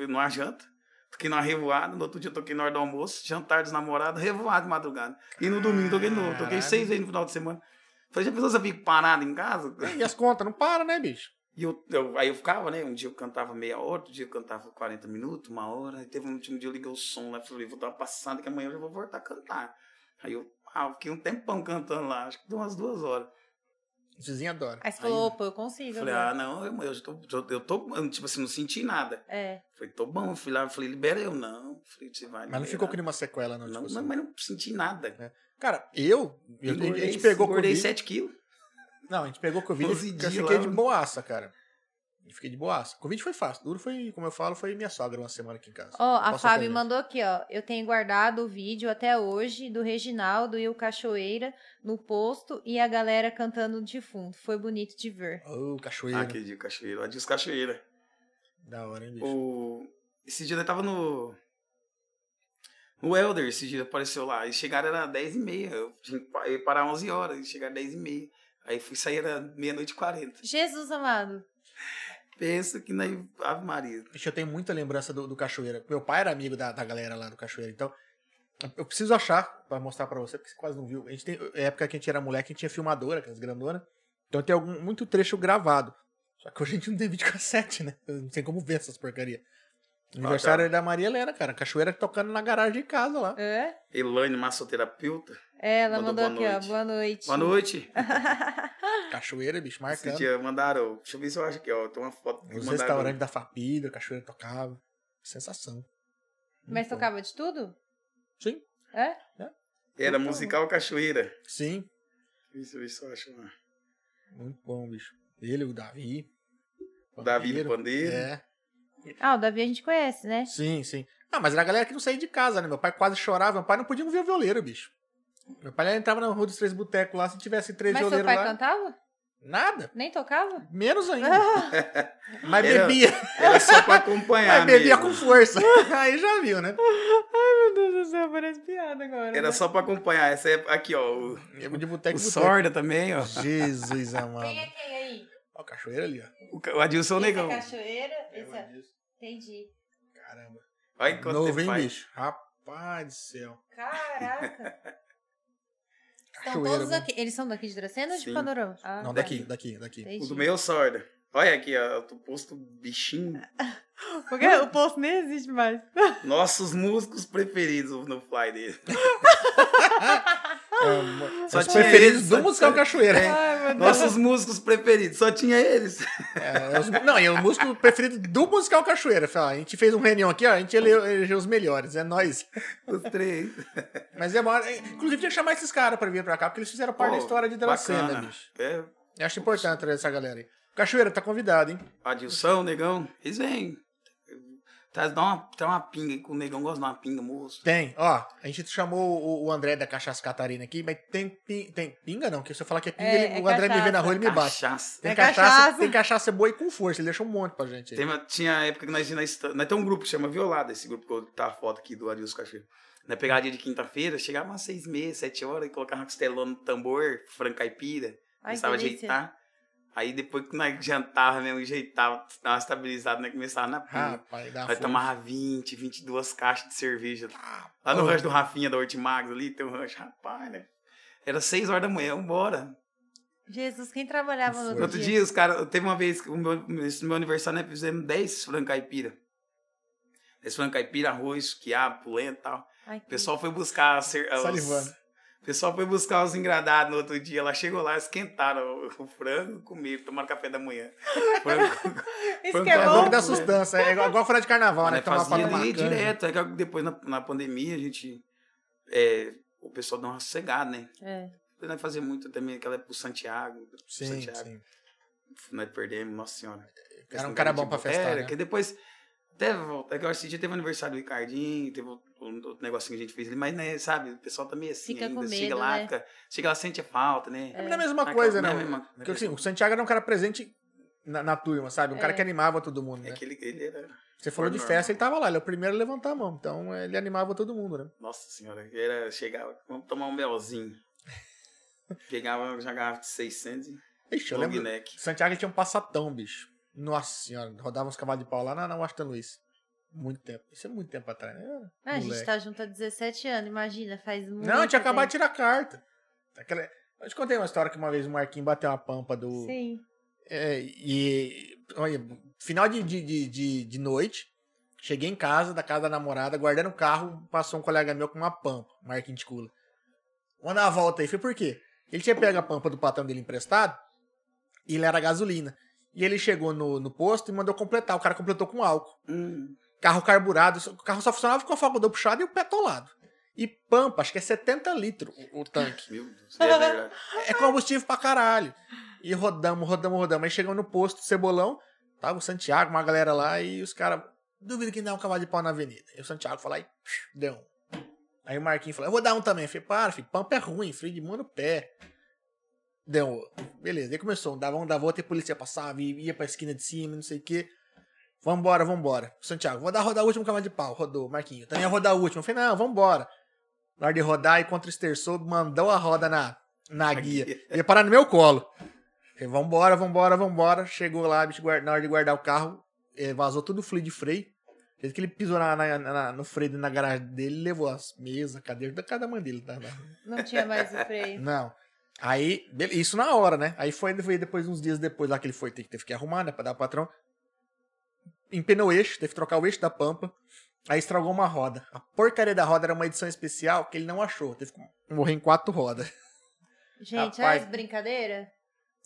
Speaker 3: numa janta, toquei na revoada, no outro dia eu toquei na hora do almoço, jantar dos namorados, revoada de madrugada. E no domingo toquei de novo, toquei
Speaker 2: Caralho.
Speaker 3: seis vezes no final de semana. Falei, já pensou se eu fico parado em casa?
Speaker 2: E as contas não param, né, bicho?
Speaker 3: E eu, eu- aí eu ficava, né? Um dia eu cantava meia hora, outro dia eu cantava 40 minutos, uma hora. Aí teve um último dia eu liguei o som lá, falei, vou dar uma passada que amanhã eu já vou voltar a cantar. Aí eu, ah, eu fiquei um tempão cantando lá, acho que deu umas duas horas.
Speaker 2: Os vizinhos adoram.
Speaker 3: É,
Speaker 1: Aí você falou, opa, eu consigo. né?"
Speaker 3: Falei,
Speaker 1: agora.
Speaker 3: ah, não, eu, eu, tô, eu, eu tô, eu, tipo assim, não senti nada.
Speaker 1: É.
Speaker 3: Falei, tô bom, eu fui lá, falei, libera eu, não. Falei, você vai.
Speaker 2: Mas não
Speaker 3: liberar.
Speaker 2: ficou com nenhuma sequela, não.
Speaker 3: é Não,
Speaker 2: tipo
Speaker 3: não,
Speaker 2: assim.
Speaker 3: mas não senti nada.
Speaker 2: Cara, eu. eu- a
Speaker 3: Engordei-
Speaker 2: gente pegou
Speaker 3: engordei
Speaker 2: Covid.
Speaker 3: 7 quilos.
Speaker 2: Não, a gente pegou Covid.
Speaker 3: 11
Speaker 2: Eu
Speaker 3: dias
Speaker 2: fiquei
Speaker 3: lá.
Speaker 2: de boaça, cara. Eu fiquei de boaça. Covid foi fácil. Duro foi, como eu falo, foi minha sogra uma semana aqui em casa.
Speaker 1: Ó, a
Speaker 2: Passou
Speaker 1: Fábio
Speaker 2: pra
Speaker 1: mandou aqui, ó. Eu tenho guardado o vídeo até hoje do Reginaldo e o Cachoeira no posto e a galera cantando de fundo. Foi bonito de ver.
Speaker 2: gente. Ô, cachoeira.
Speaker 3: Ah, que dia, cachoeira. Ah, diz cachoeira.
Speaker 2: Da hora, hein, bicho?
Speaker 3: O... Esse dia eu tava no. O Elder, esse dia apareceu lá. E chegaram era 10 e meia. Eu tinha que pa- eu ia parar 11 horas. E chegaram 10 e meia. Aí fui sair era meia-noite e 40.
Speaker 1: Jesus amado.
Speaker 3: Pensa que na Ave Maria.
Speaker 2: Bicho, eu tenho muita lembrança do, do Cachoeira. Meu pai era amigo da, da galera lá do Cachoeira, então. Eu preciso achar pra mostrar pra você, porque você quase não viu. A gente tem. é Época que a gente era moleque, a gente tinha filmadora, aquelas grandonas. Então tem algum, muito trecho gravado. Só que hoje a gente não tem videocassete, né? Não tem como ver essas porcaria.
Speaker 3: Ah,
Speaker 2: Aniversário
Speaker 3: cara.
Speaker 2: da Maria Helena, cara. Cachoeira tocando na garagem de casa lá.
Speaker 1: É?
Speaker 3: Elaine, massoterapeuta.
Speaker 1: É, Ela mandou,
Speaker 3: Mandou
Speaker 1: aqui,
Speaker 3: boa
Speaker 1: ó.
Speaker 3: noite.
Speaker 1: Boa noite.
Speaker 3: Boa noite.
Speaker 2: Cachoeira, bicho,
Speaker 3: Esse
Speaker 2: marcando.
Speaker 3: dia mandaram. Deixa eu ver se eu acho aqui, ó. Tem uma foto. que
Speaker 2: Os
Speaker 3: mandaram.
Speaker 2: restaurantes da Fapida, Cachoeira tocava. Sensação.
Speaker 1: Mas
Speaker 2: Muito
Speaker 3: Então.
Speaker 2: bom.
Speaker 1: tocava de tudo?
Speaker 2: Sim.
Speaker 1: É?
Speaker 3: Era musical cachoeira.
Speaker 2: Sim.
Speaker 3: Deixa eu ver se eu acho. uma.
Speaker 2: Muito bom, bicho. Ele, o Davi.
Speaker 3: O Davi do
Speaker 2: Pandeiro.
Speaker 3: Pandeiro.
Speaker 2: É.
Speaker 1: Ah, o Davi a gente conhece, né?
Speaker 2: Sim, sim. Ah, mas era a galera que não saía de casa, né? Meu pai quase chorava. Meu pai não podia ver violeiro, bicho. Meu pai entrava na rua dos três botecos lá, se tivesse três
Speaker 1: Mas seu
Speaker 2: violeiros
Speaker 1: pai
Speaker 2: lá.
Speaker 1: cantava?
Speaker 2: Nada.
Speaker 1: Nem tocava?
Speaker 2: Menos ainda.
Speaker 1: Ah,
Speaker 2: Mas
Speaker 3: Era-
Speaker 2: bebia.
Speaker 3: Era só pra
Speaker 2: Mas
Speaker 3: acompanhar.
Speaker 2: bebia
Speaker 3: mesmo.
Speaker 2: com força. Aí já viu, né?
Speaker 1: meu Deus do céu, parece piada agora. né?
Speaker 3: Era só pra acompanhar. Essa época. Aqui, ó. O,
Speaker 2: Nego de boteco
Speaker 3: o
Speaker 2: em boteco.
Speaker 3: Sorda também, ó.
Speaker 2: Jesus amado.
Speaker 1: Quem é quem aí?
Speaker 2: Ó, a cachoeira ali, ó.
Speaker 3: O ca- O Adilson Negão.
Speaker 1: Esse é cachoeira? Esse é...
Speaker 4: disso.
Speaker 1: Entendi.
Speaker 2: Caramba.
Speaker 3: Olha quanto
Speaker 2: Novo, hein,
Speaker 3: tempo faz.
Speaker 2: bicho? Rapaz do céu.
Speaker 1: Caraca. Estão
Speaker 2: Cachoeira,
Speaker 1: todos
Speaker 2: mano.
Speaker 1: aqui. Eles são daqui de Dracena ou de
Speaker 3: Sim.
Speaker 1: Panorama? Ah,
Speaker 2: Não,
Speaker 1: tá.
Speaker 2: daqui, daqui, daqui.
Speaker 1: Entendi.
Speaker 3: O do meio é o sorda. Olha aqui, ó. Tu posto bichinho.
Speaker 1: Porque o posto nem existe mais.
Speaker 3: Nossos músicos preferidos no fly dele.
Speaker 2: É, mo-
Speaker 3: Só
Speaker 2: os
Speaker 3: tinha É.
Speaker 2: preferidos
Speaker 3: esse,
Speaker 2: do
Speaker 3: só-
Speaker 2: musical cachoeira.
Speaker 1: Ai, meu Deus.
Speaker 3: Nossos músicos preferidos. Só tinha eles.
Speaker 2: É, os- não, e o músico preferido do musical Cachoeira. Fala, a gente fez um reunião aqui, ó, a gente ele- elegeu os melhores, é nós.
Speaker 3: Os três.
Speaker 2: Mas é maior. Inclusive, tinha que chamar esses caras pra vir pra cá, porque eles fizeram parte
Speaker 3: Pô,
Speaker 2: da história de Dracena,
Speaker 3: bacana.
Speaker 2: bicho.
Speaker 3: É.
Speaker 2: Eu acho importante trazer essa galera aí. Cachoeira, tá convidado, hein?
Speaker 3: Adilson, Negão. Eles vêm. Traz, dá uma, traz uma pinga aí, que o Negão gosta de uma pinga, moço.
Speaker 2: Tem, ó, a gente chamou o, o André da Cachaça Catarina aqui, mas tem, pi- tem pinga não, que se eu falar que é pinga,
Speaker 1: É,
Speaker 2: ele-
Speaker 1: é
Speaker 2: o André me vê na
Speaker 1: cachaça.
Speaker 2: rua ele me bate.
Speaker 3: Cachaça.
Speaker 2: Tem
Speaker 1: É
Speaker 2: cachaça,
Speaker 1: cachaça.
Speaker 2: tem cachaça boa e com força, ele deixou um monte pra gente aí.
Speaker 3: Tem uma- tinha época que nós, nós, nós temos um grupo que chama Violada, esse grupo que eu tá a foto aqui do Adilson Cachoeira. Nós pegava dia de quinta-feira, chegava umas seis, meia, sete horas e colocava um costelão no tambor, francaipira.
Speaker 1: Ai,
Speaker 3: começava a
Speaker 1: delícia.
Speaker 3: ajeitar. Aí depois que nós jantava mesmo, ajeitava, dava uma estabilizada, nós começava na pinga.
Speaker 2: Rapaz, dá uma
Speaker 3: nós
Speaker 2: fome.
Speaker 3: tomava 20, 22 caixas de cerveja.
Speaker 2: Ah,
Speaker 3: Lá no
Speaker 2: pô.
Speaker 3: rancho do Rafinha, da Hortimagos ali, tem um rancho. Rapaz, né? Era 6 horas da manhã, vambora.
Speaker 1: Jesus, quem trabalhava no
Speaker 2: Foi.
Speaker 3: No
Speaker 1: outro
Speaker 3: outro
Speaker 1: dia?
Speaker 3: dia, os caras. Teve uma vez, que o meu, esse meu aniversário, né? Fizemos 10 frango caipira. 10 frango caipira, arroz, quiabo, polenta e tal.
Speaker 1: Ai, que-
Speaker 3: O pessoal foi buscar. a cer- os-
Speaker 2: Salivando.
Speaker 3: O pessoal foi buscar os engradados no outro dia. Ela chegou lá, esquentaram o, o frango, comeram, tomaram café da manhã. Frango,
Speaker 1: Isso que
Speaker 2: É
Speaker 1: é
Speaker 3: Tá
Speaker 2: bom
Speaker 1: bom.
Speaker 2: que dá sustância. É igual, igual fora de carnaval, né?
Speaker 3: né,
Speaker 2: Tomar pra
Speaker 3: fazia
Speaker 2: tomar
Speaker 3: ali
Speaker 2: cana.
Speaker 3: direto. Aí, depois, na, na pandemia, a gente. é, o pessoal deu uma sossegada, né?
Speaker 1: É.
Speaker 3: Nós fazíamos muito também aquela pro Santiago. pro
Speaker 2: Sim,
Speaker 3: Santiago.
Speaker 2: sim.
Speaker 3: Nós perdemos, nossa senhora.
Speaker 2: Era um cara bom pra festar,
Speaker 3: Era,
Speaker 2: né?
Speaker 3: é, que depois. é Teve, agora esse dia teve o aniversário do Ricardinho, teve um- um outro negocinho que a gente fez ali, mas, né, sabe, o pessoal também assim
Speaker 1: Fica
Speaker 3: ainda.
Speaker 1: com
Speaker 3: chega
Speaker 1: medo,
Speaker 3: lá,
Speaker 1: né?
Speaker 3: fica, chega lá, sente a falta, né?
Speaker 2: É. Não é a mesma
Speaker 3: Aquela-
Speaker 2: coisa,
Speaker 3: não é
Speaker 2: né?
Speaker 3: a mesma-
Speaker 2: Porque assim, o Santiago era um cara presente na, na turma, sabe? Um cara que animava todo mundo,
Speaker 3: É
Speaker 2: né?
Speaker 3: que ele, ele era.
Speaker 2: Você falou de
Speaker 3: Normal.
Speaker 2: festa, ele tava lá, ele é o primeiro a levantar a mão. Então é, ele animava todo mundo, né?
Speaker 3: Nossa senhora, ele era. Chegava, vamos tomar um melzinho. Pegava já garrafa de 600 e
Speaker 2: Ixi, eu
Speaker 3: long
Speaker 2: lembro.
Speaker 3: neck.
Speaker 2: Santiago ele tinha um passatão, bicho. Nossa senhora, rodava uns cavalos de pau lá na, na Washington Luiz. Muito tempo. Isso é muito tempo atrás, né? Eu era
Speaker 1: Ah, a gente
Speaker 2: moleque.
Speaker 1: tá junto há 17 anos, imagina, faz muito
Speaker 2: Não, eu tinha acabado de
Speaker 1: tempo.
Speaker 2: tirar carta. Aquela... Eu te contei uma história que uma vez o Marquinhos bateu uma pampa do.
Speaker 1: Sim.
Speaker 2: É, e olha, final de, de, de, de, de noite, cheguei em casa, da casa da namorada, guardando o carro, passou um colega meu com uma pampa, Marquinhos de Cula. Vamos dar uma volta aí. Falei, por quê? Ele tinha pego a pampa do patrão dele emprestado e ele era gasolina. E ele chegou no, no posto e mandou completar. O cara completou com álcool
Speaker 3: Hum,
Speaker 2: carro carburado, o carro só funcionava com o falcador puxado e o pé atolado. E pampa, acho que é 70 litros o, o tanque.
Speaker 3: meu Deus, é verdade.
Speaker 2: É combustível pra caralho. E rodamos, rodamos, rodamos. Aí chegamos no posto do Cebolão, tava o Santiago, uma galera lá, e os caras, duvido que dá um cavalo de pau na avenida. E o Santiago falou, aí, psh, deu um. Aí o Marquinhos falou, eu vou dar um também. Eu falei, para, filho, pampa é ruim, freio de mão no pé. Deu um outro. Beleza, aí começou, um dava um, dava outro, e a polícia passava, e ia pra esquina de cima, não sei o quê. Vambora, vambora. Santiago, vou dar rodar o último cavalo de pau. Rodou, Marquinhos. Também ia rodar o último. Eu falei, não, vambora. Na hora de rodar, e contra esterçou, mandou a roda na, na guia. Ele ia parar no meu colo. Falei, vambora, vambora, vambora. Chegou lá, bicho, guarda- na hora de guardar o carro, eh, vazou todo o fluido de freio. Do jeito que ele pisou na, na- na- no freio dele, na garagem dele, levou as mesas, cadeira, da cada mãe dele. Tá, tá.
Speaker 1: Não tinha mais o freio.
Speaker 2: Não. Aí, bele- isso na hora, né? Aí foi, foi depois, uns dias depois lá que ele foi, teve, teve que arrumar, né? Pra dar pro patrão. Empenou o eixo, teve que trocar o eixo da pampa. Aí estragou uma roda. A porcaria da roda era uma edição especial que ele não achou. Teve que morrer em quatro rodas.
Speaker 1: Gente,
Speaker 2: Rapaz.
Speaker 1: olha as brincadeiras.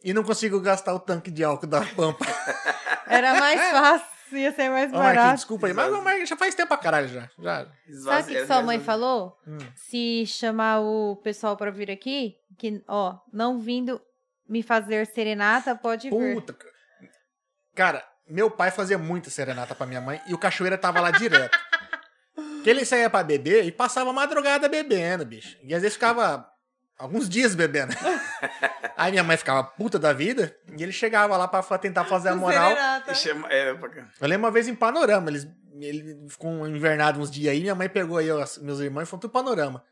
Speaker 2: E não consigo gastar o tanque de álcool da pampa.
Speaker 1: Era mais fácil, ia ser mais
Speaker 2: Ô, Marquinhos,
Speaker 1: barato.
Speaker 2: desculpa aí. Mas, ô, Marquinhos, já faz tempo pra caralho já. já.
Speaker 1: Sabe o que, que
Speaker 3: é
Speaker 1: sua mãe falou?
Speaker 2: Hum.
Speaker 1: Se chamar o pessoal pra vir aqui, que, ó, não vindo me fazer serenata, pode vir.
Speaker 2: Puta. ca- Cara, meu pai fazia muita serenata pra minha mãe e o cachoeira tava lá direto. que ele saía pra beber e passava a madrugada bebendo, bicho. E às vezes ficava alguns dias bebendo. Aí minha mãe ficava puta da vida e ele chegava lá pra fa- tentar fazer a moral.
Speaker 1: Serenata.
Speaker 3: Chama, é, pra cá.
Speaker 2: Eu lembro uma vez em Panorama, eles, ele ficou um invernado uns dias aí, minha mãe pegou aí os meus irmãos e falou, tu Panorama.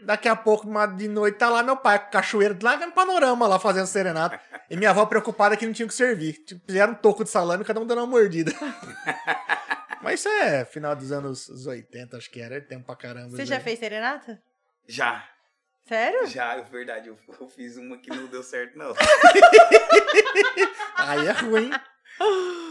Speaker 2: Daqui a pouco, uma de noite, tá lá meu pai, com cachoeiro, lá no Panorama, lá fazendo serenata. E minha avó preocupada que não tinha o que servir. Tipo, fizeram um toco de salame, cada um dando uma mordida. Mas isso é final dos anos 80, acho que era, é tempo pra caramba.
Speaker 1: Você
Speaker 2: isso
Speaker 1: já
Speaker 2: aí.
Speaker 1: fez serenata?
Speaker 3: Já,
Speaker 1: Sério?
Speaker 3: já, é verdade. Eu, eu fiz uma que não deu certo, não.
Speaker 2: Aí é ruim.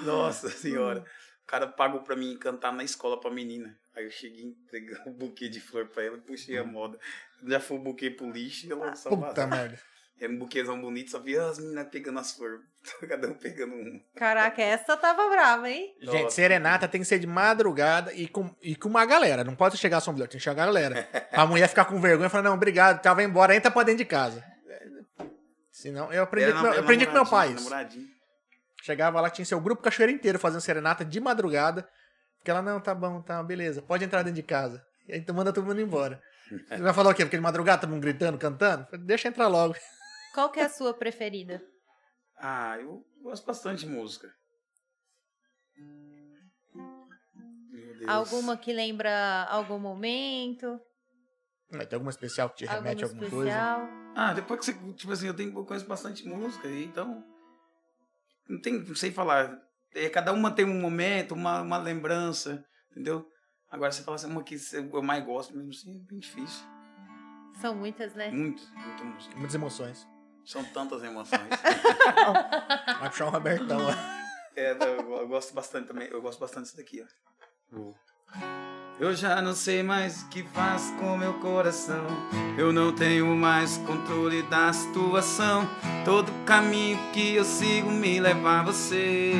Speaker 3: Nossa senhora. O cara pagou pra mim cantar na escola pra menina. Aí eu cheguei entregando um buquê de flor pra ela e puxei a moda. Já foi o buquê pro lixo e ela só
Speaker 2: Ah, Puta
Speaker 3: vazou.
Speaker 2: merda.
Speaker 3: É um buquêzão bonito, só via as meninas pegando as flores. Cada um pegando um.
Speaker 1: Caraca, essa tava brava, hein?
Speaker 2: Gente,
Speaker 3: Nossa.
Speaker 2: serenata tem que ser de madrugada e com, e com uma galera. Não pode chegar só um bilhete, tem que chegar a galera. A mulher ficar com vergonha e falar, não, obrigado, tchau, vai embora, entra pra dentro de casa. Senão, eu aprendi,
Speaker 3: Era
Speaker 2: com
Speaker 3: na-
Speaker 2: meu, eu
Speaker 3: era
Speaker 2: aprendi com meu pai.
Speaker 3: namoradinho,
Speaker 2: isso.
Speaker 3: namoradinho.
Speaker 2: Chegava lá, tinha seu grupo cachoeiro inteiro fazendo serenata de madrugada. Porque ela, não, tá bom, tá, beleza, pode entrar dentro de casa. E aí tu manda todo mundo embora. Você vai falar o quê? Porque de madrugada todo mundo gritando, cantando? Falei, Deixa entrar logo.
Speaker 1: Qual que é a sua preferida?
Speaker 3: Ah, eu gosto bastante de música. Meu Deus.
Speaker 1: Alguma que lembra algum momento?
Speaker 2: Mas Tem alguma especial que te
Speaker 1: Alguma
Speaker 2: remete a alguma coisa?
Speaker 1: especial?
Speaker 3: Ah, depois que você. Tipo assim, eu, tenho, eu conheço bastante música, e então. Não, tem, não sei falar. É, cada uma tem um momento, uma, uma lembrança, entendeu? Agora você fala assim, uma que você- eu mais gosto mesmo, assim, é bem difícil.
Speaker 1: São muitas, né?
Speaker 2: Hum.
Speaker 3: Muito, muita música.
Speaker 2: Muitas emoções.
Speaker 3: São tantas emoções.
Speaker 2: Vai puxar um Robertão lá.
Speaker 3: É, eu, eu gosto bastante também. Eu gosto bastante disso daqui, ó. Eu já não sei mais o que faz com meu coração. Eu não tenho mais controle da situação. Todo caminho que eu sigo me leva a você.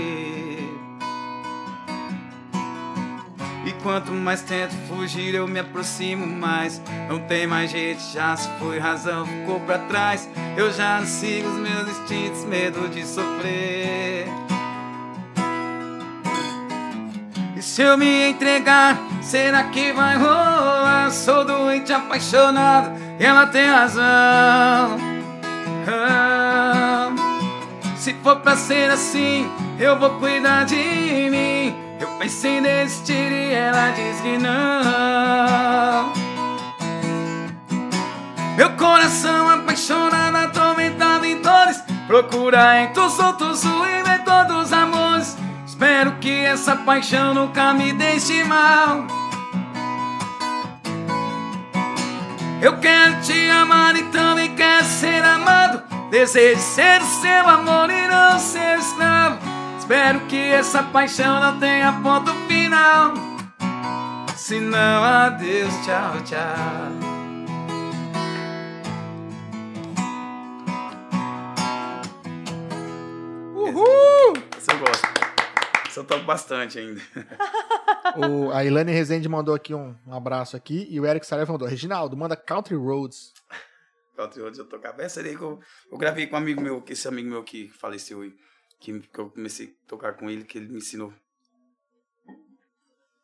Speaker 3: E quanto mais tento fugir, eu me aproximo mais. Não tem mais jeito, já se foi razão, ficou pra trás. Eu já não sigo os meus instintos, medo de sofrer. E se eu me entregar, será que vai rolar? Sou doente, apaixonado, e ela tem razão. Ah, se for pra ser assim, eu vou cuidar de mim. Eu pensei em desistir e ela diz que não. Meu coração apaixonado, atormentado em dores. Procura em todos outros o inventor dos amores. Espero que essa paixão nunca me deixe mal. Eu quero te amar e também quero ser amado. Desejo ser o seu amor e não ser escravo. Espero que essa paixão não tenha ponto final. Se não, adeus, tchau, tchau. Uhul! Essa eu gosto. Essa eu toco bastante ainda.
Speaker 2: O, a Ilane Rezende mandou aqui um, um abraço aqui e o Eric Saraiva mandou, Reginaldo, manda Country Roads.
Speaker 3: Outro outro eu tocava. Essa daí que eu, eu gravei com um amigo meu, que esse amigo meu que faleceu aí, que, que eu comecei a tocar com ele, que ele me ensinou.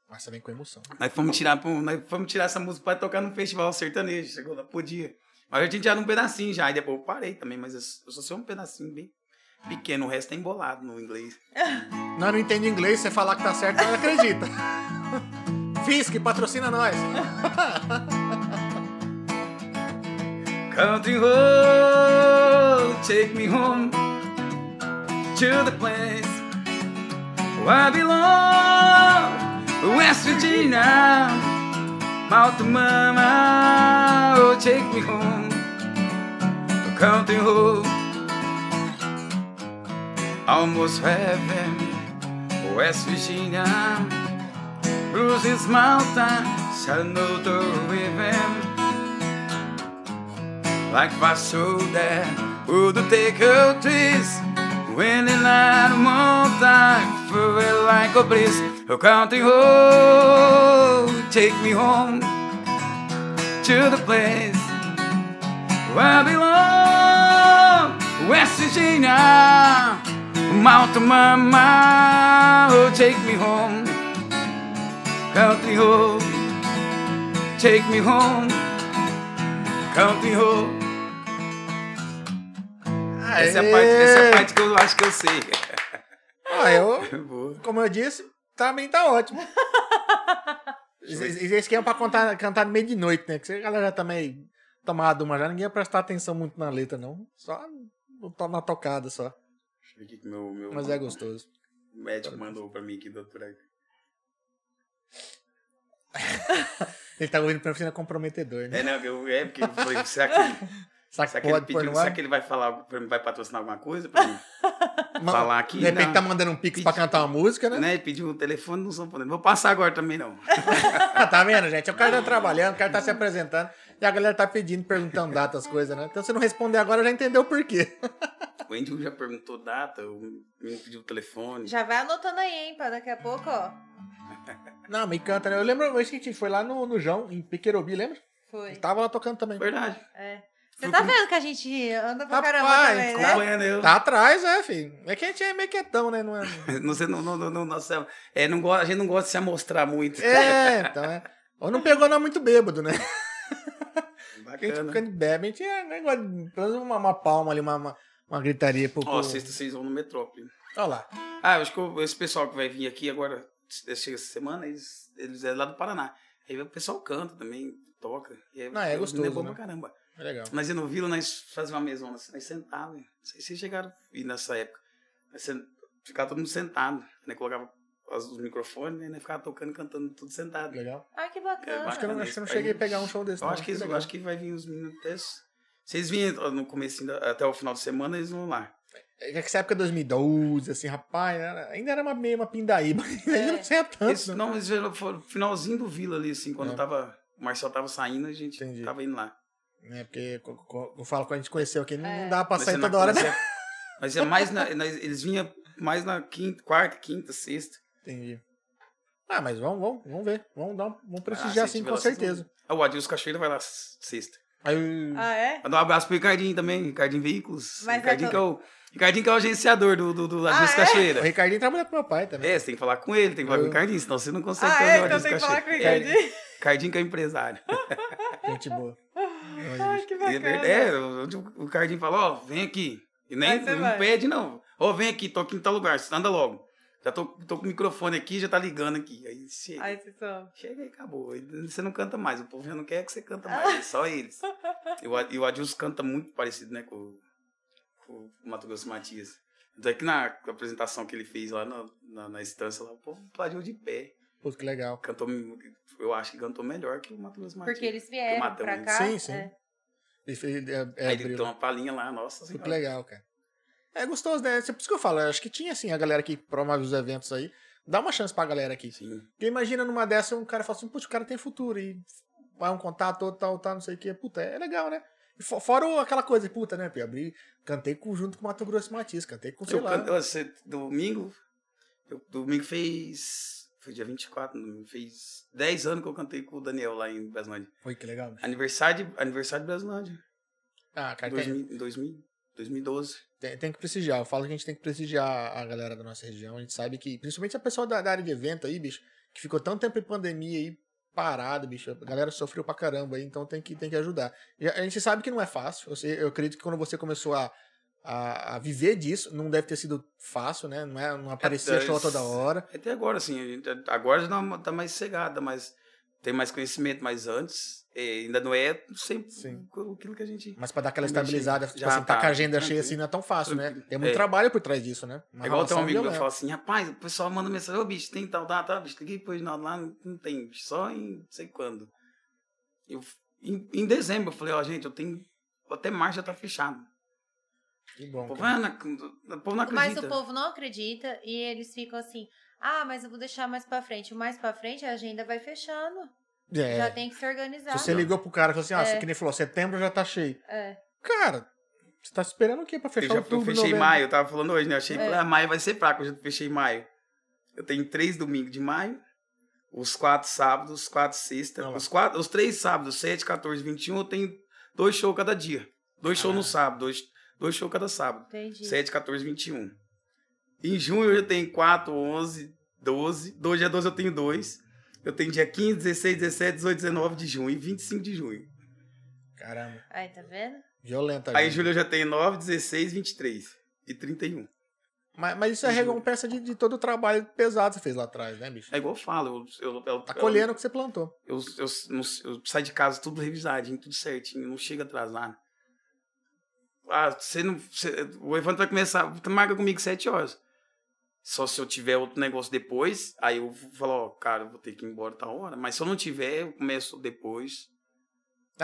Speaker 2: Mas também com emoção.
Speaker 3: Nós fomos tirar, pro- nós fomos tirar essa música pra tocar num festival sertanejo. Chegou lá, podia. Mas a gente já era um pedacinho já. Aí depois eu parei também, mas eu, eu só sei um pedacinho bem pequeno. O resto é embolado no inglês.
Speaker 2: Nós não entende inglês, você falar que tá certo, nós acredita. Fisk, patrocina nós.
Speaker 3: Country road, take me home to the place where I belong, West Virginia. Mouth to mama, oh, take me home, country road. Almost heaven, West Virginia. Bruises mountain, Shenandoah river. Like Vassoura Would you take her trees When the light of mountain Feel like a breeze A country road Take me home To the place Where I belong West Virginia Mountain mama Oh, take me home Country road Take me home Country road Essa é, a parte, essa é a parte que eu acho que eu sei.
Speaker 2: Ah, eu,
Speaker 3: Boa.
Speaker 2: como eu disse, também tá ótimo. Esse esse esquema pra contar, cantar no meio de noite, né? Que se a galera já tá meio tomada uma já, ninguém ia prestar atenção muito na letra, não. Só no- na tocada só.
Speaker 3: Deixa eu ver o que que meu, meu
Speaker 2: Mas é gostoso.
Speaker 3: médico mandou pra mim aqui, doutora.
Speaker 2: Ele tá ouvindo pra oficina comprometedor, né?
Speaker 3: É, não, eu, é porque eu falei, será que,
Speaker 2: Será que
Speaker 3: será que ele
Speaker 2: pode pôr
Speaker 3: pediu,
Speaker 2: no ar?
Speaker 3: será que ele vai falar, algo pra mim, vai patrocinar alguma coisa pra mim?
Speaker 2: Ma-
Speaker 3: falar aqui,
Speaker 2: De repente
Speaker 3: não.
Speaker 2: tá mandando um pix pra
Speaker 3: Pedi-
Speaker 2: cantar uma música, né?
Speaker 3: né? Ele pediu o telefone, não sou podendo. Vou passar agora também, não.
Speaker 2: Ah, tá vendo, gente? O cara tá trabalhando, o cara tá se apresentando e a galera tá pedindo, perguntando datas, coisas, né? Então se não responder agora, já entendeu por quê.
Speaker 3: O Andrew já perguntou data, o menino pediu o telefone.
Speaker 1: Já vai anotando aí, hein, pra daqui a pouco, ó.
Speaker 2: Não, me canta, né? Eu lembro uma vez que a gente foi lá no, no João, em Piqueirobi, lembra?
Speaker 1: Foi.
Speaker 2: Ele tava lá tocando também.
Speaker 3: Verdade.
Speaker 1: É. Você tá vendo que a gente anda pra
Speaker 2: Rapaz,
Speaker 1: caramba também, né?
Speaker 3: Acompanhando eu.
Speaker 2: Tá atrás, é, filho. É que a gente é meio quietão, né? Não é...
Speaker 3: Não sei, não, não, não, não, nossa, é, não gosta, a gente não gosta de se amostrar muito.
Speaker 2: é, então é. Ou não pegou, não é muito bêbado, né? Porque a gente
Speaker 3: Bacana.
Speaker 2: quando bebe, a gente é negócio de pelo menos uma, uma palma ali, uma, uma, uma gritaria. Pro, pro...
Speaker 3: Ó, sexta vocês vão no Metrópole.
Speaker 2: Olha lá.
Speaker 3: Ah, eu acho que o- esse pessoal que vai vir aqui agora, eh, chega essa semana, eles, eles é lá do Paraná. Aí o pessoal canta também, toca. E aí,
Speaker 2: Não, é
Speaker 3: eu-
Speaker 2: gostoso,
Speaker 3: É bom
Speaker 2: né?
Speaker 3: pra caramba.
Speaker 2: É legal.
Speaker 3: Mas no Vila, nós fazíamos uma mesona, assim, nós sentávamos. Não sei se vocês chegaram a ir nessa época. Nós sen- Ficava todo mundo sentado, né? Colocava as- os microfones, né? Nós Ficava tocando e cantando tudo sentado.
Speaker 2: Legal.
Speaker 1: Ai, que
Speaker 2: Acho
Speaker 1: bacana.
Speaker 2: que eu não, acho que eu não cheguei a pegar um show desse.
Speaker 3: Eu
Speaker 2: não.
Speaker 3: acho que, isso- eu
Speaker 2: Legal.
Speaker 3: acho que vai vir os meninos até... Vocês vinham ó, no começo, até o final de semana, eles vão lá.
Speaker 2: É que essa época de 2012, assim, rapaz, era- ainda era uma, meio uma pindaíba. Ainda não tinha tanto.
Speaker 3: Eles,
Speaker 2: né?
Speaker 3: não, eles já foram finalzinho do Vila ali, assim, quando
Speaker 2: É.
Speaker 3: tava. O Marcel tava saindo, a gente
Speaker 2: Entendi.
Speaker 3: tava indo lá.
Speaker 2: É, porque co- co- eu falo quando a gente conheceu aqui, não,
Speaker 1: É.
Speaker 2: não dá pra
Speaker 3: Mas
Speaker 2: sair
Speaker 3: é na-
Speaker 2: toda hora.
Speaker 3: Mas
Speaker 2: Né?
Speaker 3: é, mas é mais na. nós- eles vinham mais na quinta, quarta, quinta, sexta.
Speaker 2: Entendi. Ah, mas vamos, vamos, vamos ver. Vamos, dar, um- vamos
Speaker 3: Ah,
Speaker 2: prestigiar,
Speaker 3: se
Speaker 2: sim,
Speaker 3: tiver
Speaker 2: com
Speaker 3: lá, vocês
Speaker 2: certeza.
Speaker 3: vão- Ah, o Adilson Cachoeira vai lá s- sexta.
Speaker 2: Aí o-
Speaker 1: Ah, é?
Speaker 3: Mandar um abraço pro Ricardinho também, Ricardinho Veículos.
Speaker 1: Mas vai
Speaker 3: Ricardinho, que é o, Ricardinho que é o agenciador do, do, do
Speaker 1: Ah,
Speaker 3: Adilson
Speaker 1: é?
Speaker 2: o
Speaker 3: Cachoeira.
Speaker 2: Ricardinho trabalha com meu pai também.
Speaker 3: É, você tem que falar com ele, tem que falar com o Ricardinho, senão você não consegue
Speaker 1: Ah,
Speaker 3: fazer
Speaker 1: é?
Speaker 3: o
Speaker 1: Então
Speaker 3: Adilson
Speaker 1: tem que falar com o
Speaker 3: Cachoeira.
Speaker 1: Ricardinho.
Speaker 3: É, Ricardinho que é o empresário.
Speaker 2: Gente boa. Olha,
Speaker 1: Ai, que
Speaker 3: É
Speaker 1: bacana.
Speaker 3: verdade. É, onde o Cardinho fala, ó, vem aqui. E nem
Speaker 1: Aí você
Speaker 3: não
Speaker 1: vai.
Speaker 3: pede, não. Ô, Ô, vem aqui, tô aqui em tal lugar, anda logo. Já tô, tô com o microfone aqui, já tá ligando aqui. Aí chega.
Speaker 1: Ai, vocês são.
Speaker 3: Chega e acabou. Aí Você não canta mais. O povo já não quer que você canta mais. É só eles. E o, Ad- e o Adilson canta muito parecido, né, com, o- com o Mato Grosso Matias. Tanto é que na apresentação que ele fez lá na, na, na estância, lá, o povo aplaudiu de pé.
Speaker 2: Pô, que legal.
Speaker 3: Cantou, eu acho que cantou melhor que o Mato Grosso Matias.
Speaker 1: Porque eles vieram
Speaker 3: Matão,
Speaker 1: pra
Speaker 3: né?
Speaker 1: cá.
Speaker 2: Sim, sim.
Speaker 1: é.
Speaker 2: Ele fez- é, é,
Speaker 3: Aí
Speaker 2: abriu,
Speaker 3: ele
Speaker 2: né?
Speaker 3: deu uma palhinha lá, nossa
Speaker 2: Muito
Speaker 3: senhora.
Speaker 2: legal, cara. É gostoso, né? É por isso que eu falo. eu acho que tinha, assim, a galera que promove os eventos aí. Dá uma chance pra galera aqui.
Speaker 3: Sim.
Speaker 2: Porque imagina numa dessa, um cara fala assim, putz, o cara tem futuro. E vai um contato, outro, tal, tal, não sei o quê. Puta, é legal, né? E fo- Fora o- aquela coisa, puta, né? Pio? Abri, cantei com- junto com o Mato Grosso e Matias, cantei com, sei
Speaker 3: Eu
Speaker 2: lá.
Speaker 3: canto, você, domingo, eu- domingo fez, foi dia 24, domingo, fez 10 anos que eu cantei com o Daniel lá em Braslândia.
Speaker 2: Oi, que legal, né?
Speaker 3: Aniversário de, aniversário de Braslândia.
Speaker 2: Ah, cara, tem,
Speaker 3: 2000, 2000, 2012.
Speaker 2: tem- tem que prestigiar. Eu falo que a gente tem que prestigiar a galera da nossa região. A gente sabe que, principalmente a pessoa da, da área de evento aí, bicho, que ficou tanto tempo em pandemia aí, parado, bicho. A galera sofreu pra caramba aí, então tem que, tem que ajudar. E a a gente sabe que não é fácil. Eu, sei- eu acredito que quando você começou a, a, a viver disso, não deve ter sido fácil, né? Não, é, não aparecia
Speaker 3: Deus.
Speaker 2: show toda hora.
Speaker 3: Até agora, assim, a gente- agora já não- tá mais cegada, mas tem mais conhecimento, mas antes eh, ainda não é sempre
Speaker 2: Sim.
Speaker 3: aquilo que a gente.
Speaker 2: Mas pra dar aquela
Speaker 3: Também
Speaker 2: estabilizada,
Speaker 3: achei.
Speaker 2: tipo
Speaker 3: Já
Speaker 2: assim, tá
Speaker 3: tá
Speaker 2: com a agenda cheia
Speaker 3: tranquilo.
Speaker 2: assim, não é tão fácil, né?
Speaker 3: Tranquilo.
Speaker 2: Tem muito
Speaker 3: É.
Speaker 2: trabalho por trás disso, né? Uma
Speaker 3: É igual tem
Speaker 2: relação
Speaker 3: um amigo meu que
Speaker 2: violenta.
Speaker 3: fala assim, rapaz, o pessoal manda mensagem, ô bicho, tem tal data, tá, bicho, liguei pro Reginaldo lá, não não tem, bicho, só em não sei quando. Eu, em, em dezembro eu falei, ó, gente, eu tenho. Até março já tá fechado.
Speaker 2: Que
Speaker 3: O
Speaker 2: bom,
Speaker 3: povo,
Speaker 2: cara.
Speaker 3: ah, não, o povo não
Speaker 1: Mas
Speaker 3: acredita.
Speaker 1: o povo não acredita e eles ficam assim. Ah, mas eu vou deixar mais pra frente. O Mais pra frente a agenda vai fechando.
Speaker 2: É.
Speaker 1: Já tem que se
Speaker 2: Se
Speaker 1: organizar.
Speaker 2: você ligou pro cara e falou assim, ah,
Speaker 1: É.
Speaker 2: você que nem falou, setembro já tá cheio.
Speaker 1: É.
Speaker 2: Cara, você tá esperando o quê pra
Speaker 3: Eu
Speaker 2: fechar
Speaker 3: já
Speaker 2: outubro,
Speaker 3: eu fechei
Speaker 2: novembro?
Speaker 3: maio, eu tava falando hoje, né? Eu achei
Speaker 1: É.
Speaker 3: que ah, maio vai ser fraco, eu já fechei maio. Eu tenho três domingos de maio, os quatro sábados, os quatro sexta,
Speaker 2: Ah lá.
Speaker 3: os, quatro, os três sábados, 7, 14, 21, eu tenho dois shows cada dia. Dois shows
Speaker 2: Ah.
Speaker 3: no sábado, dois, dois shows cada sábado.
Speaker 1: Entendi.
Speaker 3: 7, 14, 21. Em junho eu já tenho 4, 11, 12. Do dia 12 eu tenho dois. Eu tenho dia 15, 16, 17, 18, 19 de junho e 25 de junho.
Speaker 2: Caramba,
Speaker 1: Aí, tá vendo?
Speaker 2: violenta.
Speaker 3: Aí em
Speaker 2: gente.
Speaker 3: julho eu já tenho 9, 16, 23 e 31.
Speaker 2: Mas, mas isso é
Speaker 3: Em julho.
Speaker 2: recompensa de, de todo o trabalho pesado que você fez lá atrás, né, bicho?
Speaker 3: É igual eu falo, eu, eu, eu,
Speaker 2: Tá colhendo o que você plantou.
Speaker 3: Eu, eu, eu, eu saio de casa tudo revisadinho, tudo certinho, não chega atrasado. Ah, você não. você- o evento vai começar, marca comigo sete horas. Só se eu tiver outro negócio depois, aí eu vou falar, ó, cara, eu vou ter que ir embora tal hora. Mas se eu não tiver, eu começo depois. Eu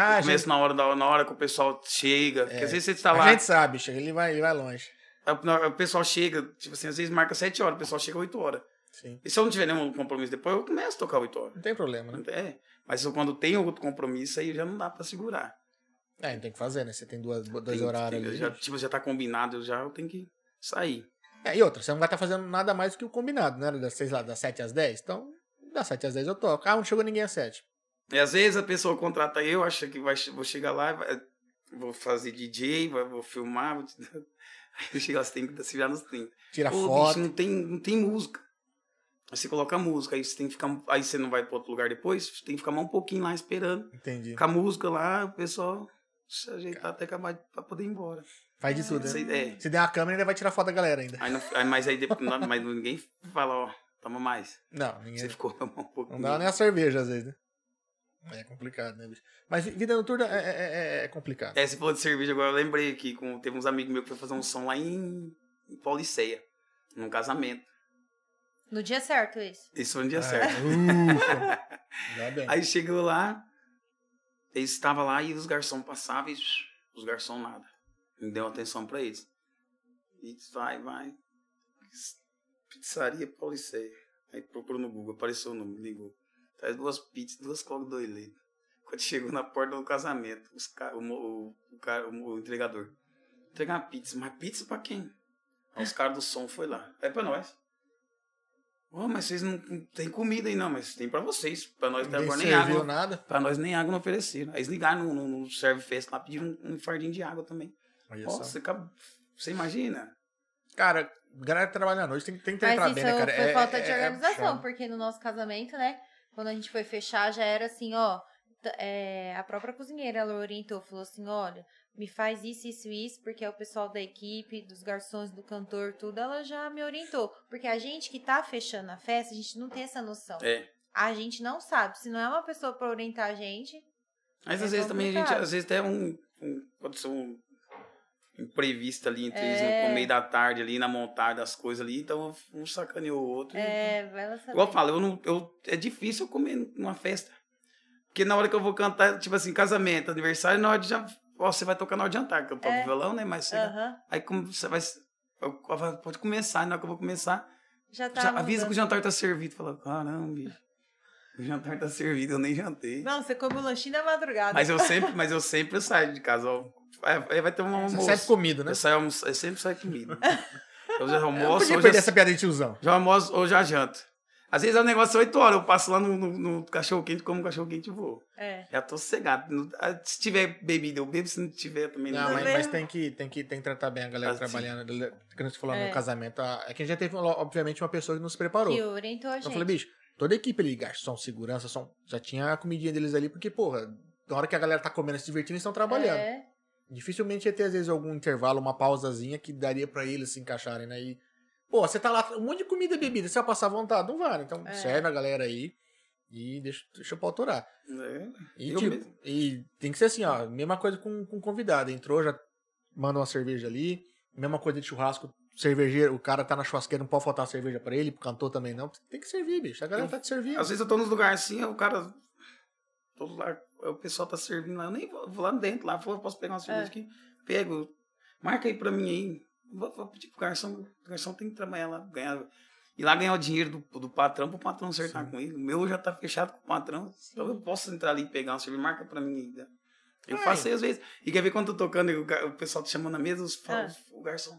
Speaker 2: Ah, a
Speaker 3: começo
Speaker 2: gente,
Speaker 3: na hora, da- na hora que o pessoal chega. Porque
Speaker 2: É.
Speaker 3: às vezes você está
Speaker 2: a
Speaker 3: lá.
Speaker 2: gente sabe, bicho, ele vai, ele vai longe.
Speaker 3: a- O pessoal chega, tipo assim, às vezes marca sete horas, o pessoal chega oito horas.
Speaker 2: Sim.
Speaker 3: E se eu não tiver nenhum compromisso depois, eu começo a tocar oito horas.
Speaker 2: Não tem problema, né?
Speaker 3: É, mas eu- quando tem outro compromisso, aí já não dá pra segurar.
Speaker 2: É, não tem o que fazer, né? Você tem duas, dois
Speaker 3: Tem-
Speaker 2: horários
Speaker 3: tem-
Speaker 2: ali.
Speaker 3: já,
Speaker 2: bicho.
Speaker 3: Tipo, já tá combinado, eu já eu tenho que sair.
Speaker 2: É, e outra, você não vai estar fazendo nada mais do que o combinado, né? Das, seis lá, das 7 às 10. Então, das 7 às 10 eu toco. Ah, não chegou ninguém às 7.
Speaker 3: E às vezes a pessoa contrata eu, acha que vai, che- vou chegar lá, e vai- vou fazer DJ, vai- vou filmar, vou... aí chega às 30, se virar nos 30.
Speaker 2: Tira
Speaker 3: Ô,
Speaker 2: foto.
Speaker 3: bicho, não tem, não tem música. Aí você coloca a música, aí você tem que ficar. Aí você não vai pra outro lugar depois, você tem que ficar mais um pouquinho lá esperando.
Speaker 2: Entendi.
Speaker 3: Com a música lá, o pessoal se ajeitar até acabar de- pra poder ir embora.
Speaker 2: Faz de tudo, né?
Speaker 3: Você- é.
Speaker 2: Se der uma câmera, ele vai tirar foto da galera ainda.
Speaker 3: Aí não, aí, mas aí depois, não- mas ninguém fala, ó, toma mais.
Speaker 2: Não, ninguém.
Speaker 3: Você ficou tomando um pouco.
Speaker 2: Não dá nem a cerveja, às vezes, né? É complicado, né, bicho? Mas vi- vida noturna é, é- é- é complicado.
Speaker 3: É, você falou de cerveja agora, eu lembrei aqui. Com, teve uns amigos meus que foi fazer um som lá em, em Pauliceia, num casamento.
Speaker 1: No dia certo, isso.
Speaker 3: Isso foi no dia
Speaker 2: Ah,
Speaker 3: certo.
Speaker 2: Ufa. Ainda bem.
Speaker 3: Aí chegou lá, eles estavam lá e os garçons passavam e os garçons nada. Não deu atenção pra eles. E disse, vai, vai. Pizzaria Pauliceia. Aí procurou no Google, apareceu o número, ligou. Traz duas pizzas, duas colas, dois leites. Quando chegou na porta do casamento, os ca- o, mo- o, o cara- o mo- o entregador. Entregar uma pizza. Mas pizza pra quem? Aí os caras do som foi lá. É pra nós. Ô, mas vocês não, não tem comida aí não, mas tem pra vocês. Pra nós até
Speaker 2: Ninguém
Speaker 3: agora tá nem
Speaker 2: serviu
Speaker 3: água.
Speaker 2: nada.
Speaker 3: Pra nós nem água não ofereceram. Aí eles ligaram no, no, no serve fest lá, pediram um, um fardinho de água também.
Speaker 2: Olha só.
Speaker 3: Nossa, acab- você imagina?
Speaker 2: Cara, galera que trabalha à noite tem, tem que
Speaker 1: Mas
Speaker 2: entrar
Speaker 1: isso
Speaker 2: bem, né, cara?
Speaker 1: foi
Speaker 2: É-
Speaker 1: falta
Speaker 2: é-
Speaker 1: de
Speaker 2: é
Speaker 1: organização,
Speaker 2: puxado.
Speaker 1: porque no nosso casamento, né? Quando a gente foi fechar, já era assim, ó. t- é, a própria cozinheira, ela orientou, falou assim, olha, me faz isso, isso e isso, porque é o pessoal da equipe, dos garçons, do cantor, tudo, ela já me orientou. Porque a gente que tá fechando a festa, a gente não tem essa noção.
Speaker 3: É.
Speaker 1: A gente não sabe, se não é uma pessoa pra orientar a gente,
Speaker 3: Mas
Speaker 1: É
Speaker 3: às vezes também a gente,
Speaker 1: complicado.
Speaker 3: às vezes até um, um aconteceu um imprevisto ali entre eles,
Speaker 1: É.
Speaker 3: no no meio da tarde ali, na montagem das coisas ali, então um sacaneou o outro.
Speaker 1: é, vai ela saber.
Speaker 3: Igual eu falo, eu não, eu, é difícil eu comer numa festa. Porque na hora que eu vou cantar, tipo assim, casamento, aniversário, na hora de já. Ó, você vai tocar na hora de jantar, que eu toco
Speaker 1: É.
Speaker 3: violão, né? Mas você,
Speaker 1: Aham,
Speaker 3: aí como você vai. eu- eu falo, pode começar, na hora que eu vou começar.
Speaker 1: já tá
Speaker 3: já avisa que o
Speaker 1: mudando.
Speaker 3: jantar tá servido. Fala, caramba, bicho, o jantar tá servido, eu nem jantei.
Speaker 1: Não, você come o lanchinho da madrugada.
Speaker 3: Mas eu sempre, mas eu sempre saio de casa, ó. Vai, vai- vai ter um
Speaker 2: Você
Speaker 3: almoço.
Speaker 2: serve comida, né?
Speaker 3: Eu, saio, almoço- eu sempre saio comigo. Eu já
Speaker 2: Eu não
Speaker 3: almoço,
Speaker 2: podia
Speaker 3: ou
Speaker 2: perder
Speaker 3: já,
Speaker 2: essa piada de tiozão.
Speaker 3: já almoço ou já janto. Às vezes é um negócio 8 horas, eu passo lá no, no, no cachorro quente, como um cachorro quente e vou.
Speaker 1: É.
Speaker 3: Já tô sossegado. Não- ah, Se tiver bebida, eu bebo, se não tiver também
Speaker 2: Não,
Speaker 3: não.
Speaker 2: mas,
Speaker 1: mesmo.
Speaker 2: mas tem, que, tem, que, tem que tratar bem a galera
Speaker 3: né? Assim.
Speaker 2: trabalhando. Que a gente falou
Speaker 1: É.
Speaker 2: no casamento. a- É que a gente já teve, obviamente, uma pessoa que não se preparou.
Speaker 1: Que orientou a
Speaker 2: Então eu
Speaker 1: gente.
Speaker 2: falei, bicho, toda a equipe ali, garçom, segurança, som, já tinha a comidinha deles ali, porque, porra, na hora que a galera tá comendo e se divertindo, eles estão trabalhando.
Speaker 1: É.
Speaker 2: Dificilmente ia ter, às vezes, algum intervalo, uma pausazinha que daria pra eles se encaixarem, né? E, pô, você tá lá, um monte de comida e bebida, você vai passar à vontade, não vale. Então
Speaker 1: É.
Speaker 2: serve a galera aí e deixa, deixa pra autorar.
Speaker 3: É.
Speaker 2: E,
Speaker 3: Eu
Speaker 2: tipo,
Speaker 3: mesmo.
Speaker 2: e tem que ser assim, ó, mesma coisa com, com convidado. Entrou, já manda uma cerveja ali, mesma coisa de churrasco, cervejeiro, o cara tá na churrasqueira, não pode faltar cerveja pra ele, pro cantor também não. Tem que servir, bicho. A galera
Speaker 3: Eu-
Speaker 2: tá te servindo.
Speaker 3: Às vezes eu tô nos lugares assim, o cara. Tô lá, o pessoal tá servindo lá. Eu nem vou, vou lá dentro, lá, falo, posso pegar uma cerveja
Speaker 1: É.
Speaker 3: aqui? Pego, marca aí pra mim aí. Vou, vou pedir pro garçom. O garçom tem que trabalhar lá, ganhar. E lá ganhar o dinheiro do, do patrão pro patrão acertar
Speaker 2: Sim.
Speaker 3: comigo. O meu já tá fechado com o patrão. Então eu
Speaker 1: Sim.
Speaker 3: posso entrar ali e pegar uma cerveja, marca pra mim aí. né? Eu
Speaker 2: Ai.
Speaker 3: faço aí às vezes. E quer ver quando eu tô tocando, e o, ga- o pessoal te chamando na mesa, os,
Speaker 1: Ah.
Speaker 3: o garçom.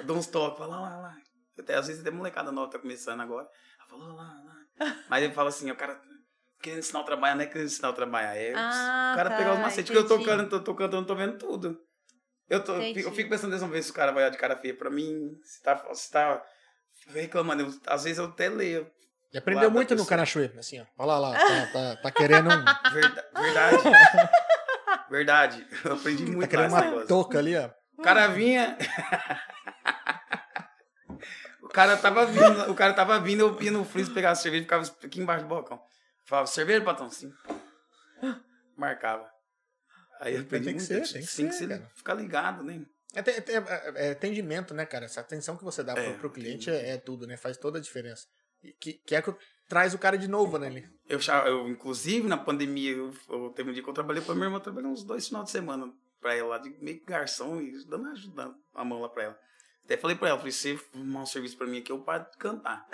Speaker 3: Eu dou uns toques, fala lá, lá, lá. Até, às vezes até molecada nova tá começando agora. Ela fala lá, lá. Mas ele fala assim, o cara querendo ensinar o trabalho, não é querendo ensinar o trabalho. É
Speaker 1: Ah,
Speaker 3: o cara
Speaker 1: tá,
Speaker 3: pegar os macetes. Porque eu tô
Speaker 1: entendi.
Speaker 3: cantando, tô, tô cantando, tô vendo tudo. Eu, tô,
Speaker 1: Entendi.
Speaker 3: eu fico pensando dessa vez se o cara vai olhar de cara feia pra mim, se tá, se tá reclamando. Eu- às vezes eu até leio.
Speaker 2: E aprendeu
Speaker 3: Lá da
Speaker 2: muito no
Speaker 3: pessoa.
Speaker 2: Canachuê, assim, ó. Olha lá, tá, tá, tá querendo, um- tá
Speaker 3: Verda- verdade. verdade. Eu aprendi muito
Speaker 2: Tá querendo
Speaker 3: mais
Speaker 2: uma
Speaker 3: negócio.
Speaker 2: touca ali, ó.
Speaker 3: O cara vinha. o cara tava vindo, o cara tava vindo, eu ia no freezer pegar a cerveja e ficava aqui embaixo do balcão. Falava, cerveja, patrão? Sim. Marcava. Aí eu aprendi
Speaker 2: Tem que
Speaker 3: muito.
Speaker 2: ser, tem que
Speaker 3: Sim,
Speaker 2: ser,
Speaker 3: você
Speaker 2: cara.
Speaker 3: ficar ligado, né?
Speaker 2: É, te- te- é- é atendimento, né, cara? Essa atenção que você dá
Speaker 3: É,
Speaker 2: pro, pro cliente é, é tudo, né? Faz toda a diferença. E que, que é que traz o cara de novo, né? ele-
Speaker 3: Eu, já- eu, inclusive, na pandemia, eu, eu- teve um dia que eu trabalhei pra minha irmã, eu trabalhei uns dois finais de semana pra ela, lá de meio que garçom, e dando ajuda a mão lá pra ela. Até falei pra ela, falei, se você arrumar um serviço pra mim aqui, eu paro de cantar.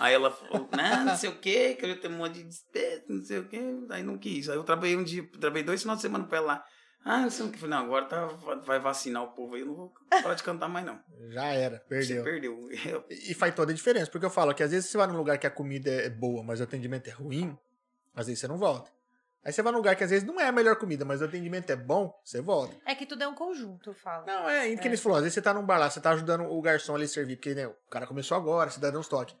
Speaker 3: Aí ela falou, "Né, não, não sei o quê, que eu já tenho um monte de despesa, não sei o quê, aí não quis. Aí eu trabalhei um dia, trabalhei dois finais de semana pra ela lá. Ah, não sei o que. Falei, não, agora tá, vai vacinar o povo aí, eu não vou parar de cantar mais, não.
Speaker 2: Já era,
Speaker 3: Você
Speaker 2: perdeu.
Speaker 3: perdeu. Eu-
Speaker 2: E e faz toda a diferença, porque eu falo que às vezes você vai num lugar que a comida é boa, mas o atendimento é ruim, às vezes você não volta. Aí você vai num lugar que às vezes não é a melhor comida, mas o atendimento é bom, você volta.
Speaker 1: É que tudo é um conjunto, eu falo.
Speaker 2: Não, é, e que eles falaram, às vezes você tá num bar lá, você tá ajudando o garçom ali a servir, porque né, o cara começou agora, você dá uns toques.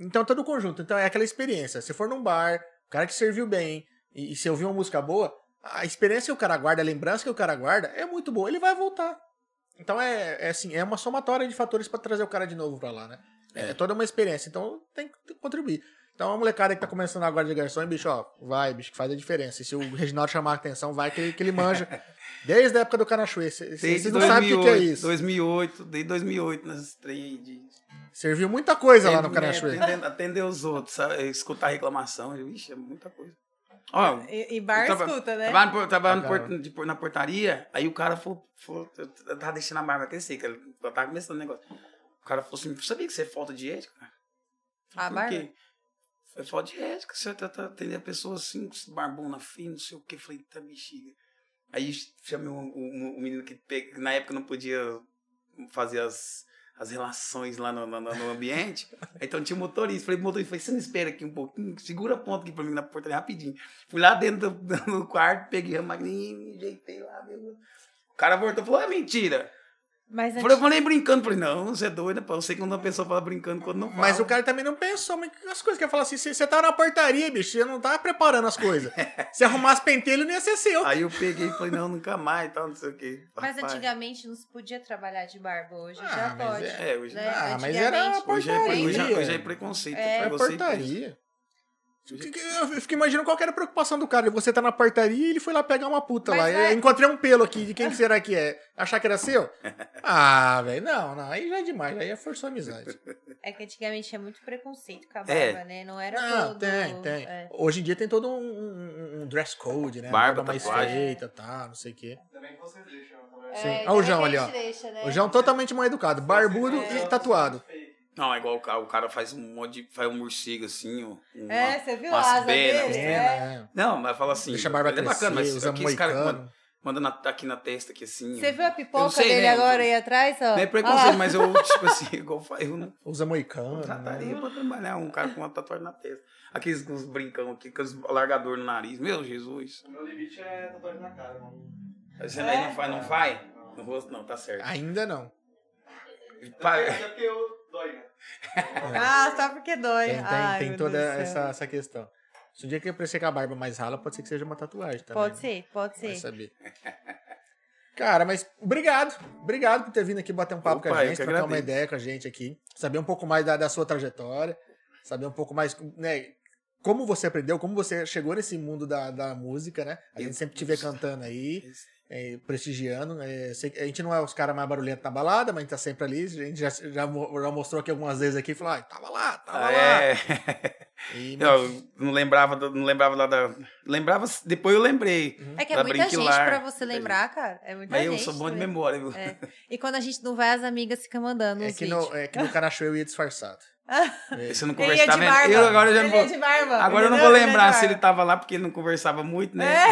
Speaker 2: Então, todo o conjunto. Então, é aquela experiência. Se for num bar, o cara te serviu bem, e, e se ouvir uma música boa, a experiência que o cara guarda, a lembrança que o cara guarda, é muito boa. Ele vai voltar. Então, é, é assim, é uma somatória de fatores pra trazer o cara de novo pra lá, né? É,
Speaker 3: É.
Speaker 2: toda uma experiência. Então, tem que, tem que contribuir. Então, a molecada que tá começando agora de garçom, bicho, ó, vai, bicho, que faz a diferença. E se o Reginaldo chamar a atenção, vai que ele, que ele manja. Desde a época do Canachuê. Vocês
Speaker 3: Desde
Speaker 2: não sabem o que que é
Speaker 3: 2008,
Speaker 2: isso.
Speaker 3: 2008, desde 2008, nesse trem aí de
Speaker 2: Serviu muita coisa lá no
Speaker 3: Atender-
Speaker 2: Canachuê.
Speaker 3: Atender, atender os outros, sabe? escutar reclamação, eu, ixi, é muita coisa. Ó,
Speaker 1: E, e bar
Speaker 3: Eu tava-
Speaker 1: escuta, né?
Speaker 3: trabalhava, no- trabalhava no
Speaker 2: Ah, cara.
Speaker 3: port- de por- na portaria, aí o cara falou, falou- eu eu tava deixando a barba crescer, cara, eu tava começando o negócio. O cara falou assim, sabia que você é falta de ética? cara?"
Speaker 1: A
Speaker 3: Por
Speaker 1: barba?
Speaker 3: quê? É falta de ética, você tá, tá atendendo a pessoa assim, com esse barbão na frente, não sei o que, falei, tá bexiga. Aí chamei um, o, o- o menino que pe- que na época não podia fazer as, as relações lá no, no- no- no ambiente. Então tinha um motorista. Falei, pro motorista, falei, você não espera aqui um pouquinho? Segura a ponta aqui pra mim na portaria rapidinho. Fui lá dentro do, do quarto, peguei a maquininha, me ajeitei lá. deu- O cara voltou e falou, é mentira.
Speaker 1: Mas
Speaker 3: Falei, Eu falei brincando, falei, não, você é doida, pô. Eu sei quando uma pessoa fala brincando, quando não fala.
Speaker 2: Mas o cara também não pensou muito nas coisas. Quer falar assim, você você tá na portaria, bicho, você não tá preparando as coisas. Se arrumasse pentelho, não ia ser seu.
Speaker 3: Aí eu peguei e falei, não, nunca mais, tal, não sei o quê.
Speaker 1: Mas é
Speaker 3: Rapaz,
Speaker 1: antigamente não se podia trabalhar de barba, hoje
Speaker 2: Ah,
Speaker 1: já
Speaker 2: mas
Speaker 1: pode.
Speaker 3: É, hoje,
Speaker 1: né?
Speaker 2: Ah, mas era a
Speaker 1: Antigamente,
Speaker 3: hoje,
Speaker 2: portaria.
Speaker 3: é,
Speaker 1: porcaria.
Speaker 3: hoje, é, hoje é preconceito.
Speaker 1: É.
Speaker 2: É
Speaker 3: preconceito.
Speaker 2: portaria. Tipo, Que- que- Eu fico imaginando qual que era a preocupação do cara. Você tá na portaria e ele foi lá pegar uma puta
Speaker 1: Mas é-
Speaker 2: lá.
Speaker 1: vai-
Speaker 2: Eu encontrei um pelo aqui, de quem que será que é? Achar que era seu? Ah, velho, não, não, aí já é demais, aí é forçou a amizade.
Speaker 1: É que antigamente tinha muito preconceito com a barba,
Speaker 3: É.
Speaker 1: né? Não era
Speaker 2: Não,
Speaker 1: todo...
Speaker 2: Ah, tem, tem.
Speaker 1: é.
Speaker 2: Hoje em dia tem todo um, um- um dress code, né?
Speaker 3: Barba,
Speaker 2: mais
Speaker 3: tatuagem.
Speaker 2: feita, tá, não sei o quê.
Speaker 4: Ainda bem que vocês deixam também.
Speaker 2: Sim.
Speaker 1: É,
Speaker 2: Olha o
Speaker 1: também
Speaker 2: João
Speaker 1: que a
Speaker 2: ali,
Speaker 1: gente
Speaker 2: ó.
Speaker 1: deixa, né?
Speaker 2: O João é um totalmente mal educado, barbudo e tatuado.
Speaker 3: Não, é igual o cara, o cara faz um monte de. faz um morcego assim, ó. um-
Speaker 1: É, você viu a
Speaker 3: umas
Speaker 1: asa
Speaker 3: penas,
Speaker 1: dele?
Speaker 3: né?
Speaker 1: É.
Speaker 2: É,
Speaker 3: Não, mas fala assim.
Speaker 2: Deixa a barba
Speaker 3: ele é
Speaker 2: crescer,
Speaker 3: bacana, mas
Speaker 2: usa
Speaker 3: aqui esse cara é que manda,
Speaker 2: moicano.
Speaker 3: manda na- aqui na testa, aqui assim.
Speaker 1: Você
Speaker 3: ó.
Speaker 1: viu a
Speaker 3: Eu não
Speaker 1: pipoca
Speaker 3: sei,
Speaker 1: dele
Speaker 3: né,
Speaker 1: agora
Speaker 3: eu-
Speaker 1: aí atrás? Ó?
Speaker 3: Não é
Speaker 1: Olha
Speaker 3: preconceito,
Speaker 1: lá.
Speaker 3: mas eu, tipo assim, igual eu falei, eu não
Speaker 2: usa moicano. né?
Speaker 3: contrataria pra trabalhar um cara com uma tatuagem na testa. Aqueles com os brincão aqui, com os alargador no nariz. Meu Jesus.
Speaker 4: O meu limite é tatuagem na cara, mano.
Speaker 3: Você daí
Speaker 1: É?
Speaker 3: não faz, não vai? No rosto não, tá certo.
Speaker 2: Ainda não.
Speaker 3: Pá,
Speaker 4: É porque eu dói, né?
Speaker 1: Ah, só porque dói.
Speaker 2: Tem, tem,
Speaker 1: Ai,
Speaker 2: tem
Speaker 1: meu
Speaker 2: toda
Speaker 1: Deus do céu.
Speaker 2: essa, essa questão. Se um dia que aparecer com a barba mais rala, pode ser que seja uma tatuagem também. né?
Speaker 1: Pode ser, pode
Speaker 2: Vai
Speaker 1: ser.
Speaker 2: saber. Cara, mas obrigado. Obrigado por ter vindo aqui bater um papo
Speaker 3: Opa,
Speaker 2: com a
Speaker 3: eu
Speaker 2: gente,
Speaker 3: que
Speaker 2: trocar uma
Speaker 3: agradeço.
Speaker 2: ideia com a gente aqui. Saber um pouco mais da, da sua trajetória. Saber um pouco mais, né? Como você aprendeu, como você chegou nesse mundo da, da música, né? A gente sempre te vê cantando aí, eh, prestigiando. eh, sei que a gente não é os caras mais barulhentos na balada, mas a gente tá sempre ali. A gente já, já, mo- já mostrou aqui algumas vezes aqui, falou, ah, tava lá, tava lá.
Speaker 3: É.
Speaker 2: E,
Speaker 3: Não, eu não lembrava, do- não lembrava lá da. Lembrava, depois eu lembrei.
Speaker 2: Uhum.
Speaker 1: É que é
Speaker 3: Dá
Speaker 1: muita gente
Speaker 3: brinquilar.
Speaker 1: pra você lembrar, cara. É muita
Speaker 3: Mas
Speaker 1: gente.
Speaker 3: eu sou bom de
Speaker 1: né?
Speaker 3: memória, viu?
Speaker 1: É. E quando a gente não vai, as amigas ficam mandando
Speaker 2: É
Speaker 1: uns
Speaker 2: que,
Speaker 1: vídeos.
Speaker 2: no, é que no Canacho eu ia disfarçado.
Speaker 3: Você não
Speaker 2: tá
Speaker 1: Ele é
Speaker 3: conversava. né?
Speaker 1: de barba.
Speaker 3: Eu agora já não
Speaker 1: ele
Speaker 3: vou.
Speaker 1: é de barba.
Speaker 3: Agora eu não
Speaker 1: entendeu?
Speaker 3: vou
Speaker 1: Ele é de
Speaker 3: lembrar se ele
Speaker 1: barba.
Speaker 3: tava lá, porque ele não conversava muito, né?
Speaker 1: É.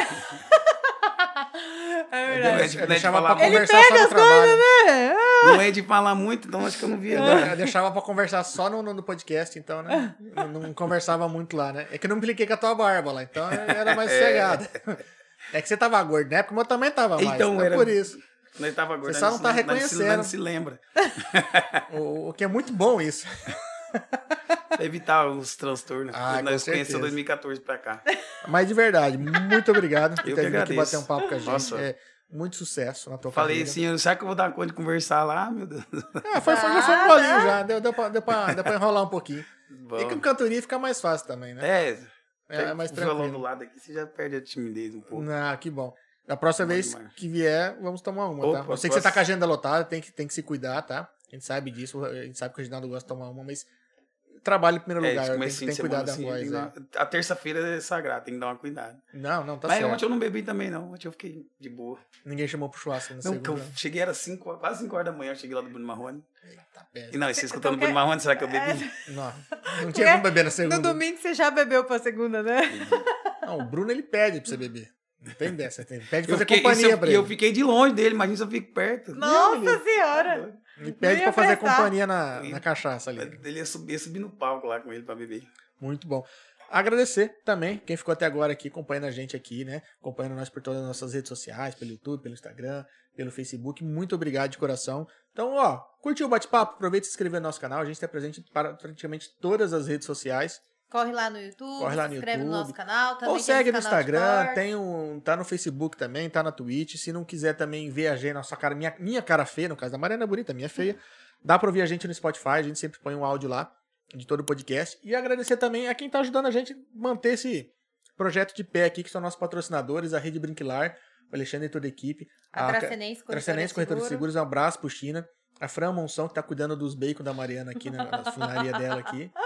Speaker 1: é
Speaker 2: Eu,
Speaker 1: verdade.
Speaker 3: Verdade.
Speaker 2: eu, eu deixava pra
Speaker 3: Ele
Speaker 2: conversar só no trabalho.
Speaker 3: Não é de falar muito, então acho que eu não via.
Speaker 2: Eu,
Speaker 1: É.
Speaker 2: eu deixava pra conversar só no, no- no podcast, então, né? Eu Não conversava muito lá, né? É que eu não me impliquei com a tua barba lá, então eu era mais cegada. É que você tava gordo, né? Porque eu também tava mais.
Speaker 3: Então,
Speaker 2: Então,
Speaker 3: era-
Speaker 2: por isso.
Speaker 3: Ele tava gordo.
Speaker 2: Você só não tá
Speaker 3: nós se-
Speaker 2: reconhecendo.
Speaker 3: nós se lembra.
Speaker 2: O, o que é muito bom isso.
Speaker 3: Pra evitar os transtornos.
Speaker 2: Ah, com
Speaker 3: nós
Speaker 2: certeza.
Speaker 3: conhecemos 2014 pra cá.
Speaker 2: Mas de verdade, muito obrigado por
Speaker 3: Eu
Speaker 2: ter
Speaker 3: que
Speaker 2: vindo aqui
Speaker 3: agradeço.
Speaker 2: bater um papo com a gente.
Speaker 3: Nossa.
Speaker 2: É, muito sucesso na tua
Speaker 3: Falei
Speaker 2: carreira.
Speaker 3: assim, eu- será que eu vou dar conta de conversar lá, meu Deus?
Speaker 2: Ah, foi, foi, já foi um
Speaker 1: Ah,
Speaker 2: bolinho já. Deu, deu, pra, deu, pra, deu pra enrolar um pouquinho.
Speaker 3: Bom.
Speaker 2: E com cantoria fica mais fácil também, né?
Speaker 3: É,
Speaker 2: É, mais
Speaker 3: o violão
Speaker 2: tranquilo.
Speaker 3: do lado aqui, você já perde a timidez um pouco.
Speaker 2: Ah, que bom. Da próxima
Speaker 3: Bom
Speaker 2: vez
Speaker 3: demais.
Speaker 2: que vier, vamos tomar uma, tá?
Speaker 3: Opa,
Speaker 2: Eu sei que você tá
Speaker 3: posso-
Speaker 2: com a agenda lotada, tem que, tem que se cuidar, tá? A gente sabe disso, a gente sabe que o Reginaldo gosta de tomar uma, mas trabalho em primeiro
Speaker 3: É,
Speaker 2: lugar,
Speaker 3: esse
Speaker 2: tem,
Speaker 3: comecinho
Speaker 2: que- tem
Speaker 3: de
Speaker 2: que cuidar
Speaker 3: semana,
Speaker 2: da
Speaker 3: assim,
Speaker 2: voz.
Speaker 3: tem que
Speaker 2: é.
Speaker 3: dar- A terça-feira é sagrada, tem que dar uma cuidada.
Speaker 2: Não, não, tá
Speaker 3: Mas
Speaker 2: certo.
Speaker 3: ontem eu não bebi também, não. Ontem eu fiquei de boa.
Speaker 2: Ninguém chamou pro churrasco na
Speaker 3: Não, que
Speaker 2: segunda.
Speaker 3: eu cheguei, era cinco, horas- quase 5 horas da manhã, eu cheguei lá do Bruno Marrone.
Speaker 2: Tá péssimo.
Speaker 3: E não, e você escutando o
Speaker 1: Qualquer-
Speaker 3: Bruno Marrone, será que eu bebi?
Speaker 2: Não, não
Speaker 3: É,
Speaker 2: tinha como beber na segunda.
Speaker 1: No domingo você já bebeu pra segunda, né?
Speaker 2: Não, o Bruno ele pede pra você beber. Não tem dessa, tem- pede pra
Speaker 3: Eu
Speaker 2: fazer
Speaker 3: fiquei, isso
Speaker 2: companhia
Speaker 3: eu,
Speaker 2: pra
Speaker 3: e eu
Speaker 2: ele.
Speaker 3: fiquei de longe dele, imagina se eu fico perto.
Speaker 1: Nossa senhora!
Speaker 2: Ele
Speaker 1: não
Speaker 2: pede
Speaker 1: ia
Speaker 2: pra fazer
Speaker 1: prestar.
Speaker 2: companhia na, na cachaça ali.
Speaker 3: Ele ia subir, ia subir no palco lá com ele pra beber.
Speaker 2: Muito bom. Agradecer também quem ficou até agora aqui acompanhando a gente aqui, né? Acompanhando nós por todas as nossas redes sociais, pelo YouTube, pelo Instagram, pelo Facebook. Muito obrigado de coração. Então, ó, curtiu o bate-papo? Aproveita e se inscrever no nosso canal. A gente está presente para praticamente todas as redes sociais.
Speaker 1: Corre lá no YouTube,
Speaker 2: Corre lá no
Speaker 1: se inscreve no
Speaker 2: YouTube.
Speaker 1: nosso canal. Também
Speaker 2: Ou segue no
Speaker 1: temos canal de
Speaker 2: Instagram,
Speaker 1: corte.
Speaker 2: tem um, tá no Facebook também, tá na Twitch. Se não quiser também ver a gente, nossa cara, minha, minha cara feia, no caso da Mariana é bonita, minha é feia, dá pra ouvir a gente no Spotify, a gente sempre põe um áudio lá de todo o podcast. E agradecer também a quem tá ajudando a gente manter esse projeto de pé aqui, que são nossos patrocinadores, a Rede Brinquilar, o Alexandre e toda a equipe,
Speaker 1: A
Speaker 2: a
Speaker 1: Dracenense Corretora,
Speaker 2: Ah, Tracenense Corretora de
Speaker 1: Seguro.
Speaker 2: Seguros, um abraço pro China. A Fran Monção, que tá cuidando dos bacon da Mariana aqui, na, na finaria dela aqui.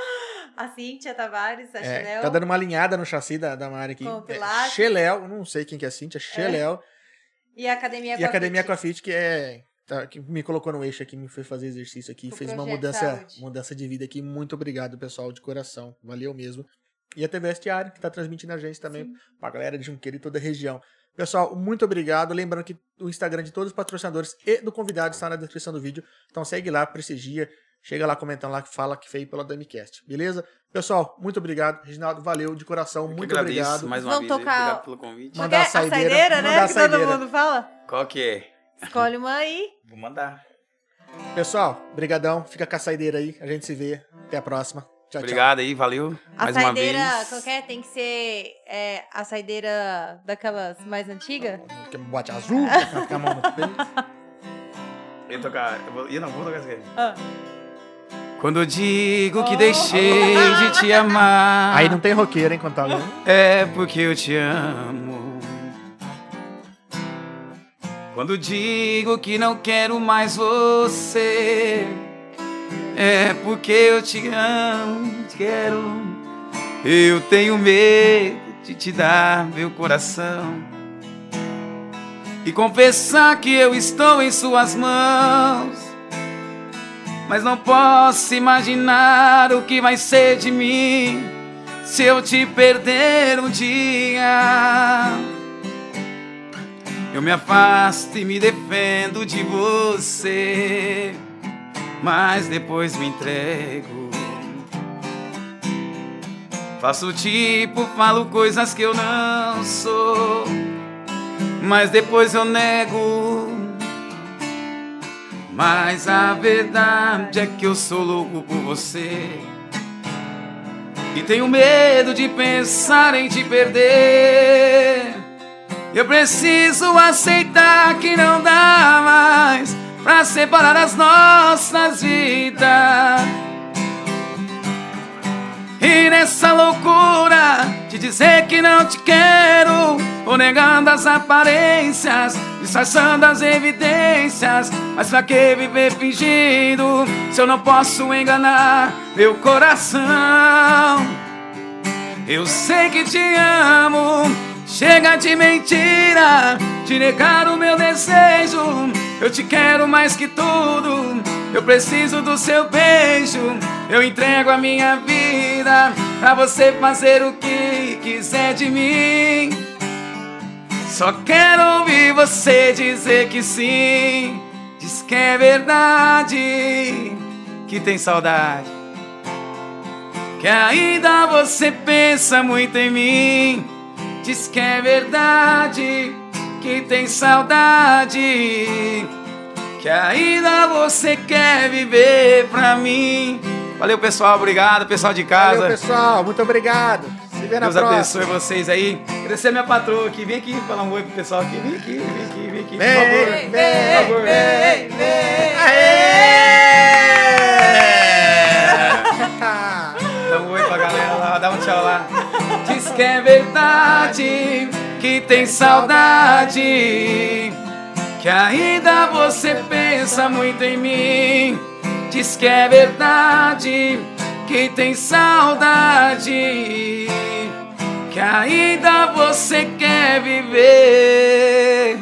Speaker 1: A Cíntia Tavares, a
Speaker 2: É,
Speaker 1: Chanel.
Speaker 2: tá dando uma alinhada no chassi da, da Mari aqui.
Speaker 1: Com o
Speaker 2: É,
Speaker 1: Pilates.
Speaker 2: Xeléu, não sei quem que é a Cintia, Xeléu.
Speaker 1: E a Academia
Speaker 2: E a Academia
Speaker 1: Aquafit.
Speaker 2: Aquafit, que é. tá, que me colocou no eixo aqui, me fez fazer exercício aqui,
Speaker 1: Pro
Speaker 2: fez uma
Speaker 1: projeto
Speaker 2: mudança,
Speaker 1: saúde.
Speaker 2: mudança de vida aqui. Muito obrigado, pessoal, de coração. Valeu mesmo. E a TV Vestiário, que tá transmitindo a gente também pra galera de Junqueira e toda a região. Pessoal, muito obrigado. Lembrando que o Instagram de todos os patrocinadores e do convidado está na descrição do vídeo. Então segue lá, prestigia. Chega lá comentando lá que fala que veio pela Damicast, beleza? Pessoal, muito obrigado. Reginaldo, valeu de coração.
Speaker 3: Eu que
Speaker 2: Muito
Speaker 3: agradeço
Speaker 2: obrigado.
Speaker 3: mais uma
Speaker 1: Vamos
Speaker 3: vez. aí,
Speaker 1: tocar-
Speaker 3: Obrigado pelo convite.
Speaker 2: mandar a
Speaker 1: Porque
Speaker 2: saideira,
Speaker 1: é né?
Speaker 2: mandar a
Speaker 1: que
Speaker 2: saideira.
Speaker 1: todo mundo fala.
Speaker 3: Qual que é?
Speaker 1: Escolhe uma aí.
Speaker 3: Vou mandar.
Speaker 2: Pessoal, brigadão. Fica com a saideira aí. A gente se vê. Até a próxima. Tchau, tchau.
Speaker 3: Obrigado aí, valeu.
Speaker 1: A
Speaker 3: mais
Speaker 1: saideira
Speaker 3: uma vez.
Speaker 1: qualquer tem que ser é, a saideira daquelas mais antigas.
Speaker 2: Quer um bote azul? Quer ficar a mão no peito?
Speaker 3: Eu tocar. Eu vou, eu não, vou tocar essa aqui.
Speaker 1: Ah.
Speaker 3: Quando eu digo que
Speaker 1: Oh.
Speaker 3: deixei de te amar,
Speaker 2: Aí não tem roqueiro, hein, quando tá lendo.
Speaker 3: é porque eu te amo. Quando digo que não quero mais você, é porque eu te amo, te quero. Eu tenho medo de te dar meu coração e confessar que eu estou em suas mãos. Mas não posso imaginar o que vai ser de mim se eu te perder um dia. Eu me afasto e me defendo de você, mas depois me entrego. Faço tipo, falo coisas que eu não sou, mas depois eu nego. Mas a verdade é que eu sou louco por você. E tenho medo de pensar em te perder. Eu preciso aceitar que não dá mais pra separar as nossas vidas. E nessa loucura de dizer que não te quero, vou negando as aparências, disfarçando as evidências. Mas pra que viver fingindo se eu não posso enganar meu coração? Eu sei que te amo. Chega de mentira, de negar o meu desejo. Eu te quero mais que tudo. Eu preciso do seu beijo. Eu entrego a minha vida pra você fazer o que quiser de mim. Só quero ouvir você dizer que sim. Diz que é verdade, que tem saudade. Que ainda você pensa muito em mim. Diz que é verdade, que tem saudade. Que ainda você quer viver pra mim. Valeu, pessoal. Obrigado, pessoal de casa.
Speaker 2: Valeu, pessoal. Muito obrigado. Se vê na
Speaker 3: Deus
Speaker 2: próxima.
Speaker 3: abençoe vocês aí. Agradecer a minha patroa aqui. Vem aqui falar um oi pro pessoal aqui. Vem aqui, vem aqui, vem aqui.
Speaker 2: Vem,
Speaker 3: por favor.
Speaker 2: vem,
Speaker 3: por favor.
Speaker 1: vem, vem.
Speaker 3: Aê!
Speaker 2: Ah,
Speaker 3: Dá um oi pra galera lá, dá um tchau lá. Diz que é verdade, que tem saudade, que ainda você pensa muito em mim. Diz que é verdade, que tem saudade, que ainda você quer viver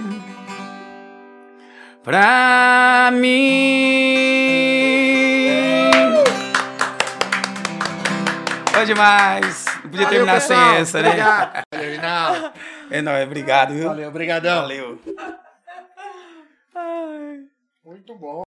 Speaker 3: pra mim. Foi demais. Não podia
Speaker 2: valeu,
Speaker 3: terminar
Speaker 2: pessoal.
Speaker 3: sem essa, né?
Speaker 2: Obrigado. Valeu, Rinaldo.
Speaker 3: É nóis, obrigado, viu?
Speaker 2: Valeu, obrigadão.
Speaker 3: Valeu.
Speaker 2: Muito bom.